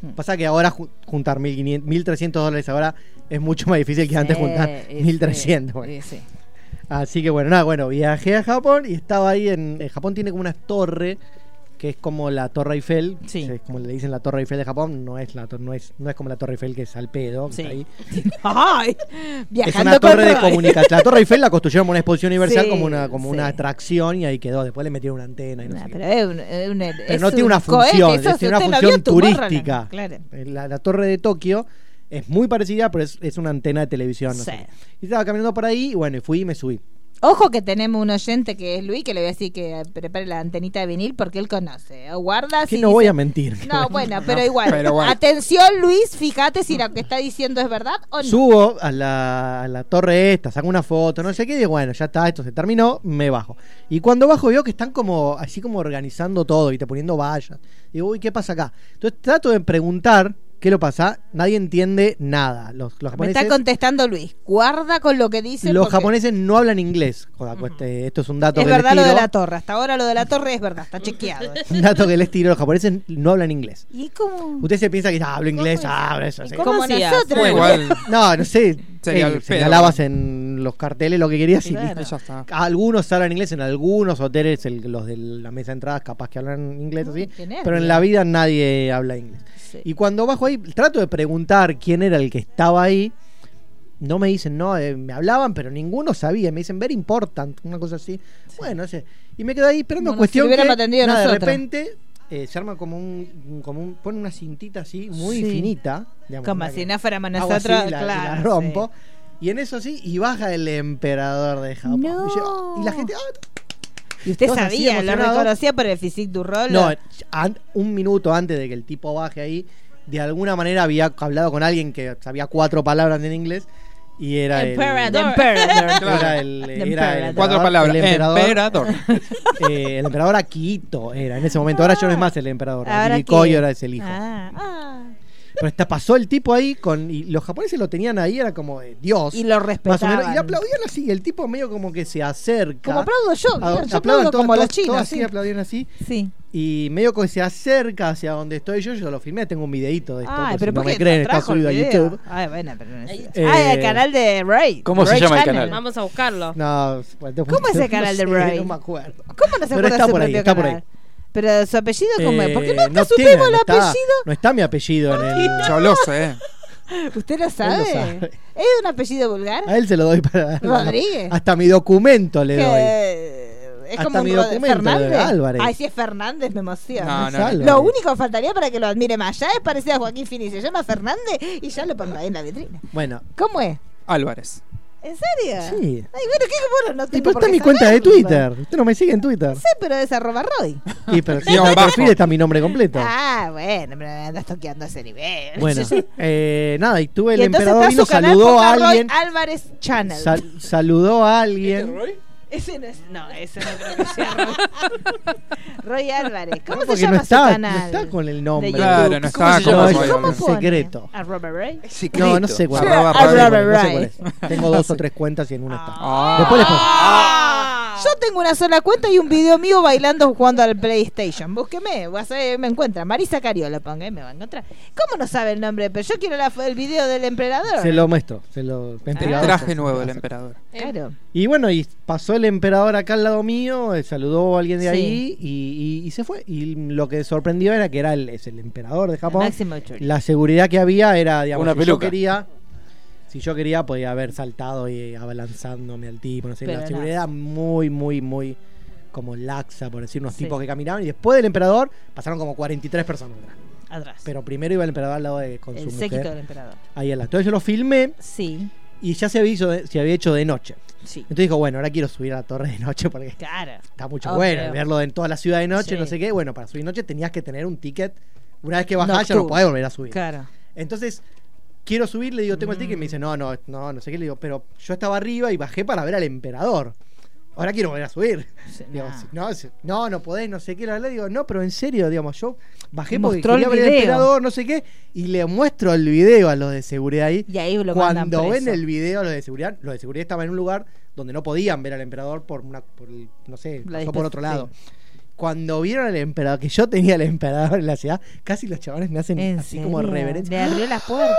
Speaker 5: que pasa que ahora ju- juntar 1.500 1.300 dólares ahora es mucho más difícil que antes
Speaker 1: Sí,
Speaker 5: juntar
Speaker 1: y Eh, sí,
Speaker 5: 1.300. bueno.
Speaker 1: y sí.
Speaker 5: Así que bueno, nada, bueno, viajé a Japón y estaba ahí en, en Japón tiene como una torre que es como la Torre Eiffel,
Speaker 1: Sí.
Speaker 5: que es como le dicen la Torre Eiffel de Japón, no es la tor- no es no es como la Torre Eiffel que es al pedo, que
Speaker 1: Sí.
Speaker 5: está ahí.
Speaker 1: Ay,
Speaker 5: Es
Speaker 1: viajando
Speaker 5: una torre
Speaker 1: con
Speaker 5: de
Speaker 1: Roy.
Speaker 5: comunicación. La Torre Eiffel la construyeron como una exposición universal,
Speaker 1: Sí,
Speaker 5: como una como
Speaker 1: sí.
Speaker 5: una atracción y ahí quedó, después le metieron una antena y no
Speaker 1: Nah,
Speaker 5: sé qué.
Speaker 1: pero es un- es un-
Speaker 5: Pero
Speaker 1: es
Speaker 5: no tiene
Speaker 1: un
Speaker 5: una
Speaker 1: cohete,
Speaker 5: función,
Speaker 1: eso,
Speaker 5: es- tiene
Speaker 1: si
Speaker 5: una
Speaker 1: usted lo vio
Speaker 5: función
Speaker 1: en Tomorrowland,
Speaker 5: turística.
Speaker 1: Claro.
Speaker 5: Eh, La, la torre de Tokio es muy parecida, pero es, es una antena de televisión. no
Speaker 1: Sí.
Speaker 5: sé qué. Y estaba caminando por ahí y bueno, y fui y me subí.
Speaker 1: Ojo que tenemos un oyente que es Luis, que le voy a decir que prepare la antenita de vinil porque él conoce. O guarda
Speaker 5: Que
Speaker 1: si
Speaker 5: no
Speaker 1: dice-
Speaker 5: voy a mentir.
Speaker 1: No, bueno, pero igual.
Speaker 3: pero bueno.
Speaker 1: Atención, Luis, fíjate si lo que está diciendo es verdad o no.
Speaker 5: Subo a la, a la torre esta, saco una foto, no sé qué, y digo, bueno, ya está, esto se terminó, me bajo. Y cuando bajo veo que están como así como organizando todo, y te poniendo vallas. Digo, uy, ¿qué pasa acá? Entonces trato de preguntar qué lo pasa, nadie entiende nada. Los, los
Speaker 1: Me
Speaker 5: japoneses,
Speaker 1: está contestando Luis. Guarda con lo que dice.
Speaker 5: los
Speaker 1: porque
Speaker 5: japoneses no hablan inglés. Joder, pues, este- esto es un dato
Speaker 1: Es
Speaker 5: que
Speaker 1: verdad
Speaker 5: les
Speaker 1: lo de
Speaker 5: tiro.
Speaker 1: la torre. Hasta ahora lo de la torre es verdad. Está chequeado. ¿eh?
Speaker 5: Un dato que les tiro, los japoneses no hablan inglés.
Speaker 1: ¿Y cómo?
Speaker 5: Usted se piensa que ah, hablo inglés,
Speaker 1: es?
Speaker 5: ah, hablo eso.
Speaker 2: ¿Y
Speaker 5: sí.
Speaker 2: cómo
Speaker 1: Como
Speaker 2: hacías?
Speaker 1: nosotros.
Speaker 3: Bueno, igual.
Speaker 5: No, no sé. eh,
Speaker 3: Sería
Speaker 5: Ey,
Speaker 3: el pedo,
Speaker 5: señalabas en los carteles lo que querías y
Speaker 1: Claro.
Speaker 5: listo.
Speaker 3: Y ya está.
Speaker 5: Algunos hablan inglés, en algunos hoteles, el- los de la mesa de entradas, capaz que hablan inglés así.
Speaker 1: qué nervio.
Speaker 5: Pero en la vida nadie habla inglés.
Speaker 1: Sí.
Speaker 5: Y cuando bajo ahí, trato de preguntar quién era el que estaba ahí. No me dicen, no, eh, me hablaban, pero ninguno sabía. Me dicen, very important, una cosa así. Bueno, no sé. Y me quedo ahí esperando
Speaker 1: Bueno, si
Speaker 5: cuestión.
Speaker 1: lo hubiéramos
Speaker 5: que,
Speaker 1: atendido
Speaker 5: nada, de
Speaker 1: nosotros.
Speaker 5: repente eh, se arma como un, como un. Pone una cintita así, muy
Speaker 1: Sí.
Speaker 5: finita. digamos,
Speaker 1: Como
Speaker 5: una
Speaker 1: si
Speaker 5: que-
Speaker 1: no fuéramos
Speaker 5: hago
Speaker 1: nosotros.
Speaker 5: así, la,
Speaker 1: claro.
Speaker 5: la rompo. Y en eso sí, y baja el emperador de Japón.
Speaker 1: No.
Speaker 5: Y, yo- y la gente. ah,
Speaker 1: sí. Y usted
Speaker 5: Todos así
Speaker 1: sabía, lo
Speaker 5: emocionados.
Speaker 1: reconocía por el physique du rol.
Speaker 5: no, an- un minuto antes de que el tipo baje ahí, de alguna manera había hablado con alguien que sabía cuatro palabras en inglés y era el.
Speaker 2: Emperador.
Speaker 5: Era el,
Speaker 1: Claro.
Speaker 5: era el
Speaker 3: Cuatro
Speaker 5: emperador-
Speaker 3: palabras.
Speaker 5: El emperador,
Speaker 3: Emperador.
Speaker 5: eh, el emperador Akihito era en ese momento. Ahora yo no es más el emperador.
Speaker 1: Ahora
Speaker 5: el Koyo
Speaker 1: que-
Speaker 5: era es el hijo.
Speaker 1: Ah, ah.
Speaker 5: Pero hasta pasó el tipo ahí con. Y los japoneses lo tenían ahí, era como eh, Dios.
Speaker 1: Y lo
Speaker 5: más o
Speaker 1: respetaban.
Speaker 5: menos. Y aplaudían así. Y el tipo medio como que se acerca.
Speaker 1: Como aplaudo yo.
Speaker 5: Ah,
Speaker 1: mira, yo
Speaker 5: aplauden
Speaker 1: aplaudo
Speaker 5: todos-
Speaker 1: como los
Speaker 5: todos- todos
Speaker 1: chinos.
Speaker 5: así
Speaker 1: sí.
Speaker 5: aplaudieron así.
Speaker 1: Sí.
Speaker 5: Y medio que se acerca hacia donde estoy yo. Yo lo filmé, tengo un videito de esto.
Speaker 1: Ay,
Speaker 5: por
Speaker 1: pero
Speaker 5: si
Speaker 1: ¿por
Speaker 5: no
Speaker 1: qué
Speaker 5: me creen, está
Speaker 1: trajo el
Speaker 5: subido a
Speaker 1: video?
Speaker 5: YouTube.
Speaker 1: Ay, bueno, pero no es-
Speaker 2: Ahí-
Speaker 1: Ay, el
Speaker 5: Eh,
Speaker 1: canal de Ray.
Speaker 4: ¿Cómo se
Speaker 1: Ray
Speaker 4: llama el
Speaker 1: Channel.
Speaker 4: canal?
Speaker 2: Vamos a buscarlo.
Speaker 5: No, bueno,
Speaker 1: ¿Cómo es el canal de
Speaker 5: sé,
Speaker 1: Ray?
Speaker 5: No me acuerdo.
Speaker 1: ¿Cómo no se
Speaker 5: Pero
Speaker 1: acuerda
Speaker 5: está
Speaker 1: de su
Speaker 5: por ahí,
Speaker 1: propio
Speaker 5: está por
Speaker 1: canal?
Speaker 5: ahí.
Speaker 1: Pero su apellido, ¿cómo es? ¿Por qué
Speaker 5: Eh,
Speaker 1: nunca
Speaker 5: no tiene,
Speaker 1: supimos el
Speaker 5: no está-
Speaker 1: apellido?
Speaker 5: No está mi apellido en el.
Speaker 3: Yo lo sé.
Speaker 1: ¿Usted lo sabe?
Speaker 5: sabe.
Speaker 1: ¿Es un apellido vulgar?
Speaker 5: A él se lo doy para.
Speaker 1: Rodríguez.
Speaker 5: Hasta mi documento le doy.
Speaker 1: Que- Es
Speaker 5: Hasta
Speaker 1: como un
Speaker 5: mi
Speaker 1: Rod-
Speaker 5: documento,
Speaker 1: Fernández.
Speaker 5: de Álvarez.
Speaker 1: Ay, si es Fernández, me emociona.
Speaker 3: No, no,
Speaker 5: Es Álvarez.
Speaker 1: Lo único que faltaría para que lo admire más. Ya es parecido a Joaquín Fini. Se llama Fernández y ya lo pongo ahí en la vitrina.
Speaker 5: Bueno,
Speaker 1: ¿Cómo es?
Speaker 3: Álvarez.
Speaker 1: ¿En serio?
Speaker 5: sí.
Speaker 1: Ay, bueno, qué bueno, no
Speaker 5: Y
Speaker 1: tengo
Speaker 5: pero
Speaker 1: por
Speaker 5: está
Speaker 1: qué
Speaker 5: mi cuenta de
Speaker 1: saberlo.
Speaker 5: Twitter. Usted no me sigue en Twitter.
Speaker 1: Sí, pero es arroba Roy.
Speaker 5: Y pero si
Speaker 3: Guión
Speaker 5: en el
Speaker 3: bajo.
Speaker 5: perfil está mi nombre completo.
Speaker 1: Ah, bueno, pero me andas toqueando ese nivel.
Speaker 5: Bueno, eh, nada, y tuve el
Speaker 1: Y entonces está
Speaker 5: emperador vino,
Speaker 1: su canal, Ah,
Speaker 5: saludó
Speaker 1: ponga
Speaker 5: a
Speaker 1: Roy
Speaker 5: alguien.
Speaker 1: Álvarez Channel.
Speaker 5: sal- saludó a alguien.
Speaker 1: Ese no es. No, ese no creo que sea Roy. Roy Álvarez. ¿Cómo
Speaker 5: No,
Speaker 1: se
Speaker 5: porque
Speaker 1: llama
Speaker 5: no está,
Speaker 1: su
Speaker 5: no
Speaker 1: canal?
Speaker 5: está con el nombre.
Speaker 1: De
Speaker 3: Claro, no
Speaker 4: ¿Cómo
Speaker 3: está
Speaker 4: se
Speaker 3: como
Speaker 4: llama?
Speaker 5: No, es
Speaker 3: soy,
Speaker 1: ¿Cómo
Speaker 3: Álvarez.
Speaker 1: pone?
Speaker 5: secreto.
Speaker 1: ¿A Robert Ray?
Speaker 5: No, no sé cuál.
Speaker 3: Arroba Ah.
Speaker 5: No sé
Speaker 1: Roy.
Speaker 5: Ah. cuál es, no sé cuál es. Tengo dos o tres cuentas y en una está. Después les pongo.
Speaker 1: Yo tengo una sola cuenta y un video mío bailando jugando al PlayStation. Búsqueme, vas a ver, me encuentra. Marisa Cariola, ponga, ahí me va a encontrar. ¿Cómo no sabe el nombre? Pero yo quiero la fo- el video del emperador.
Speaker 5: Se lo muestro. Se lo me he
Speaker 3: El
Speaker 5: entregado.
Speaker 3: traje nuevo del emperador.
Speaker 1: Claro.
Speaker 5: Y bueno, y pasó el emperador acá al lado mío, eh, saludó a alguien de
Speaker 1: Sí.
Speaker 5: ahí y, y- y se fue. Y lo que sorprendió era que era el, es el emperador de Japón.
Speaker 1: Máximo Churi.
Speaker 5: La seguridad que había era, digamos,
Speaker 4: Una
Speaker 5: si
Speaker 4: peluca.
Speaker 5: yo quería, si yo quería podía haber saltado y abalanzándome al tipo, no sé,
Speaker 1: Pero
Speaker 5: la
Speaker 1: no.
Speaker 5: seguridad muy, muy, muy como laxa, por decir, unos
Speaker 1: Sí.
Speaker 5: tipos que caminaban y después del emperador pasaron como 43 personas. atrás.
Speaker 1: Atrás.
Speaker 5: Pero primero iba el emperador al lado de con
Speaker 1: el
Speaker 5: su
Speaker 1: séquito
Speaker 5: mujer,
Speaker 1: del emperador.
Speaker 5: ahí al lado. Entonces yo lo filmé
Speaker 1: Sí,
Speaker 5: y ya se había, hizo de- se había hecho de noche.
Speaker 1: sí.
Speaker 5: Entonces dijo, bueno, ahora quiero subir a la torre de noche porque
Speaker 1: Claro.
Speaker 5: está mucho
Speaker 1: Ah, Ok.
Speaker 5: bueno verlo en toda la ciudad de
Speaker 1: Sí.
Speaker 5: noche, no sé qué. Bueno, para subir noche tenías que tener un ticket. Una vez que bajás ya
Speaker 1: Nocturno.
Speaker 5: no podés volver a subir.
Speaker 1: Claro.
Speaker 5: Entonces, quiero subir, le digo, tengo el ticket, y me dice, no, no, no, no sé qué, le digo, pero yo estaba arriba y bajé para ver al emperador. Ahora quiero volver a subir.
Speaker 1: Sí,
Speaker 5: Digo,
Speaker 1: nah.
Speaker 5: si- no, si- no, no podés, no sé qué, la verdad, digo, no, pero en serio, digamos, yo bajé porque
Speaker 1: Mostró el
Speaker 5: quería ver al
Speaker 1: video.
Speaker 5: emperador, no sé qué, y le muestro el video a los de seguridad ahí.
Speaker 1: Y ahí lo mandan
Speaker 5: Cuando ven
Speaker 1: preso.
Speaker 5: el video, los de seguridad, los de seguridad estaban en un lugar donde no podían ver al emperador por una, por el- no
Speaker 1: La
Speaker 5: sé, pasó por
Speaker 1: dispersión,
Speaker 5: otro lado. Cuando vieron al emperador, que yo tenía al emperador en la ciudad, casi los chavales me hacen
Speaker 1: ¿En
Speaker 5: así como
Speaker 1: serio?
Speaker 5: reverencia.
Speaker 1: Le abrió las puertas.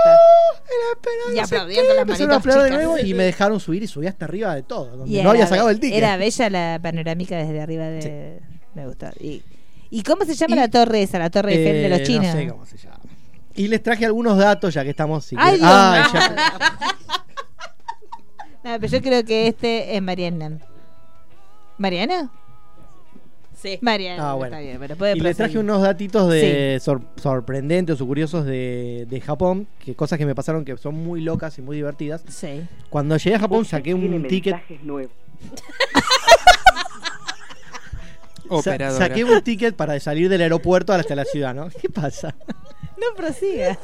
Speaker 5: Pero
Speaker 1: Y
Speaker 5: no sé
Speaker 1: aplaudían
Speaker 5: qué,
Speaker 1: con las
Speaker 5: empezaron a
Speaker 1: manitos
Speaker 5: aplaudir de
Speaker 1: chicas.
Speaker 5: nuevo y me dejaron subir y subí hasta arriba de todo, donde
Speaker 1: Y
Speaker 5: no había
Speaker 1: era
Speaker 5: sacado
Speaker 1: be-
Speaker 5: el ticket.
Speaker 1: Era bella la panorámica desde arriba de. Me gustó. Y, ¿y cómo se llama la torre esa? La torre Eiffel de
Speaker 5: Eh,
Speaker 1: los chinos.
Speaker 5: No sé cómo se llama. Y les traje algunos datos ya que estamos. si
Speaker 1: Ay,
Speaker 5: quieren-
Speaker 1: Dios
Speaker 5: Ah,
Speaker 1: mío.
Speaker 5: ya-
Speaker 1: No, pero yo creo que este es Mariana. ¿Mariana?
Speaker 2: Sí.
Speaker 1: Mariana.
Speaker 5: Ah, bueno.
Speaker 1: Está bien, pero puede
Speaker 5: Y les
Speaker 1: proseguir.
Speaker 5: traje unos datitos de sor- sorprendentes o curiosos de, de Japón, que cosas que me pasaron que son muy locas y muy divertidas.
Speaker 1: Sí.
Speaker 5: Cuando llegué a Japón saqué un ticket Sa-
Speaker 3: Operadora.
Speaker 5: saqué un ticket para salir del aeropuerto hasta la ciudad, ¿no? ¿Qué pasa?
Speaker 1: No prosiga.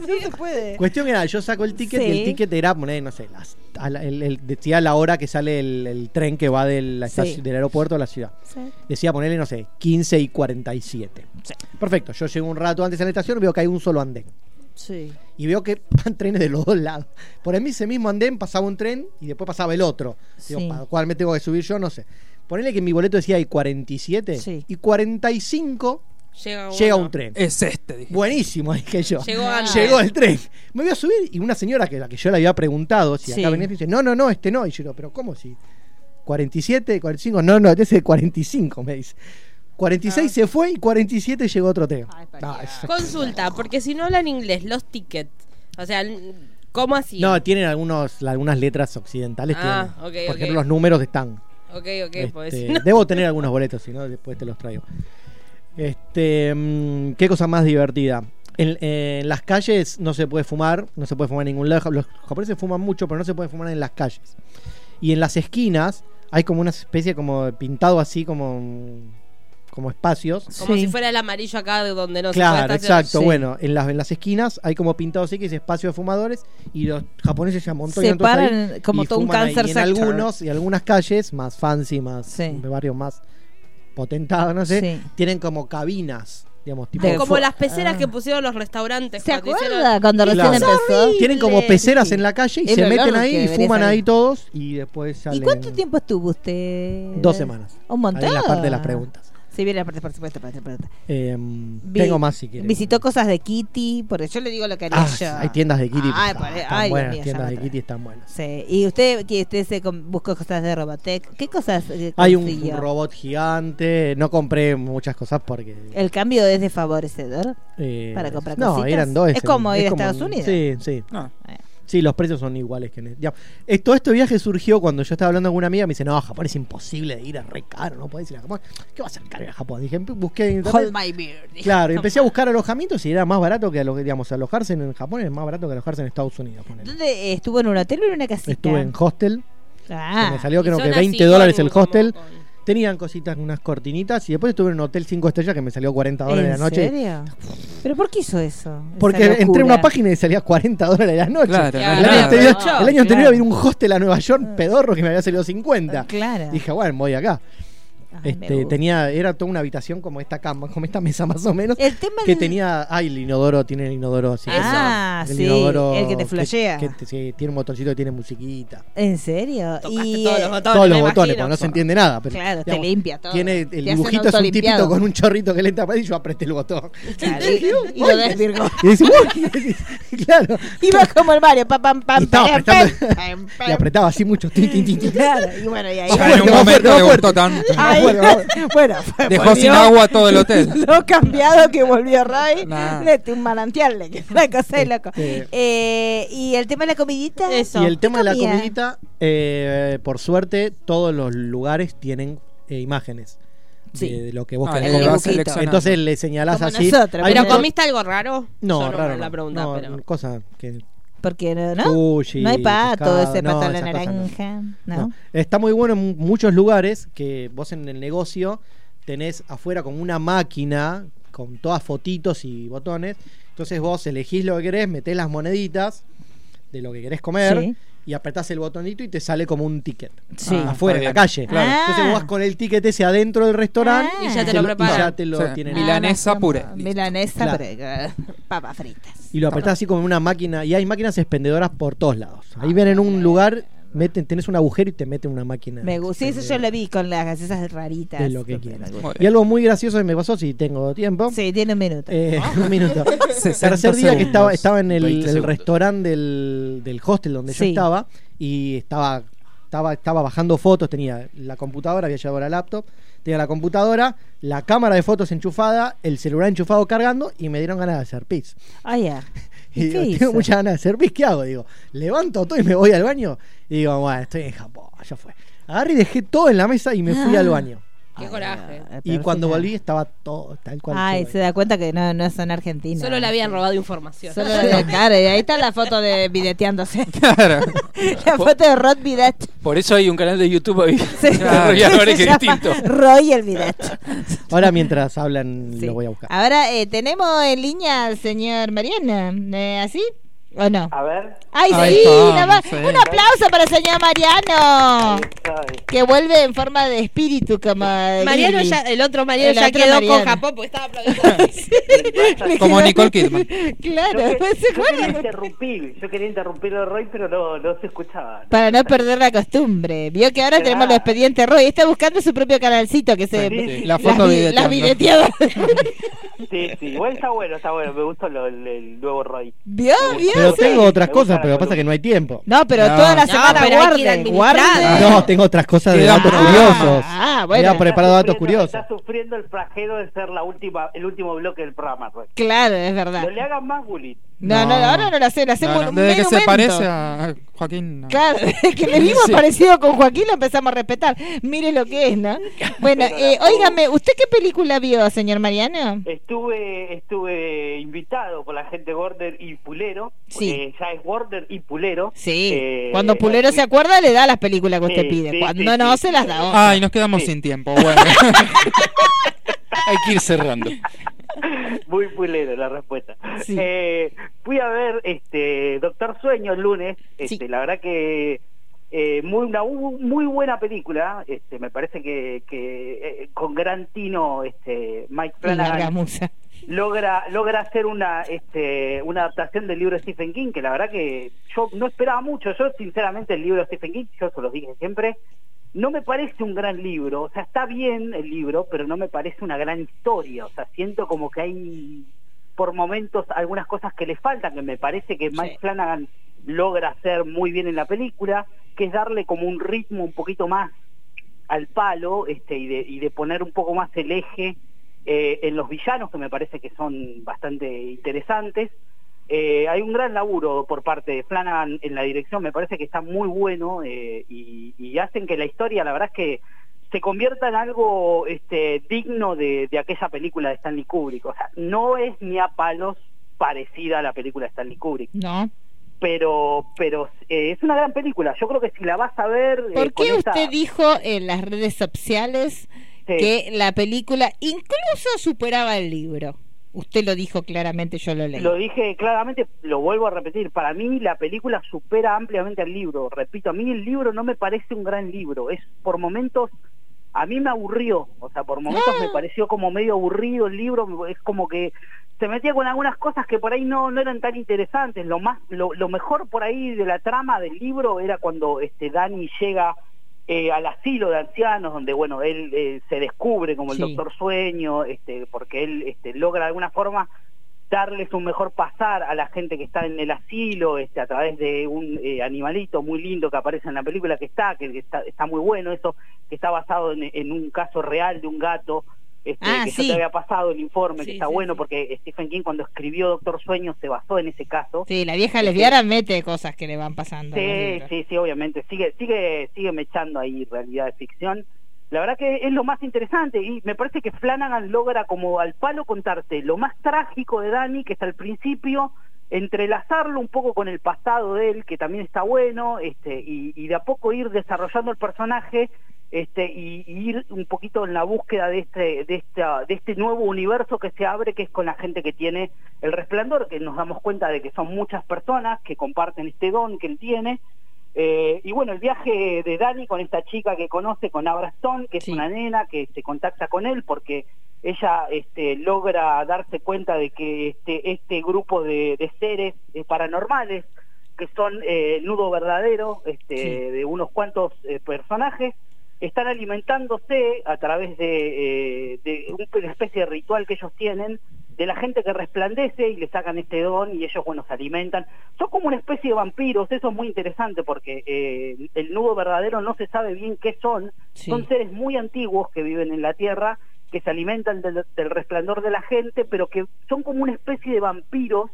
Speaker 1: No se puede.
Speaker 5: Cuestión que nada, yo saco el ticket y
Speaker 1: Sí.
Speaker 5: el ticket era, poner, no sé, las, a la, el- el- decía la hora que sale el, el tren que va del, la
Speaker 1: Sí.
Speaker 5: estaci- del aeropuerto a la ciudad.
Speaker 1: Sí.
Speaker 5: Decía ponerle, no sé, 15 y 47. Perfecto, yo llego un rato antes a la estación veo que hay un solo andén.
Speaker 1: Sí.
Speaker 5: Y veo que van trenes de los dos lados. Por mí ese mismo andén pasaba un tren y después pasaba el otro. Digo,
Speaker 1: Sí.
Speaker 5: ¿para cuál me tengo que subir yo? No sé. Ponele que en mi boleto decía hay 47
Speaker 1: Sí.
Speaker 5: y 45
Speaker 2: Llega,
Speaker 5: llega
Speaker 2: uno.
Speaker 5: un tren.
Speaker 3: Es este, dije.
Speaker 5: Buenísimo, dije yo.
Speaker 2: Ah, Llegó antes.
Speaker 5: Llegó el tren. Me voy a subir y una señora que la que yo le había preguntado si
Speaker 1: Sí.
Speaker 5: acá venía, dice, no, no, no, este no. Y yo digo, pero ¿cómo si? 47, 45, no, no, este es el 45, me dice. 46
Speaker 2: Ah.
Speaker 5: se fue y 47 llegó otro tren. No, es-
Speaker 2: Consulta, porque si no hablan inglés, los tickets. O sea, ¿cómo así?
Speaker 5: no, tienen algunos, algunas letras occidentales.
Speaker 2: Ah,
Speaker 5: tienen.
Speaker 2: ok,
Speaker 5: Por
Speaker 2: ok.
Speaker 5: ejemplo, los números están.
Speaker 2: ok, ok,
Speaker 5: Este,
Speaker 2: pues. no.
Speaker 5: Debo tener algunos boletos, si no, después te los traigo. Este, mm, ¿Qué cosa más divertida? En, eh, en las calles no se puede fumar, no se puede fumar en ningún lado. Los japoneses fuman mucho, pero no se puede fumar en las calles. Y en las esquinas hay como una especie como pintado así como, mm, como espacios.
Speaker 2: Como
Speaker 1: Sí.
Speaker 2: si fuera el amarillo acá de donde no
Speaker 5: Claro,
Speaker 2: se puede estar-
Speaker 5: exacto.
Speaker 1: sí.
Speaker 5: Bueno, en las, en las esquinas hay como pintado así que dice espacio de fumadores y los japoneses se amontonan
Speaker 1: Se
Speaker 5: todos ahí
Speaker 1: paran como
Speaker 5: y
Speaker 1: todo un
Speaker 5: fuman ahí.
Speaker 1: cáncer
Speaker 5: Y en
Speaker 1: sector.
Speaker 5: algunos y algunas calles más fancy más
Speaker 1: Sí.
Speaker 5: barrios más potentados Ah, no sé
Speaker 1: Sí.
Speaker 5: tienen como cabinas digamos tipo
Speaker 1: De-
Speaker 2: Como
Speaker 1: fu-
Speaker 2: las peceras
Speaker 1: Ah.
Speaker 2: que pusieron los restaurantes.
Speaker 1: ¿Se
Speaker 2: cuando hicieron-
Speaker 1: acuerda cuando recién
Speaker 5: Claro.
Speaker 1: empezó?
Speaker 5: tienen como peceras
Speaker 1: Sí.
Speaker 5: en la calle y
Speaker 1: El
Speaker 5: se
Speaker 1: olor
Speaker 5: meten
Speaker 1: que
Speaker 5: ahí y
Speaker 1: debería
Speaker 5: fuman
Speaker 1: salir.
Speaker 5: ahí todos y después salen
Speaker 1: ¿Y cuánto tiempo estuvo usted?
Speaker 5: dos semanas
Speaker 1: Un montón.
Speaker 5: ahí en la parte de las preguntas
Speaker 1: Sí, viene la parte, por supuesto, parte, parte.
Speaker 5: Eh,
Speaker 1: Vi-
Speaker 5: tengo más si quieren
Speaker 1: Visitó cosas de Kitty, porque yo le digo lo que haría
Speaker 5: Ah,
Speaker 1: yo.
Speaker 5: hay tiendas de Kitty
Speaker 1: Ay,
Speaker 5: ah,
Speaker 1: por-
Speaker 5: están
Speaker 1: ay, Dios
Speaker 5: buenas
Speaker 1: mío, ya
Speaker 5: tiendas
Speaker 1: me
Speaker 5: de
Speaker 1: atrae.
Speaker 5: Kitty están buenas
Speaker 1: Sí. ¿Y usted que usted se com- buscó cosas de Robotech? ¿Qué cosas eh,
Speaker 5: hay un
Speaker 1: consiguió?
Speaker 5: robot gigante no compré muchas cosas porque
Speaker 1: ¿El cambio es desfavorecedor?
Speaker 5: eh,
Speaker 1: para comprar
Speaker 5: no
Speaker 1: cositas.
Speaker 5: eran dos
Speaker 1: Es como ir a Estados
Speaker 5: un-
Speaker 1: Unidos.
Speaker 5: sí sí
Speaker 3: Ah,
Speaker 5: Sí, los precios son iguales que en el- digamos, eh, Todo este viaje surgió cuando yo estaba hablando con una amiga. Me dice: No, Japón es imposible de ir, es re caro, no podés ir a Japón. ¿Qué va a ser caro ir a Japón? Dije: "Empe- Busqué en internet.
Speaker 1: Hold my beer.
Speaker 5: Claro, y empecé a buscar alojamientos y era más barato que alo- digamos, alojarse en Japón, es más barato que alojarse en Estados Unidos. ponele.
Speaker 1: ¿Dónde estuvo en un hotel o en una casita?
Speaker 5: Estuve en hostel, que
Speaker 1: Ah,
Speaker 5: me salió
Speaker 2: Y
Speaker 5: creo
Speaker 2: son
Speaker 5: que
Speaker 2: así
Speaker 5: 20 dólares
Speaker 2: con-
Speaker 5: el hostel.
Speaker 2: como con-
Speaker 5: Tenían cositas, unas cortinitas, y después estuve en un hotel 5 estrellas que me salió 40 dólares de
Speaker 1: ¿En
Speaker 5: la noche.
Speaker 1: serio? ¿Pero por qué hizo eso? Esa
Speaker 5: Porque entré
Speaker 1: locura.
Speaker 5: en una página y salía 40 dólares de la noche.
Speaker 3: Claro,
Speaker 2: Claro.
Speaker 5: El año
Speaker 2: Ah,
Speaker 5: anterior,
Speaker 2: claro.
Speaker 5: el año
Speaker 1: Claro.
Speaker 5: anterior
Speaker 1: Ah,
Speaker 5: había un hostel a Nueva York pedorro que me había salido 50.
Speaker 1: Claro.
Speaker 5: Dije, bueno, voy acá.
Speaker 1: Ay, me
Speaker 5: Este,
Speaker 1: gusta.
Speaker 5: tenía, era toda una habitación como esta cama, como esta mesa más o menos,
Speaker 1: El tema
Speaker 5: que
Speaker 1: del-
Speaker 5: tenía, ay, el inodoro, tiene el inodoro así.
Speaker 1: Ah,
Speaker 5: el
Speaker 1: sí,
Speaker 5: inodoro
Speaker 1: el que te flashea.
Speaker 5: que te- sí, tiene un botoncito que tiene musiquita.
Speaker 1: ¿En serio?
Speaker 2: Tocaste
Speaker 1: Y,
Speaker 2: todos los
Speaker 1: eh,
Speaker 2: botones.
Speaker 5: Todos
Speaker 2: me
Speaker 5: los botones,
Speaker 2: imagino.
Speaker 5: porque no se entiende nada. Pero,
Speaker 1: Claro, te
Speaker 5: digamos,
Speaker 1: limpia todo.
Speaker 5: Tiene
Speaker 1: Te
Speaker 5: el
Speaker 1: hace un
Speaker 5: dibujito es un
Speaker 1: autolimpiado.
Speaker 5: tipito con un chorrito que le tapa y yo apreté el botón.
Speaker 1: Claro, y, y lo desvirgó.
Speaker 5: Y dice, "Uy", claro.
Speaker 1: Iba como el Mario, pam, pam, pam,
Speaker 5: Y estaba
Speaker 1: pam,
Speaker 5: apretando-
Speaker 1: pam, pam.
Speaker 5: Y apretaba así mucho. tin, tin, tin, tin.
Speaker 1: Claro, y bueno, y ahí.
Speaker 3: Ya en un
Speaker 5: Bueno,
Speaker 3: momento
Speaker 5: bueno,
Speaker 3: le
Speaker 5: fuerte.
Speaker 3: gustó tanto.
Speaker 1: ahí-
Speaker 5: bueno,
Speaker 1: bueno, fue-
Speaker 3: Dejó
Speaker 1: volvió
Speaker 3: sin agua todo el hotel.
Speaker 1: Lo cambiado que volvió Ray.
Speaker 3: Nah.
Speaker 1: Le tiró un manantial, le quedó una cosa de loco.
Speaker 5: Este-
Speaker 1: Eh, y el tema de la comidita.
Speaker 2: Eso.
Speaker 5: Y el tema de la
Speaker 1: comía?
Speaker 5: comidita, eh, por suerte, todos los lugares tienen eh, imágenes
Speaker 1: Sí.
Speaker 5: de, de lo que vos
Speaker 3: Ah,
Speaker 5: querés
Speaker 3: el
Speaker 5: comer.
Speaker 3: que vas
Speaker 1: dibuquito.
Speaker 3: seleccionando.
Speaker 5: Entonces le señalás
Speaker 1: Como
Speaker 5: así.
Speaker 1: nosotros,
Speaker 5: hay
Speaker 1: pero
Speaker 2: ¿Pero
Speaker 5: mucho-
Speaker 2: comiste algo raro?
Speaker 5: No,
Speaker 2: Yo
Speaker 5: raro. No,
Speaker 2: La pregunta,
Speaker 5: no,
Speaker 2: pero.
Speaker 5: Cosa que.
Speaker 1: Porque no, no,
Speaker 5: sushi,
Speaker 1: no hay pato,
Speaker 5: pescado,
Speaker 1: ese pato a la
Speaker 5: esas cosas no.
Speaker 1: naranja. No.
Speaker 5: No. Está muy bueno en muchos lugares que vos en el negocio tenés afuera como una máquina con todas fotitos y botones. Entonces vos elegís lo que querés, metés las moneditas de lo que querés comer
Speaker 1: Sí.
Speaker 5: y apretás el botonito y te sale como un ticket.
Speaker 1: Sí.
Speaker 3: Ah,
Speaker 5: afuera, en la
Speaker 3: bien.
Speaker 5: calle.
Speaker 1: Claro.
Speaker 5: Entonces vos vas con el ticket ese adentro del restaurante
Speaker 1: Ah. Y ya te
Speaker 2: lo
Speaker 5: Y
Speaker 2: preparan.
Speaker 5: ya te lo
Speaker 3: Sí.
Speaker 5: tienen.
Speaker 3: Mila- Milanesa
Speaker 1: más o
Speaker 3: puré.
Speaker 1: menos.
Speaker 3: Listo.
Speaker 1: Milanesa
Speaker 5: Claro.
Speaker 1: puré. eh, Papas fritas.
Speaker 5: Y lo apretás así como en una máquina. Y hay máquinas expendedoras por todos lados. Ahí ven en un lugar, meten, tenés un agujero y te meten una máquina.
Speaker 1: Me gusta. Sí, eso yo lo vi con las esas raritas.
Speaker 5: De lo que quieras.
Speaker 3: Muy
Speaker 5: Y
Speaker 3: bien.
Speaker 5: algo muy gracioso que me pasó, si tengo tiempo.
Speaker 1: Sí, Ah. tiene un minuto.
Speaker 5: Eh, un minuto.
Speaker 3: 60
Speaker 5: Tercer día que
Speaker 3: segundos.
Speaker 5: estaba, estaba en el,
Speaker 4: 20
Speaker 5: el
Speaker 4: segundos.
Speaker 5: restaurante del, del hostel donde yo
Speaker 1: Sí.
Speaker 5: estaba y estaba, estaba, estaba bajando fotos, tenía la computadora, había llevado la laptop, tenía la computadora, la cámara de fotos enchufada, el celular enchufado cargando y me dieron ganas de hacer pis.
Speaker 1: Ah, ya.
Speaker 5: Y
Speaker 1: ¿Y
Speaker 5: digo,
Speaker 1: qué
Speaker 5: tengo
Speaker 1: hizo?
Speaker 5: muchas ganas de hacer pis, ¿qué hago? Digo, levanto todo y me voy al baño. Y digo, bueno, estoy en Japón, ya fue. Agarré y dejé todo en la mesa y me fui
Speaker 1: Ah.
Speaker 5: al baño.
Speaker 2: Qué
Speaker 1: Ay,
Speaker 2: coraje.
Speaker 1: no,
Speaker 5: Y
Speaker 1: pero
Speaker 5: cuando
Speaker 1: sí,
Speaker 5: volví estaba todo tal cual.
Speaker 1: Ay,
Speaker 5: todo.
Speaker 1: se Ah, da cuenta que no, no son argentinos.
Speaker 2: Solo le habían robado información.
Speaker 1: Solo la cara, y ahí está la foto de videteándose.
Speaker 3: Claro.
Speaker 1: la foto de Rod Videt.
Speaker 4: Por eso hay un canal de YouTube ahí.
Speaker 1: Sí.
Speaker 3: Claro.
Speaker 1: Que se
Speaker 4: Ahora que
Speaker 1: llama
Speaker 4: distinto.
Speaker 1: Roy el Videt.
Speaker 5: Ahora mientras hablan
Speaker 1: Sí.
Speaker 5: lo voy a buscar.
Speaker 1: Ahora eh, tenemos en línea al señor Mariana. Eh, ¿Así? ¿O no?
Speaker 11: A ver,
Speaker 1: ¡Ay,
Speaker 3: Ahí
Speaker 1: sí!
Speaker 3: estamos,
Speaker 1: la va-
Speaker 3: sí.
Speaker 1: Un aplauso para el señor Mariano.
Speaker 11: estoy.
Speaker 1: Que vuelve en forma de espíritu como...
Speaker 2: Mariano
Speaker 1: Lili.
Speaker 2: ya, el otro Mariano
Speaker 1: El
Speaker 2: ya
Speaker 1: otro
Speaker 2: quedó
Speaker 1: Mariano.
Speaker 2: con Japón porque estaba aplaudiendo.
Speaker 1: Le
Speaker 3: Como
Speaker 1: quedó-
Speaker 3: Nicole Kidman.
Speaker 1: Claro,
Speaker 11: yo, que- yo
Speaker 1: ¿se
Speaker 11: quería
Speaker 1: acuerdan?
Speaker 11: interrumpir, yo quería interrumpir a Roy, pero no, no se escuchaba.
Speaker 1: Para no perder la costumbre. Vio que ahora
Speaker 11: Claro.
Speaker 1: tenemos los expedientes Roy. Está buscando su propio canalcito que se...
Speaker 11: Sí, sí.
Speaker 3: La
Speaker 1: Las,
Speaker 3: foto
Speaker 1: vi-
Speaker 3: de
Speaker 1: las videteadas.
Speaker 11: Sí, sí, igual está bueno, está bueno, me gustó lo- el, el nuevo Roy.
Speaker 1: ¿Vio? ¿Vio?
Speaker 5: Pero
Speaker 1: Sí.
Speaker 5: tengo otras
Speaker 11: Me gusta
Speaker 5: cosas,
Speaker 11: la
Speaker 5: pero pasa
Speaker 11: columna.
Speaker 5: que no hay tiempo.
Speaker 1: No, pero
Speaker 3: No.
Speaker 1: toda la
Speaker 3: No,
Speaker 1: semana
Speaker 2: pero hay que ir
Speaker 1: guarden,
Speaker 2: administrando.
Speaker 1: guarden.
Speaker 5: No, tengo otras cosas de
Speaker 3: Quedamos
Speaker 5: datos
Speaker 3: con-
Speaker 5: curiosos.
Speaker 1: Ah,
Speaker 5: Me
Speaker 1: bueno.
Speaker 5: había preparado datos
Speaker 11: Está sufriendo-
Speaker 5: curiosos.
Speaker 11: Está sufriendo el flagelo de ser la última, el último bloque del programa, Roy.
Speaker 1: Claro, es verdad.
Speaker 11: No le hagan más bullying.
Speaker 1: No, no,
Speaker 3: No.
Speaker 1: ahora no lo sé, lo hacemos
Speaker 3: No, no,
Speaker 1: un
Speaker 3: Desde que se
Speaker 1: menumento.
Speaker 3: parece a Joaquín. no.
Speaker 1: Claro, es que le vimos
Speaker 4: Sí.
Speaker 1: parecido con Joaquín, lo empezamos a respetar. Mire lo que es, ¿no? Bueno, eh, óigame, ¿usted qué película vio, señor Mariano?
Speaker 11: Estuve, estuve invitado por la gente Border y Pulero.
Speaker 1: Sí.
Speaker 11: eh, ya es Border y Pulero.
Speaker 1: Sí,
Speaker 11: eh,
Speaker 1: cuando Pulero
Speaker 11: así-
Speaker 1: se acuerda le da las películas que usted
Speaker 11: Sí,
Speaker 1: pide,
Speaker 11: sí,
Speaker 1: cuando
Speaker 11: sí,
Speaker 1: no
Speaker 11: sí. Ah,
Speaker 1: se las da. otro.
Speaker 3: Ay, Ah, nos quedamos
Speaker 11: Sí.
Speaker 3: sin tiempo. Bueno.
Speaker 4: Hay que ir cerrando.
Speaker 11: Muy pulero la respuesta.
Speaker 1: Sí.
Speaker 11: Eh, fui a ver este Doctor Sueño el lunes. Este,
Speaker 1: Sí.
Speaker 11: La verdad que eh, muy una u- muy buena película. Este, me parece que, que, eh, con gran tino este, Mike
Speaker 1: Y
Speaker 11: Flanagan
Speaker 1: larga musa.
Speaker 11: logra logra hacer una este, una adaptación del libro de Stephen King que la verdad que yo no esperaba mucho yo sinceramente el libro de Stephen King yo se los dije siempre no me parece un gran libro o sea está bien el libro pero no me parece una gran historia o sea siento como que hay por momentos algunas cosas que le faltan que me parece que Mike Flanagan logra hacer muy bien en la película que es darle como un ritmo un poquito más al palo este y de, y de poner un poco más el eje eh, en los villanos que me parece que son bastante interesantes Eh, hay un gran laburo por parte de Flanagan en la dirección me parece que está muy bueno eh, y, y hacen que la historia la verdad es que se convierta en algo este, digno de, de aquella película de Stanley Kubrick o sea no es ni a palos parecida a la película de Stanley Kubrick
Speaker 1: No.
Speaker 11: Eh, pero pero eh, es una gran película yo creo que si la vas a ver eh,
Speaker 1: ¿Por qué
Speaker 11: con esa-
Speaker 1: usted dijo en las redes sociales
Speaker 11: Sí.
Speaker 1: que la película incluso superaba el libro? Usted lo dijo claramente, yo lo leí.
Speaker 11: Lo dije claramente, lo vuelvo a repetir, para mí la película supera ampliamente al libro. Repito, a mí el libro no me parece un gran libro. Es por momentos a mí me aburrió, o sea, por momentos
Speaker 1: Ah.
Speaker 11: me pareció como medio aburrido el libro, es como que se metía con algunas cosas que por ahí no, no eran tan interesantes. Lo más, lo, lo mejor por ahí de la trama del libro era cuando este Dani llega eh, al asilo de ancianos, donde bueno, él eh, se descubre como el
Speaker 8: Sí.
Speaker 11: doctor sueño, este, porque él este, logra de alguna forma darles un mejor pasar a la gente que está en el asilo, este, a través de un eh, animalito muy lindo que aparece en la película que está, que, que está, está muy bueno eso, que está basado en, en un caso real de un gato, este,
Speaker 8: Ah,
Speaker 11: que
Speaker 8: sí.
Speaker 11: yo te había pasado el informe,
Speaker 2: Sí,
Speaker 11: que está
Speaker 2: sí,
Speaker 11: bueno
Speaker 2: sí.
Speaker 11: porque Stephen King cuando escribió Doctor Sueño se basó en ese caso.
Speaker 8: Sí, la vieja lesbiana mete cosas que le van pasando. en los
Speaker 11: Sí,
Speaker 8: libros.
Speaker 11: sí, sí, obviamente. Sigue, sigue, sigue mechando ahí realidad de ficción. La verdad que es lo más interesante y me parece que Flanagan logra como al palo contarte lo más trágico de Dani, que está al principio, entrelazarlo un poco con el pasado de él, que también está bueno, este, y, y de a poco ir desarrollando el personaje este, y, y ir un poquito en la búsqueda de este, de, esta, de este nuevo universo que se abre, que es con la gente que tiene el resplandor, que nos damos cuenta de que son muchas personas que comparten este don que él tiene. Eh, y bueno, el viaje de Dani con esta chica que conoce, con Abra Stone, que
Speaker 8: Sí.
Speaker 11: es una nena que se contacta con él porque ella este, logra darse cuenta de que este, este grupo de, de seres eh, paranormales, que son eh, el nudo verdadero este,
Speaker 8: Sí.
Speaker 11: de unos cuantos eh, personajes, están alimentándose a través de, eh, de una especie de ritual que ellos tienen de la gente que resplandece y le sacan este don y ellos, bueno, se alimentan. Son como una especie de vampiros, eso es muy interesante porque eh, el nudo verdadero no se sabe bien qué son.
Speaker 8: Sí.
Speaker 11: Son seres muy antiguos que viven en la Tierra, que se alimentan del, del resplandor de la gente, pero que son como una especie de vampiros.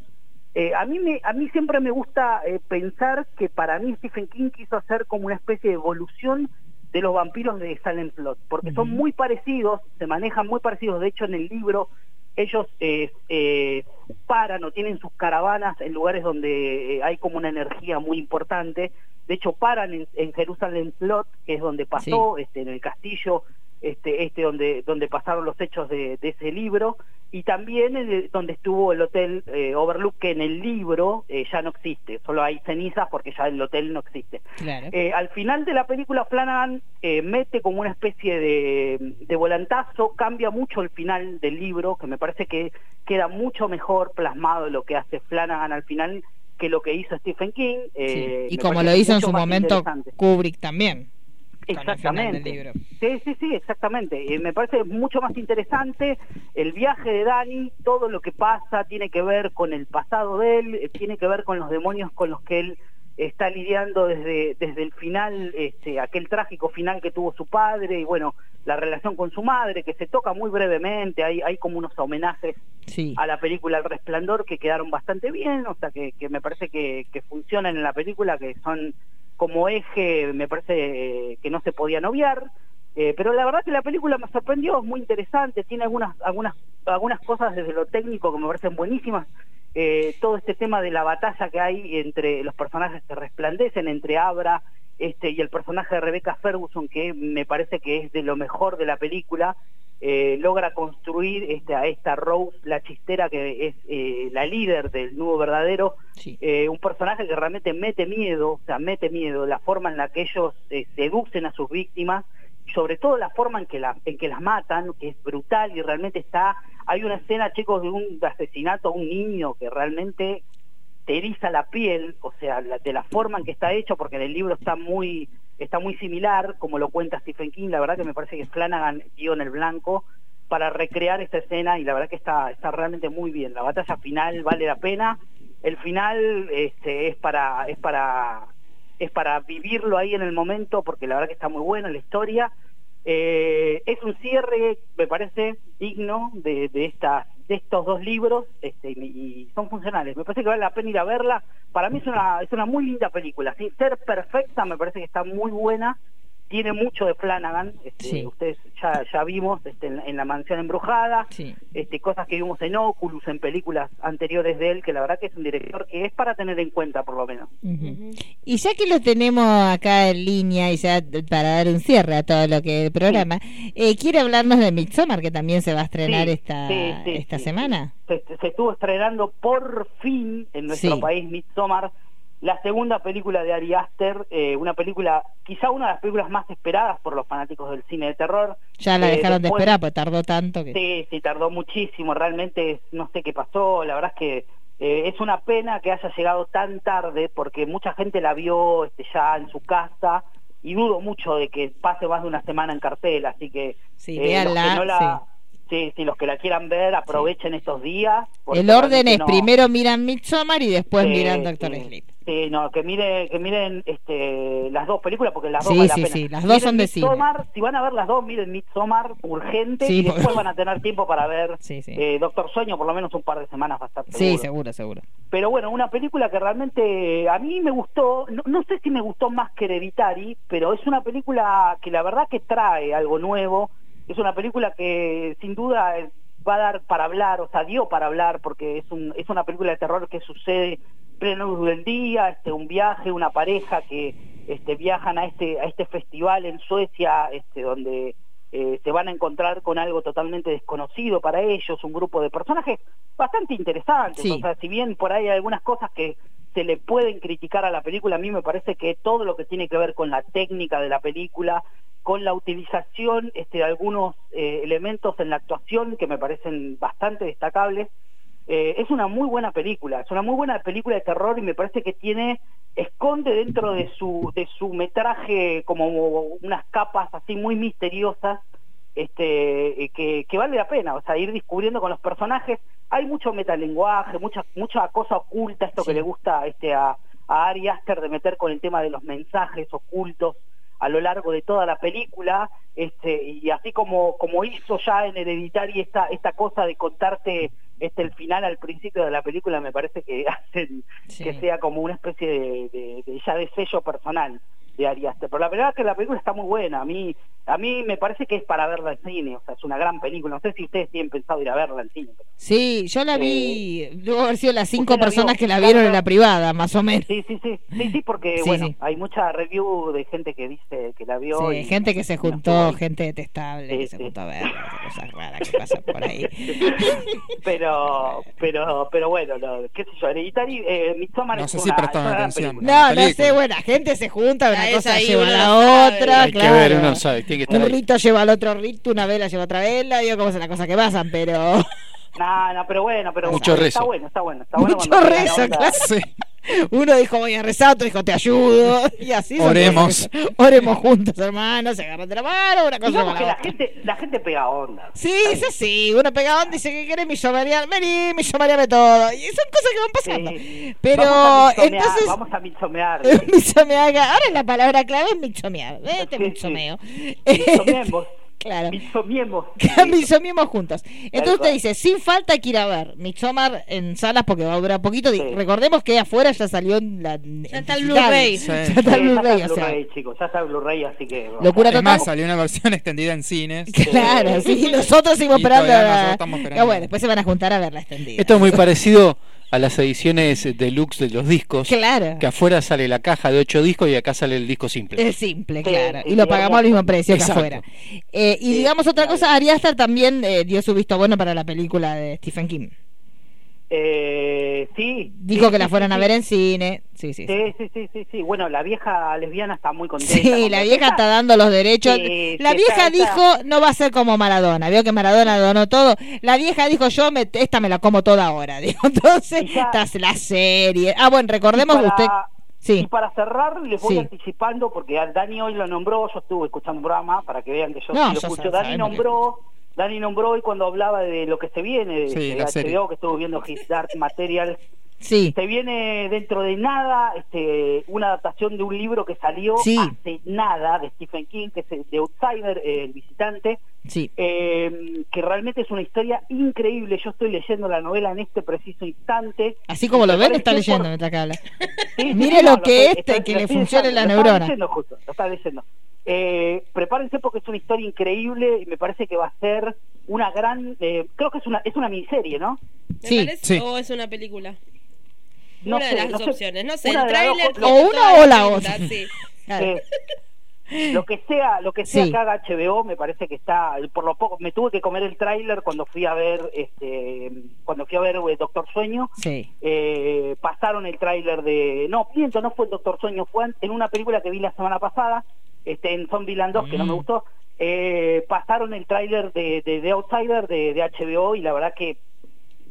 Speaker 11: Eh, a, mí me, a mí siempre me gusta eh, pensar que para mí Stephen King quiso hacer como una especie de evolución de los vampiros de Salem Plot, porque son
Speaker 8: Ujú.
Speaker 11: muy parecidos, se manejan muy parecidos. De hecho, en el libro ellos eh, eh, paran o tienen sus caravanas en lugares donde eh, hay como una energía muy importante. De hecho, paran en, en Jerusalén Plot, que es donde pasó, este, en el castillo, este, este donde, donde pasaron los hechos de, de ese libro, y también en el- donde estuvo el hotel eh, Overlook, que en el libro eh, ya no existe, solo hay cenizas porque ya el hotel no existe.
Speaker 8: Claro.
Speaker 11: Eh, al final de la película, Flanagan eh, mete como una especie de, de volantazo, cambia mucho el final del libro, que me parece que queda mucho mejor plasmado lo que hace Flanagan al final que lo que hizo Stephen King. eh,
Speaker 8: Sí. Y
Speaker 11: me
Speaker 8: como
Speaker 11: parece
Speaker 8: lo hizo en
Speaker 11: mucho
Speaker 8: su
Speaker 11: más
Speaker 8: momento
Speaker 11: interesante.
Speaker 8: Kubrick también. con el final del
Speaker 11: Exactamente.
Speaker 8: libro.
Speaker 11: Sí, sí, sí, exactamente. Eh, me parece mucho más interesante el viaje de Dani, todo lo que pasa tiene que ver con el pasado de él, eh, tiene que ver con los demonios con los que él está lidiando desde, desde el final, este, aquel trágico final que tuvo su padre y bueno, la relación con su madre que se toca muy brevemente, hay, hay como unos homenajes
Speaker 8: Sí.
Speaker 11: a la película El Resplandor que quedaron bastante bien, o sea que, que me parece que, que funcionan en la película, que son como eje, me parece eh, que no se podían obviar. Eh, pero la verdad que la película me sorprendió, es muy interesante, tiene algunas, algunas, algunas cosas desde lo técnico que me parecen buenísimas. Eh, todo este tema de la batalla que hay entre los personajes que resplandecen, entre Abra este, y el personaje de Rebecca Ferguson, que me parece que es de lo mejor de la película eh, logra construir este, a esta Rose, la chistera que es eh, la líder del nudo verdadero,
Speaker 8: Sí.
Speaker 11: eh, un personaje que realmente mete miedo, o sea, mete miedo, la forma en la que ellos eh, seducen a sus víctimas, sobre todo la forma en que, la, en que las matan, que es brutal y realmente está, hay una escena, chicos, de un asesinato a un niño que realmente te eriza la piel, o sea, la- de la forma en que está hecho, porque en el libro está muy está muy similar, como lo cuenta Stephen King, la verdad que me parece que Flanagan dio en el blanco para recrear esta escena y la verdad que está, está realmente muy bien. La batalla final vale la pena. El final este, es para es para es para vivirlo ahí en el momento porque la verdad que está muy buena la historia. Eh, es un cierre, me parece, digno de, de estas de estos dos libros este, y, y son funcionales. Me parece que vale la pena ir a verla. Para mí es una, es una muy linda película. Sin ser perfecta, me parece que está muy buena. Tiene mucho de Flanagan. este,
Speaker 8: Sí.
Speaker 11: Ustedes ya, ya vimos este, en, en La Mansión Embrujada
Speaker 8: Sí.
Speaker 11: este, cosas que vimos en Oculus, en películas anteriores de él, que la verdad que es un director que es para tener en cuenta, por lo menos.
Speaker 8: Ujú. Y ya que lo tenemos acá en línea y ya para dar un cierre a todo lo que es el programa, eh, quiere hablarnos de Midsommar que también se va a estrenar
Speaker 11: Sí,
Speaker 8: esta
Speaker 11: sí, sí,
Speaker 8: esta
Speaker 11: sí,
Speaker 8: semana.
Speaker 11: Se, se estuvo estrenando por fin en nuestro
Speaker 8: Sí.
Speaker 11: país Midsommar, La segunda película de Ari Aster, eh, una película, quizá una de las películas más esperadas por los fanáticos del cine de terror.
Speaker 1: Ya la
Speaker 11: Eh,
Speaker 1: dejaron de
Speaker 11: después-
Speaker 1: esperar, pues tardó tanto que.
Speaker 11: Sí, sí, tardó muchísimo, realmente no sé qué pasó, la verdad es que eh, es una pena que haya llegado tan tarde porque mucha gente la vio este, ya en su casa y dudo mucho de que pase más de una semana en cartel, así que...
Speaker 1: Sí,
Speaker 11: eh, los
Speaker 1: véanla,
Speaker 11: que no la- sí, sí, los que la quieran ver aprovechen estos días. porque
Speaker 1: El orden
Speaker 11: realmente
Speaker 1: es
Speaker 11: no-
Speaker 1: primero miran Midsommar y después
Speaker 11: Sí,
Speaker 1: miran Doctor
Speaker 11: sí.
Speaker 1: Sleep.
Speaker 11: Sí, no, que mire, que miren este, las dos películas porque las dos
Speaker 1: Sí,
Speaker 11: vale la
Speaker 1: sí,
Speaker 11: pena.
Speaker 1: sí, las dos son de cine.
Speaker 11: Midsommar, Si van a ver las dos, miren Midsommar urgente
Speaker 1: Sí,
Speaker 11: y después
Speaker 1: porque-
Speaker 11: van a tener tiempo para ver
Speaker 1: Sí, sí.
Speaker 11: eh, Doctor Sueño por lo menos un par de semanas bastante.
Speaker 1: Sí, seguro, seguro.
Speaker 11: Pero bueno, una película que realmente a mí me gustó, no, no sé si me gustó más que Hereditary, pero es una película que la verdad que trae algo nuevo, es una película que sin duda eh, va a dar para hablar, o sea, dio para hablar, porque es, un, es una película de terror que sucede pleno luz del día, este, un viaje, una pareja que este, viajan a este, a este festival en Suecia, este, donde eh, se van a encontrar con algo totalmente desconocido para ellos, un grupo de personajes bastante interesantes.
Speaker 1: Sí.
Speaker 11: O sea, si bien por ahí hay algunas cosas que se le pueden criticar a la película, a mí me parece que todo lo que tiene que ver con la técnica de la película, con la utilización este, de algunos eh, elementos en la actuación que me parecen bastante destacables, eh, es una muy buena película, es una muy buena película de terror y me parece que tiene, esconde dentro de su, de su metraje como unas capas así muy misteriosas este, eh, que, que vale la pena, o sea, ir descubriendo con los personajes. Hay mucho metalenguaje, mucha, mucha cosa oculta, esto que le gusta este, a, a Ari Aster de meter con el tema de los mensajes ocultos a lo largo de toda la película, este, y así como, como hizo ya en Hereditary esta, esta cosa de contarte este, el final al principio de la película, me parece que hacen
Speaker 1: Sí.
Speaker 11: que sea como una especie de, de- de- ya de sello personal de Ari Aster. Pero la verdad es que la película está muy buena, a mí, a mí me parece que es para verla en cine, o sea, es una gran película, no sé si ustedes tienen pensado ir a verla en cine. pero-
Speaker 1: Sí, yo la vi. Debo haber sido las cinco
Speaker 11: ¿usted la
Speaker 1: personas
Speaker 11: vio?
Speaker 1: que la vieron en la
Speaker 11: Claro.
Speaker 1: privada, más o menos.
Speaker 11: Sí, sí, sí, sí, sí, porque
Speaker 1: Sí,
Speaker 11: bueno,
Speaker 1: sí.
Speaker 11: hay mucha review de gente que dice que la vio.
Speaker 1: Sí,
Speaker 11: y-
Speaker 1: gente que se
Speaker 11: y-
Speaker 1: juntó, gente detestable
Speaker 11: Sí,
Speaker 1: que se
Speaker 11: sí.
Speaker 1: juntó a ver esas cosas raras que pasan por ahí.
Speaker 11: pero pero pero bueno lo- qué sé yo hereditario eh, Midsommar
Speaker 3: No
Speaker 11: es
Speaker 3: sé
Speaker 11: una-
Speaker 3: si
Speaker 11: es
Speaker 3: prestaron
Speaker 11: una gran
Speaker 3: atención.
Speaker 11: película.
Speaker 1: No, no
Speaker 3: Película.
Speaker 1: sé, bueno, la gente se junta,
Speaker 2: Ah,
Speaker 1: una
Speaker 2: es
Speaker 1: cosa
Speaker 2: ahí,
Speaker 1: lleva a
Speaker 2: uno
Speaker 1: la
Speaker 2: no sabe.
Speaker 1: otra,
Speaker 4: Hay
Speaker 1: claro.
Speaker 4: que ver, uno no sabe, tiene que
Speaker 1: Un
Speaker 4: estar ahí.
Speaker 1: rito lleva al otro rito, una vela lleva a otra vela, digo cómo son las cosas que pasan, pero
Speaker 11: no no pero bueno pero
Speaker 4: Mucho
Speaker 11: bueno,
Speaker 4: rezo.
Speaker 11: está bueno está bueno está bueno
Speaker 1: mucho
Speaker 11: cuando tiene la
Speaker 1: rezo,
Speaker 11: onda.
Speaker 1: claro.
Speaker 3: Sí.
Speaker 1: Uno dijo voy a rezar, otro dijo te ayudo, y así son
Speaker 3: Oremos.
Speaker 1: cosas que- Oremos juntos, hermanos, se agarran de la mano, una cosa
Speaker 11: digamos
Speaker 1: con
Speaker 11: que
Speaker 1: la
Speaker 11: la
Speaker 1: otra.
Speaker 11: gente la gente pega onda
Speaker 1: Sí, es así, uno pega onda y dice que querés misionaria, vení, misionariame todo, y son cosas que van pasando.
Speaker 11: Sí.
Speaker 1: Pero
Speaker 11: vamos a misomear,
Speaker 1: entonces
Speaker 11: vamos a misomear
Speaker 1: Michomeaga. Ahora la palabra clave es michomear. Vete,
Speaker 11: Sí, sí.
Speaker 1: michomeo.
Speaker 11: misomiemos
Speaker 1: claro.
Speaker 11: misomiemos
Speaker 1: Michomiemos juntos. Entonces te
Speaker 11: cual.
Speaker 1: dice, sin falta hay que ir a ver Michomar en salas porque va a durar poquito. Di-
Speaker 11: Sí.
Speaker 1: Recordemos que afuera ya salió en la.
Speaker 2: Ya está el
Speaker 1: digital.
Speaker 2: Blu-ray.
Speaker 3: Sí.
Speaker 1: Ya está el
Speaker 11: Sí, ya
Speaker 1: Blu-ray,
Speaker 11: está
Speaker 1: o sea.
Speaker 11: Blu-ray, chicos ya está Blu-ray así que
Speaker 1: Locura
Speaker 3: Es
Speaker 1: total.
Speaker 3: más, salió una versión extendida en cines.
Speaker 1: Claro, sí, nosotros seguimos
Speaker 3: Y
Speaker 1: esperando.
Speaker 3: todavía
Speaker 1: la-
Speaker 3: nosotros estamos esperando.
Speaker 1: Pero bueno, después se van a juntar a verla extendida.
Speaker 4: Esto es muy parecido a las ediciones deluxe de los discos.
Speaker 1: Claro.
Speaker 4: Que afuera sale la caja de 8 discos y acá sale el disco simple.
Speaker 1: Es simple,
Speaker 11: Sí,
Speaker 1: claro.
Speaker 11: sí,
Speaker 1: y lo
Speaker 11: sí, hermoso.
Speaker 1: pagamos al mismo precio que
Speaker 4: Exacto.
Speaker 1: afuera. Eh, y
Speaker 11: Sí,
Speaker 1: digamos otra
Speaker 11: claro.
Speaker 1: cosa, Ari Aster también eh, dio su visto bueno para la película de Stephen King.
Speaker 11: eh, sí
Speaker 1: Dijo
Speaker 11: sí,
Speaker 1: que la
Speaker 11: sí,
Speaker 1: fueran
Speaker 11: sí,
Speaker 1: a ver en cine. Sí, sí. Sí,
Speaker 11: sí sí sí sí sí bueno la vieja lesbiana está muy contenta
Speaker 1: Sí,
Speaker 11: con
Speaker 1: la
Speaker 11: lo que
Speaker 1: vieja está dando los derechos.
Speaker 11: Sí,
Speaker 1: la
Speaker 11: sí,
Speaker 1: vieja
Speaker 11: está-
Speaker 1: dijo, no va a ser como Maradona. Vio que Maradona donó todo. La vieja dijo, yo me, esta me la como toda ahora. Dijo, entonces,
Speaker 11: Y ya-
Speaker 1: estás la serie. Ah, bueno, recordemos
Speaker 11: para-
Speaker 1: usted.
Speaker 11: Y
Speaker 1: Sí.
Speaker 11: para cerrar, les voy
Speaker 1: Sí.
Speaker 11: anticipando, porque al Dani hoy lo nombró, yo estuve escuchando un programa para que vean que yo
Speaker 1: No,
Speaker 11: sí lo
Speaker 1: ya
Speaker 11: escucho.
Speaker 1: sab-
Speaker 11: Dani
Speaker 1: sabemos que
Speaker 11: nombró, Dani nombró hoy cuando hablaba de lo que se viene de,
Speaker 3: Sí,
Speaker 11: de
Speaker 3: la
Speaker 11: HBO,
Speaker 3: serie.
Speaker 11: que estuvo viendo His Dark Materials.
Speaker 1: Sí.
Speaker 11: Se viene dentro de nada este, una adaptación de un libro que salió
Speaker 1: Sí.
Speaker 11: hace nada de Stephen King, que es el de Outsider, eh, el visitante
Speaker 1: Sí.
Speaker 11: eh, que realmente es una historia increíble. Yo estoy leyendo la novela en este preciso instante.
Speaker 1: Así como lo
Speaker 11: Me
Speaker 1: ven,
Speaker 11: parece
Speaker 1: está leyendo
Speaker 11: por-
Speaker 1: mientras que habla.
Speaker 11: Sí, sí,
Speaker 1: Mire
Speaker 11: sí,
Speaker 1: lo
Speaker 11: no,
Speaker 1: que
Speaker 11: estoy-
Speaker 1: este,
Speaker 11: estoy-
Speaker 1: que le
Speaker 11: estoy
Speaker 1: funcione
Speaker 11: leyendo,
Speaker 1: la
Speaker 11: lo
Speaker 1: neurona.
Speaker 11: Está leyendo justo, lo está leyendo. Eh, prepárense porque es una historia increíble y me parece que va a ser una gran. eh, creo que es una es una miniserie, ¿no?
Speaker 2: ¿Me
Speaker 1: Sí,
Speaker 2: parece?
Speaker 3: sí.
Speaker 2: O es una película.
Speaker 11: No
Speaker 2: una
Speaker 11: sé,
Speaker 2: de las
Speaker 11: no sé.
Speaker 2: opciones. No sé,
Speaker 11: Una
Speaker 2: el
Speaker 11: de las dos
Speaker 2: tráiler.
Speaker 11: cosas.
Speaker 2: tiene
Speaker 1: O una
Speaker 2: todas
Speaker 1: o la
Speaker 2: las pintas,
Speaker 1: otra.
Speaker 2: sí.
Speaker 1: Claro.
Speaker 11: Eh, Lo que sea, lo que sea
Speaker 1: Sí.
Speaker 11: que haga HBO me parece que está, por lo poco, me tuve que comer el tráiler cuando fui a ver este cuando fui a ver eh, Doctor Sueño,
Speaker 1: Sí.
Speaker 11: eh, pasaron el tráiler de no miento no fue el Doctor Sueño fue an- en una película que vi la semana pasada este en Zombieland 2 que no me
Speaker 3: Mm.
Speaker 11: gustó eh, pasaron el tráiler de, de, de Outsider de, de HBO y la verdad que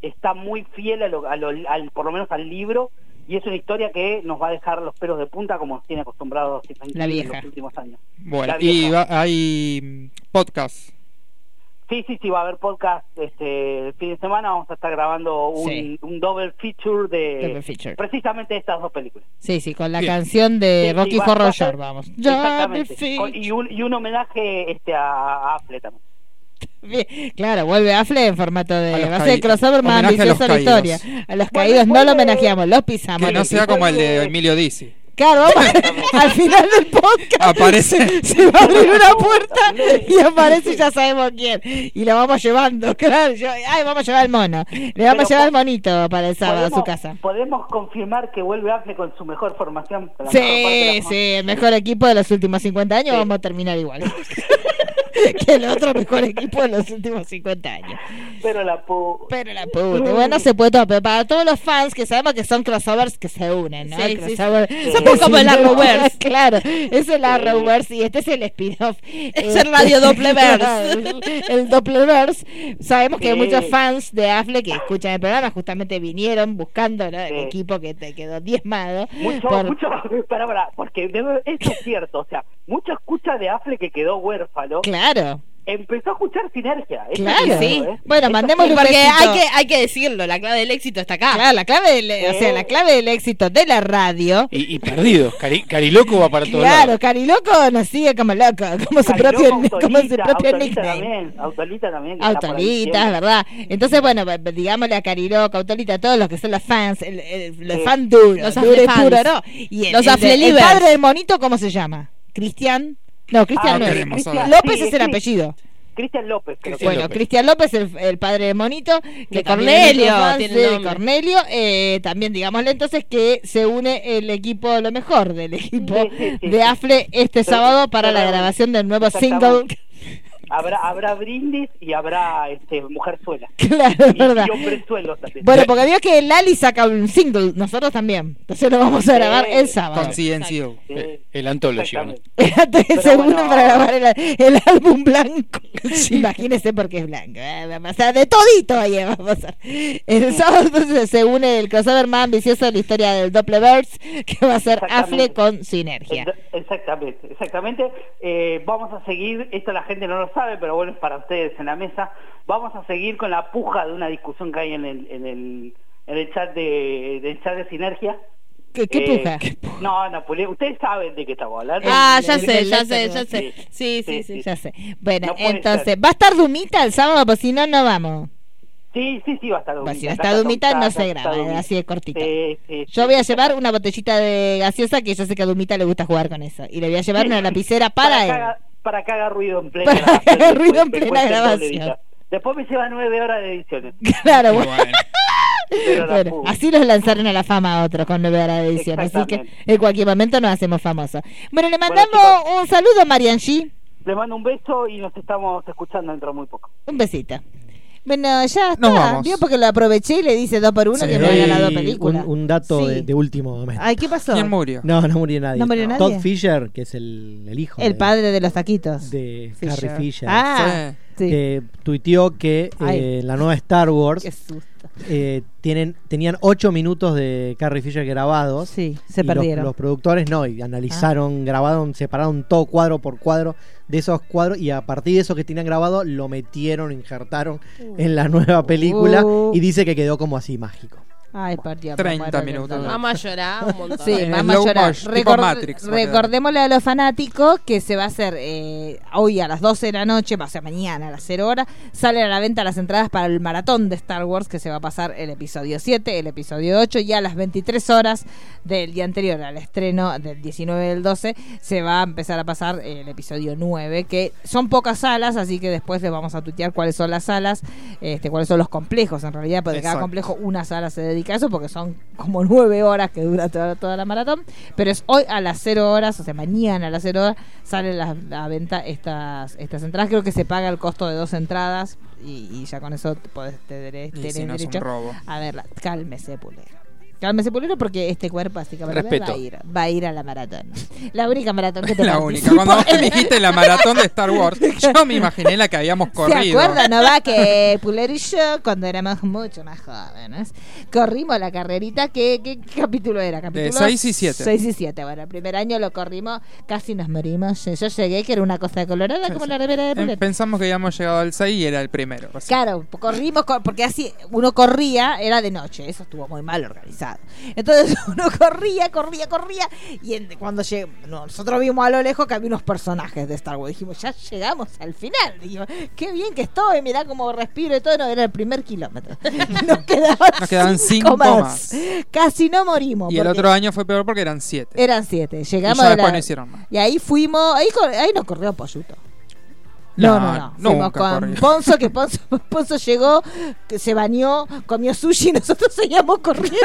Speaker 11: está muy fiel a lo, a lo- al por lo menos al libro y es una historia que nos va a dejar los pelos de punta como nos tiene acostumbrados Stephen King
Speaker 1: La
Speaker 11: en
Speaker 1: vieja.
Speaker 11: los últimos años
Speaker 3: Bueno,
Speaker 11: La
Speaker 3: y
Speaker 11: vieja.
Speaker 3: va- hay mm, podcast.
Speaker 11: Sí, sí, sí, va a haber podcast este el fin de semana. Vamos a estar grabando un,
Speaker 1: Sí.
Speaker 11: un double feature de
Speaker 1: Double feature.
Speaker 11: precisamente estas dos películas.
Speaker 1: Sí, sí, con la
Speaker 3: Bien.
Speaker 1: canción de
Speaker 11: Sí, sí,
Speaker 1: Rocky
Speaker 11: va- va
Speaker 1: Horror
Speaker 11: a ser-
Speaker 1: Shore, vamos.
Speaker 11: Exactamente.
Speaker 1: Johnny
Speaker 11: Con- Y un, y un homenaje este a, a Affleck también.
Speaker 1: Bien, Claro, vuelve Affle en formato
Speaker 3: A
Speaker 1: de.
Speaker 3: los
Speaker 1: Va a ser
Speaker 3: caídos.
Speaker 1: crossover más
Speaker 3: Homenaje a
Speaker 1: ambicioso
Speaker 3: los
Speaker 1: la
Speaker 3: caídos.
Speaker 1: historia. A los caídos no lo homenajeamos, los pisamos.
Speaker 3: Que no
Speaker 1: los
Speaker 3: sea como el de Emilio Dizzi.
Speaker 1: Claro, vamos, al final del podcast
Speaker 3: Aparece.
Speaker 1: se va a abrir una puerta y aparece y ya sabemos quién. Y lo vamos llevando, claro. yo- ay, vamos a llevar al mono. Le
Speaker 11: Pero
Speaker 1: vamos a llevar al
Speaker 11: po-
Speaker 1: monito para el sábado a su casa.
Speaker 11: podemos confirmar que vuelve Affleck con su mejor formación. con la mejor parte de
Speaker 1: Sí,
Speaker 11: la-
Speaker 1: sí, el mejor equipo de los últimos 50 años,
Speaker 11: Sí.
Speaker 1: vamos a terminar igual. que el otro mejor equipo de los últimos 50 años.
Speaker 11: Pero la pu-
Speaker 1: Pero la puta, bueno, se puede todo, pero para todos los fans que sabemos que son crossovers que se unen, ¿no?
Speaker 2: Sí,
Speaker 1: El
Speaker 2: sí, sí.
Speaker 1: crossover-
Speaker 2: Son un poco el Arrowverse.
Speaker 1: claro, es el Arrowverse y este es el spin-off.
Speaker 2: Es el Radio Dopplerverse.
Speaker 1: el Dopplerverse. Sabemos que hay
Speaker 11: Sí.
Speaker 1: muchos fans de Affle que escuchan el programa, justamente vinieron buscando ¿no? el
Speaker 11: Sí.
Speaker 1: equipo que te quedó diezmado.
Speaker 11: Mucho,
Speaker 1: por-
Speaker 11: mucho, para, para, porque debe- eso es cierto, o sea, mucho escucha de Affleck que quedó huérfano,
Speaker 1: Claro,
Speaker 11: empezó a escuchar sinergia. Eso es
Speaker 1: claro.
Speaker 11: cierto, ¿eh?
Speaker 1: Bueno,
Speaker 11: Eso-
Speaker 1: mandémosle un
Speaker 2: Porque
Speaker 1: besito.
Speaker 2: hay que, hay que decirlo, la clave del éxito está acá.
Speaker 1: Claro, la clave, del, o sea, la clave del éxito de la radio
Speaker 4: Y, y perdidos. Cari- Cariloco va para todos
Speaker 1: Claro,
Speaker 4: lados.
Speaker 1: Cariloco nos sigue como loco, como su
Speaker 11: Cariloco,
Speaker 1: propio,
Speaker 11: Autolita,
Speaker 1: como su propio
Speaker 11: Autolita
Speaker 1: nickname.
Speaker 11: también, Autolita también. que está por ahí
Speaker 1: Autolita, es
Speaker 11: siempre.
Speaker 1: verdad. Entonces, bueno, b- b- digámosle a Cariloco, Autolita, a todos los que son los fans, el, el- los
Speaker 11: Sí.
Speaker 1: fan duros,
Speaker 2: Los
Speaker 1: duro y
Speaker 2: aflefans.
Speaker 1: puro, ¿no? Y el,
Speaker 2: Los
Speaker 1: el de- el
Speaker 2: aflelivers.
Speaker 1: padre del monito, ¿cómo se llama? ¿Cristian? No, Cristian
Speaker 11: Ah,
Speaker 1: no
Speaker 3: no
Speaker 1: es.
Speaker 3: queremos
Speaker 1: Cristian
Speaker 3: saber.
Speaker 1: López
Speaker 11: Sí,
Speaker 1: es el
Speaker 11: sí.
Speaker 1: apellido.
Speaker 11: Cristian López, creo que
Speaker 4: Cristian
Speaker 1: bueno,
Speaker 4: López.
Speaker 1: Cristian López, el, el padre de Monito, que
Speaker 2: De
Speaker 1: también es
Speaker 2: Cornelio,
Speaker 1: otro fan,
Speaker 2: tiene
Speaker 1: sí, de
Speaker 2: nombre.
Speaker 1: Cornelio, eh, también digámosle entonces que se une el equipo, lo mejor del equipo
Speaker 11: Sí, sí, sí,
Speaker 1: de
Speaker 11: sí.
Speaker 1: Afle este
Speaker 11: Sí,
Speaker 1: sábado para la
Speaker 11: totalmente.
Speaker 1: grabación del nuevo single.
Speaker 11: Exactamente. Habrá, habrá brindis y habrá este, mujer suela.
Speaker 1: Claro, es
Speaker 11: Y,
Speaker 1: verdad.
Speaker 11: y hombre suelo también.
Speaker 1: Bueno, porque vio que Lali saca un single, nosotros también. Entonces lo vamos a grabar
Speaker 11: Sí.
Speaker 1: el sábado.
Speaker 3: Con CNCO.
Speaker 11: Sí,
Speaker 4: Eh, El anthology. ¿no?
Speaker 11: exactamente.
Speaker 1: Entonces
Speaker 11: Pero
Speaker 1: se unen
Speaker 11: bueno.
Speaker 1: para grabar el, el álbum blanco. Imagínense porque es blanco. eh, Va a pasar de todito ahí. Va a pasar. El sábado entonces se une el crossover más ambicioso de la historia del Dopplerverse, que va a ser
Speaker 11: Exactamente.
Speaker 1: Affle con Sinergia.
Speaker 11: Exa- Exactamente, exactamente. Eh, vamos a seguir, esto la gente no lo sabe, pero bueno, es para ustedes en la mesa. Vamos a seguir con la puja de una discusión que hay en el, en el, en el chat de, del chat de Sinergia.
Speaker 1: ¿Qué, qué
Speaker 11: Eh,
Speaker 1: puja?
Speaker 11: No, no, pule- ustedes saben de qué estamos hablando.
Speaker 2: Ah,
Speaker 1: El-
Speaker 2: ya
Speaker 1: el-
Speaker 2: sé,
Speaker 1: el
Speaker 2: ya
Speaker 1: éxito
Speaker 2: sé,
Speaker 1: que
Speaker 2: ya
Speaker 1: va-
Speaker 2: sé. Sí,
Speaker 11: Sí,
Speaker 2: sí, sí.
Speaker 1: Ya sé. Bueno,
Speaker 11: No puede
Speaker 1: entonces,
Speaker 11: ser.
Speaker 1: ¿va a estar Dumita el sábado? Pues si no, no vamos.
Speaker 11: Sí, sí, sí, va a estar
Speaker 1: Bueno, si
Speaker 11: Dumita,
Speaker 1: no está Dumita,
Speaker 11: Dumita,
Speaker 1: no se
Speaker 11: está
Speaker 1: graba,
Speaker 11: Dumita.
Speaker 1: así de cortito.
Speaker 11: Sí, sí,
Speaker 1: Yo
Speaker 11: sí,
Speaker 1: voy a
Speaker 11: sí.
Speaker 1: llevar una botellita de gaseosa que yo sé que a Dumita le gusta jugar con eso. Y le voy a llevar una lapicera para
Speaker 11: para que
Speaker 1: él.
Speaker 11: haga- para que haga ruido en plena
Speaker 1: Para que
Speaker 11: grabación,
Speaker 1: haga ruido
Speaker 11: después
Speaker 1: en
Speaker 11: me
Speaker 1: plena
Speaker 11: cuesta el doble
Speaker 1: grabación.
Speaker 11: editar. Después me lleva nueve horas de ediciones.
Speaker 1: Claro, bueno.
Speaker 3: Bueno,
Speaker 11: Pero la
Speaker 1: Bueno,
Speaker 11: puta.
Speaker 1: así los lanzaron a la fama a otros con nueve horas de edición. Así que
Speaker 11: Exactamente.
Speaker 1: en cualquier momento nos hacemos famosos. Bueno, le
Speaker 11: Bueno,
Speaker 1: mandamos
Speaker 11: chicos.
Speaker 1: un saludo, Marian G.
Speaker 11: Les mando un beso y nos estamos escuchando dentro de muy poco.
Speaker 1: Un besito. Bueno, ya está.
Speaker 3: Nos vamos.
Speaker 1: Vio porque lo aproveché y le dice dos por uno
Speaker 3: Sí.
Speaker 1: que me
Speaker 5: Te doy
Speaker 1: ha ganado
Speaker 5: un,
Speaker 1: película.
Speaker 5: un dato
Speaker 1: Sí.
Speaker 5: de, de último momento.
Speaker 1: Ay, ¿qué pasó?
Speaker 3: ¿Quién murió?
Speaker 5: No, no murió nadie.
Speaker 1: ¿No murió nadie?
Speaker 5: Todd Fisher, que es el, el hijo
Speaker 1: El
Speaker 5: de-
Speaker 1: padre de los taquitos.
Speaker 5: de
Speaker 1: Fisher.
Speaker 5: Carrie Fisher,
Speaker 1: Ah, sí.
Speaker 5: que tuiteó que
Speaker 1: Ay.
Speaker 5: eh, en la nueva Star Wars
Speaker 1: Qué susto.
Speaker 5: eh, tienen, tenían 8 minutos de Carrie Fisher grabados.
Speaker 1: Sí, se
Speaker 5: Y los-
Speaker 1: perdieron. Ah.
Speaker 5: Los, productores no, y analizaron, grabaron, separaron todo cuadro por cuadro de esos cuadros y a partir de eso que tenían grabado lo metieron, injertaron en la nueva película
Speaker 1: Uh.
Speaker 5: y dice que quedó como así mágico.
Speaker 1: Ay, pues, por Dios,
Speaker 3: 30
Speaker 1: me muero del
Speaker 3: minutos.
Speaker 1: dolor.
Speaker 2: Vamos a llorar un montón.
Speaker 1: Sí,
Speaker 3: Eh,
Speaker 1: vamos
Speaker 3: slow
Speaker 1: a llorar.
Speaker 3: motion, tipo
Speaker 1: Recor-
Speaker 3: Matrix, va a quedar.
Speaker 1: recordémosle a los fanáticos que se va a hacer eh, hoy a las 12 de la noche, o sea, mañana a las 0 horas, salen a la venta las entradas para el maratón de Star Wars que se va a pasar el episodio 7, el episodio 8 y a las 23 horas del día anterior al estreno del 19 del 12 se va a empezar a pasar el episodio 9, que son pocas salas, así que después les vamos a tuitear cuáles son las salas, este, cuáles son los complejos en realidad, porque cada
Speaker 3: Exacto.
Speaker 1: complejo una sala se dedica dedica a eso porque son como nueve horas que dura toda, toda la maratón. Pero es hoy a las cero horas, o sea, mañana a las cero horas salen la, la venta estas, estas entradas. Creo que se paga el costo de dos entradas y, y ya con eso te podés tener,
Speaker 3: Y
Speaker 1: tener
Speaker 3: si no es un
Speaker 1: derecho.
Speaker 3: robo.
Speaker 1: A verla, cálmese, pulero. Cálmese, pulero, porque este cuerpo así que va
Speaker 4: Respeto.
Speaker 1: a ir, va a ir a la maratón. La única maratón que te
Speaker 3: La
Speaker 1: participo
Speaker 3: única. Cuando vos
Speaker 1: es-
Speaker 3: me dijiste la maratón de Star Wars, yo me imaginé la que habíamos corrido.
Speaker 1: ¿Se acuerdan, no va? Que Pulero y yo, cuando éramos mucho más jóvenes, corrimos la carrerita. ¿Qué, qué capítulo era? ¿Capítulo
Speaker 3: Eh, seis y siete.
Speaker 1: 6 y 7. Bueno, el primer año lo corrimos, casi nos morimos. Yo llegué, que era una cosa colorada como la remera de
Speaker 3: Em,
Speaker 1: Pulero.
Speaker 3: Pensamos que habíamos llegado al 6 y era el primero. así.
Speaker 1: Claro, corrimos, cor- porque así uno corría, era de noche, eso estuvo muy mal organizado. Entonces uno corría, corría, corría, y en- cuando lleg- no, nosotros vimos a lo lejos que había unos personajes de Star Wars, dijimos, ya llegamos al final, dijimos, qué bien que estoy, mirá cómo respiro y todo, no, era el primer kilómetro. Nos quedaban,
Speaker 3: Nos quedaban cinco más.
Speaker 1: Casi no morimos.
Speaker 3: Y el
Speaker 1: porque
Speaker 3: otro año fue peor porque eran 7.
Speaker 1: Eran siete,
Speaker 3: Y ya
Speaker 1: llegamos a
Speaker 3: después
Speaker 1: la-
Speaker 3: no hicieron más.
Speaker 1: y ahí fuimos, ahí, cor- ahí nos corrió Polluto. No, no, no. Fuimos
Speaker 3: Nunca
Speaker 1: con
Speaker 3: corrí.
Speaker 1: Ponzo, que Ponzo, Ponzo llegó, que se bañó, comió sushi y nosotros seguíamos corriendo.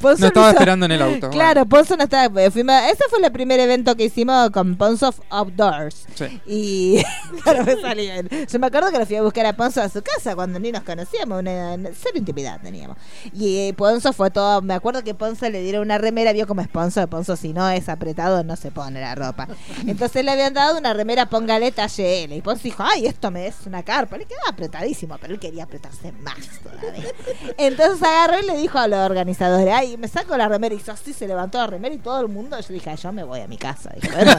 Speaker 1: Ponzo
Speaker 3: No estaba
Speaker 1: hizo-
Speaker 3: esperando en el auto.
Speaker 1: Claro, Ponzo no estaba. eh, fuimos- ese fue el primer evento que hicimos con Ponzo Outdoors.
Speaker 3: bueno. Sí.
Speaker 1: Y claro, me salía. Yo me acuerdo que lo fui a buscar a Ponzo a su casa cuando ni nos conocíamos, una, cero intimidad teníamos. Y eh, Ponzo fue todo, me acuerdo que Ponzo le dieron una remera, vio como es Ponzo, de Ponzo si no es apretado no se pone la ropa. Entonces le habían dado una remera, póngale talle L. Y Ponzo dijo, ay, esto me es una carpa. Le quedaba apretadísimo, pero él quería apretarse más todavía. Entonces agarró y le dijo a los organizadores, ay, me saco la remera. Y hizo así, se levantó la remera y todo el mundo, yo dije, "Ay, yo me voy a mi casa. Dije, "Bueno,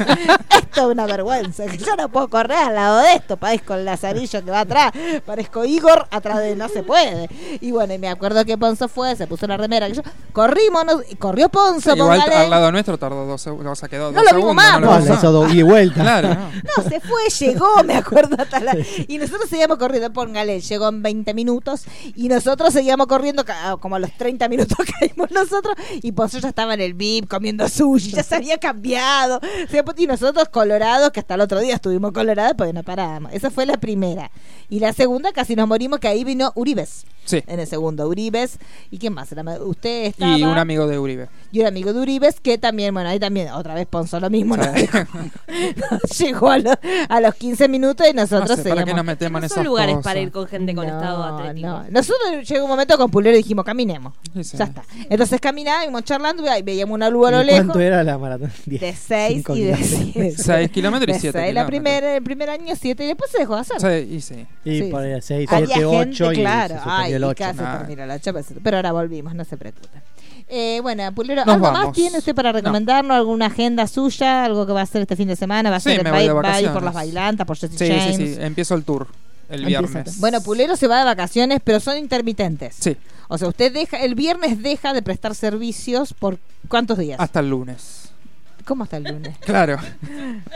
Speaker 1: esto es una vergüenza, que yo no puedo correr al lado de esto, parezco el lazarillo que va atrás, parezco Igor, atrás de él no se puede. Y bueno, y me acuerdo que Ponzo fue, se puso la remera, que yo, corrimos, nos- y corrió Ponzo,
Speaker 3: Igual
Speaker 1: póngale.
Speaker 3: al lado nuestro tardó dos segundos. O sea, quedó
Speaker 1: No
Speaker 3: dos
Speaker 1: lo vimos
Speaker 3: segundos.
Speaker 1: más,
Speaker 5: No, le hizo dos- y de vuelta.
Speaker 3: Ah, Claro. no.
Speaker 1: No, se fue, llegó, me acuerdo hasta la... Y nosotros seguíamos corriendo, póngale, llegó en 20 minutos y nosotros seguíamos corriendo ca- como a los 30 minutos caímos nosotros y Ponzo ya estaba en el VIP comiendo sushi, ya se había cambiado. Se- Y nosotros colorados, que hasta el otro día estuvimos colorados porque no parábamos. Esa fue la primera. Y la segunda casi nos morimos, que ahí vino Uribes.
Speaker 3: Sí.
Speaker 1: En el segundo, Uribes. ¿Y quién más? Era ma- Usted estaba...
Speaker 3: Y un amigo de Uribe.
Speaker 1: Y un amigo de Uribes que también, bueno, ahí también, otra vez Ponzo lo mismo. nos
Speaker 3: Sí.
Speaker 1: Llegó a, lo- a los 15 minutos y
Speaker 3: No
Speaker 1: nosotros
Speaker 3: sé, ¿para qué nos
Speaker 1: seguíamos.
Speaker 3: metemos en
Speaker 2: No
Speaker 3: esos
Speaker 2: son lugares para ir con gente con
Speaker 1: No,
Speaker 2: estado atlético.
Speaker 1: no. Nosotros llegó un momento con Pulero y dijimos, caminemos.
Speaker 3: Sí, sí.
Speaker 1: Ya está. Entonces caminábamos charlando y veíamos una luz a lo
Speaker 5: ¿Y
Speaker 1: lejos.
Speaker 5: ¿Cuánto era la maratón? Diez,
Speaker 1: De 6
Speaker 5: cinco
Speaker 1: y de
Speaker 5: kilómetros.
Speaker 1: 7.
Speaker 3: Seis kilómetros y siete
Speaker 1: La
Speaker 3: kilómetros.
Speaker 1: primera, el primer año 7 y después se dejó de hacer.
Speaker 3: Sí, y sí.
Speaker 5: Y
Speaker 1: Sí,
Speaker 5: por ahí seis,
Speaker 1: Había
Speaker 5: siete,
Speaker 1: gente,
Speaker 5: ocho y
Speaker 1: claro.
Speaker 5: se
Speaker 1: Ay,
Speaker 5: suspendió el
Speaker 1: y
Speaker 5: ocho.
Speaker 1: casi
Speaker 3: Nah.
Speaker 1: terminó el ocho, pero- Pero ahora volvimos, no se preocupen. Eh, bueno, Pulero,
Speaker 3: Nos
Speaker 1: ¿algo más
Speaker 3: vamos.
Speaker 1: tiene usted para
Speaker 3: No.
Speaker 1: recomendarnos? ¿Alguna agenda suya? ¿Algo que va a hacer este fin de semana? ¿Va a
Speaker 3: Sí,
Speaker 1: ser
Speaker 3: me
Speaker 1: el
Speaker 3: voy de
Speaker 1: bike- bike por
Speaker 3: vacaciones.
Speaker 1: las bailantas, por Jesse
Speaker 3: Sí, sí,
Speaker 1: James?
Speaker 3: sí. Empiezo el tour el
Speaker 1: Empieza
Speaker 3: viernes.
Speaker 1: todo. Bueno, Pulero se va de vacaciones, pero son intermitentes.
Speaker 3: Sí,
Speaker 1: O sea, usted deja, el viernes deja de prestar servicios por cuántos días?
Speaker 3: hasta el lunes.
Speaker 1: ¿Cómo hasta el lunes?
Speaker 3: Claro.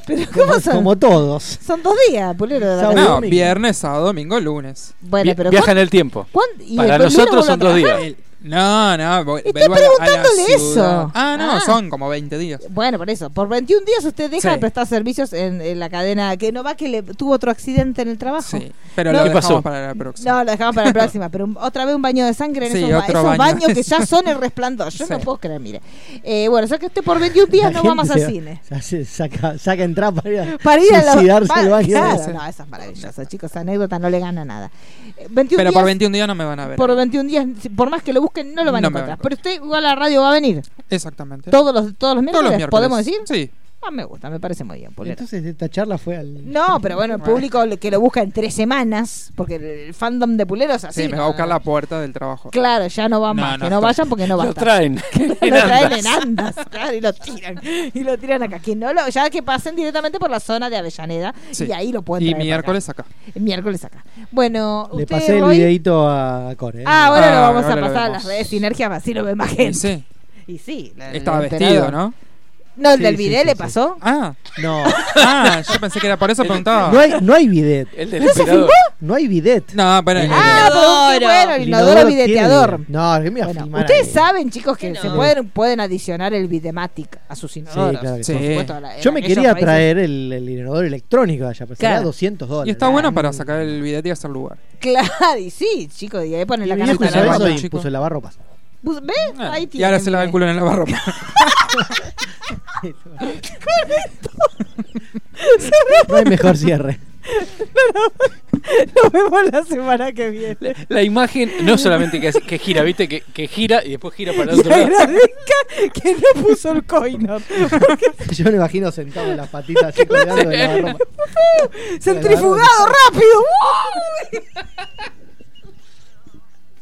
Speaker 1: Pero ¿cómo son?
Speaker 5: Como todos.
Speaker 1: Son dos días, Pulero. de
Speaker 5: Sábado
Speaker 1: vacaciones.
Speaker 5: y
Speaker 3: No,
Speaker 5: domingo.
Speaker 3: viernes, sábado, domingo, lunes.
Speaker 1: Bueno,
Speaker 4: Vi-
Speaker 1: pero
Speaker 4: viaja en el tiempo.
Speaker 1: ¿cuán- cuán- y
Speaker 4: Para
Speaker 1: el lunes vuelve
Speaker 4: nosotros
Speaker 1: a
Speaker 4: son dos
Speaker 1: trabajar?
Speaker 4: días.
Speaker 3: El- no, no. voy-
Speaker 1: Estoy
Speaker 3: vuelvo a la- a la
Speaker 1: preguntándole eso.
Speaker 3: ciudad. Ah, no,
Speaker 1: Ah.
Speaker 3: son como 20 días.
Speaker 1: Bueno, por eso, por 21 días usted deja
Speaker 3: Sí.
Speaker 1: de prestar servicios en, en la cadena que no va que le tuvo otro accidente en el trabajo.
Speaker 3: Sí, pero
Speaker 1: No.
Speaker 3: lo
Speaker 1: ¿Qué
Speaker 3: dejamos
Speaker 4: pasó?
Speaker 3: para la próxima.
Speaker 1: No, lo dejamos para la próxima, pero un- otra vez un baño de sangre en
Speaker 3: Sí,
Speaker 1: esos, ba-
Speaker 3: otro
Speaker 1: esos
Speaker 3: baño.
Speaker 1: baños que ya son el resplandor. Yo no
Speaker 3: Sí.
Speaker 1: puedo creer, mire. Eh, bueno, o sea que usted por 21 días no
Speaker 5: La
Speaker 1: va
Speaker 5: gente
Speaker 1: más
Speaker 5: se
Speaker 1: al cine.
Speaker 5: se hace- saca, saca entrar para ir a,
Speaker 1: Para ir a la-
Speaker 5: suicidarse
Speaker 1: pa-
Speaker 5: al baño.
Speaker 1: Claro, no, eso es maravilloso, chicos. Esa anécdota no le gana nada. Eh, 21
Speaker 3: Pero por
Speaker 1: días-
Speaker 3: 21 días no me van a ver.
Speaker 1: por 21 días, si- por más que lo busquen, no lo van a
Speaker 3: No me van a
Speaker 1: encontrar. Pero usted igual a la radio va a venir.
Speaker 3: Exactamente.
Speaker 1: Todos los, todos los miércoles,
Speaker 3: Todos los miércoles.
Speaker 1: podemos decir.
Speaker 3: Sí.
Speaker 1: Ah, me gusta, me parece muy bien, Polera.
Speaker 5: Entonces esta charla fue al...
Speaker 1: No, pero bueno, el público le- que lo busca en tres semanas, porque el- el fandom de puleros así.
Speaker 3: Sí, me va a buscar la puerta del trabajo.
Speaker 1: Claro, ya no van
Speaker 3: No,
Speaker 1: más,
Speaker 3: no
Speaker 1: que no
Speaker 3: está.
Speaker 1: vayan porque no va a
Speaker 4: Lo
Speaker 1: estar.
Speaker 4: traen.
Speaker 1: lo traen en andas, claro, y lo tiran, y lo tiran acá. Que no lo, ya que pasen directamente por la zona de Avellaneda
Speaker 3: Sí.
Speaker 1: y ahí lo pueden
Speaker 3: Y
Speaker 1: traer para acá.
Speaker 3: miércoles acá.
Speaker 1: Miércoles acá. Bueno,
Speaker 5: Le
Speaker 1: usted,
Speaker 5: pasé el
Speaker 1: Roy?
Speaker 5: videito a Core. ¿eh?
Speaker 1: Ah, ahora
Speaker 3: Ah,
Speaker 1: lo vamos
Speaker 3: ahora
Speaker 1: a
Speaker 3: lo
Speaker 1: pasar a
Speaker 3: vemos.
Speaker 1: las redes sinergias, así lo ve más
Speaker 3: Sí,
Speaker 1: gente.
Speaker 3: sí.
Speaker 1: Y sí, la- el
Speaker 3: Estaba
Speaker 1: emperador.
Speaker 3: vestido, ¿no?
Speaker 1: No, el
Speaker 5: Sí,
Speaker 1: del
Speaker 5: sí,
Speaker 1: video
Speaker 5: sí,
Speaker 1: le
Speaker 5: sí.
Speaker 1: pasó.
Speaker 3: Ah,
Speaker 5: No.
Speaker 3: Ah, yo pensé que era por eso preguntaba.
Speaker 5: No hay, no hay bidet.
Speaker 4: El del emperador.
Speaker 5: No hay bidet.
Speaker 3: No, pero.
Speaker 1: Ah, pero qué bueno, el inodoro
Speaker 5: tiene
Speaker 1: bideteador.
Speaker 5: bidet. No, es que me voy a
Speaker 1: Bueno,
Speaker 5: filmar
Speaker 1: ustedes
Speaker 5: ahí.
Speaker 1: saben, chicos, que
Speaker 2: Que
Speaker 1: se
Speaker 2: no.
Speaker 1: pueden, pueden adicionar el Vidematic a sus inodoros.
Speaker 5: claro
Speaker 1: por
Speaker 5: que
Speaker 3: sí.
Speaker 1: supuesto, la-
Speaker 5: Yo
Speaker 1: en
Speaker 5: me
Speaker 1: aquellos
Speaker 5: quería
Speaker 1: países-
Speaker 5: traer el, el inodoro electrónico de allá, pero sería
Speaker 1: Claro.
Speaker 5: 200 dólares.
Speaker 3: Y está bueno para sacar el bidet y hacer lugar.
Speaker 1: Claro, y sí, chicos, y ahí ponen la
Speaker 5: Mi
Speaker 1: canasta
Speaker 5: viejo
Speaker 1: de
Speaker 5: hizo
Speaker 3: la
Speaker 5: eso
Speaker 1: lavar.
Speaker 3: ropa,
Speaker 5: y
Speaker 3: chico.
Speaker 5: puso el lavarropas.
Speaker 1: Pus- ¿Ve?
Speaker 3: Ah,
Speaker 1: Ahí
Speaker 3: y ahora se lava
Speaker 1: tienen.
Speaker 3: el culo en el barro.
Speaker 5: No hay mejor cierre.
Speaker 1: Nos vemos la semana que viene.
Speaker 4: La imagen, no solamente que, que gira, viste, que, que gira y después gira para el otro
Speaker 1: Que
Speaker 4: lado.
Speaker 1: agradezca que no puso el coinor.
Speaker 5: Yo me imagino sentado en las patitas así colgando de lavarropas.
Speaker 1: Centrifugado, rápido. ¡Uy!